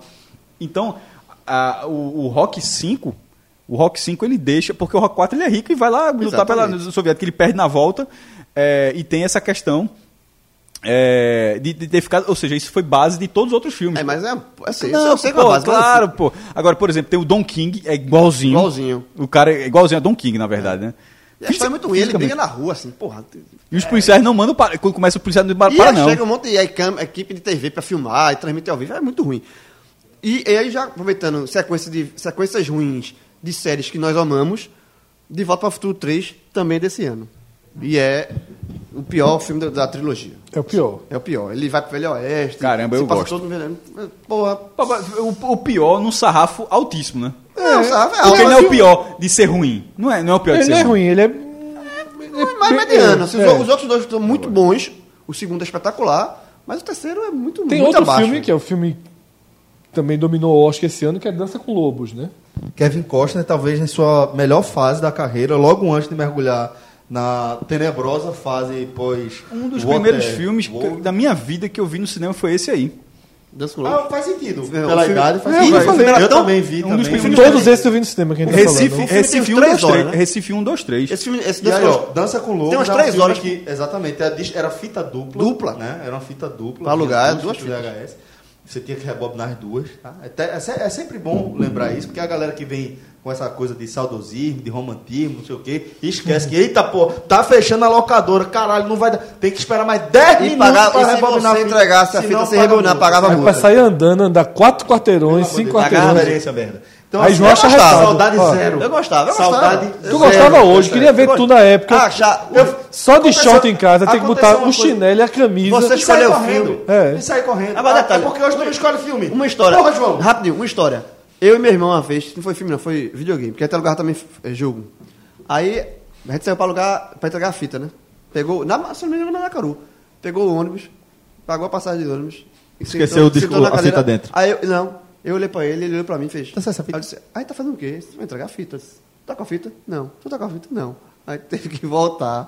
Speaker 4: Então, a- o, o Rock 5. O Rock 5 ele deixa, porque o Rock 4 ele é rico e vai lá lutar pela
Speaker 3: Exatamente.
Speaker 4: União Soviética, ele perde na volta. é, e tem essa questão é, de, de ter ficado. Ou seja, isso foi base de todos os outros filmes.
Speaker 3: É, mas é... Assim,
Speaker 4: Não,
Speaker 3: eu sei que é
Speaker 4: pô,
Speaker 3: uma base, mas
Speaker 4: claro,
Speaker 3: assim,
Speaker 4: pô. Agora, por exemplo, tem o Don King, é igualzinho.
Speaker 3: Igualzinho.
Speaker 4: O cara é igualzinho a Don King, na verdade, né?
Speaker 3: e a história é muito ruim, ele
Speaker 4: Fisicamente.
Speaker 3: briga na rua, assim, porra...
Speaker 4: E os policiais não mandam para. Quando começa o policial não Ah, para,
Speaker 3: E
Speaker 4: para
Speaker 3: aí
Speaker 4: não.
Speaker 3: chega um monte de aí, cam- equipe de TV pra filmar e transmitir ao vivo, é muito ruim. E, e aí já aproveitando sequência de, sequências ruins de séries que nós amamos, De Volta para o Futuro 3 também é desse ano. E é o pior filme da, da trilogia.
Speaker 5: É o pior.
Speaker 3: É o pior. Ele vai pro Velho Oeste.
Speaker 4: Caramba,
Speaker 3: se
Speaker 4: eu
Speaker 3: passa
Speaker 4: gosto.
Speaker 3: Todo no Velho- Porra.
Speaker 4: Papai, O, o pior num sarrafo altíssimo, né?
Speaker 3: Não, sabe? É,
Speaker 4: Porque
Speaker 3: um
Speaker 4: ele não é o
Speaker 3: filme-
Speaker 4: pior de ser ruim. Não é, não é o pior de
Speaker 5: Ele
Speaker 4: ser
Speaker 5: não é
Speaker 4: ruim.
Speaker 5: ruim, ele é.
Speaker 3: É mais mediano. Assim, os-
Speaker 4: é.
Speaker 3: Os outros dois são muito bons. O segundo é espetacular. Mas o terceiro é muito,
Speaker 5: Tem
Speaker 3: muito
Speaker 5: outro
Speaker 3: abaixo.
Speaker 5: filme que é o filme que também dominou o Oscar esse ano, que é Dança com Lobos, né?
Speaker 2: Kevin Costner, talvez em sua melhor fase da carreira, logo antes de mergulhar na tenebrosa fase pós...
Speaker 4: Um dos
Speaker 2: Water-
Speaker 4: primeiros filmes que-
Speaker 2: World.
Speaker 4: da minha vida que eu vi no cinema foi esse aí.
Speaker 3: Dança com
Speaker 2: Ah,
Speaker 3: Lobos.
Speaker 2: faz sentido.
Speaker 3: É,
Speaker 2: Pela
Speaker 3: o filme-
Speaker 2: idade faz
Speaker 3: É,
Speaker 2: sentido.
Speaker 3: o filme era
Speaker 2: eu
Speaker 3: tão-
Speaker 2: também vi
Speaker 4: um dos
Speaker 2: também.
Speaker 4: primeiros-
Speaker 5: Todos esses eu vi no cinema que a gente tá
Speaker 4: Recife,
Speaker 5: falando.
Speaker 3: tem
Speaker 4: Recife,
Speaker 3: uns
Speaker 4: 1, 2,
Speaker 3: três horas,
Speaker 4: 3.
Speaker 3: né?
Speaker 4: Recife 1, 2, 3.
Speaker 3: Esse filme, esse
Speaker 2: E
Speaker 3: Dança
Speaker 2: aí,
Speaker 3: com
Speaker 2: ó,
Speaker 3: Lobos-
Speaker 2: Dança com Lobos.
Speaker 3: Tem umas
Speaker 2: é um
Speaker 3: três
Speaker 2: filme
Speaker 3: horas
Speaker 2: que. Exatamente. Era, dis- era fita dupla.
Speaker 3: Dupla.
Speaker 2: né? Era uma fita dupla.
Speaker 3: Pra alugar,
Speaker 2: tinha
Speaker 3: duas
Speaker 2: fitas VHS. Você tinha que rebobinar as duas. tá? Até- é, se- é sempre bom lembrar isso, porque a galera que vem com essa coisa de saudosismo, de romantismo, não sei o quê, esquece que, eita, pô, tá fechando a locadora, caralho, não vai dar. Tem que esperar mais 10
Speaker 3: E
Speaker 2: minutos
Speaker 3: pagar-
Speaker 2: pra
Speaker 3: e se
Speaker 2: rebobinar
Speaker 3: você entregasse a
Speaker 2: senão
Speaker 3: fita sem
Speaker 2: paga
Speaker 3: rebobinar,
Speaker 2: multa.
Speaker 3: pagava
Speaker 5: É pra
Speaker 3: multa.
Speaker 5: sair andando, andar quatro quarteirões, cinco
Speaker 2: né? Pagar a
Speaker 5: quarteirões.
Speaker 2: experiência, merda. Então,
Speaker 5: Aí
Speaker 2: assim,
Speaker 5: João
Speaker 2: eu
Speaker 5: acha
Speaker 2: gostava,
Speaker 5: arretado.
Speaker 2: saudade
Speaker 5: Ó.
Speaker 2: zero.
Speaker 3: Eu gostava, eu
Speaker 2: saudade
Speaker 3: gostava.
Speaker 5: Tu gostava hoje, queria ver
Speaker 3: Eu
Speaker 5: tu na época.
Speaker 3: Ah, já-
Speaker 2: Eu-
Speaker 5: Só de
Speaker 2: Aconteceu-
Speaker 5: short em casa, tem que botar
Speaker 2: aconteceu
Speaker 5: o
Speaker 2: uma coisa.
Speaker 5: chinelo e a camisa.
Speaker 3: Você
Speaker 2: E sai
Speaker 3: escolheu o
Speaker 2: correndo.
Speaker 3: filme.
Speaker 5: É.
Speaker 2: E sai correndo.
Speaker 3: Ah, mas
Speaker 2: Ah,
Speaker 3: detalhe.
Speaker 2: é porque hoje tu não escolhe filme.
Speaker 3: Uma história.
Speaker 2: Porra, João.
Speaker 3: Rapidinho, uma história. Eu e meu irmão, uma vez, não foi filme, não, foi videogame, porque até lugar também é jogo. Aí, a gente saiu pra alugar, pra entregar a fita, né? Pegou, na, se não me engano, na Maracaru. Pegou o ônibus, pagou a passagem de ônibus. e
Speaker 2: Esqueceu
Speaker 3: sentou-
Speaker 2: o disco-
Speaker 3: sentou na
Speaker 2: a
Speaker 3: cadeira.
Speaker 2: fita dentro.
Speaker 3: Aí eu, não, eu olhei pra ele, ele olhou pra mim e fez. Tá
Speaker 2: essa fita?
Speaker 3: Aí eu disse, aí tá fazendo o quê? Você vai entregar a fita? Tá com a fita? Não. Tu tá com a fita? Não. Aí teve que voltar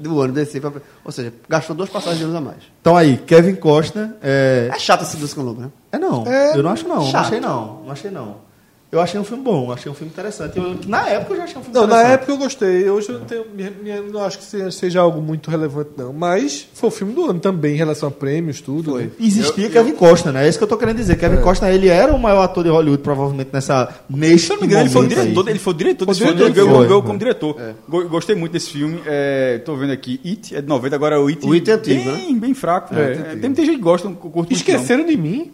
Speaker 3: do ônibus, descer pra... Ou seja, gastou duas passagens de ônibus a mais.
Speaker 2: Então aí, Kevin Costner. É,
Speaker 3: É chato esse Duscan Lobo, né?
Speaker 2: É não,
Speaker 3: É
Speaker 2: eu não acho não, não
Speaker 3: chato.
Speaker 2: achei não, não achei não. Eu achei um filme bom, achei um filme interessante. Eu- na época eu já achei um filme
Speaker 13: Não, na
Speaker 2: interessante.
Speaker 13: época eu gostei. Hoje eu não, tenho, minha- minha- não acho que seja, seja algo muito relevante, não. Mas foi o filme do ano também, em relação a prêmios, tudo. né?
Speaker 2: Existia Kevin Costner, né? É isso que eu tô querendo dizer. Kevin Costner, ele era o maior ator de Hollywood, provavelmente, nessa. Neste
Speaker 4: Se eu não me engano, ele foi o
Speaker 2: momento aí.
Speaker 4: diretor, ele foi É. o diretor
Speaker 2: Foi
Speaker 4: desse filme.
Speaker 2: diretor,
Speaker 4: Ele ganhou,
Speaker 2: foi,
Speaker 4: ganhou
Speaker 2: foi.
Speaker 4: como diretor. Go- Gostei muito desse filme. É, tô vendo aqui, It é de 90, agora o It,
Speaker 3: O It é antigo,
Speaker 4: bem, bem fraco.
Speaker 5: É,
Speaker 4: né?
Speaker 5: é
Speaker 4: É,
Speaker 5: antigo.
Speaker 4: tem muita gente que gosta, eu curto muito, não.
Speaker 5: Esqueceram de mim?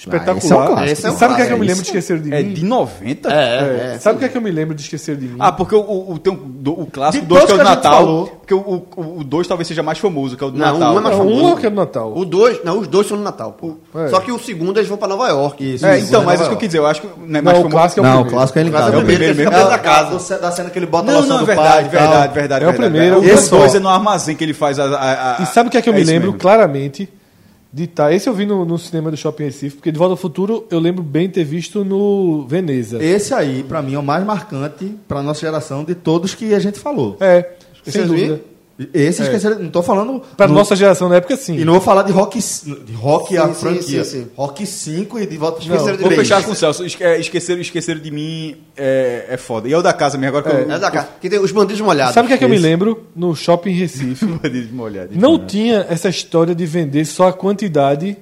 Speaker 4: Ah, esse é um
Speaker 5: Espetacular.
Speaker 4: clássico. Esse é um
Speaker 5: Sabe o que é que eu
Speaker 4: clássico.
Speaker 5: me lembro de
Speaker 4: Isso
Speaker 5: Esqueceram de mim?
Speaker 4: é de 90?
Speaker 5: É,
Speaker 4: É, é.
Speaker 5: Sabe o que é que eu me lembro de Esquecer de mim?
Speaker 4: Ah, porque o, o, o tem o, do- o clássico
Speaker 5: De
Speaker 4: 2 que é o
Speaker 5: todos que a gente
Speaker 4: Natal.
Speaker 5: falou.
Speaker 4: Porque o- o 2 talvez seja mais famoso, que é o do
Speaker 3: Não,
Speaker 4: Natal.
Speaker 3: um é mais
Speaker 4: Não,
Speaker 3: famoso.
Speaker 4: um-
Speaker 5: que é do Natal.
Speaker 3: O dois, não, os dois são no Natal, pô.
Speaker 4: é.
Speaker 3: Só que o segundo eles vão pra Nova York. Isso,
Speaker 4: É, então, mas isso que eu quis dizer, eu acho que não é mais
Speaker 2: Não,
Speaker 4: famoso.
Speaker 2: o clássico é ele em casa.
Speaker 4: É o primeiro mesmo.
Speaker 2: É da casa. Da cena que ele bota a
Speaker 4: Não,
Speaker 2: loção
Speaker 4: não, é
Speaker 2: do pai
Speaker 4: verdade,
Speaker 2: e tal.
Speaker 4: verdade, verdade.
Speaker 5: É o
Speaker 4: verdade.
Speaker 5: primeiro, é o
Speaker 4: Esse
Speaker 5: só.
Speaker 4: dois é no armazém que ele faz a. a- a-
Speaker 5: E sabe o que é que eu me
Speaker 4: isso
Speaker 5: lembro
Speaker 4: mesmo.
Speaker 5: claramente de estar. Esse eu vi no, no cinema do Shopping Recife, porque De Volta ao Futuro eu lembro bem ter visto no Veneza.
Speaker 2: Esse aí, pra mim, é o mais marcante pra nossa geração de todos que a gente falou.
Speaker 5: É, sem
Speaker 2: Esqueceram de
Speaker 5: dúvida.
Speaker 2: mim? Esse
Speaker 5: É.
Speaker 2: esqueceram. Não tô falando.
Speaker 5: Pra
Speaker 2: no-
Speaker 5: nossa geração na época, sim.
Speaker 2: E não vou falar de rock, de rock
Speaker 3: Sim,
Speaker 2: a
Speaker 3: sim,
Speaker 2: franquia.
Speaker 3: sim, sim.
Speaker 2: Rock 5 e de volta
Speaker 4: Não,
Speaker 2: esqueceram de
Speaker 4: vou
Speaker 2: Três.
Speaker 4: fechar com o Celso. Esque- é, Esqueceram, esqueceram de mim é, é foda. E é o da casa mesmo, agora que eu.
Speaker 3: É da casa. Que tem os bandidos molhados.
Speaker 5: Sabe o que é que eu me lembro no Shopping Recife?
Speaker 4: Bandido de molhado.
Speaker 5: Não tinha essa história de vender só a quantidade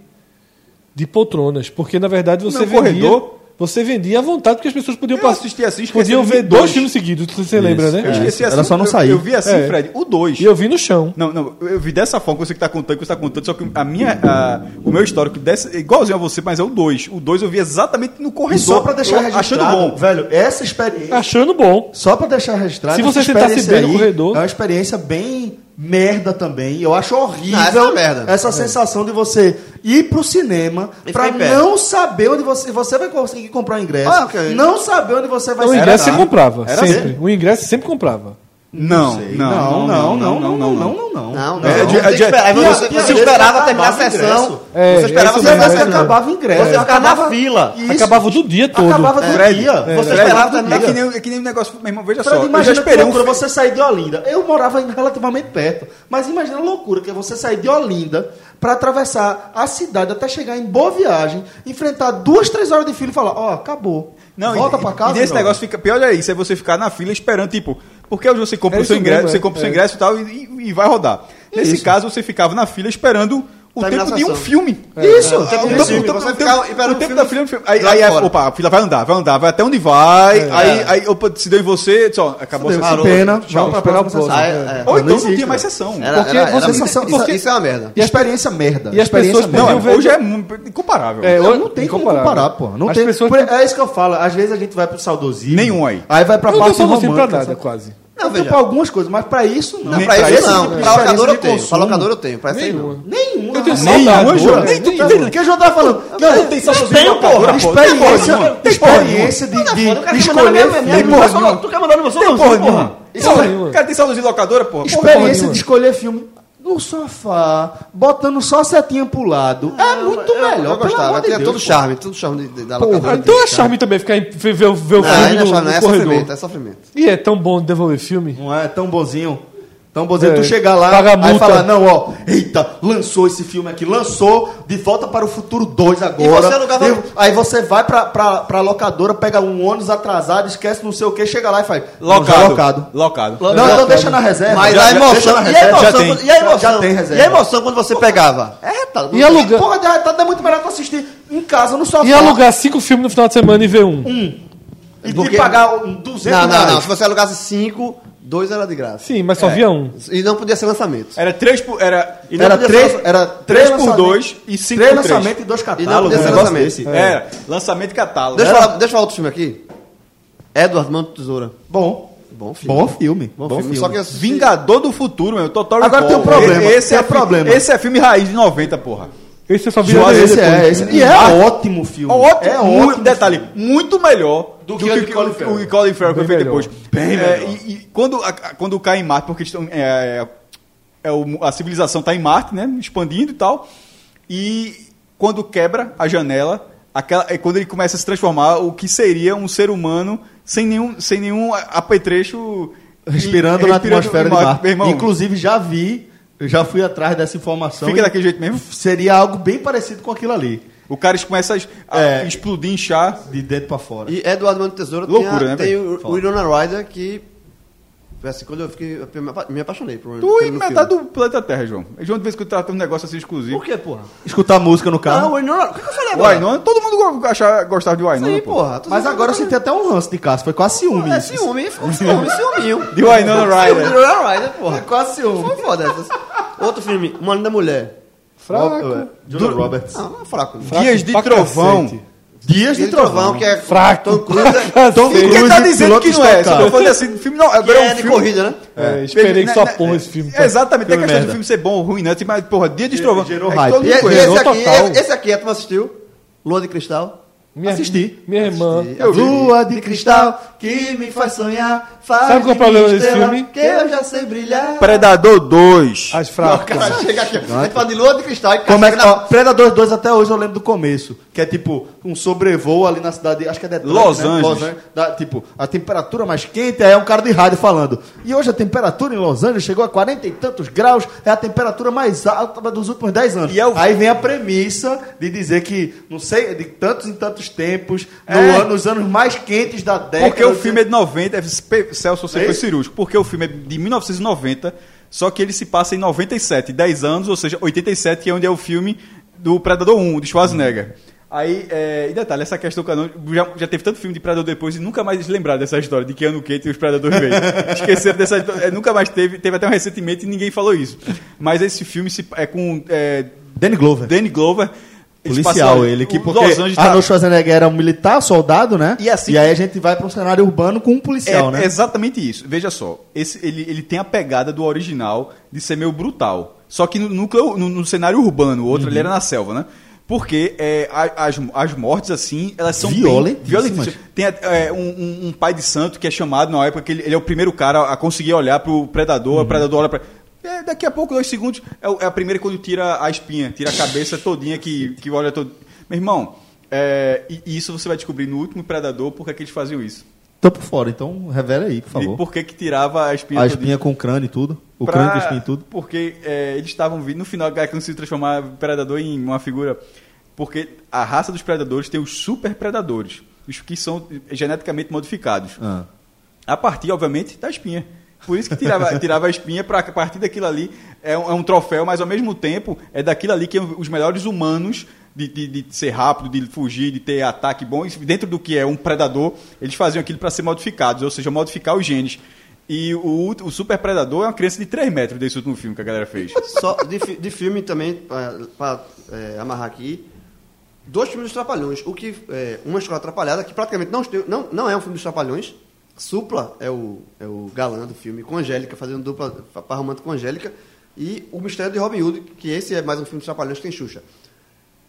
Speaker 5: de poltronas, porque na verdade você
Speaker 4: Não,
Speaker 5: vendia,
Speaker 4: corredor.
Speaker 5: você vendia à vontade, porque as pessoas podiam
Speaker 4: Eu
Speaker 5: passar,
Speaker 4: assisti assim, esqueci
Speaker 5: podiam
Speaker 4: de
Speaker 5: ver
Speaker 4: dois.
Speaker 5: dois, filmes seguidos, você lembra, né?
Speaker 4: Eu esqueci
Speaker 2: era
Speaker 4: assim.
Speaker 2: só não
Speaker 4: eu-
Speaker 2: sair.
Speaker 4: Eu, vi assim,
Speaker 5: É.
Speaker 4: Fred, o 2.
Speaker 5: E eu vi no chão.
Speaker 4: Não, não, eu vi dessa forma que você que tá contando, que você tá contando, só que a minha, a- o meu histórico dessa, é igualzinho a você, mas é o 2. O 2 eu vi exatamente no corredor.
Speaker 2: Só pra deixar
Speaker 4: eu,
Speaker 2: registrado.
Speaker 4: Achando bom. Ah,
Speaker 2: Velho, essa experiência.
Speaker 5: Achando bom.
Speaker 2: Só pra deixar registrado.
Speaker 5: Se você
Speaker 2: essa
Speaker 5: sentasse
Speaker 2: experiência
Speaker 5: bem no
Speaker 2: aí
Speaker 5: corredor.
Speaker 2: É uma experiência bem merda também. Eu acho horrível.
Speaker 3: Não, essa é uma merda.
Speaker 2: Essa sensação de você ir pro cinema
Speaker 3: E
Speaker 2: pra
Speaker 3: ficar em pé.
Speaker 2: não saber onde você, você vai conseguir comprar o ingresso.
Speaker 3: Ah, ok.
Speaker 2: Não saber onde você vai
Speaker 5: Então, O
Speaker 2: sentar.
Speaker 5: ingresso você comprava,
Speaker 2: Era
Speaker 5: sempre.
Speaker 2: assim.
Speaker 5: O ingresso você sempre comprava.
Speaker 4: Não,
Speaker 2: sei.
Speaker 4: não, não, não, não, não, não.
Speaker 2: não.
Speaker 3: Não, não.
Speaker 4: É,
Speaker 3: não,
Speaker 4: de-
Speaker 3: tem que
Speaker 4: de-
Speaker 3: esperar. Aí
Speaker 2: Tinha-
Speaker 3: Você,
Speaker 2: tinha
Speaker 3: você
Speaker 2: vezes
Speaker 3: esperava
Speaker 2: que
Speaker 3: terminar a
Speaker 2: acabava o
Speaker 3: sessão.
Speaker 2: ingresso.
Speaker 5: É,
Speaker 3: você esperava
Speaker 5: esse
Speaker 2: Você
Speaker 5: mesmo,
Speaker 2: você
Speaker 5: é.
Speaker 2: acabava o ingresso.
Speaker 3: Você ficava na
Speaker 2: acabava-
Speaker 3: fila.
Speaker 2: Isso.
Speaker 5: Acabava do dia todo.
Speaker 2: Acabava do
Speaker 3: Fred,
Speaker 2: dia.
Speaker 3: é,
Speaker 2: Você
Speaker 3: Fred,
Speaker 2: esperava do
Speaker 4: É
Speaker 2: dia.
Speaker 4: que nem, é que nem um negócio, meu irmão, veja
Speaker 2: Fred,
Speaker 4: só. Eu já
Speaker 2: imagina que
Speaker 4: esperei um
Speaker 2: loucura você sair de Olinda. Eu morava ainda relativamente perto. Mas imagina a loucura que é você sair de Olinda pra atravessar a cidade até chegar em Boa Viagem, enfrentar duas, três horas de fila e falar, ó, acabou.
Speaker 4: Não,
Speaker 2: Volta
Speaker 4: e,
Speaker 2: pra casa.
Speaker 4: E nesse
Speaker 2: meu
Speaker 4: negócio fica. Pior é isso, é você ficar na fila esperando, tipo, porque hoje você compra
Speaker 5: É
Speaker 4: o seu
Speaker 5: isso
Speaker 4: ingresso,
Speaker 5: mesmo,
Speaker 4: você
Speaker 5: é.
Speaker 4: compra o seu
Speaker 5: É.
Speaker 4: ingresso e tal, e, e- e vai rodar. nesse caso, você ficava na fila esperando o
Speaker 3: Terminar
Speaker 4: tempo
Speaker 3: a
Speaker 4: de um
Speaker 3: sessão.
Speaker 4: filme.
Speaker 2: Isso,
Speaker 4: O tempo-
Speaker 2: é,
Speaker 4: o tempo-
Speaker 2: sim,
Speaker 4: o tempo-
Speaker 3: você
Speaker 4: o tempo-
Speaker 3: ficava esperando
Speaker 4: o
Speaker 3: o
Speaker 4: tempo
Speaker 3: filme
Speaker 4: da fila é um filme. Aí,
Speaker 3: lá
Speaker 4: aí,
Speaker 3: fora.
Speaker 4: opa, a fila vai andar, vai andar, vai até onde vai. Aí, aí opa, se deu em você, só, acabou a
Speaker 2: Deus.
Speaker 4: sessão.
Speaker 2: Que pena.
Speaker 5: Tchau,
Speaker 2: Vamos pra
Speaker 5: esperar o
Speaker 2: próxima sessão.
Speaker 5: próximo.
Speaker 3: É, é.
Speaker 4: Ou então não
Speaker 2: existe,
Speaker 4: tinha mais
Speaker 2: velho.
Speaker 4: sessão.
Speaker 3: Era-
Speaker 5: Porque
Speaker 3: era- era
Speaker 5: você-
Speaker 3: muito-
Speaker 5: sensação-
Speaker 3: isso-
Speaker 5: porque-
Speaker 3: Isso é uma merda.
Speaker 2: E a experiência merda.
Speaker 5: E as
Speaker 2: Experiência
Speaker 5: pessoas
Speaker 4: Não,
Speaker 5: podiam ver-
Speaker 4: hoje é mu- incomparável.
Speaker 5: É,
Speaker 2: Não,
Speaker 5: hoje-
Speaker 2: não tem como
Speaker 5: incomparável.
Speaker 2: comparar, pô. Não
Speaker 5: As
Speaker 2: tem.
Speaker 5: pessoas
Speaker 2: Por- É isso que eu falo. Às vezes a gente vai pro saudosismo.
Speaker 4: Nenhum aí.
Speaker 2: Aí vai pra
Speaker 5: Eu não
Speaker 2: parte
Speaker 5: sou assim pra
Speaker 2: romântica.
Speaker 5: nada,
Speaker 2: sabe?
Speaker 5: quase.
Speaker 2: Não, tem pra algumas coisas, mas pra isso não.
Speaker 3: Não,
Speaker 4: Nem
Speaker 3: pra
Speaker 4: pra
Speaker 3: isso
Speaker 4: esse
Speaker 3: não.
Speaker 4: tipo
Speaker 2: de
Speaker 3: Pra locadora eu
Speaker 2: experiência
Speaker 3: tenho.
Speaker 2: de
Speaker 3: Pra
Speaker 2: consumo.
Speaker 3: locadora eu tenho. Pra essa aí não.
Speaker 5: Nenhuma.
Speaker 2: Nenhuma.
Speaker 5: Eu tenho
Speaker 2: Nenhuma.
Speaker 5: saudade.
Speaker 4: João.
Speaker 5: Nem tu-
Speaker 2: O que eu já tava falando? Não, tem
Speaker 4: sensação de
Speaker 2: porra.
Speaker 4: locadora, porra.
Speaker 2: Experiência,
Speaker 4: Tem porra
Speaker 2: tem experiência de, de, de escolher filme.
Speaker 4: Tu quer mandar no meu Tem porra nenhuma.
Speaker 2: Isso é-
Speaker 5: nenhuma.
Speaker 4: Cara, tem saudade de locadora, porra.
Speaker 5: porra
Speaker 2: Experiência
Speaker 5: nenhuma.
Speaker 2: de escolher filme no sofá, botando só a setinha pro lado. É muito melhor.
Speaker 3: Eu
Speaker 2: pelo amor
Speaker 3: gostava.
Speaker 2: de
Speaker 3: Tinha
Speaker 2: Deus,
Speaker 3: todo o
Speaker 2: pô.
Speaker 3: charme. Todo o charme de- de- da
Speaker 5: Porra,
Speaker 3: locadora.
Speaker 5: então é charme também ficar em, ver, ver o ver o
Speaker 3: Não,
Speaker 5: filme
Speaker 3: ainda
Speaker 5: no,
Speaker 3: charme não.
Speaker 5: no
Speaker 3: É
Speaker 5: corredor.
Speaker 3: sofrimento. É sofrimento.
Speaker 5: E é tão bom devolver filme.
Speaker 2: Não é tão bonzinho. Tão bonzinho.
Speaker 5: É,
Speaker 2: tu chegar lá
Speaker 5: paga a
Speaker 2: aí
Speaker 5: multa.
Speaker 2: falar, não, ó, eita, lançou esse filme aqui, lançou De Volta para o Futuro 2 agora.
Speaker 3: E você alugava-
Speaker 2: Eu- Aí você vai pra, pra, pra locadora, pega um ônibus atrasado, esquece não sei o que, chega lá e faz. não, já é
Speaker 4: Locado.
Speaker 2: Locado.
Speaker 4: Locado.
Speaker 2: Não, então deixa na reserva.
Speaker 3: Mas
Speaker 2: Já-
Speaker 3: a
Speaker 2: já- deixa na
Speaker 3: emoção. E a
Speaker 2: reserva.
Speaker 3: emoção.
Speaker 2: Já
Speaker 4: tem.
Speaker 3: quando- E a emoção.
Speaker 2: Já tem reserva.
Speaker 3: E a emoção quando você pegava. É, tá.
Speaker 5: E alugar,
Speaker 2: Porra, de retardado é muito melhor tu assistir em casa, no sofá.
Speaker 5: e alugar cinco filmes no final de semana e ver um.
Speaker 2: E,
Speaker 3: Porque-
Speaker 2: e pagar um 200
Speaker 3: Não, não,
Speaker 2: reais.
Speaker 3: não. Se você alugasse cinco, dois era de graça.
Speaker 5: Sim, mas só via um.
Speaker 3: E não podia ser lançamento.
Speaker 4: Era 3 por. Era,
Speaker 2: E não Era
Speaker 3: podia
Speaker 2: três,
Speaker 3: ser-
Speaker 2: era
Speaker 4: três
Speaker 2: três
Speaker 4: por
Speaker 2: lançamento.
Speaker 4: dois e cinco
Speaker 2: Três
Speaker 4: por três.
Speaker 2: lançamentos e dois
Speaker 3: E não
Speaker 2: catálogos.
Speaker 3: podia ser
Speaker 2: um negócio
Speaker 3: lançamento.
Speaker 2: desse.
Speaker 4: era, É, lançamento e catálogo.
Speaker 3: Deixa eu
Speaker 4: Era-
Speaker 3: falar, deixa eu falar outro filme aqui. Edward Mão de Tesoura.
Speaker 2: Bom.
Speaker 3: Bom filme.
Speaker 2: Bom filme.
Speaker 3: Bom filme. Só que é assim, eu assisti-
Speaker 4: Vingador do Futuro, meu. Total
Speaker 2: Agora
Speaker 4: Recall.
Speaker 2: tem um problema,
Speaker 4: Esse
Speaker 2: tem
Speaker 4: é
Speaker 2: um
Speaker 4: fi-
Speaker 2: problema.
Speaker 4: Esse é filme raiz de 90, porra.
Speaker 5: Esse eu só vi
Speaker 2: João,
Speaker 5: depois.
Speaker 2: esse é, esse- e é ótimo filme.
Speaker 4: Ótimo,
Speaker 2: é
Speaker 4: muito-
Speaker 2: ótimo.
Speaker 4: detalhe, muito melhor do,
Speaker 2: Do
Speaker 4: que,
Speaker 2: que
Speaker 4: o
Speaker 2: o de
Speaker 4: que
Speaker 2: Colin
Speaker 4: o,
Speaker 2: Farrell.
Speaker 4: o Colin Farrell que foi
Speaker 5: Bem
Speaker 4: feito
Speaker 5: melhor.
Speaker 4: depois. É, e, e quando, a- a- quando cai em Marte, porque estão. é, é, é o- a civilização está em Marte, né? Expandindo e tal. E quando quebra a janela, aquela, é quando ele começa a se transformar o que seria um ser humano sem nenhum, sem nenhum apetrecho.
Speaker 2: Respirando na atmosfera de Marte.
Speaker 4: Meu irmão,
Speaker 2: Inclusive, já vi, eu já fui atrás dessa informação.
Speaker 4: Fica
Speaker 2: Então, e
Speaker 4: daquele jeito mesmo?
Speaker 2: Seria algo bem parecido com aquilo ali.
Speaker 4: O cara começa a explodir, inchar.
Speaker 2: De dentro pra fora.
Speaker 3: E Eduardo Mano Tesouro
Speaker 2: Loucura,
Speaker 3: tem, a-
Speaker 2: né,
Speaker 3: tem
Speaker 2: velho?
Speaker 3: o,
Speaker 2: Foda.
Speaker 3: o Winona Ryder que. Assim, quando eu fiquei. Eu me apa- me apaixonei por
Speaker 4: Tu e metade do planeta Terra, João. João, de vez em quando, trata um negócio assim exclusivo. Por
Speaker 3: quê, porra?
Speaker 2: Escutar música no carro.
Speaker 3: Ah, o Winona. O que que eu falei
Speaker 4: O
Speaker 3: agora?
Speaker 4: Ainona, todo mundo go- achava- gostava de Ainona.
Speaker 3: Sim, porra, tô
Speaker 2: Mas
Speaker 3: dizendo
Speaker 2: agora
Speaker 3: que-
Speaker 2: você um tem até um ranço de casa. Foi quase ciúme.
Speaker 3: É
Speaker 2: isso.
Speaker 3: ciúme, ficou ciúme, ciúminho.
Speaker 2: De Winona Ryder. É
Speaker 3: Ciúme de Winona Ryder, porra.
Speaker 2: Quase ciúme.
Speaker 3: Foi foda essas. Outro filme, Uma Linda Mulher.
Speaker 2: Fraco.
Speaker 4: é,
Speaker 2: Julia Roberts.
Speaker 3: Não, não é fraco.
Speaker 2: Fraco Dias de pra Trovão. cacete. Dias de Trovão,
Speaker 3: que é
Speaker 2: Fraco.
Speaker 3: Tom Cruise.
Speaker 2: Tom
Speaker 4: Quem
Speaker 2: Cruise
Speaker 4: tá
Speaker 2: e
Speaker 4: dizendo que
Speaker 2: pilotos
Speaker 4: não é? Se
Speaker 2: tocados.
Speaker 4: eu falei assim, filme não. Agora
Speaker 3: Que
Speaker 4: um
Speaker 3: é de
Speaker 4: filme-
Speaker 3: corrida, né?
Speaker 5: É, esperei que
Speaker 4: na-
Speaker 5: só
Speaker 4: na-
Speaker 5: porra esse
Speaker 2: tá?
Speaker 5: filme.
Speaker 4: Exatamente, tem
Speaker 5: Filme
Speaker 4: a questão
Speaker 5: merda.
Speaker 4: do filme ser bom, ruim, né? Mas, porra, Dia de Trovão.
Speaker 2: gerou
Speaker 4: É que
Speaker 2: hype.
Speaker 4: todo
Speaker 3: E,
Speaker 4: mundo
Speaker 3: e
Speaker 4: conhece.
Speaker 3: esse aqui,
Speaker 5: total.
Speaker 3: esse, esse aqui é, tu não assistiu? Lua de Cristal.
Speaker 5: Minha,
Speaker 2: Assisti.
Speaker 5: Minha irmã.
Speaker 2: Eu vi. Lua
Speaker 3: de cristal que me faz sonhar. Faz
Speaker 5: Sabe qual é o
Speaker 3: de
Speaker 5: problema
Speaker 3: mim
Speaker 5: desse
Speaker 3: estrela
Speaker 5: filme?
Speaker 3: Que eu já sei brilhar.
Speaker 4: Predador 2.
Speaker 5: As fracas.
Speaker 3: Cara, chega aqui. ó. A gente fala de lua de cristal e
Speaker 2: Como é que,
Speaker 3: cacete
Speaker 2: ó, Predador 2 até hoje eu lembro do começo, que é tipo um sobrevoo ali na cidade, acho que é Detroit,
Speaker 4: Los
Speaker 2: né?
Speaker 4: Angeles.
Speaker 2: Da- tipo, a temperatura mais quente, aí é um cara de rádio falando. E hoje a temperatura em Los Angeles chegou a 40 e tantos graus, é a temperatura mais alta dos últimos 10 anos.
Speaker 4: E é o-
Speaker 2: Aí vem a premissa de dizer que, não sei, de tantos em tantos tempos, no
Speaker 4: É.
Speaker 2: ano, nos anos mais quentes da década.
Speaker 4: Porque o filme é de 90, é Pe- Celso, você
Speaker 2: É
Speaker 4: foi
Speaker 2: isso?
Speaker 4: cirúrgico. Porque o filme é de 1990, só que ele se passa em 97, 10 anos, ou seja, 87, que é onde é o filme do Predador 1, de Schwarzenegger. Aí, é, e detalhe, essa questão canônica, já, já teve tanto filme de Predador depois e nunca mais lembraram dessa história de que ano quente e os Predadores veio. Esqueceram dessa história, é, nunca mais teve, teve até um recentemente e ninguém falou isso. Mas esse filme se- é com é,
Speaker 2: Danny Glover.
Speaker 4: Danny Glover. Eles
Speaker 2: Policial
Speaker 4: passaram-
Speaker 2: ele, que
Speaker 4: o
Speaker 2: porque
Speaker 4: Los Angeles tá-
Speaker 2: Arnold Schwarzenegger era um militar, soldado, né?
Speaker 4: E assim-
Speaker 2: aí a gente vai para um cenário urbano com um policial,
Speaker 4: é,
Speaker 2: né?
Speaker 4: é exatamente isso. Veja só, esse, ele, ele tem a pegada do original de ser meio brutal. Só que no núcleo, no, no cenário urbano, o
Speaker 2: Uhum.
Speaker 4: outro ele era na selva, né? Porque é, a- as, as mortes, assim, elas são bem-
Speaker 2: Violentíssimas.
Speaker 4: violentíssimas. Tem é, um, um- um pai de santo que é chamado na época que ele, ele é o primeiro cara a conseguir olhar pro predador,
Speaker 2: Uhum.
Speaker 4: o predador olha pra. É, daqui a pouco, dois segundos, é, o- é a primeira quando tira a espinha, tira a cabeça todinha que, que olha todo. Meu irmão, é, e, e isso você vai descobrir no último predador porque é que eles faziam isso.
Speaker 2: Tô por fora, então revela aí, por favor.
Speaker 4: E por que que tirava a espinha
Speaker 2: a
Speaker 4: todinha?
Speaker 2: espinha com o crânio e tudo. O
Speaker 4: Pra-
Speaker 2: crânio com a espinha e tudo.
Speaker 4: Porque é, eles estavam vindo. No final, cara conseguiu transformar o predador em uma figura. Porque a raça dos predadores tem os super predadores os que são geneticamente modificados.
Speaker 2: Ah.
Speaker 4: A partir, obviamente, da espinha. Por isso que tirava, tirava a espinha, para a partir daquilo ali é um, é um troféu, mas ao mesmo tempo é daquilo ali que os melhores humanos, de, de- de ser rápido, de fugir, de ter ataque bom, isso dentro do que é um predador, eles faziam aquilo para ser modificados, ou seja, modificar os genes. E o, ult- o super predador é uma criança de 3 metros desse último filme que a galera fez.
Speaker 3: Só de, fi- de filme também, para amarrar aqui, dois filmes dos Trapalhões. O que, é, uma Escola Atrapalhada, que praticamente não, este- não, não é um filme dos Trapalhões. Supla é o, é o galã do filme, com Angélica, fazendo dupla fa- par romântico com Angélica. E O Mistério de Robin Hood, que esse é mais um filme dos Trapalhões que tem Xuxa.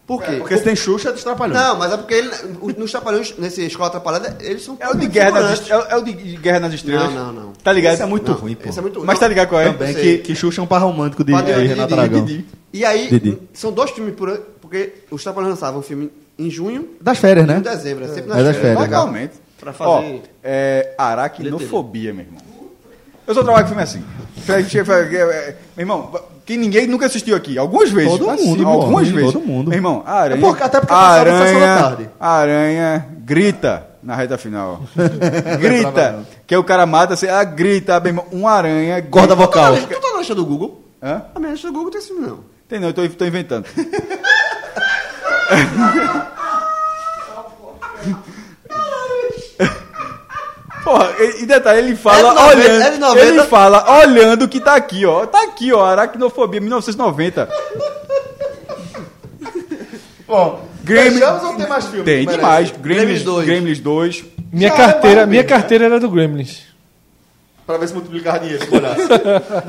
Speaker 3: Por
Speaker 5: É,
Speaker 3: quê?
Speaker 2: Porque se tem Xuxa, dos Trapalhões.
Speaker 3: Não, mas é porque ele, o- nos Trapalhões, nesse Escola Atrapalhada, eles são...
Speaker 4: É o de Guerra nas,
Speaker 3: figurantes.
Speaker 4: Est- é, o- é o de Guerra nas Estrelas.
Speaker 3: Não, não, não.
Speaker 4: Tá ligado?
Speaker 2: Esse é muito
Speaker 3: Não,
Speaker 2: ruim, pô.
Speaker 3: esse é muito ruim.
Speaker 4: Mas tá ligado qual é?
Speaker 2: Também
Speaker 3: sei.
Speaker 2: que, que Xuxa é um par romântico de,
Speaker 3: Pode-
Speaker 2: de
Speaker 3: Didi,
Speaker 2: Renato
Speaker 3: Didi,
Speaker 2: Aragão.
Speaker 4: Didi.
Speaker 3: E aí,
Speaker 2: Didi.
Speaker 3: n- são dois filmes por ano, porque os Trapalhões lançavam um filme em junho
Speaker 2: Das férias, né?
Speaker 3: em dezembro, é sempre nas
Speaker 2: É das férias.
Speaker 3: Legal.
Speaker 4: Totalmente.
Speaker 3: Pra fazer-
Speaker 4: Ó, é, aracnofobia, meu irmão. Eu só trabalho com filme assim. Fe- che- fe- é, é, Meu irmão, que ninguém nunca assistiu aqui. Algumas vezes.
Speaker 2: Todo
Speaker 4: Assim,
Speaker 2: mundo,
Speaker 4: Algumas
Speaker 2: porra,
Speaker 4: vezes.
Speaker 2: todo mundo.
Speaker 4: Meu irmão, aranha.
Speaker 2: É porque- até porque passava na sessão da
Speaker 4: aranha,
Speaker 2: tarde.
Speaker 4: aranha grita na reta final. grita. que aí o cara mata, assim, ah, grita, meu irmão. Um aranha.
Speaker 2: Corda
Speaker 4: grita.
Speaker 2: vocal.
Speaker 3: Tu tá na lista do Google?
Speaker 4: Hã?
Speaker 3: A minha lista do Google tem esse filme, não.
Speaker 4: Tem não, eu tô, tô inventando. Porra, e, e detalhe, ele fala
Speaker 3: É de 90,
Speaker 4: olhando.
Speaker 3: é de 90.
Speaker 4: Ele fala olhando o que tá aqui, ó. Tá aqui, ó. Aracnofobia 1990.
Speaker 2: Bom,
Speaker 4: Grêmio-
Speaker 2: fechamos ou tem mais filme?
Speaker 4: Tem
Speaker 2: Merece.
Speaker 4: demais. Gremlins
Speaker 3: Gremlins dois.
Speaker 4: 2. Gremlins 2.
Speaker 5: Minha
Speaker 2: Cara,
Speaker 5: carteira,
Speaker 2: maravilha.
Speaker 5: minha carteira era do Gremlins.
Speaker 2: Pra ver se multiplicava dinheiro com o braço.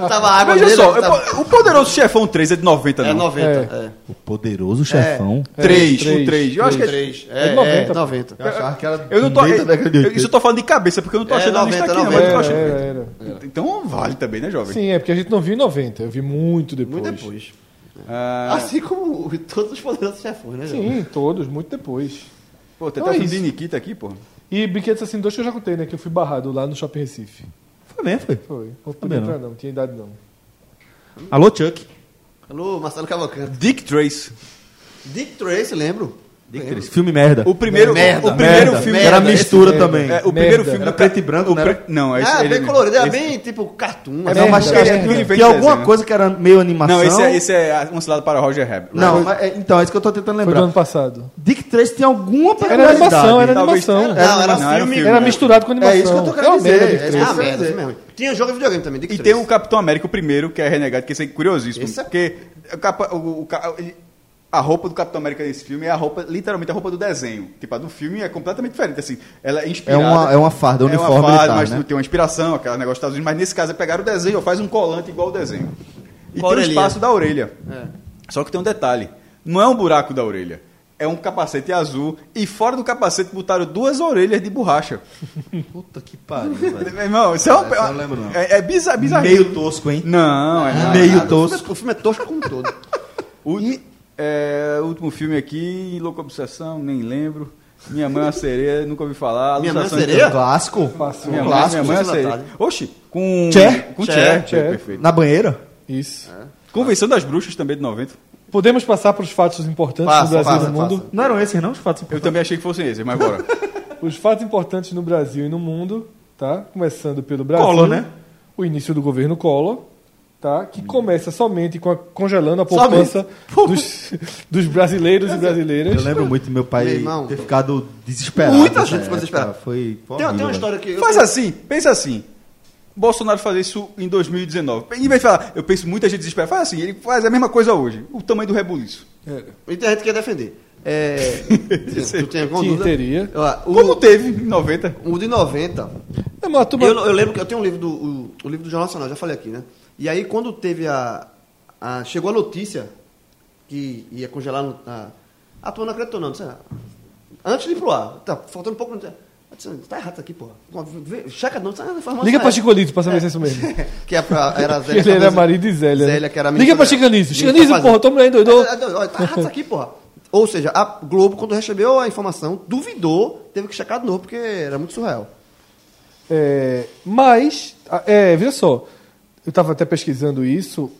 Speaker 3: Tava água
Speaker 4: Veja
Speaker 3: nele,
Speaker 4: só,
Speaker 3: tava-
Speaker 4: eu po- o Poderoso Chefão 3 é de 90, não?
Speaker 3: tá- É 90, é.
Speaker 2: O poderoso
Speaker 4: chefão.
Speaker 2: chefão.
Speaker 4: É, três, com três. Eu acho que é-
Speaker 3: Três.
Speaker 4: É
Speaker 3: É,
Speaker 4: de
Speaker 3: é,
Speaker 4: 90.
Speaker 3: 90.
Speaker 4: Eu achava que era Eu não tô,
Speaker 5: tá
Speaker 2: bem da década de
Speaker 4: eu, eu
Speaker 2: 80.
Speaker 4: só tô falando de cabeça, porque eu não tô
Speaker 3: É,
Speaker 4: achando a lista
Speaker 3: 90,
Speaker 4: aqui, não.
Speaker 3: 90.
Speaker 4: mas eu tô achando-
Speaker 5: Era, era.
Speaker 4: Então vale também, né, jovem?
Speaker 5: Sim, é porque a gente não viu em 90, eu vi muito depois.
Speaker 3: Muito depois.
Speaker 4: Ah,
Speaker 3: Assim como todos os poderosos chefões, né?
Speaker 5: Sim, todos, muito depois.
Speaker 4: pô, tem
Speaker 5: Então
Speaker 4: até
Speaker 5: é
Speaker 4: filme
Speaker 5: isso.
Speaker 4: de Nikita aqui, pô.
Speaker 5: E Brinquedos Assim 2 que eu já contei, né? Que eu fui barrado lá no Shopping Recife.
Speaker 2: Foi mesmo, foi.
Speaker 5: Foi. Não podia
Speaker 2: Também não.
Speaker 5: entrar, não. não tinha idade, não.
Speaker 2: Alô, Chuck.
Speaker 3: Alô, Marcelo Cavalcante.
Speaker 4: Dick Trace.
Speaker 3: Dick Trace, lembro. Lembro.
Speaker 2: Filme merda.
Speaker 4: O primeiro,
Speaker 3: Merda,
Speaker 4: o primeiro
Speaker 2: merda.
Speaker 4: filme.
Speaker 2: Era
Speaker 3: merda,
Speaker 2: mistura
Speaker 5: esse
Speaker 2: também.
Speaker 5: mesmo.
Speaker 4: É, o primeiro
Speaker 5: Merda.
Speaker 4: filme.
Speaker 2: Era preto e branco,
Speaker 4: o
Speaker 2: não
Speaker 4: pre-
Speaker 2: era?
Speaker 4: Não, é esse
Speaker 3: Ah,
Speaker 4: ele
Speaker 3: bem
Speaker 4: mesmo.
Speaker 3: colorido, era
Speaker 4: Esse-
Speaker 3: bem tipo cartoon.
Speaker 5: É
Speaker 3: assim.
Speaker 2: Não,
Speaker 5: merda.
Speaker 2: mas
Speaker 5: Merda.
Speaker 2: tinha-
Speaker 5: Merda.
Speaker 2: tinha alguma
Speaker 4: Merda.
Speaker 2: coisa que era meio animação.
Speaker 4: Não, esse é, esse é uma cilada para Roger Rabbit.
Speaker 2: Não, mas, é, então, é isso que eu tô tentando
Speaker 5: Foi do
Speaker 2: lembrar.
Speaker 5: ano passado.
Speaker 2: Dick Trace tem alguma
Speaker 5: Era
Speaker 2: particularidade.
Speaker 5: animação, era
Speaker 4: Talvez-
Speaker 5: animação.
Speaker 4: Era
Speaker 3: Não, era
Speaker 4: Não, era um
Speaker 3: filme.
Speaker 4: filme.
Speaker 5: Era misturado com animação.
Speaker 2: É isso que eu tô
Speaker 5: uma
Speaker 2: querendo
Speaker 5: merda,
Speaker 2: dizer.
Speaker 5: Dick
Speaker 3: É uma
Speaker 5: Tracy.
Speaker 3: merda isso mesmo. Tinha jogo de videogame também, Dick
Speaker 4: E
Speaker 3: Trace.
Speaker 4: tem um o Capitão América, o primeiro, que é renegado, que esse é curiosíssimo.
Speaker 3: Esse é-
Speaker 4: Porque o capa- o- o ca- ele- a roupa do Capitão América nesse filme é a roupa, literalmente a roupa do desenho. Tipo, a do filme é completamente diferente. Assim, ela é inspirada.
Speaker 2: É uma- é uma farda, é um uniforme militar,
Speaker 4: mas
Speaker 2: né?
Speaker 4: tem uma inspiração, aquele negócio dos Estados Unidos. Mas nesse caso é pegar o desenho, ó, faz um colante igual o desenho. E
Speaker 3: Com a
Speaker 4: tem o
Speaker 3: orelhinha.
Speaker 4: espaço da orelha.
Speaker 3: É.
Speaker 4: Só que tem um detalhe: não é um buraco da orelha. É um capacete azul e fora do capacete botaram duas orelhas de borracha.
Speaker 2: Puta que pariu, velho.
Speaker 4: Meu irmão, isso é um.
Speaker 2: Essa eu não lembro, não.
Speaker 4: É, é bizar- bizarro.
Speaker 2: Meio tosco, hein?
Speaker 4: Não, é nada.
Speaker 2: Meio
Speaker 3: O filme é-
Speaker 2: tosco.
Speaker 3: O filme é tosco como um todo.
Speaker 4: O é, o último filme aqui, Louco Obsessão, nem lembro. Minha mãe é uma sereia, nunca ouvi falar.
Speaker 3: Minha Mãe é uma
Speaker 4: Alucinação de-
Speaker 3: Sereia?
Speaker 2: Clássico.
Speaker 4: Minha, mãe-
Speaker 3: Clássico,
Speaker 4: minha mãe é
Speaker 3: Sessão
Speaker 4: uma
Speaker 3: da
Speaker 4: sereia. Oxi, com.
Speaker 2: Cher?
Speaker 4: Com
Speaker 3: Cher,
Speaker 4: Cher, Cher,
Speaker 5: Cher.
Speaker 4: perfeito.
Speaker 2: Na banheira?
Speaker 5: Isso.
Speaker 2: É.
Speaker 4: Convenção das Bruxas também de 90.
Speaker 5: Podemos passar para os fatos importantes
Speaker 3: Passa,
Speaker 5: no Brasil e
Speaker 3: passa,
Speaker 5: no mundo?
Speaker 2: Não eram esses, não? Os fatos
Speaker 4: Eu também achei que fossem esses, mas bora.
Speaker 5: Os fatos importantes no Brasil e no mundo, tá? Começando pelo Brasil.
Speaker 2: Collor, né?
Speaker 5: O início do governo Collor, tá? Que começa somente com a- congelando a poupança dos, dos brasileiros e
Speaker 2: Eu
Speaker 5: brasileiras.
Speaker 2: lembro muito do meu pai
Speaker 3: Meu irmão.
Speaker 2: ter ficado desesperado.
Speaker 3: Muita
Speaker 2: nessa
Speaker 3: gente
Speaker 2: época.
Speaker 3: ficou desesperada.
Speaker 2: Foi. foi
Speaker 3: Tem, tem
Speaker 2: horrível.
Speaker 3: uma história que. eu-
Speaker 4: Faz assim, pensa assim. Bolsonaro fazer isso em 2019. Em vez de falar, eu penso muita gente desespera. Faz assim, ele faz a mesma coisa hoje. O tamanho do rebuliço.
Speaker 3: E tem gente que quer defender. É. tu tem alguma
Speaker 5: Sim,
Speaker 3: dúvida?
Speaker 5: teria.
Speaker 3: Ó, o-
Speaker 4: Como teve em 90.
Speaker 3: O de 90.
Speaker 5: É, mas a turma-
Speaker 3: Eu, eu lembro que eu tenho um livro do, o, o livro do Jornal Nacional, já falei aqui, né? E aí, quando teve a. a- chegou a notícia que ia congelar. No, a, a turma não acreditou, não. Disse, ah, antes de ir pro ar, tá faltando pouco. não sei. Eu disse, tá errado isso aqui, porra. Vê- Checa não, disse, ah, informação
Speaker 5: Liga
Speaker 3: é
Speaker 5: para
Speaker 3: essa.
Speaker 5: Chico Lito para saber se é isso mesmo.
Speaker 3: que é pra, era a Zélia.
Speaker 5: Ele era
Speaker 3: Cardoso.
Speaker 5: marido de Zélia. né?
Speaker 3: Zélia, que era a
Speaker 5: Liga
Speaker 3: ministra
Speaker 5: para
Speaker 3: da-
Speaker 5: Chicanizio.
Speaker 3: ministra
Speaker 5: Chicanizio,
Speaker 3: da
Speaker 5: porra, tua mulher endoidou.
Speaker 3: Fazenda. Ah, ah, ah, Tá errado isso aqui, porra. Ou seja, a Globo, quando recebeu a informação, duvidou, teve que checar de novo, porque era muito surreal.
Speaker 5: É, mas, a- é, veja só, eu estava até pesquisando isso.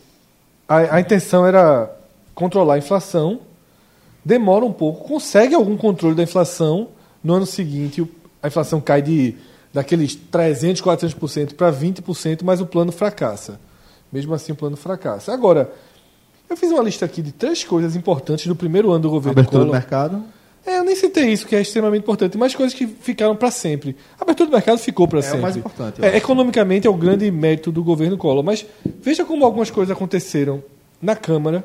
Speaker 5: A, a intenção era controlar a inflação. Demora um pouco, consegue algum controle da inflação. No ano seguinte, o- a inflação cai de daqueles 300, 400% para 20%, mas o plano fracassa. Mesmo assim, o plano fracassa. Agora, eu fiz uma lista aqui de três coisas importantes do primeiro ano do governo
Speaker 2: Abertura do
Speaker 5: Collor.
Speaker 2: mercado.
Speaker 5: É, eu nem citei isso, que é extremamente importante. Mas coisas que ficaram para sempre. A abertura do mercado ficou para sempre.
Speaker 2: o mais importante, eu
Speaker 5: É,
Speaker 2: acho.
Speaker 5: economicamente é o grande mérito do governo Collor. Mas veja como algumas coisas aconteceram na Câmara,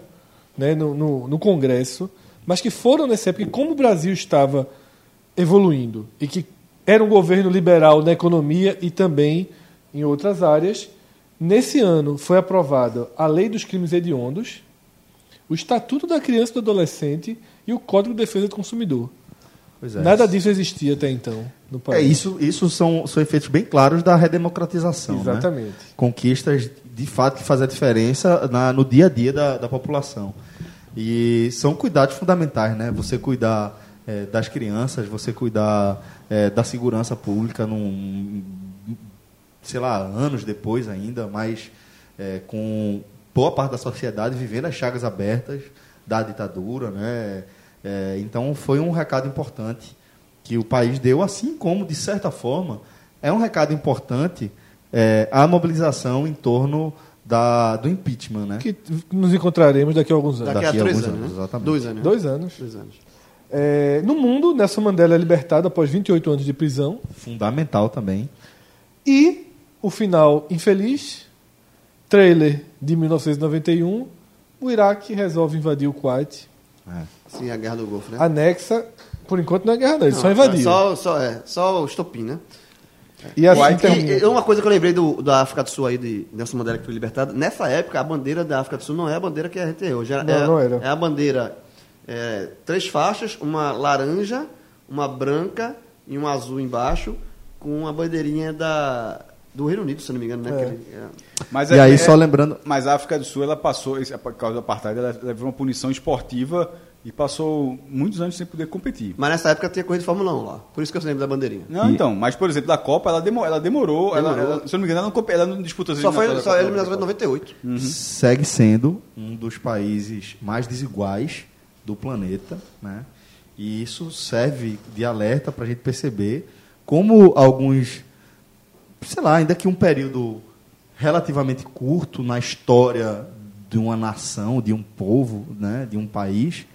Speaker 5: né, no, no- no Congresso, mas que foram nessa época, e como o Brasil estava evoluindo e que era um governo liberal na economia e também em outras áreas. Nesse ano foi aprovada a Lei dos Crimes Hediondos, o Estatuto da Criança e do Adolescente e o Código de Defesa do Consumidor.
Speaker 2: Pois é.
Speaker 5: Nada disso existia até então no país.
Speaker 2: É, isso, isso são, são efeitos bem claros da redemocratização. né?
Speaker 5: Exatamente.
Speaker 2: Conquistas, de fato, que fazem a diferença na- no dia a dia da, da população. E são cuidados fundamentais, né? Você cuidar eh, das crianças, você cuidar eh, da segurança pública num sei lá, anos depois ainda, mas é, com boa parte da sociedade vivendo as chagas abertas da ditadura, né? É, então foi um recado importante que o país deu, assim como de certa forma é um recado importante é, a mobilização em torno da, do impeachment, né?
Speaker 5: Que nos encontraremos daqui a alguns anos.
Speaker 2: Daqui
Speaker 3: Daqui, a
Speaker 2: a
Speaker 3: três
Speaker 2: alguns
Speaker 3: anos.
Speaker 2: anos,
Speaker 3: né?
Speaker 2: exatamente.
Speaker 3: Dois anos. né?
Speaker 5: Dois anos.
Speaker 3: Dois anos.
Speaker 5: É, no mundo, Nelson Mandela é libertado após 28 anos de prisão.
Speaker 2: Fundamental também.
Speaker 5: E o final infeliz, trailer de 1991, o Iraque resolve invadir o Kuwait,
Speaker 3: Sim, a guerra do Golfo,
Speaker 5: Ah,
Speaker 3: né?
Speaker 5: anexa, por enquanto não é guerra não, ele
Speaker 3: Não,
Speaker 5: só invadiu.
Speaker 3: Só, só, é, só o estopim, né?
Speaker 5: E assim
Speaker 3: White-
Speaker 5: termina.
Speaker 3: e- e uma coisa que eu lembrei do, da África do Sul aí, de Nelson Mandela que foi libertado, nessa época a bandeira da África do Sul não é a bandeira que a gente tem hoje. Era,
Speaker 5: Não,
Speaker 3: é,
Speaker 5: não era.
Speaker 3: é a bandeira, é, três faixas, uma laranja, uma branca e um azul embaixo, com a bandeirinha da, do Reino Unido, se não me engano, né?
Speaker 2: É.
Speaker 3: Aquele- é.
Speaker 4: Mas
Speaker 2: E
Speaker 4: é-
Speaker 2: aí,
Speaker 4: é-
Speaker 2: só lembrando-
Speaker 4: Mas a África do Sul, ela passou, isso é por causa do apartheid, ela levou uma punição esportiva e passou muitos anos sem poder competir.
Speaker 3: Mas nessa época tinha corrida de Fórmula 1 lá, por isso que eu lembro da bandeirinha.
Speaker 4: Não, então, mas por exemplo, da Copa, ela, demo- ela demorou, Ela,
Speaker 3: Demorou.
Speaker 4: ela- se eu não me engano, ela não, compe- ela não disputou as
Speaker 3: Só foi
Speaker 4: eliminatórias
Speaker 3: só
Speaker 4: da
Speaker 3: a
Speaker 4: Copa.
Speaker 3: eliminação de 98.
Speaker 2: Segue sendo um dos países mais desiguais do planeta, né? E isso serve de alerta para a gente perceber como alguns, sei lá, ainda que um período relativamente curto na história de uma nação, de um povo, né, de um país,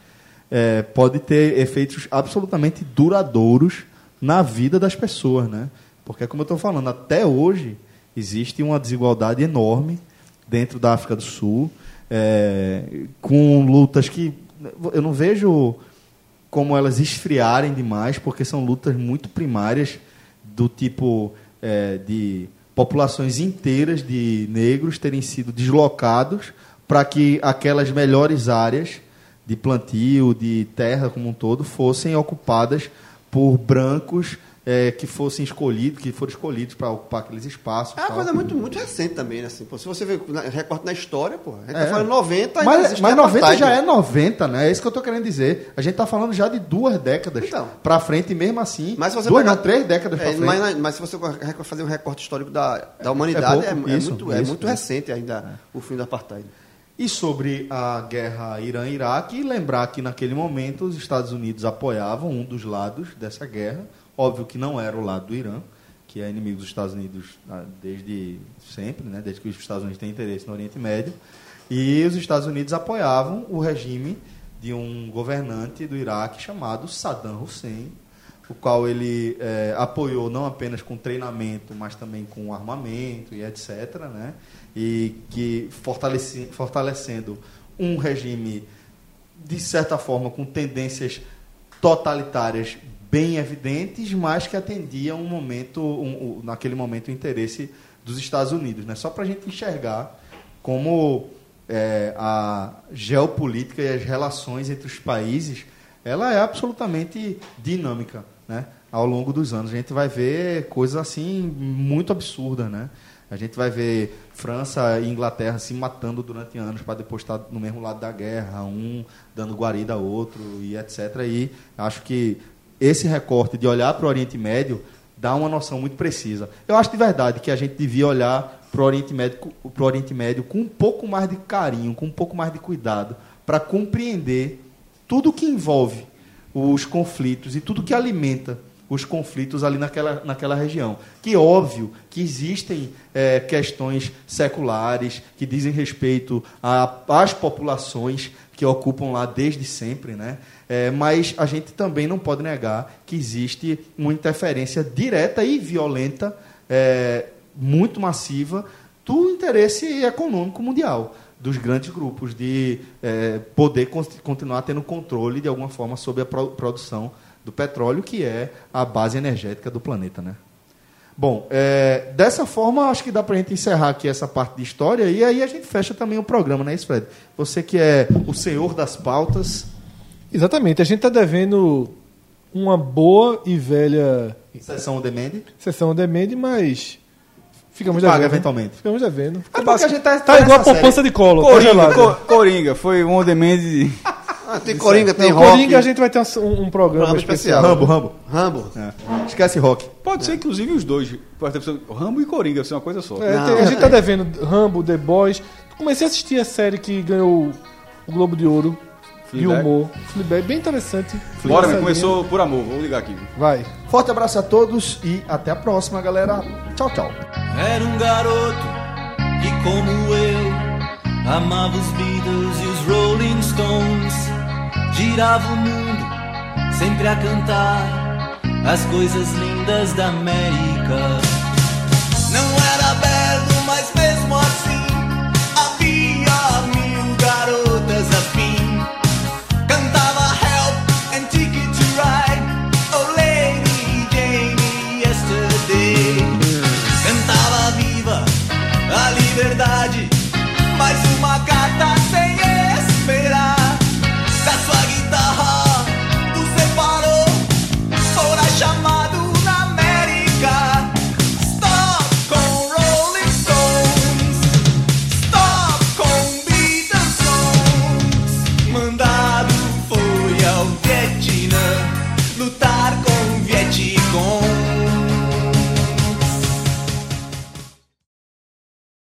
Speaker 2: eh, pode ter efeitos absolutamente duradouros na vida das pessoas, né? Porque, como eu estou falando, até hoje existe uma desigualdade enorme dentro da África do Sul, eh, com lutas que eu não vejo como elas esfriarem demais, porque são lutas muito primárias do tipo eh, de populações inteiras de negros terem sido deslocados para que aquelas melhores áreas de plantio, de terra como um todo, fossem ocupadas por brancos eh, que fossem escolhidos, que foram escolhidos para ocupar aqueles espaços.
Speaker 3: É uma
Speaker 2: tal.
Speaker 3: coisa muito, muito recente também, né? Assim, pô, se você ver na- recorte na história, pô, a gente
Speaker 2: É.
Speaker 3: tá falando 90 ainda
Speaker 2: mas,
Speaker 3: existe
Speaker 2: mas 90
Speaker 3: apartheid.
Speaker 2: já é 90, né? É isso que eu tô querendo dizer. A gente tá falando já de duas décadas pra frente, e mesmo assim.
Speaker 3: Então. Mas se você
Speaker 2: duas,
Speaker 3: pegar-
Speaker 2: não, três décadas
Speaker 3: É,
Speaker 2: pra frente.
Speaker 3: Mas, na- mas se você reco- fazer um recorte histórico da, da humanidade, é,
Speaker 2: pouco,
Speaker 3: é
Speaker 2: isso,
Speaker 3: muito, é
Speaker 2: isso,
Speaker 3: muito
Speaker 2: isso. É.
Speaker 3: recente ainda o fim do apartheid.
Speaker 2: E sobre a guerra Irã-Iraque, lembrar que naquele momento os Estados Unidos apoiavam um dos lados dessa guerra. Óbvio que não era o lado do Irã, que é inimigo dos Estados Unidos ah, desde sempre, né? desde que os Estados Unidos têm interesse no Oriente Médio. E os Estados Unidos apoiavam o regime de um governante do Iraque chamado Saddam Hussein, o qual ele eh, apoiou não apenas com treinamento, mas também com armamento e etc. Né? E que fortaleci- fortalecendo um regime, de certa forma, com tendências totalitárias bem evidentes, mas que atendiam um momento, um- um- naquele momento, o interesse dos Estados Unidos. Né? Só para a gente enxergar como eh, a geopolítica e as relações entre os países ela é absolutamente dinâmica, né? Ao longo dos anos a gente vai ver coisas assim muito absurdas, né? A gente vai ver França e Inglaterra se matando durante anos para depois estar no mesmo lado da guerra, um dando guarida ao outro e etc. E acho que esse recorte de olhar para o Oriente Médio dá uma noção muito precisa. Eu acho de verdade que a gente devia olhar para o Oriente Médio, pro Oriente Médio com um pouco mais de carinho, com um pouco mais de cuidado, para compreender tudo que envolve os conflitos e tudo que alimenta os conflitos ali naquela, naquela região. Que óbvio que existem eh, questões seculares que dizem respeito a- às populações que ocupam lá desde sempre, né? Eh, mas a gente também não pode negar que existe uma interferência direta e violenta, eh, muito massiva, do interesse econômico mundial dos grandes grupos de eh, poder con- continuar tendo controle de alguma forma sobre a pro- produção do petróleo que é a base energética do planeta, né? Bom, eh, dessa forma acho que dá para a gente encerrar aqui essa parte de história e aí a gente fecha também o programa, né, isso, Fred? Você que é o senhor das pautas.
Speaker 5: Exatamente. A gente está devendo uma boa e velha.
Speaker 2: Sessão on demand?
Speaker 5: Sessão on demand, mas. Ficamos
Speaker 2: Paga
Speaker 5: devendo. né?
Speaker 2: eventualmente.
Speaker 5: Ficamos devendo.
Speaker 2: É porque a gente tá-
Speaker 5: tá igual a
Speaker 2: nessa
Speaker 5: poupança
Speaker 2: série.
Speaker 5: de colo, tá
Speaker 4: Coringa,
Speaker 5: congelada.
Speaker 4: Co- Coringa, foi um demand.
Speaker 3: Ah, tem Coringa, tem
Speaker 5: é. Não,
Speaker 3: Rock.
Speaker 5: Coringa a gente vai ter um, um programa,
Speaker 3: Programa especial.
Speaker 5: especial.
Speaker 2: Rambo, Rambo.
Speaker 3: Rambo.
Speaker 2: Esquece rock.
Speaker 4: Pode ser, inclusive, os dois. Pode ter pessoa- Rambo e Coringa, ser uma coisa só.
Speaker 5: É, tem- a gente tá devendo Rambo, The Boys. Comecei a assistir a série que ganhou o Globo de Ouro de
Speaker 4: Fleabag.
Speaker 5: humor. Fleabag, bem interessante.
Speaker 4: Bora,
Speaker 5: Essa
Speaker 4: meu, começou
Speaker 5: linha.
Speaker 4: por amor. Vou ligar aqui.
Speaker 5: Vai.
Speaker 2: Forte abraço a todos e até a próxima, galera. Tchau, tchau.
Speaker 12: Era um garoto que, como eu, amava os Beatles e os Rolling Stones. Girava o mundo, sempre a cantar as coisas lindas da América. assim, oh,